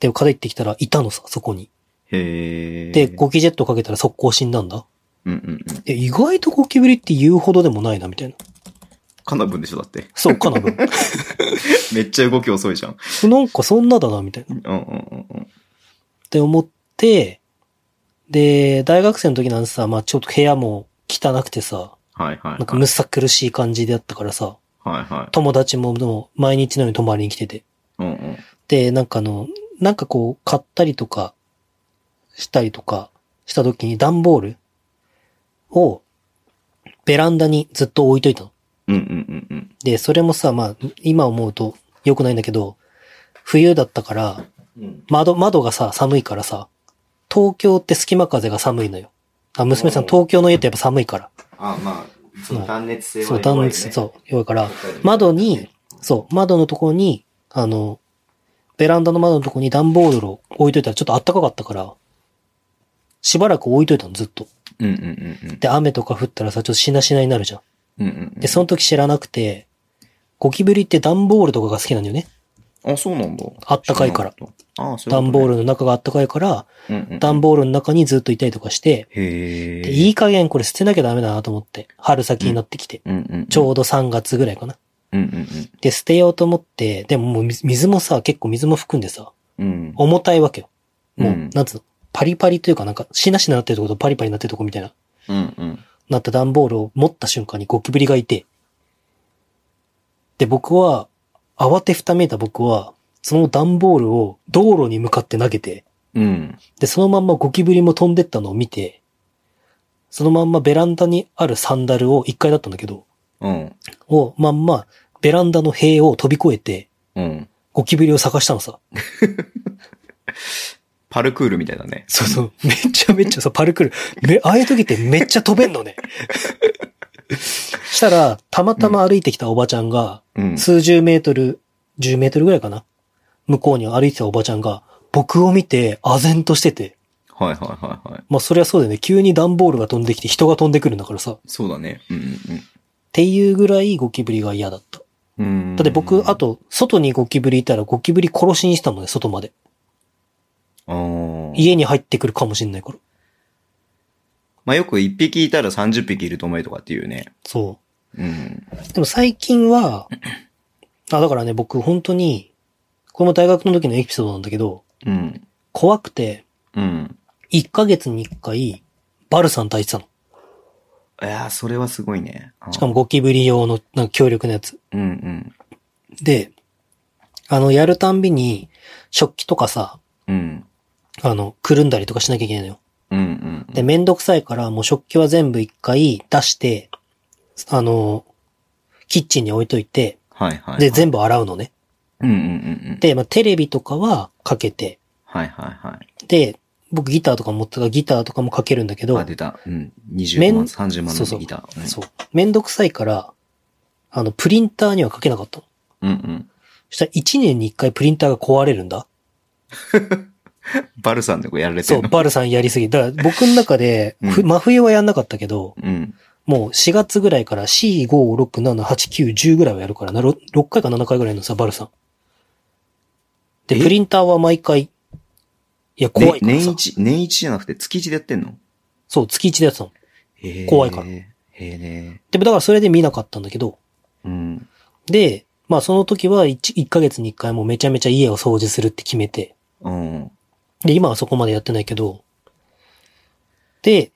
[SPEAKER 3] で、帰ってきたらいたのさ、そこに。
[SPEAKER 2] へえ。
[SPEAKER 3] で、ゴキジェットかけたら速攻死んだんだ。
[SPEAKER 2] うんうんうん。
[SPEAKER 3] え、意外とゴキブリって言うほどでもないな、みたいな。
[SPEAKER 2] カナブンでしょだって。
[SPEAKER 3] そうかな、分
[SPEAKER 2] めっちゃ動き遅いじゃん。
[SPEAKER 3] なんかそんなだな、みたいな。
[SPEAKER 2] うんうんうんうん。
[SPEAKER 3] って思って、で、大学生の時なんてさ、まあちょっと部屋も汚くてさ、
[SPEAKER 2] はいはい
[SPEAKER 3] なんか
[SPEAKER 2] はい。
[SPEAKER 3] むさ苦しい感じであったからさ、
[SPEAKER 2] はいは
[SPEAKER 3] 友達ももう毎日のように泊まりに来てて。
[SPEAKER 2] い。うんうん。
[SPEAKER 3] で、なんかあの、なんかこう、買ったりとか、したりとか、した時に段ボールを、ベランダにずっと置いといたの。
[SPEAKER 2] うんうんうんうん。
[SPEAKER 3] で、それもさ、まあ、今思うと良くないんだけど、冬だったから、
[SPEAKER 2] うん
[SPEAKER 3] 窓、窓がさ、寒いからさ、東京って隙間風が寒いのよ。あ、娘さん、
[SPEAKER 2] うん
[SPEAKER 3] 東京の家ってやっぱ寒いから。
[SPEAKER 2] あ、まあ、
[SPEAKER 3] その
[SPEAKER 2] 断熱性
[SPEAKER 3] そう、断熱、そう、弱いから、窓に、そう、窓のところに、あの、ベランダの窓のところに段ボールを置いといたらちょっと暖かかったから、しばらく置いといたの、ずっと。
[SPEAKER 2] うんうんうんうん。
[SPEAKER 3] で、雨とか降ったらさ、ちょっとしなしなになるじゃん。
[SPEAKER 2] うんうんうん
[SPEAKER 3] で、その時知らなくて、ゴキブリって段ボールとかが好きなんだよね。
[SPEAKER 2] あ、そうなんだ。
[SPEAKER 3] あったかいから
[SPEAKER 2] 知らなった。ああ、そういうことね
[SPEAKER 3] 段ボールの中が暖かいから、
[SPEAKER 2] うんうんうん
[SPEAKER 3] 段ボールの中にずっといたりとかして、
[SPEAKER 2] へ
[SPEAKER 3] で
[SPEAKER 2] え。
[SPEAKER 3] いい加減これ捨てなきゃダメだなと思って、春先になってきて、
[SPEAKER 2] うんうんうん。
[SPEAKER 3] ちょうど3月ぐらいかな。
[SPEAKER 2] うんうん
[SPEAKER 3] で、捨てようと思って、でももう水水もさ、結構水も含んでさ、
[SPEAKER 2] うん。うん。
[SPEAKER 3] 重たいわけよ。もう、
[SPEAKER 2] うん
[SPEAKER 3] なんつうの、パリパリというかなんか、しなしななってるとことパリパリになってるとこみたいな、
[SPEAKER 2] うんうん。
[SPEAKER 3] なった段ボールを持った瞬間にゴキブリがいて、で、僕は、慌てふためいた僕は、その段ボールを道路に向かって投げて、
[SPEAKER 2] うん。
[SPEAKER 3] で、そのまんまゴキブリも飛んでったのを見て、そのまんまベランダにあるサンダルを、1階だったんだけど、
[SPEAKER 2] うん。
[SPEAKER 3] をまんまベランダの塀を飛び越えて、
[SPEAKER 2] うん。
[SPEAKER 3] ゴキブリを探したのさ。
[SPEAKER 2] パルクールみたいだね。
[SPEAKER 3] そうそう。 [laughs] めちゃめちゃ、そう、パルクール。め、ああいう時ってめっちゃ飛べんのね。したら、たまたま歩いてきたおばちゃんが、
[SPEAKER 2] うん。
[SPEAKER 3] 数十メートル、10メートルぐらいかな。向こうに歩いてたおばちゃんが、僕を見て、唖然としてて、
[SPEAKER 2] はいはいはいはい。
[SPEAKER 3] まあそりゃそうだよね。急に段ボールが飛んできて人が飛んでくるんだからさ。っ
[SPEAKER 2] そうだね。うん
[SPEAKER 3] ていうぐらいゴキブリが嫌だった。
[SPEAKER 2] うんうん。うん。
[SPEAKER 3] だって僕、あ、と、外にゴキブリいたらゴキブリ殺しにしたもんね、外まで。
[SPEAKER 2] あー
[SPEAKER 3] 家に入ってくるかもしんないから。
[SPEAKER 2] まあよく一匹いたら30匹いると思えとかっていうね。
[SPEAKER 3] そ
[SPEAKER 2] うん。
[SPEAKER 3] う。でも最近
[SPEAKER 2] [clears throat]
[SPEAKER 3] は、あ、だからね、僕本当に、これも大学の時のエピソードなんだけど、
[SPEAKER 2] うん。
[SPEAKER 3] 怖くて、
[SPEAKER 2] うん。
[SPEAKER 3] 1ヶ月に1回、バルサン炊いてたの。
[SPEAKER 2] いやー、それはすごいね。あー
[SPEAKER 3] しかも。ゴキブリ用の、なんか強力なやつ。
[SPEAKER 2] うんうん。
[SPEAKER 3] で、あの、やるたんびに、食器とかさ、
[SPEAKER 2] うん。
[SPEAKER 3] あの、くるんだりとかしなきゃいけないのよ。
[SPEAKER 2] うんうんうん。
[SPEAKER 3] で、めんどくさいから、もう食器は全部一回出して、あの、キッチンに置いといて、
[SPEAKER 2] はいはいはい。
[SPEAKER 3] で、全部洗うのね。
[SPEAKER 2] うんうんうんうん。
[SPEAKER 3] で、まあ、テレビとかはかけて、
[SPEAKER 2] はいはいはい。
[SPEAKER 3] で、僕ギターとか持ってたからギターとかもかけるんだけど、
[SPEAKER 2] あ、出た。うん。
[SPEAKER 3] め
[SPEAKER 2] 25
[SPEAKER 3] ん
[SPEAKER 2] 万、30万
[SPEAKER 3] そうそ
[SPEAKER 2] の
[SPEAKER 3] う
[SPEAKER 2] ギター。
[SPEAKER 3] そう。めんどくさいから、あの、プリンターにはかけなかったの。
[SPEAKER 2] うん。うんうん。
[SPEAKER 3] そしたら1年に一回プリンターが壊れるんだ。
[SPEAKER 2] バルさんでこうやられて
[SPEAKER 3] そ
[SPEAKER 2] る
[SPEAKER 3] う、
[SPEAKER 2] の。
[SPEAKER 3] バルさんやりすぎ。だから僕の中で、ふ
[SPEAKER 2] うん
[SPEAKER 3] 真冬はやんなかったけど、
[SPEAKER 2] うん。
[SPEAKER 3] もう4月ぐらいから4、5、6、7、8、9、10ぐらいはやるからな、ろ6回か7回ぐらいのさ、バルさん。で、
[SPEAKER 2] え
[SPEAKER 3] プリンターは毎回、いや、怖
[SPEAKER 2] ね
[SPEAKER 3] いから
[SPEAKER 2] 年
[SPEAKER 3] さ。
[SPEAKER 2] 一、年一じゃなくて月一でやってんの
[SPEAKER 3] そう、月1でやってたの。
[SPEAKER 2] へー
[SPEAKER 3] 怖いから
[SPEAKER 2] へえね。
[SPEAKER 3] で、だからそれで見なかったんだけど、
[SPEAKER 2] うん。
[SPEAKER 3] で、まあその時は 1, 1ヶ月に1回もうめちゃめちゃ家を掃除するって決めて、
[SPEAKER 2] うん。
[SPEAKER 3] で、今はそこまでやってないけど、で、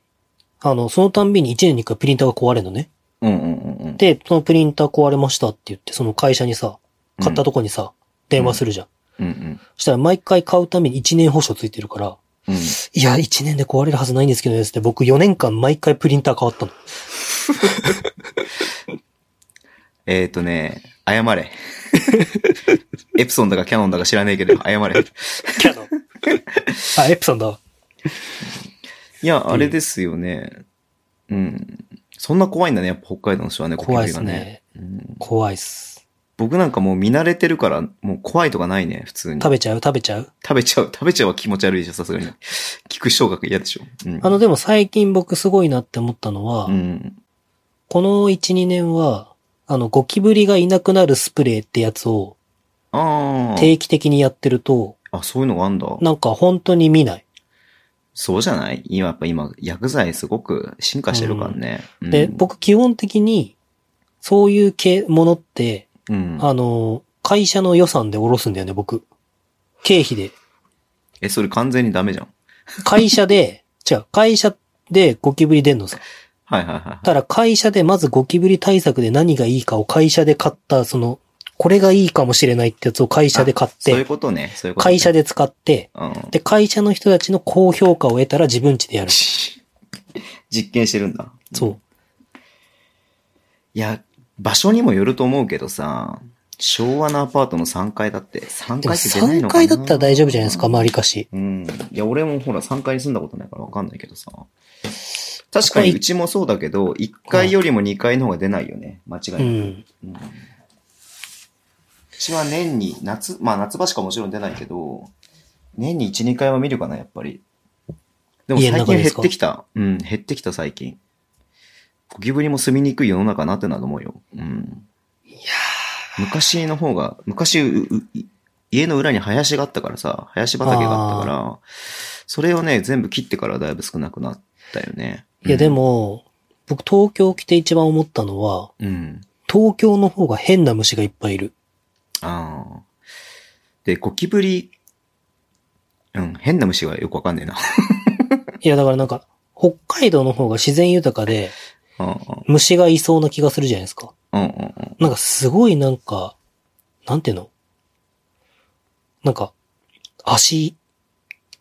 [SPEAKER 3] あの、そのたんびに1年に1回プリンターが壊れるのね。
[SPEAKER 2] うんうんうんうん。
[SPEAKER 3] で、そのプリンター壊れましたって言って、その会社にさ、買ったとこにさ、電話するじゃん。
[SPEAKER 2] うんうん。
[SPEAKER 3] そしたら毎回買うために1年保証ついてるから、
[SPEAKER 2] うん。
[SPEAKER 3] いや、1年で壊れるはずないんですけどね、つって僕4年間毎回プリンター変わったの。
[SPEAKER 2] えっ、ー、とね、謝れ。 [laughs] エプソンだかキャノンだか知らねえけど、謝れ。
[SPEAKER 3] キャノン。 [laughs] あ、エプソンだわ。
[SPEAKER 2] いや、あれですよね。うん。そんな怖いんだね、やっぱ北海道の人はね、ゴキブ
[SPEAKER 3] 怖い
[SPEAKER 2] リ
[SPEAKER 3] っ
[SPEAKER 2] が
[SPEAKER 3] す
[SPEAKER 2] ね。
[SPEAKER 3] ね。
[SPEAKER 2] うん
[SPEAKER 3] 怖いっす。
[SPEAKER 2] 僕なんかもう見慣れてるから、もう怖いとかないね、普通に。
[SPEAKER 3] 食べちゃう食べちゃう
[SPEAKER 2] 食べちゃう、食べちゃうは気持ち悪いでしょ、さすがに。聞く小学嫌でしょ。うん。
[SPEAKER 3] あの、でも最近僕すごいなって思ったのは、
[SPEAKER 2] うん。
[SPEAKER 3] この1、2年は、あの、ゴキブリがいなくなるスプレーってやつを
[SPEAKER 2] あ
[SPEAKER 3] 定期的にやってると、
[SPEAKER 2] あ。あ、そういうのがあんだ。
[SPEAKER 3] なんか本当に見ない。
[SPEAKER 2] そうじゃない今、やっぱ今、薬剤すごく進化してるからね。うん
[SPEAKER 3] で、、僕基本的に、そういう系、ものって、
[SPEAKER 2] うん。
[SPEAKER 3] あの、会社の予算で下ろすんだよね、僕。経費で。
[SPEAKER 2] え、それ完全にダメじゃん。
[SPEAKER 3] 会社
[SPEAKER 2] [laughs]
[SPEAKER 3] で、違う、会社でゴキブリ出んのさ。
[SPEAKER 2] はいはいはい。
[SPEAKER 3] ただ会社でまずゴキブリ対策で何がいいかを会社で買った、その、これがいいかもしれないってやつを会社で買っ
[SPEAKER 2] そういう
[SPEAKER 3] て、
[SPEAKER 2] ことね。そういうこと、ね。
[SPEAKER 3] 会社で使って、
[SPEAKER 2] うん。
[SPEAKER 3] で、会社の人たちの高評価を得たら自分ちでやる。
[SPEAKER 2] 実験してるんだ。
[SPEAKER 3] そう。
[SPEAKER 2] いや、場所にもよると思うけどさ、昭和のアパートの3階だって、3
[SPEAKER 3] で
[SPEAKER 2] 階
[SPEAKER 3] も
[SPEAKER 2] って出ない
[SPEAKER 3] 3
[SPEAKER 2] のかな
[SPEAKER 3] 回だったら大丈夫じゃないですか、周りかし。
[SPEAKER 2] うん。いや、俺もほら3階に住んだことないからわかんないけどさ。確かにうちもそうだけど、1階よりも2階の方が出ないよね。間違いな
[SPEAKER 3] う
[SPEAKER 2] く。
[SPEAKER 3] ん。
[SPEAKER 2] うんうちは年に、夏、まあ夏場しかもちろん出ないけど、年に1、2回は見るかな、やっぱり。でも
[SPEAKER 3] 家の
[SPEAKER 2] 最
[SPEAKER 3] 中
[SPEAKER 2] 近
[SPEAKER 3] で
[SPEAKER 2] 減
[SPEAKER 3] です
[SPEAKER 2] っ
[SPEAKER 3] か
[SPEAKER 2] てきた。うん、減ってきた最近。ゴキブリも住みにくい世の中になってんだと思うよ。うん。
[SPEAKER 3] いや
[SPEAKER 2] 昔の方が、昔うう家の裏に林があったからさ、林畑があったから、それをね、全部切ってからだいぶ少なくなったよね。
[SPEAKER 3] いや、で
[SPEAKER 2] も、
[SPEAKER 3] も、僕東京来て一番思ったのは、
[SPEAKER 2] うん。
[SPEAKER 3] 東京の方が変な虫がいっぱいいる。
[SPEAKER 2] ああ。で、ゴキブリ、うん、変な虫はよくわかんねえな。 [laughs]
[SPEAKER 3] いや、だからなんか、北海道の方が自然豊かで、
[SPEAKER 2] うんうん
[SPEAKER 3] 虫がいそうな気がするじゃないですか。
[SPEAKER 2] うんうんうん。
[SPEAKER 3] なんかすごいなんか、なんていうのなんか、足、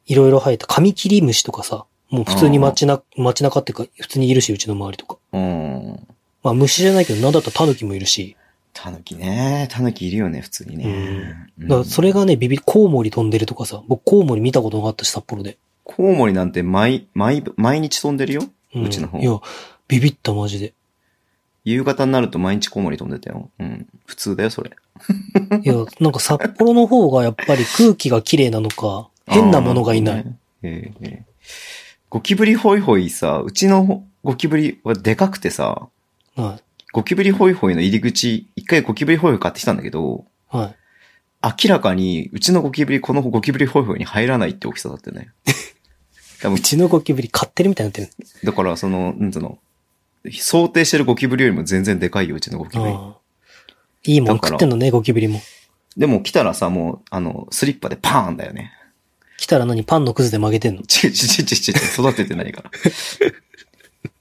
[SPEAKER 3] いろいろ生えた、カミキリムシとかさ、もう普通に街な、街中っていうか、普通にいるし、うちの周りとか。
[SPEAKER 2] うん。
[SPEAKER 3] まあ虫じゃないけど、なんだったらタヌキもいるし、
[SPEAKER 2] タヌキね。タヌキいるよね、普通にね。
[SPEAKER 3] だからそれ
[SPEAKER 2] が、
[SPEAKER 3] がね、ビビり、コウモリ飛んでるとかさ、僕コウモリ見たことなかったし、札幌で。
[SPEAKER 2] コウモリなんて毎、毎、毎日飛んでるよ。
[SPEAKER 3] ん
[SPEAKER 2] うちの方
[SPEAKER 3] いや、ビビったマジで。
[SPEAKER 2] 夕方になると毎日コウモリ飛んでたよ。うん。普通だよ、それ。
[SPEAKER 3] いや、なんか札幌の方がやっぱり空気が綺麗なのか、変なものがいな
[SPEAKER 2] あ
[SPEAKER 3] い。
[SPEAKER 2] ー。ええええゴキブリホイホイさ、うちのゴキブリはでかくてさ、
[SPEAKER 3] は
[SPEAKER 2] ゴキブリホイホイの入り口、一回ゴキブリホイホイ買ってきたんだけど、
[SPEAKER 3] い。はい。
[SPEAKER 2] 明らかに、うちのゴキブリ、このゴキブリホイホイに入らないって大きさだったよ
[SPEAKER 3] [laughs]
[SPEAKER 2] ね。多分
[SPEAKER 3] う、ちのゴキブリ買ってるみたいになってる。
[SPEAKER 2] だから、その、なんつうの、想定してるゴキブリよりも全然でかいよ、うちのゴキブリ。
[SPEAKER 3] ああいいもん食ってんのね、ゴキブリも。
[SPEAKER 2] でも来たらさ、もう、あの、スリッパでパーンだよね。
[SPEAKER 3] 来たら何パンのくずで曲げてんの
[SPEAKER 2] ちちちちちち、育ててないから。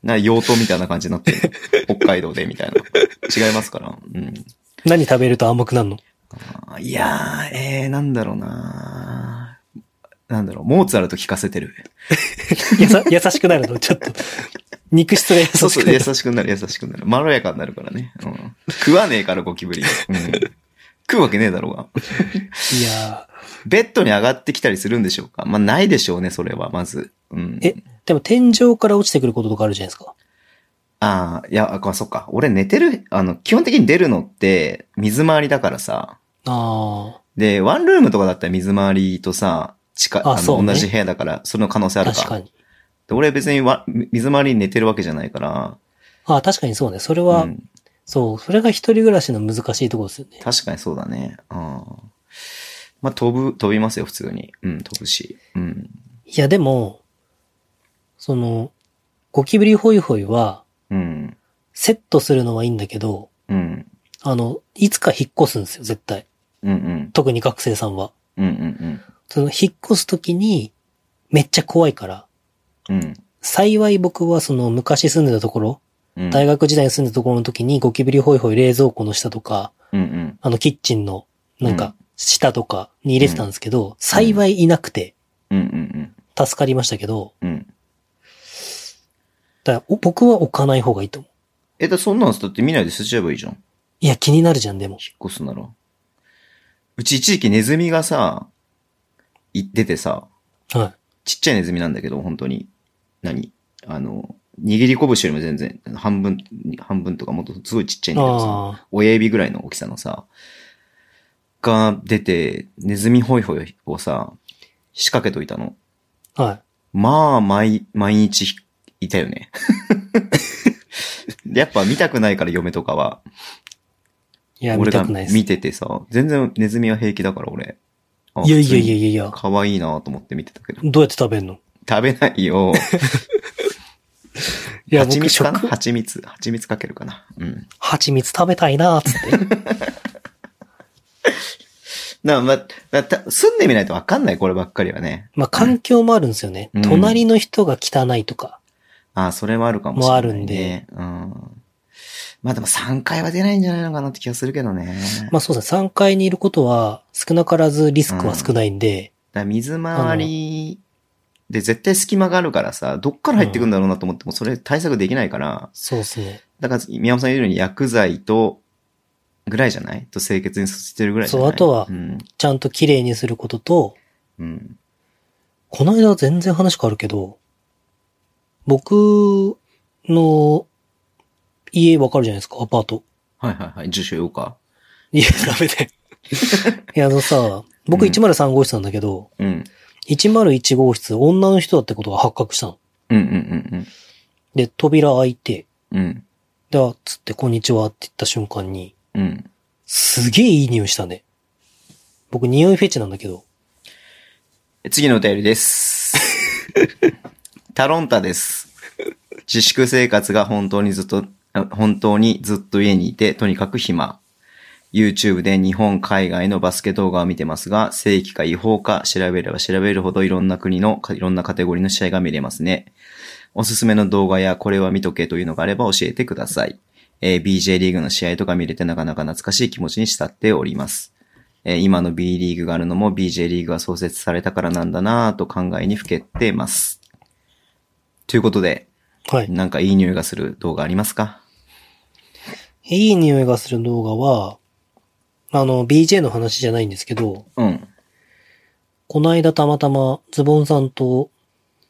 [SPEAKER 2] な、妖刀みたいな感じになってる。北海道で、みたいな。違いますから。うん。
[SPEAKER 3] 何食べると甘くなるの [laughs]
[SPEAKER 2] あーいやー、えー、なんだろうななんだろう、モーツァルト聞かせてる。
[SPEAKER 3] やさ、優しくなるのちょっと。肉質が優
[SPEAKER 2] そう
[SPEAKER 3] し
[SPEAKER 2] そ
[SPEAKER 3] く
[SPEAKER 2] う、
[SPEAKER 3] な
[SPEAKER 2] 優
[SPEAKER 3] る。
[SPEAKER 2] しくなる、優しくなる。まろやかになるからね。うん、食わねえから、ゴキブリ。うん、食うわけねえだろうが。
[SPEAKER 3] いや
[SPEAKER 2] ベッドに上がってきたりするんでしょうかまあ、ないでしょうね、それは、まず。うん、
[SPEAKER 3] ーえ、でも天井から落ちてくることとかあるじゃないですか。
[SPEAKER 2] ああ、いや、あそっか。俺寝てる、あの、基本的に出るのって、水回りだからさ。
[SPEAKER 3] あ
[SPEAKER 2] で、ワンルームとかだったら水回りとさ、近、
[SPEAKER 3] あ
[SPEAKER 2] あ
[SPEAKER 3] そ
[SPEAKER 2] の、
[SPEAKER 3] うね
[SPEAKER 2] 同じ部屋だから、その可能性あ
[SPEAKER 3] あ、
[SPEAKER 2] るか。
[SPEAKER 3] 確かに。
[SPEAKER 2] で俺別にわ水回りに寝てるわけじゃないから。
[SPEAKER 3] ああ、確かにそうね。それは、
[SPEAKER 2] うん
[SPEAKER 3] そう、それが一人暮らしの難しいところですよね。
[SPEAKER 2] 確かにそうだね。あーまあ、飛ぶ、飛びますよ、普通に。うん、飛ぶし。うん。
[SPEAKER 3] いや、でも、その、ゴキブリホイホイは、
[SPEAKER 2] うん。
[SPEAKER 3] セットするのはいいんだけど、
[SPEAKER 2] うん。
[SPEAKER 3] あの、いつか引っ越すんですよ、絶対。
[SPEAKER 2] うんうん。
[SPEAKER 3] 特に学生さんは。
[SPEAKER 2] うんうん
[SPEAKER 3] その、引っ越すときに、めっちゃ怖いから、
[SPEAKER 2] うん。うん。
[SPEAKER 3] 幸い僕はその、昔住んでたところ、
[SPEAKER 2] うん。
[SPEAKER 3] 大学時代に住んでたところの時にゴキブリホイホイ冷蔵庫の下とか、
[SPEAKER 2] うんうん。
[SPEAKER 3] あの、キッチンの、なん
[SPEAKER 2] うん
[SPEAKER 3] か、下とかに入れてたんですけど、幸いいなくて、
[SPEAKER 2] うんうん
[SPEAKER 3] 助かりましたけど、
[SPEAKER 2] うん。うん。
[SPEAKER 3] だからお僕は置かない方がいいと思う。
[SPEAKER 2] え、だそんなんだって見ないで捨てちゃえばいいじゃん。
[SPEAKER 3] いや、気になるじゃん、でも。
[SPEAKER 2] 引っ越すなら。うち一時期ネズミがさ、い出てさ、
[SPEAKER 3] は
[SPEAKER 2] ちっちゃいネズミなんだけど、本当に。何あの、握り拳よりも全然、半分、半分とかもっとすごいちっちゃい
[SPEAKER 3] い。
[SPEAKER 2] んだけどさ。
[SPEAKER 3] ああ。
[SPEAKER 2] 親指ぐらいの大きさのさ、が出て、ネズミホイホイをさ、仕掛けといたの。
[SPEAKER 3] はい。
[SPEAKER 2] まあ、毎、毎日ひいたよね。 [laughs] やっぱ見たくないから嫁とかは。
[SPEAKER 3] いや、見
[SPEAKER 2] 俺
[SPEAKER 3] た
[SPEAKER 2] が
[SPEAKER 3] くないです。
[SPEAKER 2] 見ててさ、全然ネズミは平気だから俺。あ
[SPEAKER 3] いやいやいやいやいや
[SPEAKER 2] 普通に、可愛いなと思って見てたけど。
[SPEAKER 3] どうやって食べんの
[SPEAKER 2] 食べないよ。
[SPEAKER 3] いや、
[SPEAKER 2] 蜂
[SPEAKER 3] 僕
[SPEAKER 2] 蜜かな
[SPEAKER 3] 食、
[SPEAKER 2] 蜂蜜。蜂蜜かけるかな。うん。
[SPEAKER 3] 蜂蜜食べたいなーっつって。
[SPEAKER 2] な、ま、だた住んでみないとわかんない、こればっかりはね。
[SPEAKER 3] まあ、環境もあるんですよね
[SPEAKER 2] うん。
[SPEAKER 3] 隣の人が汚いとか。
[SPEAKER 2] ああ、それもあるかもしれない、ね。
[SPEAKER 3] もあるんで。
[SPEAKER 2] うん。まあでも3回は出ないんじゃないのかなって気がするけどね。
[SPEAKER 3] まあそうですね、3階にいることは少なからずリスクは少ないんで、
[SPEAKER 2] だから水回りで絶対隙間があるからさ、どっから入ってくんだろうなと思ってもそれ対策できないから、
[SPEAKER 3] そうですね。
[SPEAKER 2] だから宮本さん言うように薬剤と、ぐらいじゃないと清潔にさせてるぐらいじゃない
[SPEAKER 3] そうあとは
[SPEAKER 2] うん。
[SPEAKER 3] ちゃんと綺麗にすることと、
[SPEAKER 2] うん。
[SPEAKER 3] この間全然話変わるけど、僕の家わかるじゃないですか、アパート。
[SPEAKER 2] はいはいはい。住所言おうか。
[SPEAKER 3] いや、ダ
[SPEAKER 2] [laughs]
[SPEAKER 3] メだよ。いや、あのさ、僕
[SPEAKER 2] うん
[SPEAKER 3] 103号室なんだけど、
[SPEAKER 2] うん。
[SPEAKER 3] 101号室女の人だってことが発覚したの。
[SPEAKER 2] うんうん
[SPEAKER 3] で、扉開いて、
[SPEAKER 2] うんうん。うん。
[SPEAKER 3] で、あつって、こんにちはって言った瞬間に、
[SPEAKER 2] うん。
[SPEAKER 3] すげえいい匂いしたね。僕、匂いフェチなんだけど。
[SPEAKER 2] 次のお便りです。タロンタです。自粛生活が本当にずっと、あ本当にずっと家にいて、とにかく暇。YouTube で日本、海外のバスケ動画を見てますが、正規か違法か調べれば調べるほどいろんな国の、かいろんなカテゴリーの試合が見れますね。おすすめの動画やこれは見とけというのがあれば教えてください。えー BJ リーグの試合とか見れてなかなか懐かしい気持ちに慕っております。えー今の B リーグがあるのも BJ リーグが創設されたからなんだなぁと考えにふけってます。ということで、
[SPEAKER 3] はい。
[SPEAKER 2] なんかいい匂いがする動画ありますか
[SPEAKER 3] いい匂いがする動画は、あの、BJ の話じゃないんですけど、
[SPEAKER 2] うん。
[SPEAKER 3] この間たまたまズボンさんと、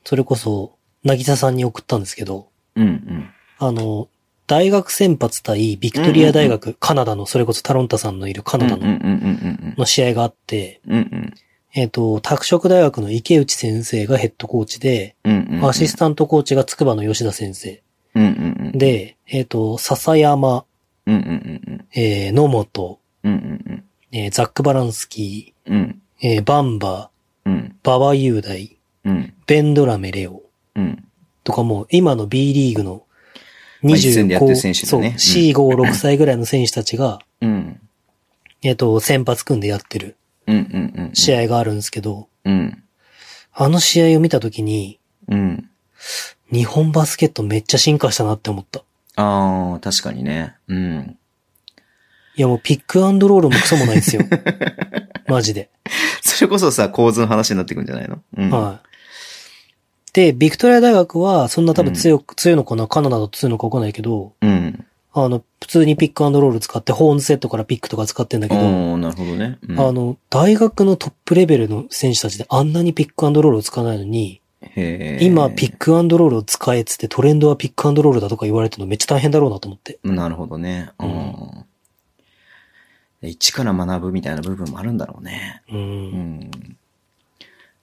[SPEAKER 3] それこそ、なぎささんに送ったんですけど、
[SPEAKER 2] うんうん。
[SPEAKER 3] あの、大学先発対ビクトリア大学、カナダの、それこそタロンタさんのいるカナダ
[SPEAKER 2] うんうん
[SPEAKER 3] の
[SPEAKER 2] うんうんうん
[SPEAKER 3] の試合があって、
[SPEAKER 2] うん。うんうん。
[SPEAKER 3] えっ、と、拓殖大学の池内先生がヘッドコーチで、
[SPEAKER 2] うんうんうん。
[SPEAKER 3] アシスタントコーチが筑波の吉田先生。
[SPEAKER 2] うんうんうん。、
[SPEAKER 3] で、えっ、と、笹山、
[SPEAKER 2] うんうんうん
[SPEAKER 3] えー野本、
[SPEAKER 2] うん。うんうん
[SPEAKER 3] えーザック・バランスキ
[SPEAKER 2] うん。うん
[SPEAKER 3] ー、えーバンバ、
[SPEAKER 2] うん
[SPEAKER 3] 馬場雄大、
[SPEAKER 2] うん
[SPEAKER 3] ベンドラメ・レオ
[SPEAKER 2] うん。
[SPEAKER 3] とかも、今の B リーグの
[SPEAKER 2] まあ一線でやってる選手だ
[SPEAKER 3] そう、
[SPEAKER 2] ね
[SPEAKER 3] C5、6歳ぐらいの選手たちが、
[SPEAKER 2] うん
[SPEAKER 3] えっ、と、先発組んでやってる
[SPEAKER 2] うんうんうん。
[SPEAKER 3] 試。合があるんですけど、
[SPEAKER 2] うん。
[SPEAKER 3] あの試合を見たときに、
[SPEAKER 2] うん。
[SPEAKER 3] 日本バスケットめっちゃ進化したなって思った。
[SPEAKER 2] ああ、確かにね。うん。
[SPEAKER 3] いやもうピックアンドロールもクソもな
[SPEAKER 2] [laughs]
[SPEAKER 3] いですよ。マジで。
[SPEAKER 2] それこそさ、構図の話になってくんじゃないのうん。
[SPEAKER 3] はい。で、ビクトリア大学は、そんな多分強く、強いのかなカナダと強いのかわかんないけど、
[SPEAKER 2] い。うん。
[SPEAKER 3] あの、普通にピックアンドロール使って、ホーンセットからピックとか使ってんだけど、
[SPEAKER 2] おー、なるほどね。うん
[SPEAKER 3] あの、大学のトップレベルの選手たちであんなにピックアンドロールを使わないのに、
[SPEAKER 2] へー
[SPEAKER 3] 今ピックアンドロールを使えっつってトレンドはピックアンドロールだとか言われてるのめっちゃ大変だろうなと思って。
[SPEAKER 2] なるほどね。う
[SPEAKER 3] うん
[SPEAKER 2] ん。一から学ぶみたいな部分もあるんだろうね。う
[SPEAKER 3] う。
[SPEAKER 2] んん。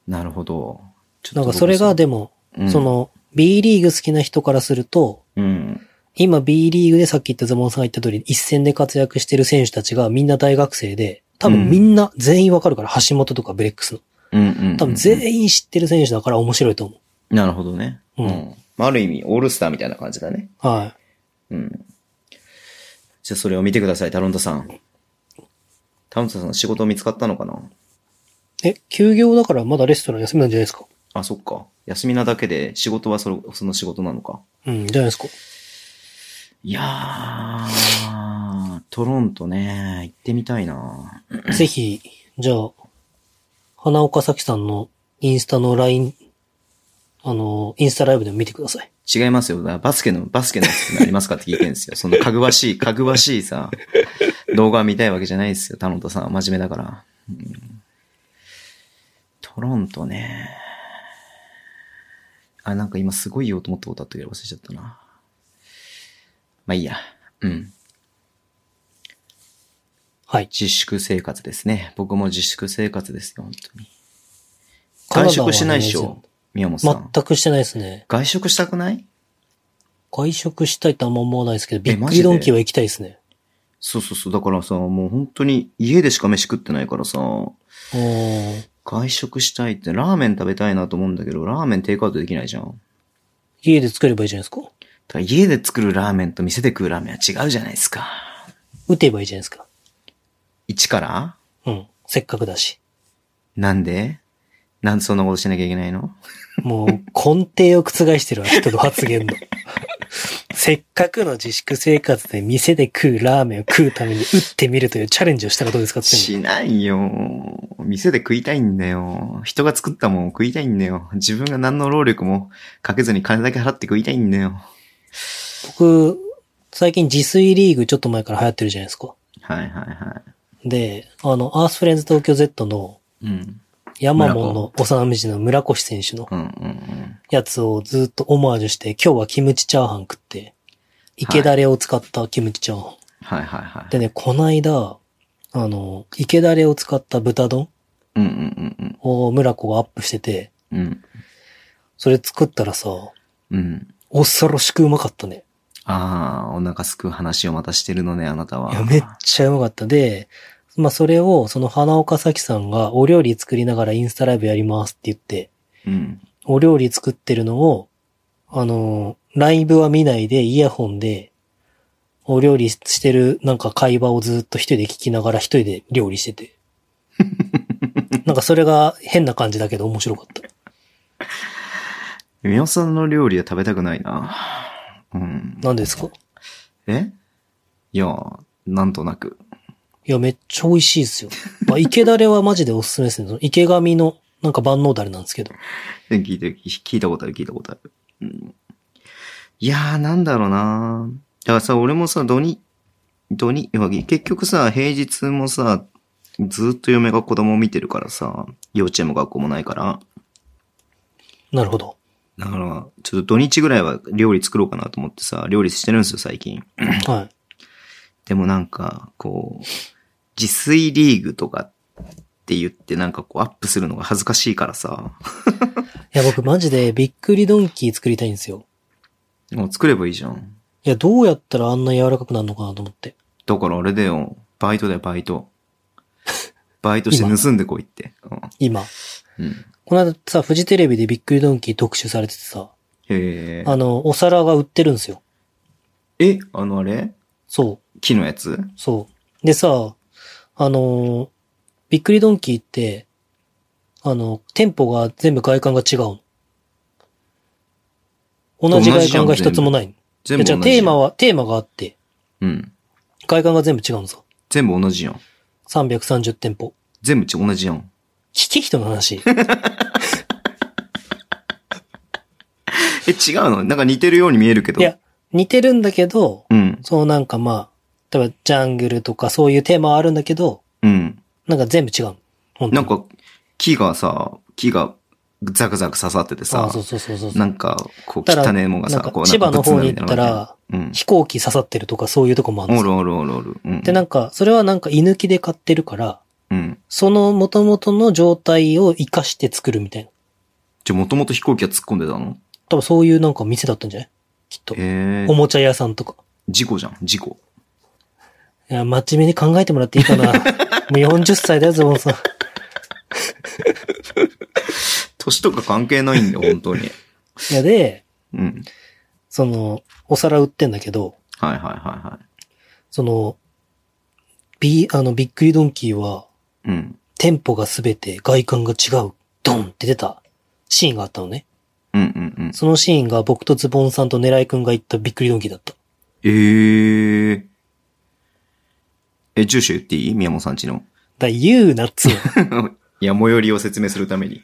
[SPEAKER 2] なるほど。ちょ
[SPEAKER 3] な
[SPEAKER 2] っ
[SPEAKER 3] ん
[SPEAKER 2] と
[SPEAKER 3] かそれがでも、
[SPEAKER 2] うん
[SPEAKER 3] そ、の、B リーグ好きな人からすると、
[SPEAKER 2] うん。
[SPEAKER 3] 今 B リーグでさっき言ったズボンさんが言った通り、一戦で活躍してる選手たちがみんな大学生で、多分みんな全員わかるから、橋本とかブレックスの。
[SPEAKER 2] うんうんうん。
[SPEAKER 3] 多分全員知ってる選手だから面白いと思
[SPEAKER 2] なるほどね。
[SPEAKER 3] うん
[SPEAKER 2] まあある意味、オールスターみたいな感じだね。
[SPEAKER 3] う。は。
[SPEAKER 2] うん。じゃあそれを見てください、タロンタさん。タロンタさん仕事見つかったのかない
[SPEAKER 3] え、休業だからまだレストラン休みなんじゃないですか
[SPEAKER 2] あ、そっか。休みなだけで仕事はそのその仕事なのか。
[SPEAKER 3] うん、じゃないですか。
[SPEAKER 2] いやー、トロントね、行ってみたいな
[SPEAKER 3] ぜひ、じゃあ、花岡咲さんのインスタの LINE、あの、インスタライブでも見てください。
[SPEAKER 2] 違いますよ。だからバスケの、バスケのおすすめありますかって聞いてるんですよ。そのかぐわしい、かぐわしいさ、動画見たいわけじゃないですよ。タロントさん、真面目だから。うんトロントね。あ、なんか今すごい言おうと思ったことあったけど忘れちゃったな。まあいいや。うん。
[SPEAKER 3] はい。
[SPEAKER 2] 自粛生活ですね。僕も自粛生活ですよ、本当に。
[SPEAKER 3] カナダ
[SPEAKER 2] 外
[SPEAKER 3] は
[SPEAKER 2] 食してないでしょ宮本さん。
[SPEAKER 3] 全くしてないですね。
[SPEAKER 2] 外食したくない
[SPEAKER 3] 外食したいとあんま思わないですけ
[SPEAKER 2] え
[SPEAKER 3] ど、びっ
[SPEAKER 2] マ
[SPEAKER 3] く
[SPEAKER 2] ジで
[SPEAKER 3] りドンキーは行きたいですね。
[SPEAKER 2] そうそうそう。だからさ、もう本当に家でしか飯食ってないからさ、
[SPEAKER 3] うん。
[SPEAKER 2] 外食したいって、ラーメン食べたいなと思うんだけど、ラーメンテイクアウトできないじゃん。だ
[SPEAKER 3] 家で作ればいいじゃないですか。
[SPEAKER 2] から家で作るラーメンと店で食うラーメンは違うじゃないですか。
[SPEAKER 3] 打てばいいじゃないですか。
[SPEAKER 2] 一から
[SPEAKER 3] うん。せっかくだし。
[SPEAKER 2] なんでなんでそんなことしなきゃいけないの
[SPEAKER 3] もう、根底を覆してるわ、人の発言の。 [laughs] せっかくの自粛生活で店で食うラーメンを食うために打ってみるというチャレンジをしたらどうですかっていうの
[SPEAKER 2] しないよ。店で食いたいんだよ。人が作ったもん食いたいんだよ。自分が何の労力もかけずに金だけ払って食いたいんだよ。
[SPEAKER 3] 僕、最近自炊リーグちょっと前から流行ってるじゃないですか。
[SPEAKER 2] はいはいは
[SPEAKER 3] で、あの、アースフレンズ東京 Z の
[SPEAKER 2] い。うん。
[SPEAKER 3] ヤマモンの幼道の村越選手の
[SPEAKER 2] うんうんうん。
[SPEAKER 3] やつをずっとオマージュして、今日はキムチチャーハン食って、池だれを使ったキムチチャーハン。
[SPEAKER 2] はいはいはい。
[SPEAKER 3] でね、こないだ、あの、池だれを使った豚丼
[SPEAKER 2] うんうんうんうん。
[SPEAKER 3] を村子がアップしてて、
[SPEAKER 2] うん。
[SPEAKER 3] それ作ったらさ、
[SPEAKER 2] うん。
[SPEAKER 3] 恐ろしくうまかったね。
[SPEAKER 2] ああ、お腹すく話をまたしてるのね、あなたは。
[SPEAKER 3] いや、めっちゃうまかった。で、まあ、それを、その花岡咲さんがお料理作りながらインスタライブやりますって言って、
[SPEAKER 2] うん。
[SPEAKER 3] お料理作ってるのを、あの、ライブは見ないで、イヤホンで、お料理してるなんか会話をずっと一人で聞きながら一人で料理してて。なんかそれが変な感じだけど面白かった。
[SPEAKER 2] みおさんの料理は食べたくないな。うん。
[SPEAKER 3] なんでですか
[SPEAKER 2] えいや、なんとなく。
[SPEAKER 3] いや、めっちゃ美味しいですよ。まあ、池だれはマジでおすすめですね。その池上のなんか万能だれなんですけど。
[SPEAKER 2] で聞いて、聞いたことある、聞いたことある。うん、いやー、なんだろうな。だからさ、俺もさ、土日、土日、結局さ、平日もさ、ずっと嫁が子供を見てるからさ、幼稚園も学校もないから、
[SPEAKER 3] なるほど。
[SPEAKER 2] だから、ちょっと土日ぐらいは料理作ろうかなと思ってさ、料理してるんですよ、最近。
[SPEAKER 3] はい。
[SPEAKER 2] でもなんか、こう、自炊リーグとかって言ってなんかこうアップするのが恥ずかしいからさ。
[SPEAKER 3] いや、僕マジでびっくりドンキー作りたいんですよ。
[SPEAKER 2] もう作ればいいじゃん。
[SPEAKER 3] いや、どうやったらあんな柔らかくなるのかなと思って。
[SPEAKER 2] だから俺だよ。バイトだよ、バイト。バイトして盗んでこいって。
[SPEAKER 3] 今。
[SPEAKER 2] うん。うん、
[SPEAKER 3] この間さ、フジテレビでびっくりドンキー特集されててさ、
[SPEAKER 2] へえ。
[SPEAKER 3] あの、お皿が売ってるんですよ。
[SPEAKER 2] え、あのあれ
[SPEAKER 3] そう。
[SPEAKER 2] 木のやつ
[SPEAKER 3] そう。でさ、あのー、びっくりドンキーって、あの、店舗が全部外観が違うの。同じ外観が一つもないの。
[SPEAKER 2] 全部
[SPEAKER 3] じゃ
[SPEAKER 2] 同
[SPEAKER 3] あ
[SPEAKER 2] じ
[SPEAKER 3] テ
[SPEAKER 2] や
[SPEAKER 3] ー
[SPEAKER 2] ん。
[SPEAKER 3] マは、テーマがあって、
[SPEAKER 2] うん。
[SPEAKER 3] 外観が全部違うのさ。
[SPEAKER 2] 全部同じやん。
[SPEAKER 3] 330店舗。
[SPEAKER 2] 全部ち同じやん。
[SPEAKER 3] 聞き人の
[SPEAKER 2] [laughs]
[SPEAKER 3] 話。
[SPEAKER 2] え、違うのなんか似てるように見えるけど。
[SPEAKER 3] いや、似てるんだけど、
[SPEAKER 2] うん。
[SPEAKER 3] そうなんかまあ、例えばジャングルとかそういうテーマはあるんだけど、
[SPEAKER 2] うん。
[SPEAKER 3] なんか全部違うの。本当に
[SPEAKER 2] なんか、木がさ、木がザクザク刺さってて
[SPEAKER 3] あ
[SPEAKER 2] さ
[SPEAKER 3] あ、そうそうそうそうそう。
[SPEAKER 2] なんか、こう、
[SPEAKER 3] だから
[SPEAKER 2] 汚ねえもんがさ、
[SPEAKER 3] なんか
[SPEAKER 2] こう、
[SPEAKER 3] 千葉の方に行った
[SPEAKER 2] なん
[SPEAKER 3] ら
[SPEAKER 2] か、ぶつなみたい
[SPEAKER 3] 飛行機刺さってるとかそういうとこもあるん
[SPEAKER 2] な
[SPEAKER 3] で
[SPEAKER 2] うん。お
[SPEAKER 3] すよ。
[SPEAKER 2] るおるおるおる。うん。
[SPEAKER 3] で、なんか、それはなんか居抜きで買ってるから、
[SPEAKER 2] うん。
[SPEAKER 3] その元々の状態を活かして作るみたいな。
[SPEAKER 2] じゃ、もともと飛行機は突っ込んでたの
[SPEAKER 3] 多分そういうなんか店だったんじゃないきっと。
[SPEAKER 2] ええ
[SPEAKER 3] お。もちゃ屋さんとか。
[SPEAKER 2] 事故じゃん、事故。
[SPEAKER 3] いや、真面目に考えてもらっていい
[SPEAKER 2] [laughs]
[SPEAKER 3] かな。もう40歳だよ、ズボンさん。
[SPEAKER 2] 年とか関係ないんだ
[SPEAKER 3] [laughs]
[SPEAKER 2] よ、本当に。
[SPEAKER 3] いや、で、
[SPEAKER 2] うん。
[SPEAKER 3] その、お皿売ってんだけど、
[SPEAKER 2] はいはいはいは
[SPEAKER 3] その、ビあの、びっくりドンキーは、
[SPEAKER 2] い。うん。
[SPEAKER 3] 店舗がすべて外観が違う、ドンって出たシーンがあったのね。
[SPEAKER 2] うんうんうん。
[SPEAKER 3] そのシーンが僕とズボンさんと狙いくんが行ったびっくりドンキーだった。
[SPEAKER 2] ええー。え、住所言っていい宮本さんちの。 [laughs]
[SPEAKER 3] だ、言うなっ [laughs] つうの
[SPEAKER 2] いや、最寄りを説明するために。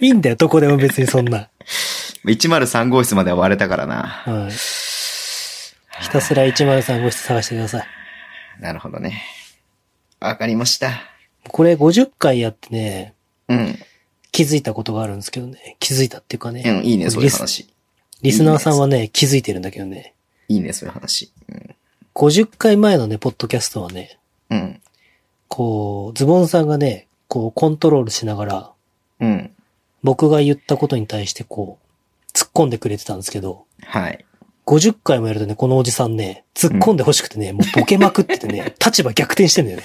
[SPEAKER 3] いいんだよ、どこでも別にそんな。
[SPEAKER 2] 103号室までは割れたからな。
[SPEAKER 3] はい。ひたすら103号室探してください。
[SPEAKER 2] なるほどね。わかりました。
[SPEAKER 3] これ50回やってね、
[SPEAKER 2] うん。
[SPEAKER 3] 気づいたことがあるんですけどね。気づいたっていうかね。
[SPEAKER 2] うん、いいね、そういう話。
[SPEAKER 3] リスナーさんはね、気づいてるんだけどね。
[SPEAKER 2] いいね、そういう話。うん。
[SPEAKER 3] 50回前のね、ポッドキャストはね、
[SPEAKER 2] うん。
[SPEAKER 3] こう、ズボンさんがね、こう、コントロールしながら、
[SPEAKER 2] うん。
[SPEAKER 3] 僕が言ったことに対してこう、突っ込んでくれてたんですけど、
[SPEAKER 2] はい。
[SPEAKER 3] 50回もやるとね、このおじさんね、突っ込んで欲しくてね、もうボケまくって
[SPEAKER 2] [laughs]
[SPEAKER 3] てね、立場逆転してんだよね。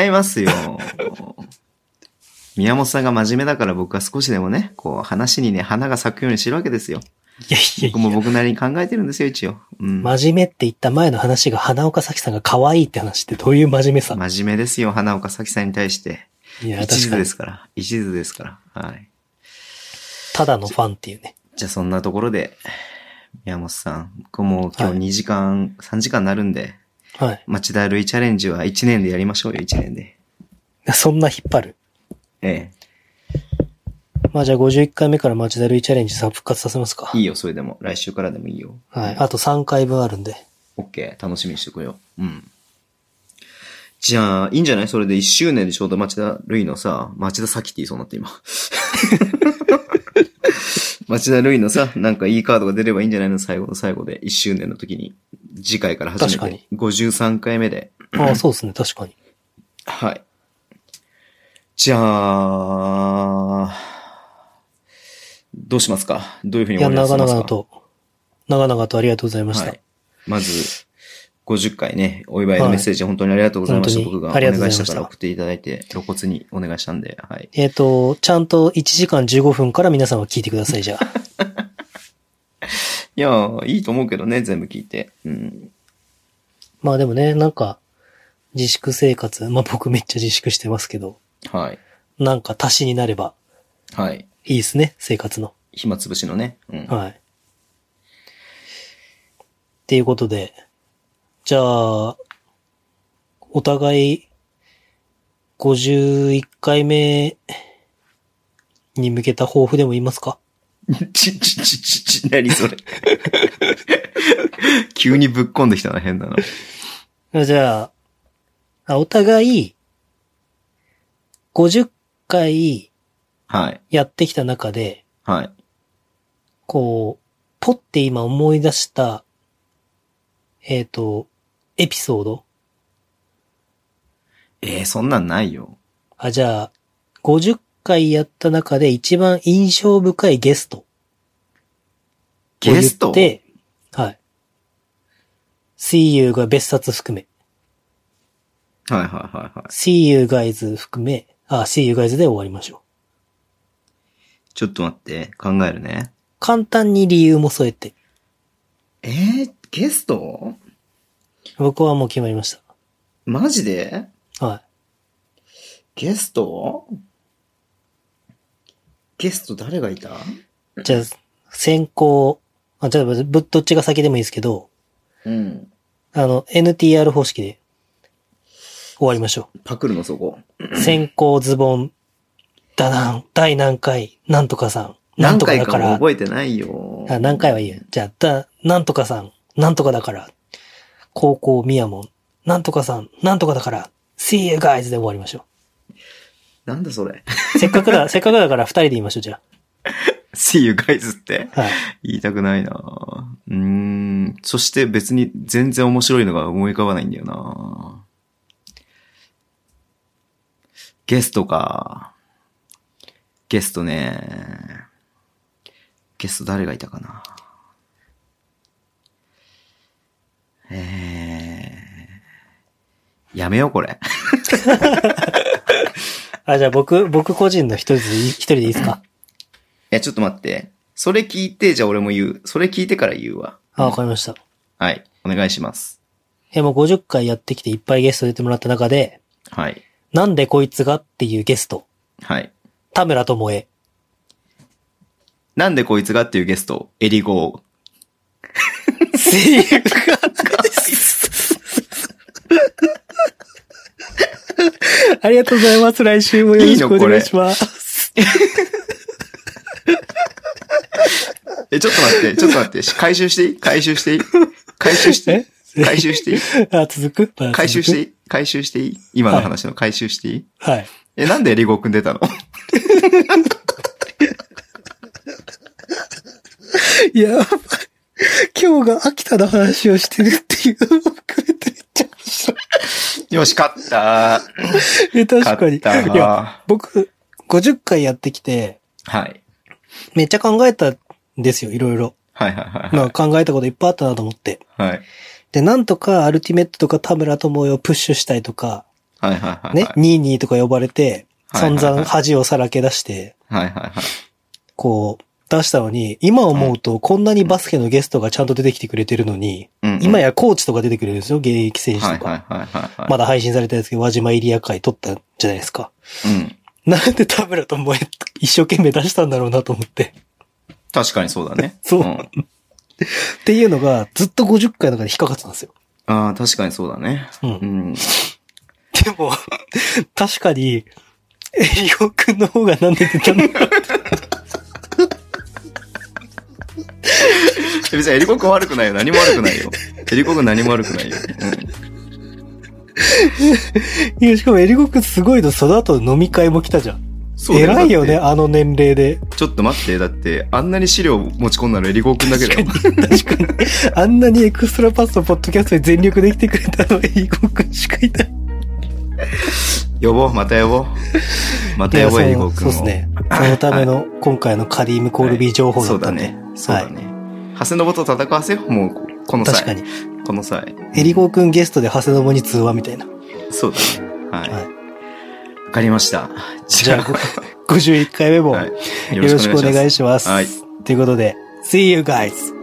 [SPEAKER 2] 違いますよ。宮本さんが真面目だから僕は少しでもね、こう、話にね、花が咲くようにしてるわけですよ。
[SPEAKER 3] いやいやい
[SPEAKER 2] 僕も
[SPEAKER 3] や。
[SPEAKER 2] 僕なりに考えてるんですよ、一応。うん。
[SPEAKER 3] 真面目って言った前の話が花岡咲さんが可愛いって話ってどういう真面目さ
[SPEAKER 2] 真面目ですよ、花岡咲さんに対して。
[SPEAKER 3] いや、
[SPEAKER 2] 一
[SPEAKER 3] 確
[SPEAKER 2] 途
[SPEAKER 3] か
[SPEAKER 2] で
[SPEAKER 3] に。
[SPEAKER 2] すから。一途ですから。はい。
[SPEAKER 3] ただのファンっていうね。
[SPEAKER 2] じゃあそんなところで、宮本さん、僕もう今
[SPEAKER 3] はい
[SPEAKER 2] 日2時間、3時間になるんで、
[SPEAKER 3] はい。
[SPEAKER 2] 町田るいチャレンジは1年でやりましょうよ、1年で。
[SPEAKER 3] そんな引っ張る。
[SPEAKER 2] え
[SPEAKER 3] まあじゃあ51回目から町田ルイチャレンジさ復活させますか
[SPEAKER 2] え。。いいよ、それでも。来週からでもいいよ。
[SPEAKER 3] はい。あと3回分あるんで。
[SPEAKER 2] OK、楽しみにしてくよ。うん。じゃあ、いいんじゃないそれで1周年でちょうど町田るいのさ、町田咲って言いそうになって今。 [laughs] 町田るいのさ、なんかいいカードが出ればいいんじゃないの最後の最後で、1周年の時に、次回から初め
[SPEAKER 3] 確
[SPEAKER 2] て、53回目で。
[SPEAKER 3] ああ、そうですね。確かに。
[SPEAKER 2] はい。じゃあ、どうしますかどういうふう
[SPEAKER 3] い
[SPEAKER 2] に
[SPEAKER 3] や、
[SPEAKER 2] 終わり
[SPEAKER 3] 長
[SPEAKER 2] ますか
[SPEAKER 3] 々と、長々とありがとうございました。
[SPEAKER 2] はい。まず、50回ね、お祝いのメッセージ、本当にありがとうございました。
[SPEAKER 3] 本当に
[SPEAKER 2] 僕がお
[SPEAKER 3] あり
[SPEAKER 2] 願
[SPEAKER 3] が
[SPEAKER 2] い
[SPEAKER 3] とうございま
[SPEAKER 2] し
[SPEAKER 3] したた
[SPEAKER 2] から送っていただいて、露骨にお願いしたんで、はい。
[SPEAKER 3] えっ、と、ちゃんと1時間15分から皆さんは聞いてください、じゃあ。
[SPEAKER 2] いやー、いいと思うけどね、全部聞いて。うん。
[SPEAKER 3] まあでもね、なんか、自粛生活、まあ僕めっちゃ自粛してますけど、
[SPEAKER 2] はい。
[SPEAKER 3] なんか足しになれば
[SPEAKER 2] はい。
[SPEAKER 3] いいですね、生活の。
[SPEAKER 2] 暇つぶしのね。うん。
[SPEAKER 3] はい。っていうことで、じゃあ、お互い、51回目に向けた抱負でも言いますか
[SPEAKER 2] ち、ち、ち、ち、ち、何それ。 [laughs] 急にぶっこんできたな、変だな。
[SPEAKER 3] じゃあ、あお互い、50回
[SPEAKER 2] はい。
[SPEAKER 3] やってきた中で、
[SPEAKER 2] はい。
[SPEAKER 3] こう、ポって今思い出した、えっ、と、エピソード
[SPEAKER 2] ええそんなんないよ。
[SPEAKER 3] あ、じゃあ、50回やった中で一番印象深いゲスト。
[SPEAKER 2] ゲスト
[SPEAKER 3] で、はい。See you が別冊含め、
[SPEAKER 2] はいはいはいはい。
[SPEAKER 3] See you guys 含め、あ、See you guys で終わりましょう。
[SPEAKER 2] ちょっと待って、考えるね。
[SPEAKER 3] 簡単に理由も添えて。
[SPEAKER 2] えー、ゲスト
[SPEAKER 3] 僕はもう決まりまし
[SPEAKER 2] マジで
[SPEAKER 3] た。はい。
[SPEAKER 2] ゲストゲスト誰がいた
[SPEAKER 3] じゃあ、先行、あ、じゃあ、ぶどっちが先でもいいですけど、
[SPEAKER 2] うん。
[SPEAKER 3] あの、NTR 方式で終わりましょ
[SPEAKER 2] パクるのそこ。 [clears throat]
[SPEAKER 3] う。先行ズボン、だなん、第何回、なんとかさん、なん
[SPEAKER 2] 何
[SPEAKER 3] とか
[SPEAKER 2] 回
[SPEAKER 3] だ
[SPEAKER 2] か
[SPEAKER 3] か
[SPEAKER 2] も
[SPEAKER 3] ら、
[SPEAKER 2] 覚えてないよ。
[SPEAKER 3] あ何回はいいや。じゃあ、だ、なんとかさん、なんとかだから、高校宮門、なんとかさん、なんとかだから、See you guys で終わりましょ
[SPEAKER 2] なんだそれ。 [laughs]
[SPEAKER 3] う。せっかくだ、せっかくだから二人で言いましょう、じゃ
[SPEAKER 2] See you guys [laughs] って
[SPEAKER 3] あ。はい。
[SPEAKER 2] 言いたくないなうーん。そして別に全然面白いのが思い浮かばないんだよなゲストか。ゲストね。ゲスト誰がいたかな。えー、やめようこれ。
[SPEAKER 3] あ、じゃあ僕、僕個人の一人で、一人でいいです
[SPEAKER 2] [laughs]
[SPEAKER 3] か
[SPEAKER 2] え、ちょっと待って。それ聞いて、じゃあ俺も言う。それ聞いてから言うわ。
[SPEAKER 3] あ、わかりました。
[SPEAKER 2] はい。お願いします。
[SPEAKER 3] え、もう50回やってきていっぱいゲスト出てもらった中で、
[SPEAKER 2] はい。
[SPEAKER 3] なんでこいつがっていうゲスト、
[SPEAKER 2] はい。
[SPEAKER 3] 田村智恵。
[SPEAKER 2] なんでこいつがっていうゲスト、エリゴ
[SPEAKER 3] 声優が。 [laughs] [laughs] ありがとうございます。来週もよろしくお願いします。
[SPEAKER 2] ー。え、ちょっと待って、ちょっと待って、し回収していい回収していい回収していい回収していい
[SPEAKER 3] [laughs] あ、続くまだ
[SPEAKER 2] [laughs]
[SPEAKER 3] 続く
[SPEAKER 2] 回収していい回収していい今の話の回収していい
[SPEAKER 3] はい。
[SPEAKER 2] え、なんでエリゴーくん出たの
[SPEAKER 3] いや、今日が秋田の話をしてるっていう [laughs] のをくれてめっちゃ面白い
[SPEAKER 2] よし、勝った
[SPEAKER 3] え、
[SPEAKER 2] ー。
[SPEAKER 3] 確か
[SPEAKER 2] 勝
[SPEAKER 3] に。
[SPEAKER 2] った
[SPEAKER 3] いや、
[SPEAKER 2] ー。
[SPEAKER 3] 僕、50回やってきて、
[SPEAKER 2] はい。
[SPEAKER 3] めっちゃ考えたんですよ、いろいろ。
[SPEAKER 2] はいはいはい
[SPEAKER 3] ま
[SPEAKER 2] は
[SPEAKER 3] あ考えたこといっぱいあったなと思って。
[SPEAKER 2] い。はい。
[SPEAKER 3] で、なんとかアルティメットとか田村智恵をプッシュしたいとか、
[SPEAKER 2] はいはいはいはい。
[SPEAKER 3] ね、ニーニーとか呼ばれて、
[SPEAKER 2] はいはい
[SPEAKER 3] 散
[SPEAKER 2] はい
[SPEAKER 3] 々恥をさらけ出して、
[SPEAKER 2] はいはいはい。
[SPEAKER 3] こう、出したのに、今思うとこんなにバスケのゲストがちゃんと出てきてくれてるのに、
[SPEAKER 2] うんうん
[SPEAKER 3] 今やコーチとか出てくれるんですよ、現役選手
[SPEAKER 2] はい
[SPEAKER 3] と
[SPEAKER 2] はい
[SPEAKER 3] か。
[SPEAKER 2] はいはいはい。
[SPEAKER 3] まだ配信されてないですけど、輪島エリア会撮ったじゃないですか。
[SPEAKER 2] うん。
[SPEAKER 3] なんで田村智恵一生懸命出したんだろうなと思って。
[SPEAKER 2] 確かにそうだね。
[SPEAKER 3] そうんっていうのが、ずっと50回の中で引っかかってたんですよ。
[SPEAKER 2] ああ、確かにそうだね。
[SPEAKER 3] うん
[SPEAKER 2] うん。
[SPEAKER 3] でも、確かに、エリオくんの方がなんで出たのか。
[SPEAKER 2] え別にエリコ君悪くないよ。何も悪くないよ。エリコ君何も悪くないよ。
[SPEAKER 3] いや、しかもエリゴくんすごいの、その後飲み会も来たじゃん。
[SPEAKER 2] うん。そうだ
[SPEAKER 3] 偉いよね、
[SPEAKER 2] だっ
[SPEAKER 3] あの年齢で。
[SPEAKER 2] てちょっと待って。だって、あんなに資料持ち込んだのエリコ君だけだよ。
[SPEAKER 3] 確かに。あんなにエクストラパスのポッドキャストに全力で来てくれたの、エリゴくんしかいない。
[SPEAKER 2] [laughs] 呼ぼう、また呼ぼう。また呼ぼう、エリコ
[SPEAKER 3] そ
[SPEAKER 2] 君
[SPEAKER 3] の
[SPEAKER 2] を。
[SPEAKER 3] そうですね。そのた
[SPEAKER 2] [laughs]
[SPEAKER 3] めの、今回のカリーム・コールビー情報だったんで。
[SPEAKER 2] はいそうだね。そうだね。長谷信と戦わせよう。もうこ、この際。
[SPEAKER 3] 確かに。
[SPEAKER 2] この際。
[SPEAKER 3] エリゴくんゲストで長谷信に通話みた
[SPEAKER 2] [laughs]
[SPEAKER 3] いな。
[SPEAKER 2] そうだね。はい。
[SPEAKER 3] は
[SPEAKER 2] わ、
[SPEAKER 3] い
[SPEAKER 2] かりました。
[SPEAKER 3] じゃあ、51回目も、
[SPEAKER 2] はい
[SPEAKER 3] よろしくお願いします。
[SPEAKER 2] はい
[SPEAKER 3] ということで、See you guys!